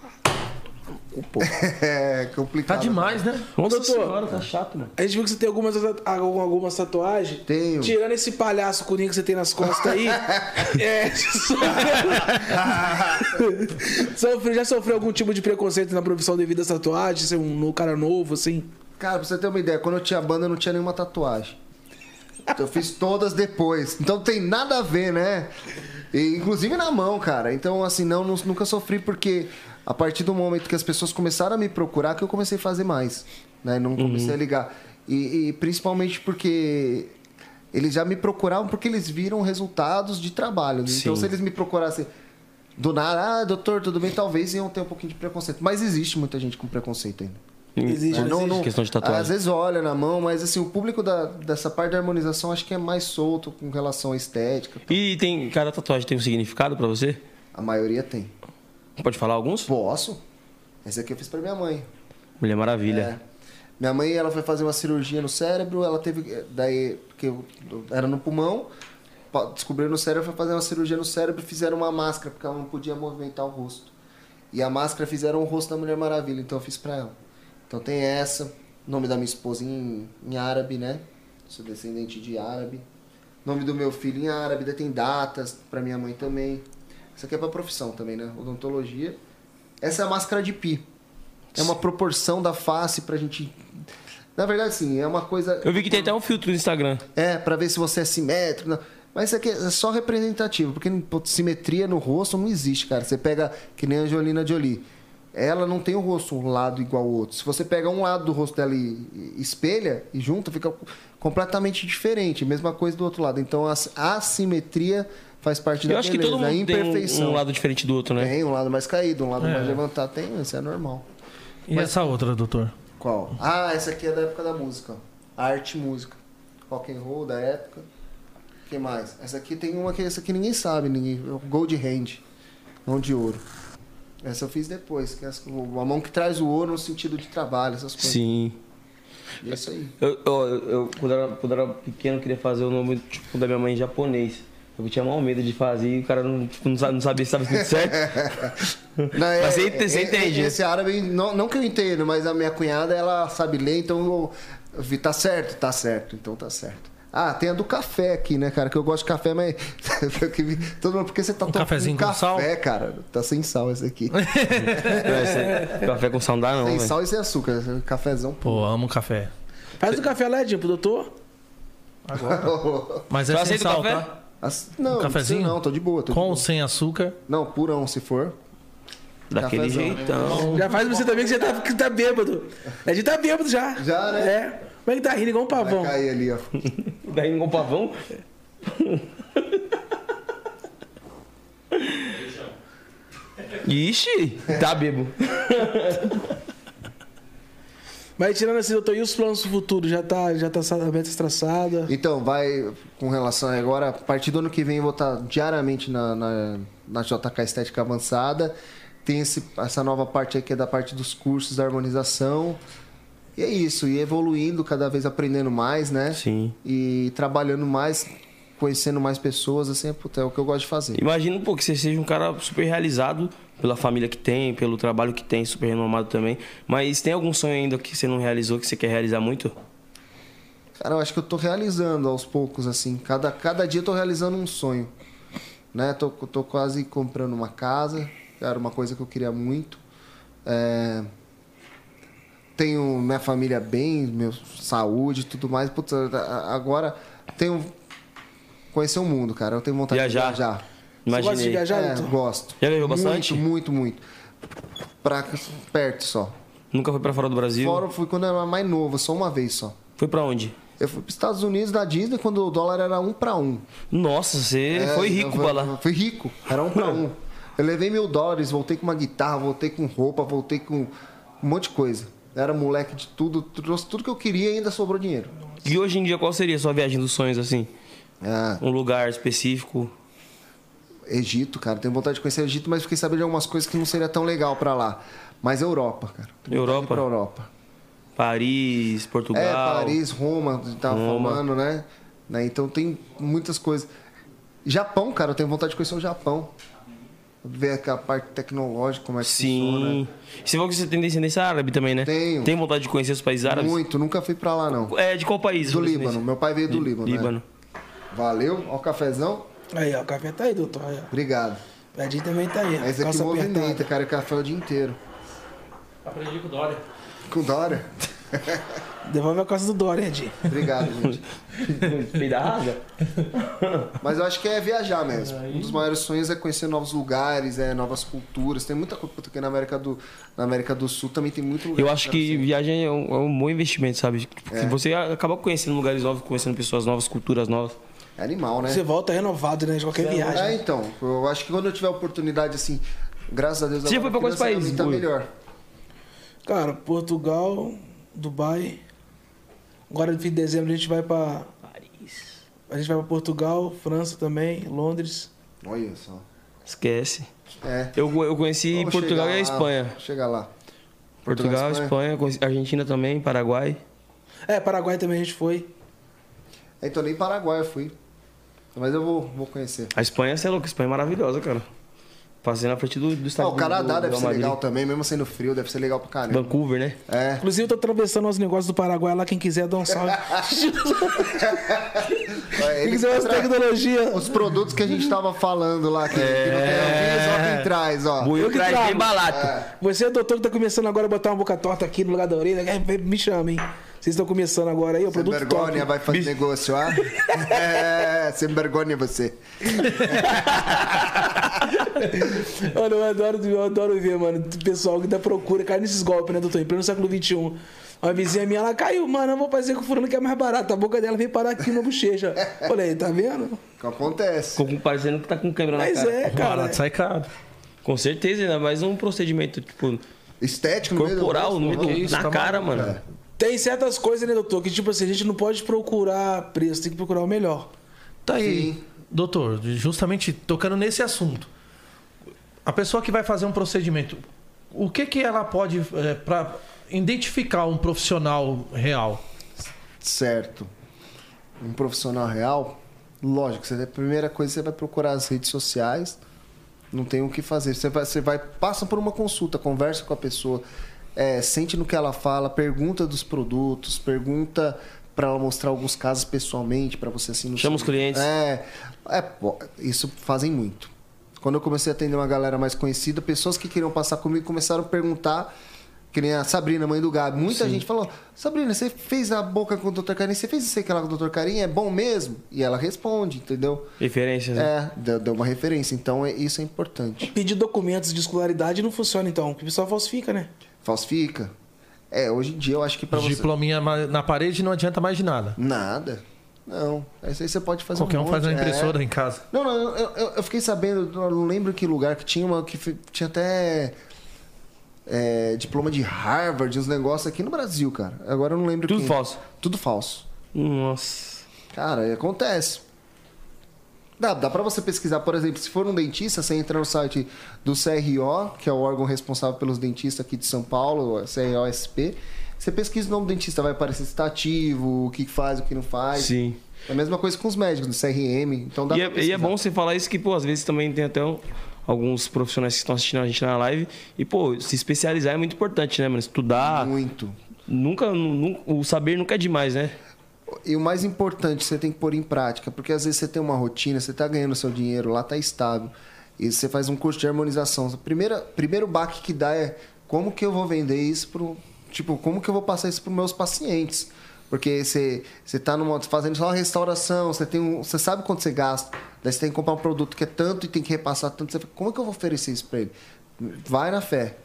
[SPEAKER 4] É
[SPEAKER 2] Tá
[SPEAKER 4] complicado.
[SPEAKER 2] demais, né?
[SPEAKER 1] Nossa
[SPEAKER 3] doutor.
[SPEAKER 1] senhora, tá chato, mano.
[SPEAKER 3] A gente viu que você tem algumas, ah, algum- algumas tatuagens.
[SPEAKER 4] Tenho.
[SPEAKER 3] Tirando esse palhaço curinho que você tem nas costas
[SPEAKER 4] *laughs*
[SPEAKER 3] aí. é, *laughs* sofreu- Sofreu- já sofreu algum tipo de preconceito na profissão devido às tatuagens? Ser um no- cara novo, assim?
[SPEAKER 4] Cara, pra você ter uma ideia, quando eu tinha banda, eu não tinha nenhuma tatuagem. Eu fiz todas depois. Então tem nada a ver, né? E, inclusive na mão, cara. Então, assim, não, nu- nunca sofri, porque a partir do momento que as pessoas começaram a me procurar, que eu comecei a fazer mais. Né? Não comecei a ligar. E, e principalmente porque eles já me procuravam porque eles viram resultados de trabalho. né? Então,
[SPEAKER 1] Sim.
[SPEAKER 4] se eles me procurassem do nada, ah, doutor, tudo bem, talvez iam ter um pouquinho de preconceito. Mas existe muita gente com preconceito ainda.
[SPEAKER 3] Existe,
[SPEAKER 4] É,
[SPEAKER 1] Né?
[SPEAKER 4] não- não-
[SPEAKER 1] questão de tatuagem.
[SPEAKER 4] Às vezes olha na mão, mas assim, o público da- dessa parte da harmonização acho que é mais solto com relação à estética.
[SPEAKER 1] E tem, cada tatuagem tem um significado pra você?
[SPEAKER 4] A maioria tem.
[SPEAKER 1] Pode falar alguns?
[SPEAKER 4] Posso? Esse aqui eu fiz pra minha mãe.
[SPEAKER 1] Mulher Maravilha.
[SPEAKER 4] É. Minha mãe, ela foi fazer uma cirurgia no cérebro, ela teve. eh, Daí, que eu- era no pulmão, pa- descobriram no cérebro, foi fazer uma cirurgia no cérebro, fizeram uma máscara, porque ela não podia movimentar o rosto. E a máscara fizeram o rosto da Mulher Maravilha, então eu fiz pra ela. Então tem essa, nome da minha esposa em, em árabe, né? Sou descendente de árabe. Nome do meu filho em árabe, daí tem datas pra minha mãe também. Isso aqui é pra profissão também, né? Odontologia. Essa é a máscara de pi. É uma proporção da face pra gente. Na verdade, sim, é uma coisa.
[SPEAKER 1] Eu vi que tem até um filtro no Instagram.
[SPEAKER 4] É, pra ver se você é simétrico. não. Mas isso aqui é só representativo, porque pô, simetria no rosto não existe, cara. Você pega que nem a Angelina Jolie. Ela não tem o rosto um lado igual ao outro. Se você pega um lado do rosto dela e e espelha e junta, fica completamente diferente. Mesma coisa do outro lado. Então a assimetria faz parte da
[SPEAKER 1] Eu acho que
[SPEAKER 4] beleza,
[SPEAKER 1] todo
[SPEAKER 4] a
[SPEAKER 1] mundo tem um-
[SPEAKER 4] imperfeição.
[SPEAKER 1] um, lado diferente do outro, né?
[SPEAKER 4] Tem um lado mais caído, um lado mais levantado. Tem, isso é normal.
[SPEAKER 2] E essa outra, doutor?
[SPEAKER 4] Qual? Ah, essa aqui é da época da música. Arte e música. Rock and roll da época. O que mais? Essa aqui tem uma que essa aqui ninguém sabe, ninguém. é o Gold Hand. Mão de ouro. Essa eu fiz depois, que é essa- a mão que traz o ouro no sentido de trabalho, essas coisas.
[SPEAKER 1] Sim.
[SPEAKER 4] E é isso aí.
[SPEAKER 1] Eu, ó, eu, eu, quando, era, quando era pequeno, eu queria fazer o nome tipo, da minha mãe em japonês. Eu tinha maior medo de fazer e o cara não, tipo, não, sabe- não sabia se estava escrito certo.
[SPEAKER 4] Não, é-
[SPEAKER 1] Mas você ent- você
[SPEAKER 4] é-
[SPEAKER 1] entende.
[SPEAKER 4] é- Esse árabe, não, não que eu entendo, mas a minha cunhada, ela sabe ler, então eu, eu vi, tá certo, tá certo, então tá certo. Ah, tem a do café aqui, né, cara? Que eu gosto de café, mas. *laughs* Todo mundo, porque você tá tomando
[SPEAKER 2] Um cafezinho com
[SPEAKER 4] café,
[SPEAKER 2] sal?
[SPEAKER 4] cara. Tá sem sal
[SPEAKER 2] *laughs*
[SPEAKER 4] esse aqui.
[SPEAKER 1] *laughs* Não, isso é- café com sal não dá, não.
[SPEAKER 4] sem
[SPEAKER 1] velho.
[SPEAKER 4] sal e sem açúcar. esse Cafezão.
[SPEAKER 2] Pô, amo café.
[SPEAKER 3] Faz o café lá, pro doutor.
[SPEAKER 2] Mas é
[SPEAKER 1] Você
[SPEAKER 2] sem
[SPEAKER 1] aceita o
[SPEAKER 2] sal,
[SPEAKER 1] café?
[SPEAKER 2] tá?
[SPEAKER 4] As- Não, não
[SPEAKER 2] cafezinho?
[SPEAKER 4] precisa não, tô de boa. Tô de
[SPEAKER 2] Com ou
[SPEAKER 4] boa.
[SPEAKER 2] sem açúcar?
[SPEAKER 4] Não, purão, se for.
[SPEAKER 1] Daquele
[SPEAKER 4] Cafezão.
[SPEAKER 1] jeitão.
[SPEAKER 3] Já faz pra você também que você tá, que tá bêbado. É de tá bêbado já.
[SPEAKER 4] Já, né?
[SPEAKER 3] É. Como é que tá rindo igual um pavão?
[SPEAKER 4] Vai cair ali, ó.
[SPEAKER 1] Daí com pavão. Ixi, tá bebo.
[SPEAKER 3] Mas tirando assim, doutor, e os planos do futuro? Já tá, já tá a meta traçada?
[SPEAKER 4] Então, vai com relação a agora, a partir do ano que vem eu vou estar diariamente na, na, na JK Estética Avançada. Tem esse, essa nova parte aí que é da parte dos cursos da harmonização. E é isso, e evoluindo, cada vez aprendendo mais, né?
[SPEAKER 1] Sim.
[SPEAKER 4] E trabalhando mais, conhecendo mais pessoas, assim, puta, é o que eu gosto de fazer.
[SPEAKER 1] Imagino, pô, que você seja um cara super realizado pela família que tem, pelo trabalho que tem, super renomado também. Mas tem algum sonho ainda que você não realizou, que você quer realizar muito?
[SPEAKER 4] Cara, eu acho que eu tô realizando aos poucos, assim. Cada, cada dia eu tô realizando um sonho. Né? Tô, tô quase comprando uma casa, que era uma coisa que eu queria muito. É, Tenho minha família bem, meu saúde e tudo mais. Putz, a- a- agora tenho. Conhecer o mundo, cara. Eu tenho vontade
[SPEAKER 1] Viajar.
[SPEAKER 4] de viajar.
[SPEAKER 3] Você gosta de
[SPEAKER 1] Imaginei.
[SPEAKER 3] viajar,
[SPEAKER 4] é,
[SPEAKER 3] doutor?
[SPEAKER 4] gosto.
[SPEAKER 1] Já viajou bastante?
[SPEAKER 4] Muito, muito, muito. Pra perto só.
[SPEAKER 1] Nunca foi pra fora do Brasil?
[SPEAKER 4] Fora eu fui quando eu era mais novo, só uma vez só.
[SPEAKER 1] Foi pra onde?
[SPEAKER 4] Eu fui para Estados Unidos da Disney quando o dólar era um para um.
[SPEAKER 1] Nossa, você
[SPEAKER 4] É,
[SPEAKER 1] foi
[SPEAKER 4] eu
[SPEAKER 1] rico
[SPEAKER 4] fui-
[SPEAKER 1] pra lá.
[SPEAKER 4] Fui rico, era
[SPEAKER 1] *laughs*
[SPEAKER 4] um para um. Eu levei mil dólares, voltei com uma guitarra, voltei com roupa, voltei com um monte de coisa. Eu Era moleque de tudo, trouxe tudo que eu queria e ainda sobrou dinheiro.
[SPEAKER 1] E hoje em dia, qual seria a sua viagem dos sonhos, assim?
[SPEAKER 4] Ah,
[SPEAKER 1] Um lugar específico?
[SPEAKER 4] Egito, cara, tenho vontade de conhecer o Egito, mas fiquei sabendo de algumas coisas que não seria tão legal para lá. Mas Europa, cara. Tenho vontade de ir
[SPEAKER 1] Europa?
[SPEAKER 4] Pra Europa.
[SPEAKER 1] Paris, Portugal?
[SPEAKER 4] É, Paris, Roma, a gente tava
[SPEAKER 1] Roma.
[SPEAKER 4] falando, né? né? Então tem muitas coisas. Japão, cara, eu tenho vontade de conhecer o Japão. Ver aquela parte tecnológica, como é que
[SPEAKER 1] Sim. Você falou que você tem descendência árabe também, né?
[SPEAKER 4] Tenho.
[SPEAKER 1] Tem vontade de conhecer os países
[SPEAKER 4] funciona.
[SPEAKER 1] árabes?
[SPEAKER 4] Muito, nunca fui pra lá, não.
[SPEAKER 1] É, de qual país?
[SPEAKER 4] Do
[SPEAKER 1] você tem
[SPEAKER 4] Líbano, né? meu pai veio do Líbano,
[SPEAKER 1] descendência? Líbano.
[SPEAKER 4] né? Valeu, ó o cafezão,
[SPEAKER 3] Aí, ó, o café tá aí, doutor. Aí, ó.
[SPEAKER 4] obrigado.
[SPEAKER 3] Pedinho também tá aí. ó.
[SPEAKER 4] Mas aqui
[SPEAKER 3] Calça
[SPEAKER 4] movimenta,
[SPEAKER 3] apertada.
[SPEAKER 4] cara, café o dia inteiro.
[SPEAKER 5] Aprendi com o Dória.
[SPEAKER 4] Com Dória?
[SPEAKER 3] Devolve a calça do Dória, Edinho.
[SPEAKER 4] Obrigado, gente.
[SPEAKER 1] Pedaça?
[SPEAKER 4] Mas eu acho que é viajar mesmo. Um dos maiores sonhos é conhecer novos lugares, é, novas culturas. Tem muita coisa, porque na América do, na América do Sul também tem muito lugar.
[SPEAKER 1] Eu acho que viagem é um, é um bom investimento, sabe? Tipo,
[SPEAKER 4] É.
[SPEAKER 1] Você acaba conhecendo lugares novos, conhecendo pessoas novas, culturas novas.
[SPEAKER 4] É animal, né?
[SPEAKER 3] Você volta renovado, né? De qualquer viagem.
[SPEAKER 4] É, então. Eu acho que quando eu tiver oportunidade, assim, graças a Deus...
[SPEAKER 1] Você já foi
[SPEAKER 4] agora
[SPEAKER 1] pra quantos
[SPEAKER 4] financeiramente
[SPEAKER 1] países,
[SPEAKER 4] Tá
[SPEAKER 1] Buio?
[SPEAKER 4] melhor.
[SPEAKER 3] Cara, Portugal, Dubai. Agora no fim de dezembro a gente vai pra. Paris. A gente vai pra Portugal, França também, Londres.
[SPEAKER 4] Olha só.
[SPEAKER 1] Esquece.
[SPEAKER 4] É.
[SPEAKER 1] Eu, eu conheci
[SPEAKER 4] Vamos
[SPEAKER 1] Portugal
[SPEAKER 4] chegar
[SPEAKER 1] e a
[SPEAKER 4] lá,
[SPEAKER 1] Espanha.
[SPEAKER 4] Chega lá.
[SPEAKER 1] Portugal,
[SPEAKER 4] Espanha.
[SPEAKER 1] Espanha, conheci- Argentina também, Paraguai.
[SPEAKER 3] É, Paraguai também a gente foi.
[SPEAKER 4] Então nem Paraguai eu fui. Mas eu vou, vou conhecer.
[SPEAKER 1] A Espanha, você é louco, a Espanha é maravilhosa, cara. Passei na frente do, do
[SPEAKER 4] Ah,
[SPEAKER 1] estádio
[SPEAKER 4] o
[SPEAKER 1] do-
[SPEAKER 4] Canadá
[SPEAKER 1] do
[SPEAKER 4] deve
[SPEAKER 1] tá Real
[SPEAKER 4] ser
[SPEAKER 1] Madrid.
[SPEAKER 4] legal também, mesmo sendo frio, deve ser legal pra caramba.
[SPEAKER 1] Vancouver, né? *laughs*
[SPEAKER 4] É.
[SPEAKER 3] Inclusive, eu tô atravessando os negócios do Paraguai lá. Quem quiser, dá um
[SPEAKER 4] *laughs*
[SPEAKER 3] salve.
[SPEAKER 4] É,
[SPEAKER 3] Quem
[SPEAKER 4] eles
[SPEAKER 3] quiser umas
[SPEAKER 4] tra-
[SPEAKER 3] tecnologias.
[SPEAKER 4] Os produtos que a gente tava falando lá, que, que não tem aviso, ó quem traz, ó.
[SPEAKER 1] Buiu
[SPEAKER 3] que
[SPEAKER 1] traz
[SPEAKER 3] trago.
[SPEAKER 1] bem balato.
[SPEAKER 3] Você é doutor que tá começando agora a botar uma boca torta aqui no lugar da orelha. é, vem, Me chama, hein? Vocês estão começando agora aí, o
[SPEAKER 4] Sem
[SPEAKER 3] produto
[SPEAKER 4] vergonha,
[SPEAKER 3] top.
[SPEAKER 4] vai fazer negócio, ah? é, sem vergonha você.
[SPEAKER 3] Mano, eu adoro, eu adoro ver, mano, o pessoal que dá procura, cai nesses golpes, né, doutor? Em pleno século XXI. Uma vizinha minha, ela caiu, mano, eu vou fazer com o furando que é mais barato. A boca dela veio parar aqui na bochecha. Falei, tá vendo?
[SPEAKER 4] O que acontece?
[SPEAKER 1] Ficou parecendo que tá com câmera
[SPEAKER 3] Mas
[SPEAKER 1] na cara.
[SPEAKER 3] é, cara.
[SPEAKER 2] Barato sai caro.
[SPEAKER 1] Com certeza, ainda mais um procedimento, tipo,
[SPEAKER 4] Estético no meio do
[SPEAKER 1] corporal,
[SPEAKER 4] rosto,
[SPEAKER 1] no meio
[SPEAKER 4] não.
[SPEAKER 1] do- na cara, mano.
[SPEAKER 4] É.
[SPEAKER 3] Tem certas coisas, né, doutor, que tipo assim, a gente não pode procurar preço, tem que procurar o melhor.
[SPEAKER 2] Tá aí,
[SPEAKER 4] Sim.
[SPEAKER 2] doutor, justamente tocando nesse assunto. A pessoa que vai fazer um procedimento, o que que ela pode para identificar um profissional real?
[SPEAKER 4] Certo. Um profissional real, lógico, você, é a primeira coisa você vai procurar as redes sociais. Não tem o que fazer. Você vai, você vai passa por uma consulta, conversa com a pessoa, é, sente no que ela fala, pergunta dos produtos, pergunta para ela mostrar alguns casos pessoalmente para você assim. no
[SPEAKER 1] Chama os
[SPEAKER 4] seu-
[SPEAKER 1] clientes.
[SPEAKER 4] É, é, pô, isso fazem muito. Quando eu comecei a atender uma galera mais conhecida, pessoas que queriam passar comigo começaram a perguntar. Que nem a Sabrina, mãe do Gabi. Muita gente falou: Sabrina, você fez a boca com o Dr. Carinha? Você fez isso aqui lá com o Dr. Carinha? É bom mesmo? E ela responde, entendeu?
[SPEAKER 1] Referências, né?
[SPEAKER 4] É, deu, deu uma referência. Então, é- isso é importante.
[SPEAKER 3] Pedir documentos de escolaridade não funciona, então, porque o pessoal falsifica, né?
[SPEAKER 4] Falsifica. É, hoje em dia eu acho que pra você...
[SPEAKER 2] Diplominha ma- na parede não adianta mais de nada.
[SPEAKER 4] Nada. Não. Isso aí você pode fazer
[SPEAKER 2] Qualquer um
[SPEAKER 4] monte,
[SPEAKER 2] faz na
[SPEAKER 4] é.
[SPEAKER 2] impressora em casa.
[SPEAKER 4] Não, não, eu, eu- eu fiquei sabendo, eu não lembro que lugar que tinha uma que fe- tinha até é, diploma de Harvard, uns negócios aqui no Brasil, cara. Agora eu não lembro
[SPEAKER 1] Tudo
[SPEAKER 4] quem.
[SPEAKER 1] falso.
[SPEAKER 4] Tudo falso.
[SPEAKER 1] Nossa.
[SPEAKER 4] Cara, e acontece. Dá, dá pra você pesquisar, por exemplo, se for um dentista, você entra no site do CRO, que é o órgão responsável pelos dentistas aqui de São Paulo, é CROSP. Você pesquisa o nome do dentista, vai aparecer se tá ativo, o que faz, o que não faz.
[SPEAKER 1] Sim.
[SPEAKER 4] É a mesma coisa com os médicos, do CRM. Então
[SPEAKER 1] E
[SPEAKER 4] dá pra
[SPEAKER 1] é, e
[SPEAKER 4] pesquisar.
[SPEAKER 1] é bom você falar isso que, pô, às vezes também tem até um- alguns profissionais que estão assistindo a gente na live. E, pô, se especializar é muito importante, né, mano? Estudar.
[SPEAKER 4] Muito.
[SPEAKER 1] Nunca, nu- nu- o saber nunca é demais, né?
[SPEAKER 4] E o mais importante, você tem que pôr em prática, porque às vezes você tem uma rotina, você tá ganhando seu dinheiro, lá tá estável. E você faz um curso de harmonização. O primeiro, primeiro baque que dá é como que eu vou vender isso pro. Tipo, como que eu vou passar isso pros meus pacientes? Porque você, você tá numa, fazendo só uma restauração, você tem um. Você sabe quanto você gasta. Daí você tem que comprar um produto que é tanto e tem que repassar tanto. Você, fala, como que eu vou oferecer isso pra ele? Vai na fé.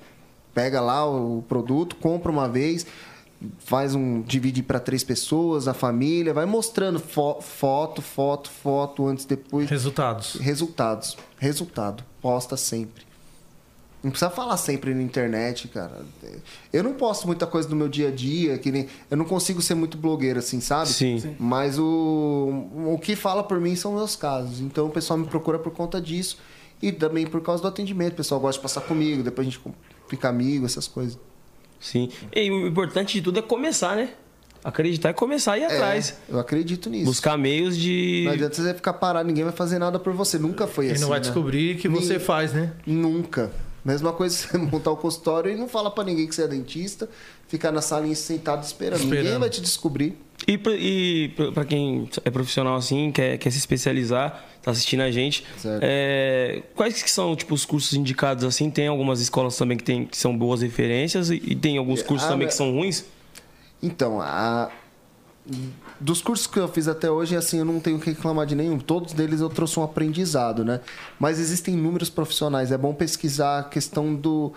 [SPEAKER 4] Pega lá o produto, compra uma vez, faz um divide para três pessoas, a família, vai mostrando fo- foto, foto, foto antes, depois,
[SPEAKER 2] Resultados.
[SPEAKER 4] resultados, resultado, posta sempre. Não precisa falar sempre na internet, cara. Eu não posto muita coisa do meu dia a dia, que nem eu não consigo ser muito blogueiro assim, sabe?
[SPEAKER 1] Sim. Sim.
[SPEAKER 4] Mas o o que fala por mim são meus casos. Então o pessoal me procura por conta disso e também por causa do atendimento. O pessoal gosta de passar comigo, depois a gente fica amigo, essas coisas.
[SPEAKER 1] Sim. E o importante de tudo é começar, né? Acreditar e começar e ir atrás.
[SPEAKER 4] É, eu acredito nisso.
[SPEAKER 1] Buscar meios de.
[SPEAKER 4] Não adianta você ficar parado, ninguém vai fazer nada por você. Nunca foi
[SPEAKER 2] E
[SPEAKER 4] assim.
[SPEAKER 2] não vai
[SPEAKER 4] né?
[SPEAKER 2] descobrir que você faz, né?
[SPEAKER 4] Nunca. Mesma coisa *laughs* você montar o consultório e não falar pra ninguém que você é dentista, ficar na salinha sentado esperando. Ninguém
[SPEAKER 2] Esperando.
[SPEAKER 4] vai te descobrir.
[SPEAKER 1] E, pra- e pra- pra quem é profissional assim, quer, quer se especializar, tá assistindo a gente,
[SPEAKER 4] Certo.
[SPEAKER 1] é, quais que são tipo, os cursos indicados assim? Tem algumas escolas também que, tem, que são boas referências e, e tem alguns cursos
[SPEAKER 4] Ah,
[SPEAKER 1] também
[SPEAKER 4] mas-
[SPEAKER 1] que são ruins?
[SPEAKER 4] Então, a- dos cursos que eu fiz até hoje, assim, eu não tenho o que reclamar de nenhum. Todos deles eu trouxe um aprendizado, né? Mas existem inúmeros profissionais. É bom pesquisar a questão do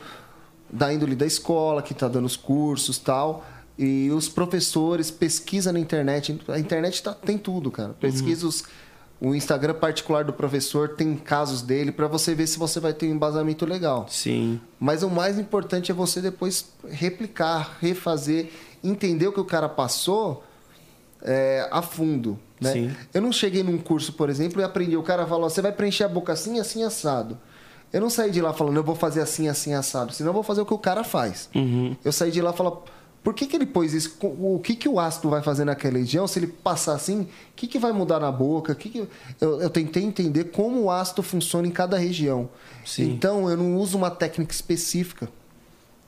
[SPEAKER 4] da índole da escola, que está dando os cursos tal. E os professores pesquisa na internet. A internet tá, tem tudo, cara. Pesquisa os, o Instagram particular do professor, tem casos dele, para você ver se você vai ter um embasamento legal.
[SPEAKER 1] Sim.
[SPEAKER 4] Mas o mais importante é você depois replicar, refazer, entender o que o cara passou é, a fundo. Né?
[SPEAKER 1] Sim.
[SPEAKER 4] Eu não cheguei num curso, por exemplo, e aprendi. O cara falou: você vai preencher a boca assim, assim, assado. Eu não saí de lá falando, eu vou fazer assim, assim, assado. Senão eu vou fazer o que o cara faz. Eu saí de lá falando, por que, que ele pôs isso? Co- O que, que o ácido vai fazer naquela região? Se ele passar assim, o que, que vai mudar na boca? O que que- Eu, eu tentei entender como o ácido funciona em cada região. Então, eu não uso uma técnica específica.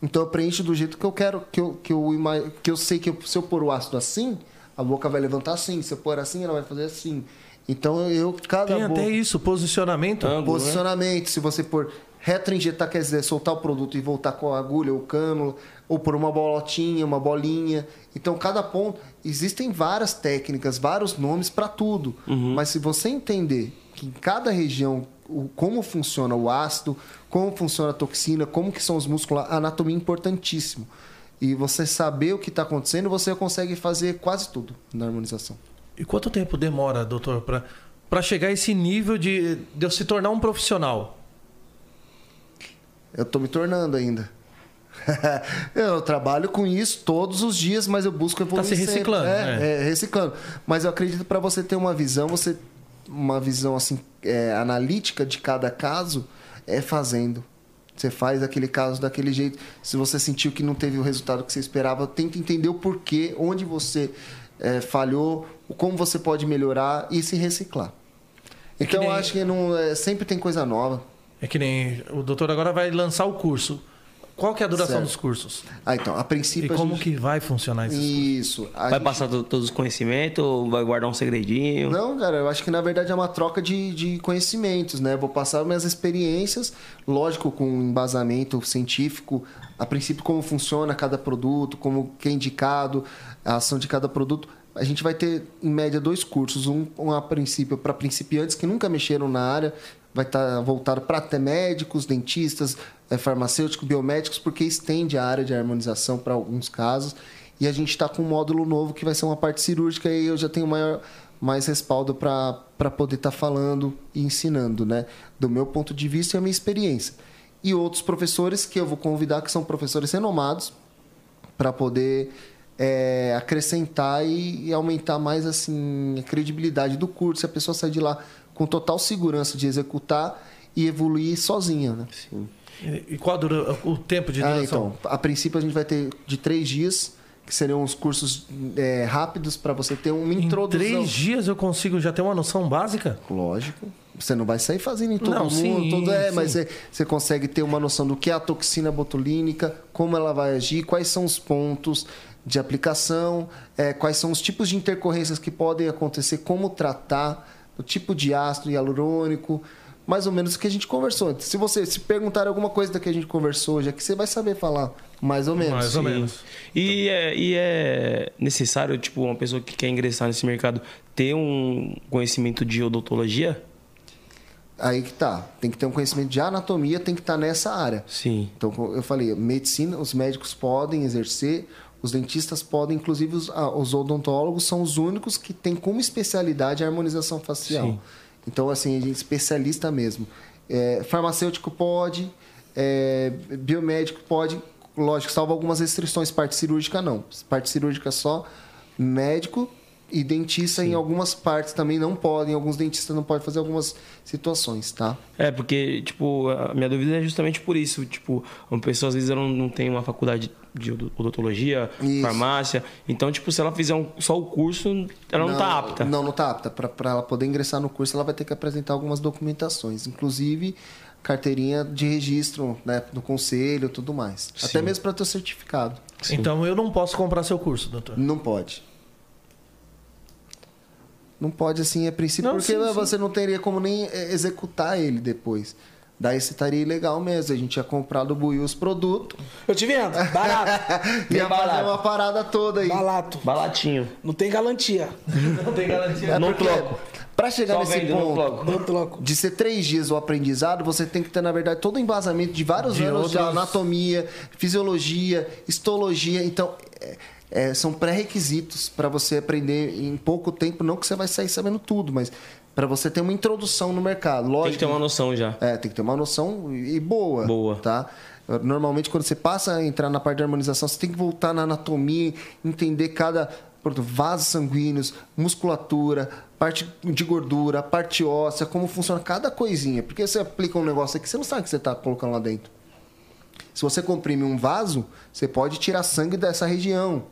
[SPEAKER 4] Então, eu preencho do jeito que eu quero, que eu, que eu, ima- que eu sei que eu- se eu pôr o ácido assim, a boca vai levantar assim. Se eu pôr assim, ela vai fazer assim. Então, eu, cada
[SPEAKER 2] Tem
[SPEAKER 4] boca-
[SPEAKER 2] até isso, posicionamento.
[SPEAKER 4] posicionamento, se você pôr retroinjetar, quer dizer, soltar o produto e voltar com a agulha ou cânula, ou por uma bolotinha, uma bolinha. Então, cada ponto. Existem várias técnicas, vários nomes para tudo. Mas se você entender que em cada região o, como funciona o ácido, como funciona a toxina, como que são os músculos, a anatomia é importantíssimo. E você saber o que está acontecendo, você consegue fazer quase tudo na harmonização.
[SPEAKER 2] E quanto tempo demora, doutor, pra, pra chegar a esse nível de, de eu se tornar um profissional?
[SPEAKER 4] Eu tô me tornando ainda. *laughs* eu trabalho com isso todos os dias, mas eu busco evoluir.
[SPEAKER 2] Tá se
[SPEAKER 4] sempre.
[SPEAKER 2] reciclando,
[SPEAKER 4] É,
[SPEAKER 2] né?
[SPEAKER 4] é, reciclando. Mas eu acredito para você ter uma visão, você uma visão assim é, analítica de cada caso é fazendo. Você faz aquele caso daquele jeito. Se você sentiu que não teve o resultado que você esperava, tenta entender o porquê, onde você é, falhou, como você pode melhorar e se reciclar.
[SPEAKER 2] que
[SPEAKER 4] Então, eu
[SPEAKER 2] nem-
[SPEAKER 4] acho que não, é, sempre tem coisa nova.
[SPEAKER 2] É que nem o doutor agora vai lançar o curso. Qual que é a duração
[SPEAKER 4] Certo.
[SPEAKER 2] dos cursos?
[SPEAKER 4] Ah, então, a
[SPEAKER 2] E
[SPEAKER 4] princípio... a
[SPEAKER 2] como
[SPEAKER 4] gente-
[SPEAKER 2] que vai funcionar isso?
[SPEAKER 4] Isso. A
[SPEAKER 1] Vai
[SPEAKER 4] gente-
[SPEAKER 1] passar to- todos os conhecimentos ou vai guardar um segredinho?
[SPEAKER 4] Não, cara, eu acho que na verdade é uma troca de, de conhecimentos, né? Vou passar minhas experiências, lógico, com embasamento científico, a princípio como funciona cada produto, como que é indicado, a ação de cada produto. A gente vai ter, em média, dois cursos. Um, um a princípio para principiantes que nunca mexeram na área, vai estar voltado para até médicos, dentistas, eh, farmacêuticos, biomédicos, porque estende a área de harmonização para alguns casos. E a gente está com um módulo novo que vai ser uma parte cirúrgica e eu já tenho maior, mais respaldo para poder estar falando e ensinando, né? Do meu ponto de vista e a minha experiência. E outros professores que eu vou convidar, que são professores renomados, para poder é, acrescentar e, e aumentar mais assim a credibilidade do curso. Se a pessoa sair de lá com total segurança de executar e evoluir sozinha, né?
[SPEAKER 2] E e qual dura- o tempo de
[SPEAKER 4] Ah,
[SPEAKER 2] duração?
[SPEAKER 4] então, a princípio a gente vai ter de três dias, que seriam os cursos é, rápidos para você ter uma
[SPEAKER 2] em
[SPEAKER 4] introdução.
[SPEAKER 2] três dias eu consigo já ter uma noção básica?
[SPEAKER 4] Lógico. Você não vai sair fazendo em todo
[SPEAKER 2] Não,
[SPEAKER 4] mundo.
[SPEAKER 2] sim,
[SPEAKER 4] todo... É,
[SPEAKER 2] sim.
[SPEAKER 4] mas você, você consegue ter uma noção do que é a toxina botulínica, como ela vai agir, quais são os pontos de aplicação, é, quais são os tipos de intercorrências que podem acontecer, como tratar, o tipo de ácido hialurônico, mais ou menos o que a gente conversou. Se você se perguntar alguma coisa da que a gente conversou hoje aqui, você vai saber falar, mais ou menos.
[SPEAKER 2] Mais ou menos.
[SPEAKER 1] E é, e é necessário, tipo, uma pessoa que quer ingressar nesse mercado ter um conhecimento de odontologia?
[SPEAKER 4] Aí que tá. Tem que ter um conhecimento de anatomia, tem que estar nessa área.
[SPEAKER 1] Sim.
[SPEAKER 4] Então, como eu falei, medicina, os médicos podem exercer, os dentistas podem, inclusive os, ah, os odontólogos são os únicos que têm como especialidade a harmonização facial. Então, assim, a gente é especialista mesmo. É, farmacêutico pode, é, biomédico pode, lógico, salvo algumas restrições, parte cirúrgica não. Parte cirúrgica só, médico e dentista em algumas partes também não podem, alguns dentistas não podem fazer algumas situações, tá?
[SPEAKER 1] É, porque, tipo, a minha dúvida é justamente por isso. Tipo, uma pessoa às vezes ela não, não tem uma faculdade de odo- odontologia,
[SPEAKER 4] Isso.
[SPEAKER 1] farmácia. Então, tipo, se ela fizer um- só o curso, ela não, tá apta.
[SPEAKER 4] Não, não tá apta. Pra, pra ela poder ingressar no curso, ela vai ter que apresentar algumas documentações, inclusive carteirinha de registro, né, do conselho, e tudo mais. Até mesmo para ter o certificado.
[SPEAKER 2] Então eu não posso comprar seu curso, doutor.
[SPEAKER 4] Não pode. Não pode assim a princípio,
[SPEAKER 2] Não,
[SPEAKER 4] porque
[SPEAKER 2] sim, sim.
[SPEAKER 4] você não teria como nem eh, executar ele depois. Daí você estaria ilegal mesmo. A gente ia comprar do Buiu os produtos
[SPEAKER 3] Eu te vendo, barato,
[SPEAKER 4] *laughs* e ia fazer
[SPEAKER 1] barato.
[SPEAKER 4] uma parada toda aí.
[SPEAKER 3] barato.
[SPEAKER 1] Balatinho.
[SPEAKER 3] Não tem galantia.
[SPEAKER 4] É
[SPEAKER 1] Não
[SPEAKER 4] porque
[SPEAKER 1] troco.
[SPEAKER 4] Pra chegar
[SPEAKER 1] Só
[SPEAKER 4] nesse
[SPEAKER 1] vendo, não
[SPEAKER 4] ponto,
[SPEAKER 1] troco.
[SPEAKER 3] Não troco.
[SPEAKER 4] de ser três dias o aprendizado, você tem que ter, na verdade, todo o embasamento de vários
[SPEAKER 2] De
[SPEAKER 4] anos de
[SPEAKER 2] outros-
[SPEAKER 4] anatomia, fisiologia, histologia. Então, é- é, são pré-requisitos para você aprender em pouco tempo. Não que você vai sair sabendo tudo, mas para você ter uma introdução no mercado. Lógico.
[SPEAKER 1] Tem que ter uma noção já.
[SPEAKER 4] É, tem que ter uma noção e boa.
[SPEAKER 1] Boa.
[SPEAKER 4] Tá? Normalmente, quando você passa a entrar na parte da harmonização, você tem que voltar na anatomia, entender cada por vasos sanguíneos, musculatura, parte de gordura, parte óssea, como funciona cada coisinha. Porque você aplica um negócio aqui, você não sabe o que você está colocando lá dentro. Se você comprime um vaso, você pode tirar sangue dessa região.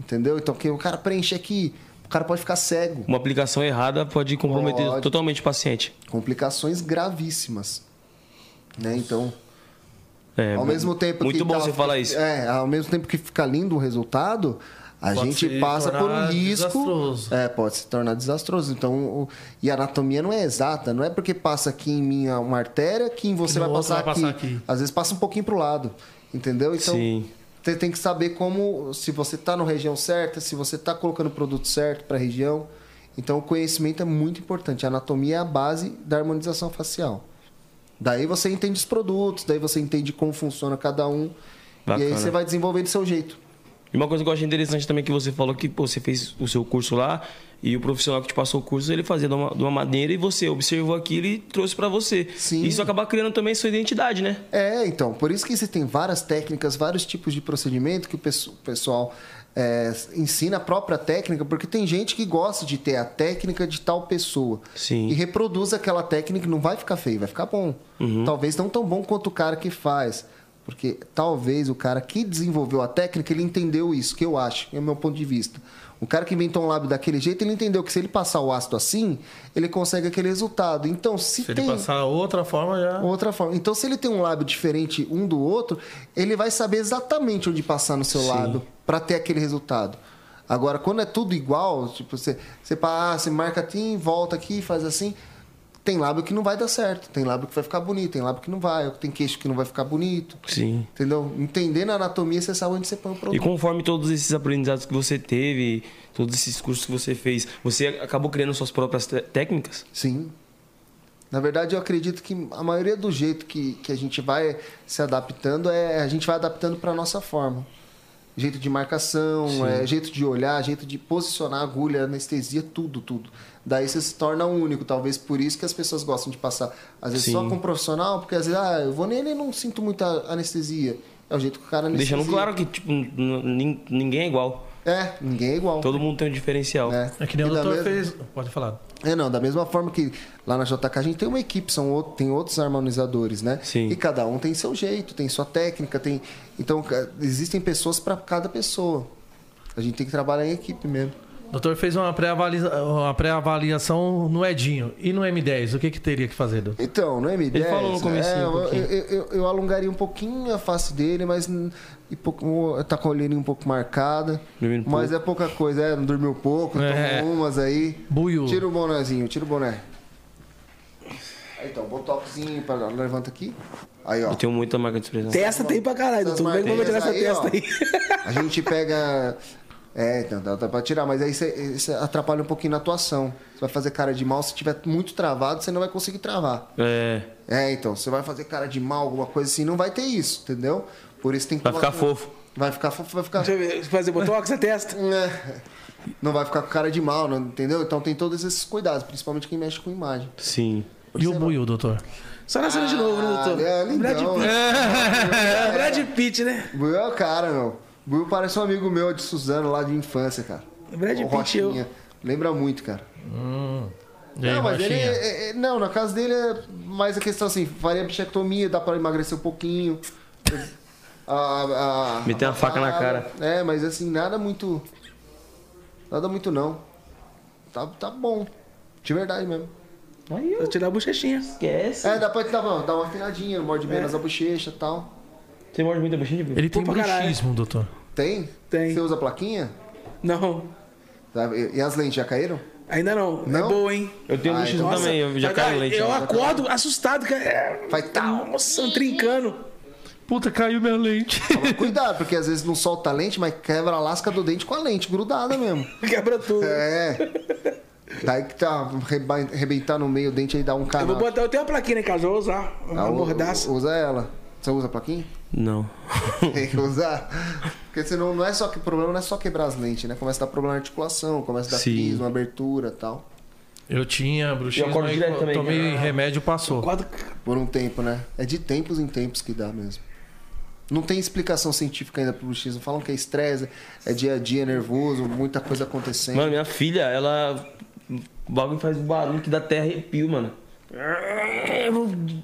[SPEAKER 4] Entendeu? Então, que o cara preenche aqui, o cara pode ficar cego.
[SPEAKER 1] Uma aplicação errada pode comprometer
[SPEAKER 4] Pode.
[SPEAKER 1] totalmente o paciente.
[SPEAKER 4] Complicações gravíssimas. Né? Então,
[SPEAKER 1] É,
[SPEAKER 4] ao
[SPEAKER 1] mu-
[SPEAKER 4] mesmo tempo
[SPEAKER 1] Muito
[SPEAKER 4] que
[SPEAKER 1] bom
[SPEAKER 4] tá-
[SPEAKER 1] você falar isso.
[SPEAKER 4] É, ao mesmo tempo que fica lindo o resultado, a
[SPEAKER 2] Pode
[SPEAKER 4] gente
[SPEAKER 2] se
[SPEAKER 4] passa por um
[SPEAKER 2] tornar
[SPEAKER 4] risco.
[SPEAKER 2] desastroso.
[SPEAKER 4] É, pode se tornar desastroso. Então, o- e a anatomia não é exata, não é porque passa aqui em mim uma artéria que em você
[SPEAKER 2] no
[SPEAKER 4] vai
[SPEAKER 2] outro
[SPEAKER 4] passar,
[SPEAKER 2] vai
[SPEAKER 4] aqui.
[SPEAKER 2] passar aqui.
[SPEAKER 4] Às vezes passa um pouquinho pro lado. Entendeu? Então,
[SPEAKER 1] Sim.
[SPEAKER 4] você tem que saber como se você tá na região certa, se você tá colocando o produto certo para a região. Então, o conhecimento é muito importante. A anatomia é a base da harmonização facial. Daí você entende os produtos, daí você entende como funciona cada um. E aí
[SPEAKER 1] Bacana.
[SPEAKER 4] você vai desenvolvendo do seu jeito.
[SPEAKER 1] E uma coisa que eu achei interessante também que você falou que pô, você fez o seu curso lá e o profissional que te passou o curso ele fazia de uma, de uma maneira e você observou aquilo e trouxe pra você.
[SPEAKER 4] Sim.
[SPEAKER 1] Isso acaba criando também sua identidade, né?
[SPEAKER 4] É, então, por isso que existem várias técnicas, vários tipos de procedimento que o pesso- o pessoal é, ensina a própria técnica, porque tem gente que gosta de ter a técnica de tal pessoa.
[SPEAKER 1] Sim.
[SPEAKER 4] E reproduz aquela técnica e não vai ficar feio, vai ficar bom. Talvez não tão bom quanto o cara que faz. Porque talvez o cara que desenvolveu a técnica, ele entendeu isso, que eu acho, é o meu ponto de vista. O cara que inventou um lábio daquele jeito, ele entendeu que se ele passar o ácido assim, ele consegue aquele resultado. Então, se,
[SPEAKER 2] Se ele
[SPEAKER 4] tem
[SPEAKER 2] passar outra forma, já.
[SPEAKER 4] outra forma. Então, se ele tem um lábio diferente um do outro, ele vai saber exatamente onde passar no seu lábio para ter aquele resultado. Agora, quando é tudo igual, tipo, você, você, pa- ah, você marca aqui, volta aqui, faz assim. Tem lábio que não vai dar certo, tem lábio que vai ficar bonito, tem lábio que não vai, tem queixo que não vai ficar bonito.
[SPEAKER 1] Sim.
[SPEAKER 4] Entendeu? Entendendo a anatomia, você sabe onde você põe o
[SPEAKER 1] E
[SPEAKER 4] produto.
[SPEAKER 1] conforme todos esses aprendizados que você teve, todos esses cursos que você fez, você acabou criando suas próprias te- técnicas?
[SPEAKER 4] Sim. Na verdade, eu acredito que a maioria do jeito que, que a gente vai se adaptando é a gente vai adaptando para nossa forma. Jeito de marcação, é, jeito de olhar, jeito de posicionar a agulha, anestesia, tudo, tudo. Daí você se torna único, talvez por isso que as pessoas gostam de passar. Às vezes só
[SPEAKER 1] Sim.
[SPEAKER 4] com um profissional, porque às vezes, ah, eu vou nele e não sinto muita anestesia. É o jeito que o cara anestesia.
[SPEAKER 1] Deixando claro que tipo, n- nin- ninguém é igual.
[SPEAKER 4] É, ninguém é igual.
[SPEAKER 1] Todo mundo tem um diferencial.
[SPEAKER 4] né?
[SPEAKER 2] É que nem
[SPEAKER 4] E
[SPEAKER 2] o
[SPEAKER 4] da
[SPEAKER 2] doutor
[SPEAKER 4] mesma-
[SPEAKER 2] fez. Pode falar.
[SPEAKER 4] É, não, da mesma forma que lá na JK a gente tem uma equipe, são outro, tem outros harmonizadores, né?
[SPEAKER 1] Sim.
[SPEAKER 4] E cada um tem seu jeito, tem sua técnica, tem. Então, ca- existem pessoas para cada pessoa. A gente tem que trabalhar em equipe mesmo.
[SPEAKER 2] O doutor fez uma pré-avaliza- uma pré-avaliação no Edinho e no M10. O que, que teria que fazer, doutor?
[SPEAKER 4] Então, não é M10.
[SPEAKER 1] falou no comecinho
[SPEAKER 4] é,
[SPEAKER 1] um
[SPEAKER 4] eu,
[SPEAKER 1] pouquinho.
[SPEAKER 4] eu- eu- eu alongaria um pouquinho a face dele, mas hum, e pouco- tá com a olheirinha um pouco marcada.
[SPEAKER 1] Dormindo
[SPEAKER 4] mas é pouca coisa, é, não dormiu pouco,
[SPEAKER 2] É.
[SPEAKER 4] tomou umas aí.
[SPEAKER 2] Buiu.
[SPEAKER 4] Tira o bonézinho, tira o boné. Aí, Então, botoxinho, pra, levanta aqui. Aí, ó.
[SPEAKER 1] Eu tenho muita marca de expressão.
[SPEAKER 3] Testa tem pra caralho,
[SPEAKER 4] Essas
[SPEAKER 3] doutor. Como é que eu vou tirar essa
[SPEAKER 4] marquinhas
[SPEAKER 3] testa
[SPEAKER 4] aí,
[SPEAKER 3] aí?
[SPEAKER 4] A gente pega. É, então dá, dá pra tirar, mas aí você você atrapalha um pouquinho na atuação. Você vai fazer cara de mal, se tiver muito travado, você não vai conseguir travar.
[SPEAKER 1] É,
[SPEAKER 4] É, então, você vai fazer cara de mal, alguma coisa assim, não vai ter isso, entendeu? Por isso tem que.
[SPEAKER 1] vai
[SPEAKER 4] tomar
[SPEAKER 1] ficar fofo.
[SPEAKER 4] Vai ficar fofo, vai ficar.
[SPEAKER 3] Deixa eu ver, fazer botox na testa?
[SPEAKER 4] É. Não vai ficar com cara de mal, não, entendeu? Então tem todos esses cuidados, principalmente quem mexe com imagem.
[SPEAKER 1] Sim.
[SPEAKER 2] E o buio, doutor?
[SPEAKER 3] Só nascendo de novo, né, doutor?
[SPEAKER 4] Ah, lindão.
[SPEAKER 3] Brad Pitt. É, Brad Pitt, né?
[SPEAKER 4] Buiu é o cara, meu. Buiu parece um amigo meu de Suzano lá de infância, cara.
[SPEAKER 3] Brad
[SPEAKER 4] O
[SPEAKER 3] Pitt,
[SPEAKER 4] Rochinha. Lembra muito, cara.
[SPEAKER 2] E aí,
[SPEAKER 4] não, mas ele.
[SPEAKER 2] Marchinha?
[SPEAKER 4] é- é- não, na casa dele é mais a questão assim: faria bichectomia, dá pra emagrecer um pouquinho. A- a-
[SPEAKER 1] Meter uma faca na cara.
[SPEAKER 4] É, mas assim, nada muito. Nada muito não. Tá, tá bom. De verdade mesmo.
[SPEAKER 3] Vou tirar a bochechinha.
[SPEAKER 1] Esquece.
[SPEAKER 4] É, dá pra dar uma, dar uma afinadinha, morde menos a bochecha e tal.
[SPEAKER 1] Você morde muita bichinha de
[SPEAKER 2] Ele tem
[SPEAKER 3] Pô, pra caralho.
[SPEAKER 2] bruxismo, doutor.
[SPEAKER 4] Tem?
[SPEAKER 3] Tem.
[SPEAKER 4] Você usa plaquinha?
[SPEAKER 3] Não,
[SPEAKER 4] Tá, E e as lentes já caíram?
[SPEAKER 3] ainda não.
[SPEAKER 4] Não?
[SPEAKER 3] É boa, hein?
[SPEAKER 1] Eu tenho
[SPEAKER 4] Ai,
[SPEAKER 1] bichinho
[SPEAKER 4] nossa.
[SPEAKER 1] também, eu já
[SPEAKER 3] então Mas,
[SPEAKER 1] caí
[SPEAKER 3] cara,
[SPEAKER 1] no leite. né?
[SPEAKER 3] Eu acordo assustado, cara. É,
[SPEAKER 4] Vai tá, tal.
[SPEAKER 3] Nossa, trincando.
[SPEAKER 2] Puta, caiu minha lente.
[SPEAKER 4] Toma Cuidado, porque às vezes não solta a lente, mas quebra a lasca do dente com a lente grudada mesmo.
[SPEAKER 3] Quebra tudo.
[SPEAKER 4] É. Daí que tá reba- arrebentar no meio o dente aí dá um
[SPEAKER 3] Eu
[SPEAKER 4] canal.
[SPEAKER 3] vou botar, eu tenho uma plaquinha em casa, eu vou usar. Uma
[SPEAKER 4] Ah, u-
[SPEAKER 3] mordaça.
[SPEAKER 4] Usa ela. Você usa a
[SPEAKER 3] *laughs*
[SPEAKER 4] plaquinha?
[SPEAKER 1] Não.
[SPEAKER 4] Tem que usar. Porque senão não é só que o problema não é só quebrar as lentes, né? Começa a dar problema na articulação, começa a dar
[SPEAKER 1] Sim.
[SPEAKER 4] prisma, abertura e tal.
[SPEAKER 2] Eu tinha bruxismo,
[SPEAKER 1] Eu acordo
[SPEAKER 2] aí
[SPEAKER 1] direto
[SPEAKER 2] eu
[SPEAKER 1] também.
[SPEAKER 2] tomei remédio e passou.
[SPEAKER 3] Acordo-
[SPEAKER 4] Por um tempo, né? É de tempos em tempos que dá mesmo. Não tem explicação científica ainda pro bruxismo. Falam que é estresse, é dia a dia nervoso, muita coisa acontecendo.
[SPEAKER 1] Mano, minha filha, ela. O bagulho faz um barulho que dá até arrepio, mano.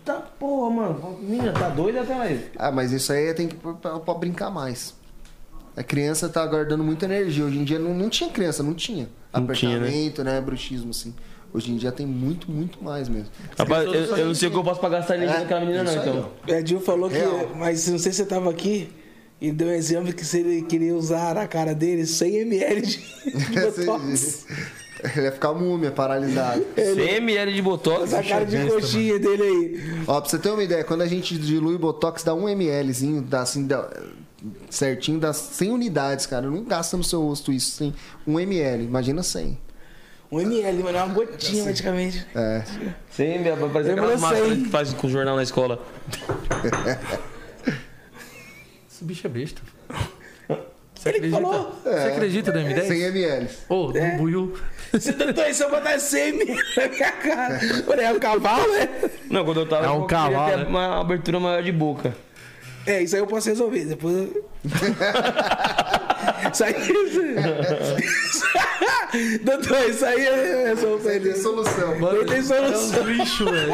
[SPEAKER 1] Tá porra, mano. Menina, tá doida até mais.
[SPEAKER 4] Ah, mas isso aí tem que pôr pra, pra brincar mais. A criança tá guardando muita energia. Hoje em dia não, não tinha criança, não tinha.
[SPEAKER 1] Não tinha, né?
[SPEAKER 4] Apertamento, né? Bruxismo, assim. Hoje em dia tem muito, muito mais mesmo. As
[SPEAKER 1] Rapaz, eu,
[SPEAKER 4] crianças só
[SPEAKER 1] eu não sei o que eu posso pra gastar energia
[SPEAKER 4] É,
[SPEAKER 1] naquela menina, não,
[SPEAKER 4] isso aí,
[SPEAKER 1] então.
[SPEAKER 3] É, Dil falou que.
[SPEAKER 4] Real.
[SPEAKER 3] Mas não sei se você tava aqui. E deu um exemplo que se ele queria usar a cara dele 100 ml
[SPEAKER 4] *laughs*
[SPEAKER 3] de de botox.
[SPEAKER 4] Ele ia ficar múmia,
[SPEAKER 1] *laughs*
[SPEAKER 4] paralisado.
[SPEAKER 1] 100 ml de botox.
[SPEAKER 3] Essa cara de coxinha dele aí.
[SPEAKER 4] Ó, pra você ter uma ideia, quando a gente dilui Botox, dá um mlzinho, dá assim, dá, certinho, dá 100 unidades, cara. Não gasta no seu rosto isso, sim. Um ml, imagina 100.
[SPEAKER 3] Um ml, mano, é uma gotinha praticamente.
[SPEAKER 4] É,
[SPEAKER 1] 100 ml, parece
[SPEAKER 3] Lembrou
[SPEAKER 1] aquela máquina
[SPEAKER 3] 100.
[SPEAKER 1] que faz com jornal na escola.
[SPEAKER 2] Esse bicho é besta. Você
[SPEAKER 3] Ele que falou.
[SPEAKER 1] É.
[SPEAKER 2] Você acredita no M10?
[SPEAKER 4] 100 ml.
[SPEAKER 2] Ô, do Buiu.
[SPEAKER 3] Se doutor, se eu botar 100 ml na minha cara. Falei, é um cavalo, né?
[SPEAKER 1] Não, quando eu tava.
[SPEAKER 2] É um
[SPEAKER 1] eu queria
[SPEAKER 2] cavalo,
[SPEAKER 1] ter
[SPEAKER 2] né?
[SPEAKER 1] Uma abertura maior de boca.
[SPEAKER 3] É, isso aí eu posso resolver. Depois eu. *laughs* Isso aí. *laughs* doutor, isso aí eu resolvo pra
[SPEAKER 4] Aí
[SPEAKER 3] ele.
[SPEAKER 4] tem solução.
[SPEAKER 3] Ele tem solução.
[SPEAKER 2] lixo, velho.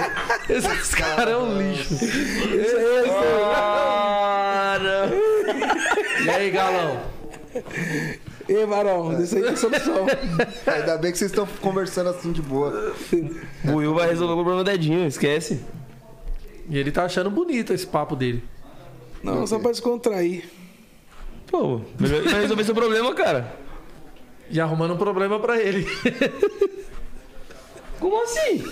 [SPEAKER 2] Esses caras é um lixo.
[SPEAKER 3] Isso aí eu resolvo.
[SPEAKER 2] E aí, galão?
[SPEAKER 3] Ei, Barão, isso aí tem solução.
[SPEAKER 4] Ainda bem que vocês estão conversando assim de boa.
[SPEAKER 1] O Will vai resolver o problema do dedinho, esquece.
[SPEAKER 2] E ele tá achando bonito esse papo dele.
[SPEAKER 3] Não, só pra descontrair.
[SPEAKER 1] Pô, melhor- vai resolver seu problema, cara.
[SPEAKER 2] E arrumando um problema pra
[SPEAKER 1] *laughs*
[SPEAKER 2] ele.
[SPEAKER 1] Como assim?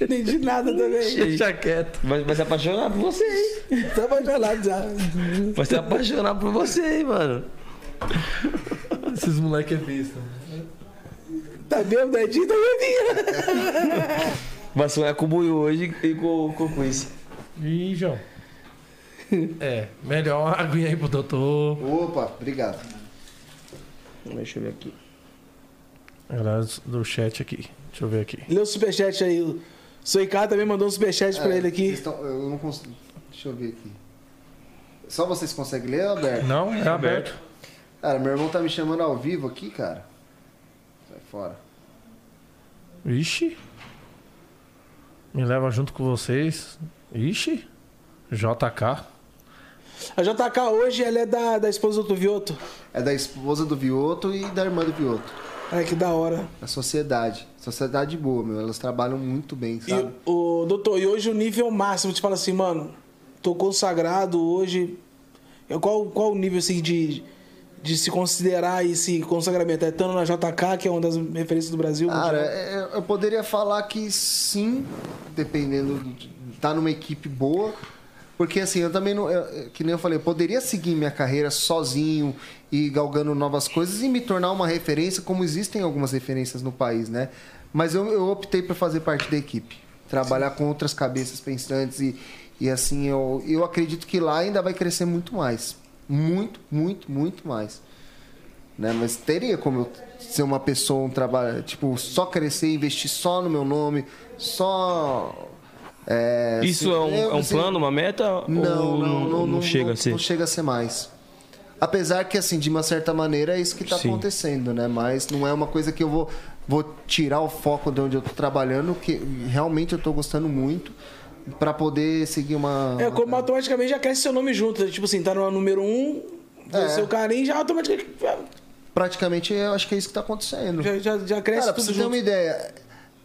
[SPEAKER 3] Entendi nada também.
[SPEAKER 2] Deixa quieto.
[SPEAKER 1] Vai, vai se apaixonar por você, hein?
[SPEAKER 3] Tava gelado Tá já.
[SPEAKER 1] Vai se apaixonar por você, hein, mano.
[SPEAKER 2] Esses moleque é besta.
[SPEAKER 3] Tá bêbado, Edinho? Tá bebinho.
[SPEAKER 1] Vai sonhar com o Buiu hoje e com com o Quiz.
[SPEAKER 2] Ih, João. É, melhor uma aguinha aí pro doutor.
[SPEAKER 4] Opa, obrigado.
[SPEAKER 1] Deixa eu ver aqui.
[SPEAKER 2] Galera do chat aqui. Deixa eu ver aqui.
[SPEAKER 3] Lê o um superchat aí. O Soicá também mandou um superchat pra ele
[SPEAKER 4] É, Vocês
[SPEAKER 3] aqui.
[SPEAKER 4] estão- eu não consigo. Deixa eu ver aqui. Só vocês conseguem ler, Alberto?
[SPEAKER 2] Não, é aberto.
[SPEAKER 4] Cara, meu irmão tá me chamando ao vivo aqui, cara. Sai fora.
[SPEAKER 2] Ixi. Me leva junto com vocês. Ixi. JK.
[SPEAKER 3] A JK hoje ela é da, da esposa do Vioto.
[SPEAKER 4] É da esposa do Vioto e da irmã do Vioto.
[SPEAKER 3] Olha que da hora.
[SPEAKER 4] A sociedade. Sociedade boa, meu. Elas trabalham muito bem,
[SPEAKER 3] E,
[SPEAKER 4] sabe?
[SPEAKER 3] o doutor, e hoje o nível máximo, te fala assim, mano, tô consagrado hoje. É Qual, qual o nível assim de, de se considerar esse consagramento? É estando na JK, que é uma das referências do Brasil?
[SPEAKER 4] Cara,
[SPEAKER 3] mundial?
[SPEAKER 4] é- é- eu poderia falar que sim, dependendo. de- Tá numa equipe boa. Porque assim, eu também não. eu- que nem eu falei, eu poderia seguir minha carreira sozinho e galgando novas coisas e me tornar uma referência, como existem algumas referências no país, né? Mas eu, eu optei por fazer parte da equipe. Trabalhar com outras cabeças pensantes e, e assim, eu, eu acredito que lá ainda vai crescer muito mais. Muito, muito, muito mais né? Mas teria como eu ser uma pessoa, um trabalho, tipo, só crescer, investir só no meu nome, só. é,
[SPEAKER 1] Isso
[SPEAKER 4] assim,
[SPEAKER 1] é um,
[SPEAKER 4] eu-
[SPEAKER 1] é um
[SPEAKER 4] assim,
[SPEAKER 1] plano, uma meta?
[SPEAKER 4] Não,
[SPEAKER 1] ou
[SPEAKER 4] não, não, não,
[SPEAKER 1] chega a ser.
[SPEAKER 4] Não chega a ser mais. Apesar que, assim, de uma certa maneira é isso que tá
[SPEAKER 1] Sim.
[SPEAKER 4] acontecendo, né? Mas não é uma coisa que eu vou, vou tirar o foco de onde eu tô trabalhando, que realmente eu tô gostando muito, pra poder seguir uma.
[SPEAKER 3] É, como automaticamente já cresce seu nome junto. né? Tipo assim, tá no número um,
[SPEAKER 4] É.
[SPEAKER 3] seu carinho já automaticamente
[SPEAKER 4] Praticamente eu acho que é isso que tá acontecendo.
[SPEAKER 3] já, já, já cresce
[SPEAKER 4] Cara, pra
[SPEAKER 3] tudo
[SPEAKER 4] você ter
[SPEAKER 3] junto.
[SPEAKER 4] uma ideia,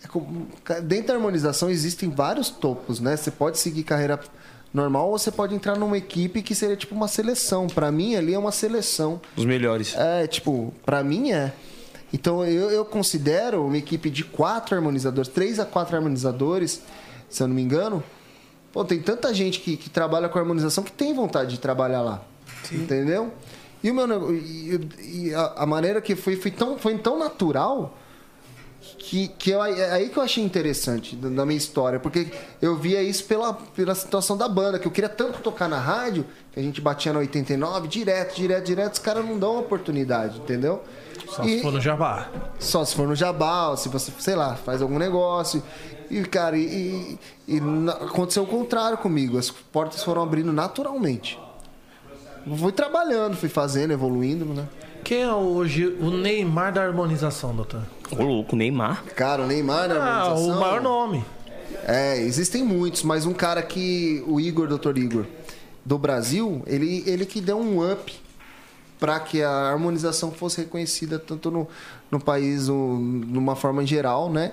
[SPEAKER 4] é como- ca- dentro da harmonização existem vários topos, né? Você pode seguir carreira normal ou você pode entrar numa equipe que seria tipo uma seleção. Pra mim, ali é uma seleção.
[SPEAKER 1] Os melhores.
[SPEAKER 4] É, tipo, pra mim é. Então eu, eu considero uma equipe de quatro harmonizadores, três a quatro harmonizadores, se eu não me engano. Pô, tem tanta gente que, que trabalha com harmonização que tem vontade de trabalhar lá. Entendeu? E, o meu, nego- e, e- e a, a maneira que foi, foi, tão, foi tão natural que, que eu, é aí que eu achei interessante da da minha história, porque eu via isso pela, pela situação da banda, que eu queria tanto tocar na rádio, que a gente batia na 89, direto, direto, direto, os caras não dão oportunidade, entendeu?
[SPEAKER 2] Só se for no Jabá.
[SPEAKER 4] Só se for no jabá, ou se você, sei lá, faz algum negócio. E, cara, e, e- e na- aconteceu o contrário comigo. As portas foram abrindo naturalmente. Fui trabalhando, fui fazendo, evoluindo, né?
[SPEAKER 2] Quem é hoje o Neymar da harmonização, doutor?
[SPEAKER 1] Ô, louco, Neymar.
[SPEAKER 4] Cara, o Neymar na
[SPEAKER 2] Ah, o
[SPEAKER 4] harmonização-
[SPEAKER 2] maior nome.
[SPEAKER 4] É, existem muitos, mas um cara que. O Igor, Dr. Igor, do Brasil, ele, ele que deu um up para que a harmonização fosse reconhecida tanto no, no país, no, numa forma geral, né?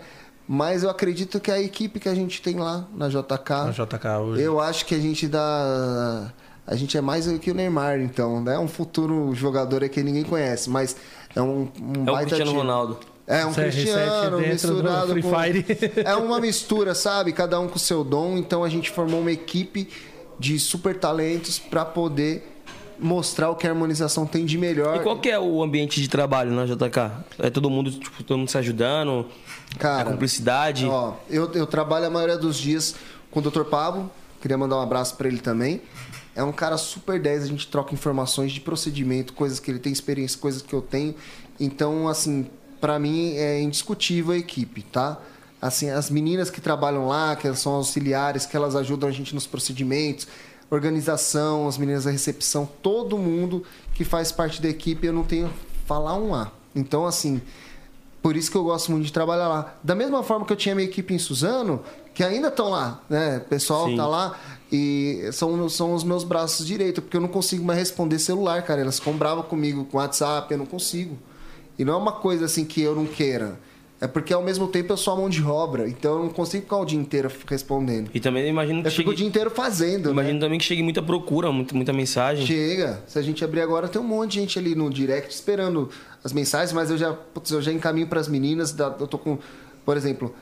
[SPEAKER 4] Mas eu acredito que a equipe que a gente tem lá na JK.
[SPEAKER 2] A JK hoje.
[SPEAKER 4] Eu acho que a gente dá. A gente é mais que o Neymar, então, né? É um futuro jogador aí que ninguém conhece, mas é um, um
[SPEAKER 1] É o
[SPEAKER 4] baita
[SPEAKER 1] Cristiano
[SPEAKER 4] time.
[SPEAKER 1] Ronaldo.
[SPEAKER 4] É, um
[SPEAKER 2] CR7 dentro do
[SPEAKER 4] Cristiano misturado
[SPEAKER 2] Free
[SPEAKER 4] com...
[SPEAKER 2] Fire.
[SPEAKER 4] *laughs* É uma mistura, sabe? Cada um com seu dom. Então a gente formou uma equipe de super talentos pra poder mostrar o que a harmonização tem de melhor.
[SPEAKER 1] E qual que é o ambiente de trabalho na JK? É todo mundo, tipo, todo mundo se ajudando?
[SPEAKER 4] Cara,
[SPEAKER 1] é cumplicidade?
[SPEAKER 4] Ó, eu, eu trabalho a maioria dos dias com o Dr. Pablo. Queria mandar um abraço pra ele também. É um cara super 10, a gente troca informações de procedimento, coisas que ele tem experiência, coisas que eu tenho. Então, assim, pra mim é indiscutível a equipe, tá? Assim, as meninas que trabalham lá, que elas são auxiliares, que elas ajudam a gente nos procedimentos, organização, as meninas da recepção, todo mundo que faz parte da equipe, eu não tenho que falar um A. Então, assim, por isso que eu gosto muito de trabalhar lá. Da mesma forma que eu tinha minha equipe em Suzano, que ainda estão lá, né? O pessoal tá lá e são, são os meus braços direitos, porque eu não consigo mais responder celular, cara. Elas ficam bravas comigo com WhatsApp, eu não consigo. E não é uma coisa assim que eu não queira. É porque ao mesmo tempo eu sou a mão de obra, então eu não consigo ficar o dia inteiro respondendo.
[SPEAKER 1] E também imagino que
[SPEAKER 4] Eu fico o dia
[SPEAKER 1] chegue,
[SPEAKER 4] inteiro fazendo. né?
[SPEAKER 1] imagino também que chegue muita procura, muita, muita mensagem.
[SPEAKER 4] Chega. Se a gente abrir agora, tem um monte de gente ali no direct esperando as mensagens, mas eu já, putz, eu já encaminho para as meninas. da- Eu tô com, por exemplo,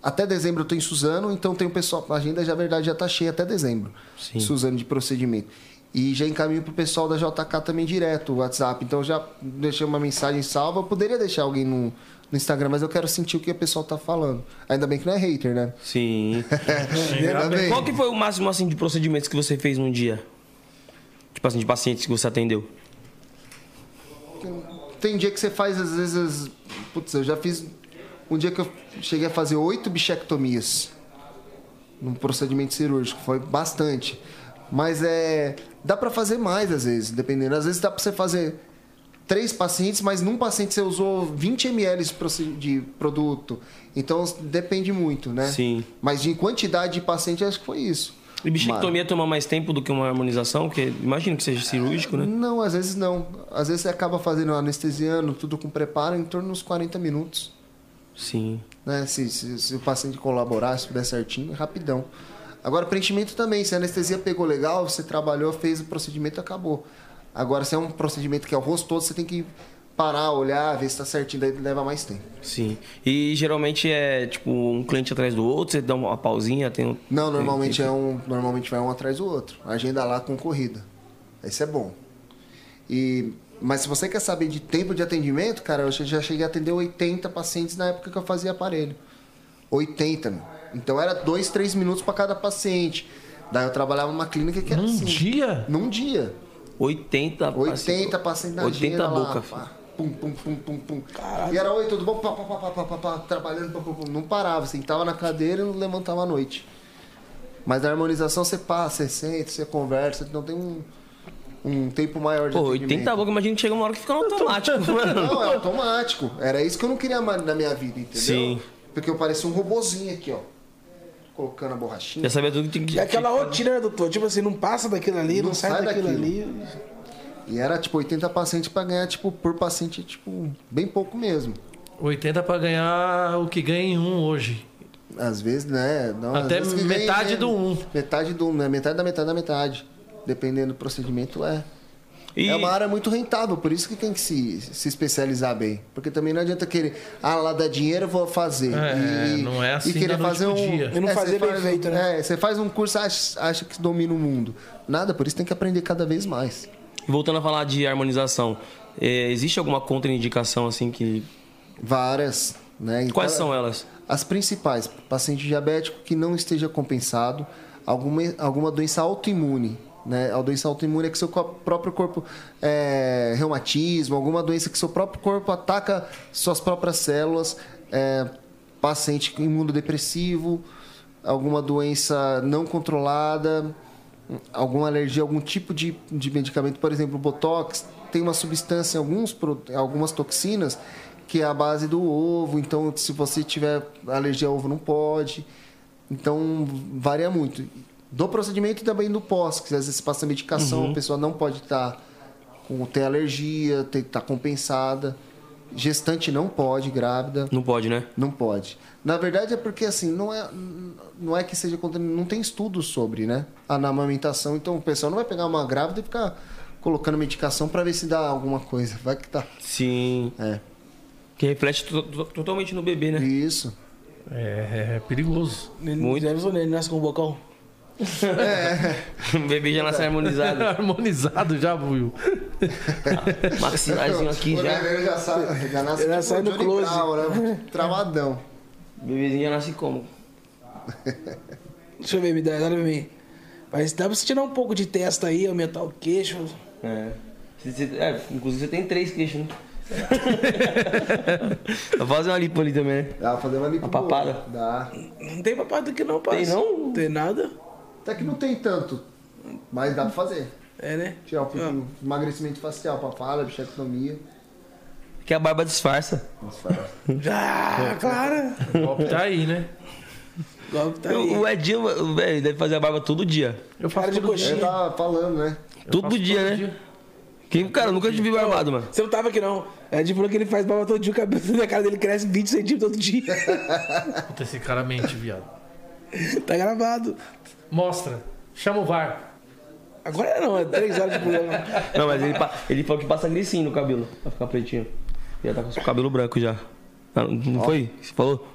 [SPEAKER 4] até dezembro eu tô em Suzano, então tem o pessoal. A agenda, já na verdade, já tá cheia até dezembro. Suzano de procedimento. E já encaminho pro pessoal da JK também direto, o WhatsApp. Então eu já deixei uma mensagem salva. Eu poderia deixar alguém no, no Instagram, mas eu quero sentir o que o pessoal tá falando. Ainda bem que não é hater, né? *laughs*
[SPEAKER 1] Sim.
[SPEAKER 4] Ainda bem.
[SPEAKER 1] Qual que foi o máximo assim de procedimentos que você fez num dia? Tipo assim, de pacientes que você atendeu?
[SPEAKER 4] Tem dia que você faz, às vezes. Putz, eu já fiz. Um dia que eu cheguei a fazer oito bichectomias. Num procedimento cirúrgico. Foi bastante. Mas é. Dá pra fazer mais, às vezes, dependendo. Às vezes dá pra você fazer três pacientes, mas num paciente você usou 20 ml de proce- de produto. Então depende muito, né?
[SPEAKER 1] Sim.
[SPEAKER 4] Mas de quantidade de paciente, acho que foi isso.
[SPEAKER 1] E bichectomia toma mais tempo do que uma harmonização? Porque imagino que seja cirúrgico, né?
[SPEAKER 4] Não, às vezes não. Às vezes você acaba fazendo anestesiando, tudo com preparo, em torno dos 40 minutos.
[SPEAKER 1] Sim.
[SPEAKER 4] né? Se, se- se o paciente colaborar, se der certinho, é rapidão. Agora, preenchimento também. Se a anestesia pegou legal, você trabalhou, fez o procedimento, acabou. Agora, se é um procedimento que é o rosto todo, você tem que parar, olhar, ver se está certinho, daí leva mais tempo.
[SPEAKER 1] Sim. E geralmente é tipo um cliente atrás do outro, você dá uma pausinha, tem um.
[SPEAKER 4] Não, normalmente é um, normalmente vai um atrás do outro. Agenda lá concorrida. Esse é bom. E mas se você quer saber de tempo de atendimento, cara, eu já cheguei a atender 80 pacientes na época que eu fazia aparelho. 80, meu. Então era dois, três minutos para cada paciente. Daí eu trabalhava numa clínica que era
[SPEAKER 2] Num
[SPEAKER 4] assim.
[SPEAKER 2] dia?
[SPEAKER 4] Num dia.
[SPEAKER 1] 80
[SPEAKER 4] 80 pacientes na
[SPEAKER 1] 80
[SPEAKER 4] agenda
[SPEAKER 1] boca,
[SPEAKER 4] é lá.
[SPEAKER 1] filho.
[SPEAKER 4] pá. Pum, pum, pum, pum, pum. E era oi, tudo bom? Pá, pá, pá, pá, pá, pá, pá, trabalhando, pá, pá, pá. não parava. Sentava na cadeira e não levantava à noite. Mas na harmonização você passa, você senta, você conversa, então tem um, um tempo maior de
[SPEAKER 1] Pô,
[SPEAKER 4] atendimento.
[SPEAKER 1] 80 boca, imagina que chega uma hora que fica no automático,
[SPEAKER 4] *laughs*
[SPEAKER 1] mano.
[SPEAKER 4] Não, é automático. Era isso que eu não queria mais na minha vida, entendeu?
[SPEAKER 1] Sim.
[SPEAKER 4] Porque eu parecia um robozinho aqui, ó. Colocando a borrachinha.
[SPEAKER 1] Já sabia tudo que tinha que.
[SPEAKER 3] E
[SPEAKER 4] É
[SPEAKER 3] aquela rotina, né, doutor? Tipo assim, não passa daquilo ali, não,
[SPEAKER 4] Não
[SPEAKER 3] sai,
[SPEAKER 4] sai
[SPEAKER 3] daquilo,
[SPEAKER 4] daquilo.
[SPEAKER 3] ali.
[SPEAKER 4] E era tipo 80 pacientes pra ganhar, tipo, por paciente, tipo, bem pouco mesmo.
[SPEAKER 2] 80 pra ganhar o que ganha em um hoje.
[SPEAKER 4] Às vezes, né? Não, às
[SPEAKER 2] Até
[SPEAKER 4] vezes que ganha,
[SPEAKER 2] metade
[SPEAKER 4] né?
[SPEAKER 2] do um.
[SPEAKER 4] Metade do um, né? Metade da metade da metade. Dependendo do procedimento, é.
[SPEAKER 1] E-
[SPEAKER 4] É uma área muito rentável, por isso que tem que se, se especializar bem. Porque também não adianta querer, ah, lá dá dinheiro, eu vou fazer.
[SPEAKER 2] É,
[SPEAKER 4] e,
[SPEAKER 2] não é assim
[SPEAKER 4] E querer
[SPEAKER 2] da noite
[SPEAKER 4] fazer
[SPEAKER 2] pro
[SPEAKER 4] um.
[SPEAKER 2] dia.
[SPEAKER 3] E não
[SPEAKER 4] você
[SPEAKER 3] fazer bem
[SPEAKER 4] faz-
[SPEAKER 3] feito, né?
[SPEAKER 4] É, você faz um curso, acha, acha que domina o mundo. Nada, por isso tem que aprender cada vez mais.
[SPEAKER 1] E voltando a falar de harmonização, eh, existe alguma contraindicação assim que.
[SPEAKER 4] Várias, né? Em
[SPEAKER 1] Quais
[SPEAKER 4] cada-
[SPEAKER 1] são elas?
[SPEAKER 4] As principais, paciente diabético que não esteja compensado, alguma, alguma doença autoimune. Né? A doença autoimune é que seu co- próprio corpo é reumatismo, alguma doença que seu próprio corpo ataca suas próprias células, é, paciente com imunodepressivo, alguma doença não controlada, alguma alergia, algum tipo de, de medicamento, por exemplo, Botox, tem uma substância, alguns, pro- algumas toxinas, que é a base do ovo. Então, se você tiver alergia a ovo, não pode. Então, varia muito. Do procedimento e também do pós, que às vezes você passa medicação, a pessoa não pode estar com ter alergia, tem que estar compensada. Gestante não pode, grávida.
[SPEAKER 1] Não pode, né?
[SPEAKER 4] Não pode. Na verdade é porque assim, não é, não é que seja contra, não tem estudo sobre, né? A na amamentação, então o pessoal não vai pegar uma grávida e ficar colocando medicação pra ver se dá alguma coisa. Vai que tá.
[SPEAKER 1] Sim.
[SPEAKER 4] É.
[SPEAKER 1] Que reflete to- to- totalmente no bebê, né?
[SPEAKER 4] Isso.
[SPEAKER 2] É, é perigoso.
[SPEAKER 1] Muito.
[SPEAKER 3] Muito. Ele um nasce com o bocão.
[SPEAKER 1] *laughs* O bebê já nasce harmonizado.
[SPEAKER 2] *laughs*
[SPEAKER 4] *laughs*
[SPEAKER 2] Harmonizado já, Will.
[SPEAKER 1] Maxilarzinho aqui
[SPEAKER 4] o
[SPEAKER 1] já.
[SPEAKER 4] já sabe, já nasce tipo,
[SPEAKER 3] Já sai do
[SPEAKER 4] Johnny
[SPEAKER 3] close.
[SPEAKER 4] Brown, *laughs* né? Travadão.
[SPEAKER 1] O bebezinho já nasce como?
[SPEAKER 3] Deixa eu ver, me dá, dá pra mim. Mas dá pra você tirar um pouco de testa aí, aumentar o queixo.
[SPEAKER 1] É. Você- você- é, inclusive você tem três queixos, né? *laughs* Vou fazer uma lipo ali também, né?
[SPEAKER 4] Dá pra fazer uma lipo.
[SPEAKER 1] Uma papada?
[SPEAKER 4] boa. Dá.
[SPEAKER 3] Não tem papado aqui não, parça.
[SPEAKER 1] Tem não?
[SPEAKER 3] Tem nada.
[SPEAKER 4] Até que não tem tanto, mas dá pra fazer.
[SPEAKER 3] É, né?
[SPEAKER 4] Tirar um pouquinho de emagrecimento facial, papada, bichectomia.
[SPEAKER 1] Que a barba disfarça.
[SPEAKER 3] Ah, claro.
[SPEAKER 2] Tá aí, né?
[SPEAKER 3] Logo tá aí.
[SPEAKER 1] O, o Edinho, velho, deve fazer a barba todo dia.
[SPEAKER 2] Eu
[SPEAKER 3] Cara
[SPEAKER 2] faço
[SPEAKER 3] de
[SPEAKER 2] todo dia.
[SPEAKER 4] Eu
[SPEAKER 3] coxinha.
[SPEAKER 4] tava falando, né?
[SPEAKER 1] Todo dia, né? Quem, cara, eu nunca te vi barbado, mano.
[SPEAKER 3] Você não tava aqui não. É, A gente falou que ele faz barba todo dia, o cabelo da cara dele cresce 20 centímetros todo dia.
[SPEAKER 1] *laughs*
[SPEAKER 2] Puta, esse cara mente, viado.
[SPEAKER 3] tá gravado.
[SPEAKER 2] Mostra. Chama o VAR.
[SPEAKER 3] Agora não, é 3 horas de programa.
[SPEAKER 1] Não, mas ele, pa- ele falou que passa grisinho no cabelo, pra ficar pretinho. Já tá com o cabelo branco já. Ah, Não, não foi? Você falou?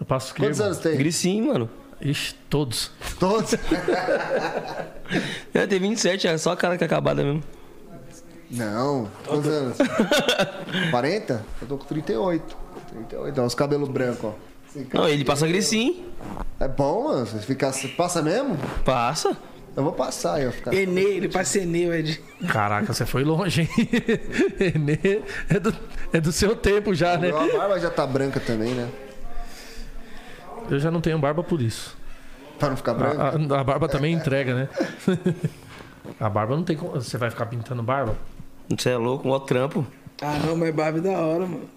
[SPEAKER 2] Eu passo creme.
[SPEAKER 4] Quantos anos tem?
[SPEAKER 1] Grisinho, mano.
[SPEAKER 2] Ixi, todos.
[SPEAKER 4] Todos.
[SPEAKER 1] É, tem 27, é só a cara que é acabada mesmo.
[SPEAKER 4] Não, quantos
[SPEAKER 1] *laughs*
[SPEAKER 4] anos? 40? Eu tô com 38. 38, ó, os cabelos brancos, ó. Assim, cara.
[SPEAKER 1] Não, ele passa grisinho.
[SPEAKER 4] É bom, mano. Você fica, você passa mesmo?
[SPEAKER 1] Passa.
[SPEAKER 4] Eu vou passar, eu vou ficar.
[SPEAKER 3] Enê, ele passa Enê, o Ed.
[SPEAKER 2] Caraca, você foi longe, hein? *laughs* Nenê, é, do, é do seu tempo já, né?
[SPEAKER 4] Meu, A barba já tá branca também, né?
[SPEAKER 2] Eu já não tenho barba por isso.
[SPEAKER 4] Pra não ficar branca.
[SPEAKER 1] Ah,
[SPEAKER 2] A, a- a barba também entrega, né? *laughs* A barba não tem como. Você vai ficar pintando barba?
[SPEAKER 1] Você é louco, mó trampo.
[SPEAKER 3] Ah, não, mas barba é da hora, mano.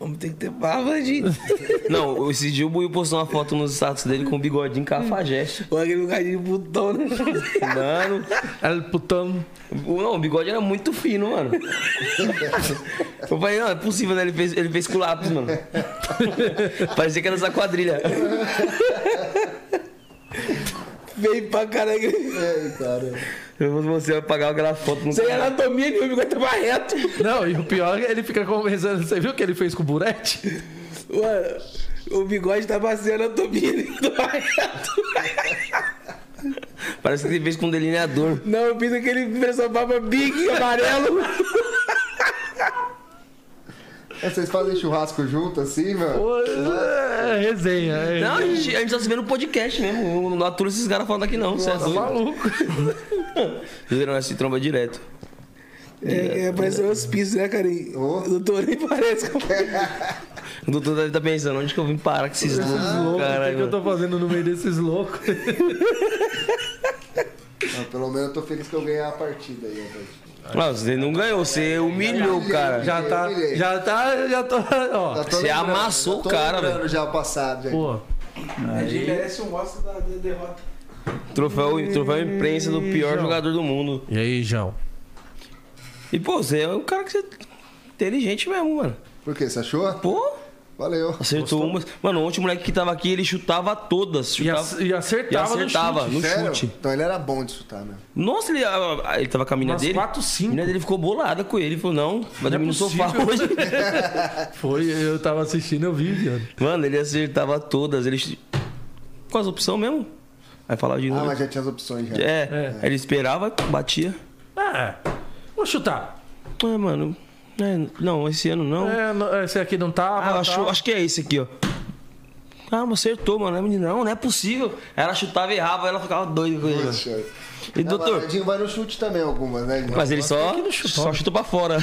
[SPEAKER 3] Vamos ter que ter barba, gente.
[SPEAKER 1] Não, esse dia o Buiu postou uma foto nos status dele com o bigodinho cafajeste.
[SPEAKER 3] Ou aquele lugarzinho de botão, né?
[SPEAKER 1] Mano,
[SPEAKER 2] El putão.
[SPEAKER 1] o- não, o bigode era muito fino, mano. Eu falei, não, é possível, né? Ele fez, ele fez com lápis, mano. Parecia que era essa quadrilha.
[SPEAKER 3] Veio pra caralho.
[SPEAKER 1] ah.
[SPEAKER 4] Ei, cara.
[SPEAKER 1] Eu- Você vai pagar aquela foto no
[SPEAKER 3] Sem é anatomia nenhuma, o bigode tava reto.
[SPEAKER 2] Não, e o pior é que ele fica conversando. Você viu o que ele fez com o Burete?
[SPEAKER 3] Mano, o bigode tá tava sem anatomia, ele tava reto.
[SPEAKER 1] Parece que ele fez com um delineador.
[SPEAKER 3] *laughs* Não, eu fiz aquele impressão barba big, amarelo.
[SPEAKER 4] Vocês fazem churrasco junto assim, mano?
[SPEAKER 2] Pô, é, Resenha. é.
[SPEAKER 1] Não, a gente, a gente tá se vendo no podcast mesmo. Não atura esses caras falando aqui, não. Você é
[SPEAKER 2] Tá
[SPEAKER 1] doido.
[SPEAKER 2] maluco.
[SPEAKER 1] Viram essa tromba direto.
[SPEAKER 3] É, é parece um hospício, né, cara? E
[SPEAKER 4] Ô.
[SPEAKER 3] O doutor nem parece. com-
[SPEAKER 1] O doutor deve estar pensando, onde que eu vim parar com esses loucos,
[SPEAKER 2] O que, que eu
[SPEAKER 1] caralho.
[SPEAKER 2] tô fazendo no meio desses loucos?
[SPEAKER 4] Ah, pelo menos eu tô feliz que eu ganhei a partida aí, né, velho.
[SPEAKER 1] mano? Não, você não ganhou, você humilhou o cara.
[SPEAKER 2] Já tá. Já tá. Já tô. Ó.
[SPEAKER 1] Você
[SPEAKER 4] tá
[SPEAKER 1] amassou o cara, velho.
[SPEAKER 4] já passado, gente.
[SPEAKER 2] Pô,
[SPEAKER 8] Ele merece um gosto da, da derrota.
[SPEAKER 1] Troféu, troféu imprensa do pior jogador do mundo.
[SPEAKER 2] E aí, João?
[SPEAKER 1] E, pô, você é um cara que você... é Inteligente mesmo, mano.
[SPEAKER 4] Por quê? Você achou?
[SPEAKER 1] Pô,
[SPEAKER 4] Valeu.
[SPEAKER 1] acertou umas. Mano, ontem o moleque que tava aqui, ele chutava todas.
[SPEAKER 2] E,
[SPEAKER 1] Chutava,
[SPEAKER 2] ac- e
[SPEAKER 1] e
[SPEAKER 2] acertava,
[SPEAKER 1] acertava no chute.
[SPEAKER 4] Sério? Então ele era bom de chutar, né?
[SPEAKER 1] Nossa, ele, ah, ele tava com a mina
[SPEAKER 2] Umas
[SPEAKER 1] dele.
[SPEAKER 2] quatro, cinco.
[SPEAKER 1] A mina dele ficou bolada com ele. Falou, não, é vai dormir no sofá hoje. *laughs*
[SPEAKER 2] possível.
[SPEAKER 1] Né?
[SPEAKER 2] Foi, eu tava assistindo, eu vi, viado.
[SPEAKER 1] Mano, ele acertava todas. Ele... Com as opções mesmo. Aí falava de
[SPEAKER 4] Ah,
[SPEAKER 1] novo.
[SPEAKER 4] mas já tinha as opções já.
[SPEAKER 1] É,
[SPEAKER 2] É.
[SPEAKER 1] Aí ele esperava, batia.
[SPEAKER 2] Ah, vou chutar.
[SPEAKER 1] É, mano. é, não, esse ano não.
[SPEAKER 2] É, não- esse aqui não tá.
[SPEAKER 1] Ah,
[SPEAKER 2] tá.
[SPEAKER 1] acho, acho que é esse aqui, ó. Ah, mas acertou, mano. Aí a menina, Não, não é possível. Ela chutava e errava, ela ficava doida com ele. mano.
[SPEAKER 4] Poxa.
[SPEAKER 1] E
[SPEAKER 4] Ah, mas o
[SPEAKER 1] doutor,
[SPEAKER 4] Edinho vai no chute também algumas, né?
[SPEAKER 1] mas ele só, só chuta pra fora.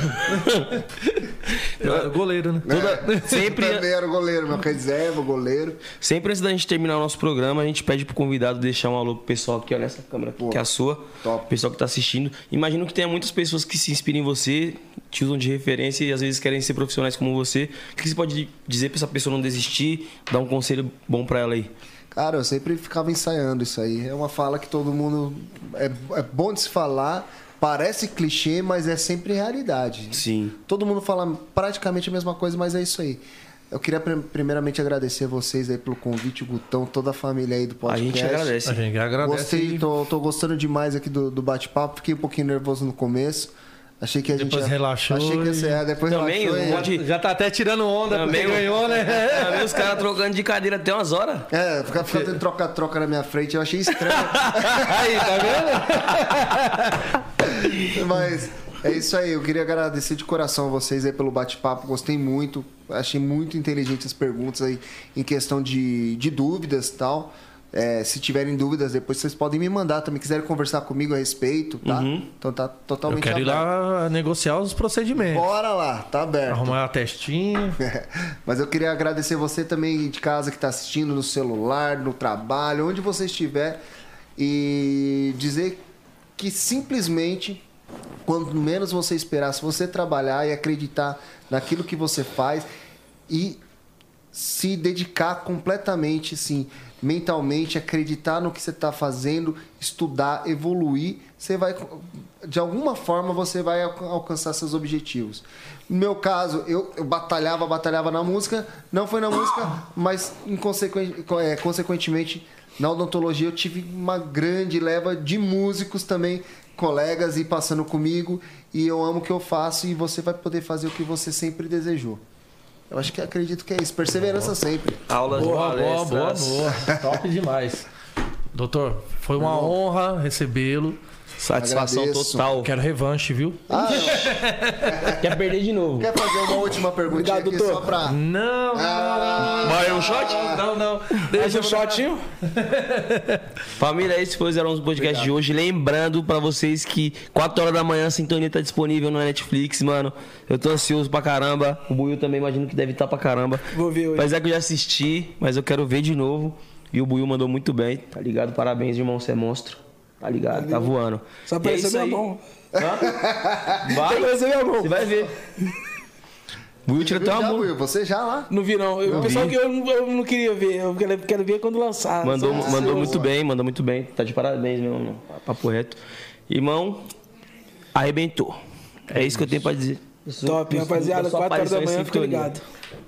[SPEAKER 2] Eu era goleiro, né?
[SPEAKER 4] *laughs* É,
[SPEAKER 1] sempre-
[SPEAKER 4] eu também era goleiro, meu reserva, goleiro.
[SPEAKER 1] *laughs* Sempre antes da gente terminar o nosso programa, a gente pede pro convidado deixar um alô pro pessoal aqui, ó, nessa câmera, aqui, que é a sua.
[SPEAKER 4] top.
[SPEAKER 1] Pessoal que tá assistindo. Imagino que tenha muitas pessoas que se inspirem em você, te usam de referência e às vezes querem ser profissionais como você. O que você pode dizer pra essa pessoa não desistir? Dar um conselho bom pra ela aí.
[SPEAKER 4] Cara, eu sempre ficava ensaiando isso aí. É uma fala que todo mundo. É, é bom de se falar, parece clichê, mas é sempre realidade.
[SPEAKER 1] Sim.
[SPEAKER 4] Todo mundo fala praticamente a mesma coisa, mas é isso aí. Eu queria prim- primeiramente agradecer vocês aí pelo convite, o Gutão, toda a família aí do
[SPEAKER 1] A
[SPEAKER 4] podcast.
[SPEAKER 1] gente
[SPEAKER 2] A
[SPEAKER 1] agradece.
[SPEAKER 2] gente agradece.
[SPEAKER 4] Gostei,
[SPEAKER 1] então,
[SPEAKER 4] tô, tô gostando demais aqui do, do bate-papo. Fiquei um pouquinho nervoso no começo. Achei que a gente.
[SPEAKER 2] Depois relaxou
[SPEAKER 4] Achei que ia ser. É, depois
[SPEAKER 1] Também,
[SPEAKER 4] relaxou.
[SPEAKER 1] eu
[SPEAKER 4] e-
[SPEAKER 1] vou te-
[SPEAKER 2] Já tá até tirando onda
[SPEAKER 1] Também
[SPEAKER 2] porque ganhou, né?
[SPEAKER 1] Também os caras trocando de cadeira até umas horas.
[SPEAKER 4] É, ficar ficar tendo troca-troca na minha frente, eu achei estranho. *laughs*
[SPEAKER 2] Aí, tá vendo?
[SPEAKER 4] Mas é isso aí, eu queria agradecer de coração a vocês aí pelo bate-papo, gostei muito, achei muito inteligente as perguntas aí em questão de, de dúvidas e tal. É, se tiverem dúvidas, depois vocês podem me mandar também, quiserem conversar comigo a respeito, tá? Então tá
[SPEAKER 2] Eu
[SPEAKER 4] totalmente
[SPEAKER 2] quero ir
[SPEAKER 4] aberto.
[SPEAKER 2] lá negociar os procedimentos.
[SPEAKER 4] Bora lá, tá aberto.
[SPEAKER 2] Arrumar a testinha.
[SPEAKER 4] *laughs* Mas eu queria agradecer você também de casa que está assistindo no celular, no trabalho, onde você estiver e dizer que simplesmente quanto menos você esperar, se você trabalhar e acreditar naquilo que você faz e se dedicar completamente, assim, mentalmente, acreditar no que você está fazendo, estudar, evoluir, você vai, de alguma forma, você vai alca- alcançar seus objetivos. No meu caso, eu, eu batalhava, batalhava na música, não foi na música, mas inconsequen- co- é, consequentemente, na odontologia eu tive uma grande leva de músicos também, colegas e passando comigo, e eu amo o que eu faço e você vai poder fazer o que você sempre desejou. Eu acho que acredito que é isso. Perseverança sempre.
[SPEAKER 1] Aulas
[SPEAKER 2] Boa,
[SPEAKER 1] de
[SPEAKER 2] boa,
[SPEAKER 1] palestras.
[SPEAKER 2] boa, boa. Top demais. Doutor, foi uma honra recebê-lo.
[SPEAKER 1] Satisfação
[SPEAKER 4] Agradeço.
[SPEAKER 1] total.
[SPEAKER 2] Quero revanche, viu?
[SPEAKER 1] Quer perder de novo.
[SPEAKER 4] Quer fazer uma última perguntinha
[SPEAKER 3] Obrigado,
[SPEAKER 4] aqui
[SPEAKER 3] doutor.
[SPEAKER 4] só pra.
[SPEAKER 2] Não,
[SPEAKER 1] Vai um shot?
[SPEAKER 2] não, não.
[SPEAKER 3] Faz um shotinho.
[SPEAKER 1] Família, esses foi o Zero Onze Podcast de hoje. Lembrando pra vocês que 4 horas da manhã a sintonia tá disponível na Netflix, mano. Eu tô ansioso pra caramba. O Buiu também imagino que deve estar pra caramba.
[SPEAKER 3] Vou ver hoje.
[SPEAKER 1] Mas é que eu já assisti, mas eu quero ver de novo. E o Buiu mandou muito bem, tá ligado? Parabéns, irmão, você é monstro. Tá ligado? Tá voando.
[SPEAKER 3] Só
[SPEAKER 1] E é isso
[SPEAKER 3] apareceu minha
[SPEAKER 1] aí.
[SPEAKER 3] mão. *laughs*
[SPEAKER 1] Vai,
[SPEAKER 3] Apareceu minha mão.
[SPEAKER 1] você vai ver. Buiu tira até
[SPEAKER 4] Já,
[SPEAKER 1] uma mão.
[SPEAKER 4] Will, você já lá?
[SPEAKER 3] Não vi, não. Eu, o pessoal que eu, não- eu não queria ver. Eu quero, quero ver quando lançar.
[SPEAKER 1] Mandou,
[SPEAKER 3] Só-
[SPEAKER 1] mandou muito bem, mandou muito bem. Tá de parabéns, meu irmão. Papo reto. Irmão, arrebentou. É isso que eu tenho pra dizer.
[SPEAKER 3] Top, rapaziada. 4 horas da manhã, fica
[SPEAKER 1] fica
[SPEAKER 3] ligado.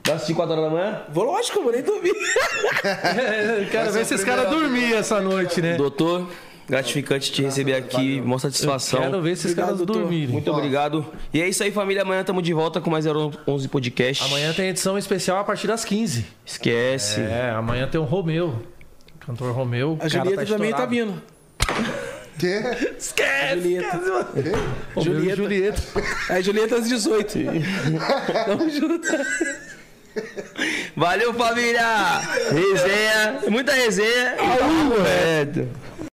[SPEAKER 1] Vai assistir 4 horas da manhã?
[SPEAKER 3] Vou, lógico, eu vou nem dormir.
[SPEAKER 2] É, Quero ver esses caras dormir essa noite, né?
[SPEAKER 1] Doutor, gratificante te receber aqui. Mó satisfação.
[SPEAKER 2] Quero ver esses
[SPEAKER 3] Obrigado,
[SPEAKER 2] caras
[SPEAKER 3] doutor.
[SPEAKER 2] dormirem.
[SPEAKER 1] Muito obrigado. E é isso aí, família. Amanhã estamos de volta com mais 011 Podcast.
[SPEAKER 2] Amanhã tem edição especial a partir das 15.
[SPEAKER 1] Esquece.
[SPEAKER 2] É, amanhã tem o Romeu. Cantor Romeu.
[SPEAKER 3] A Julieta também tá vindo.
[SPEAKER 4] Quê?
[SPEAKER 3] Julieta.
[SPEAKER 2] Julieta. Julieta.
[SPEAKER 3] A Julieta às 18. Tamo junto.
[SPEAKER 1] Valeu, família. Resenha. Muita resenha. E tá papo reto.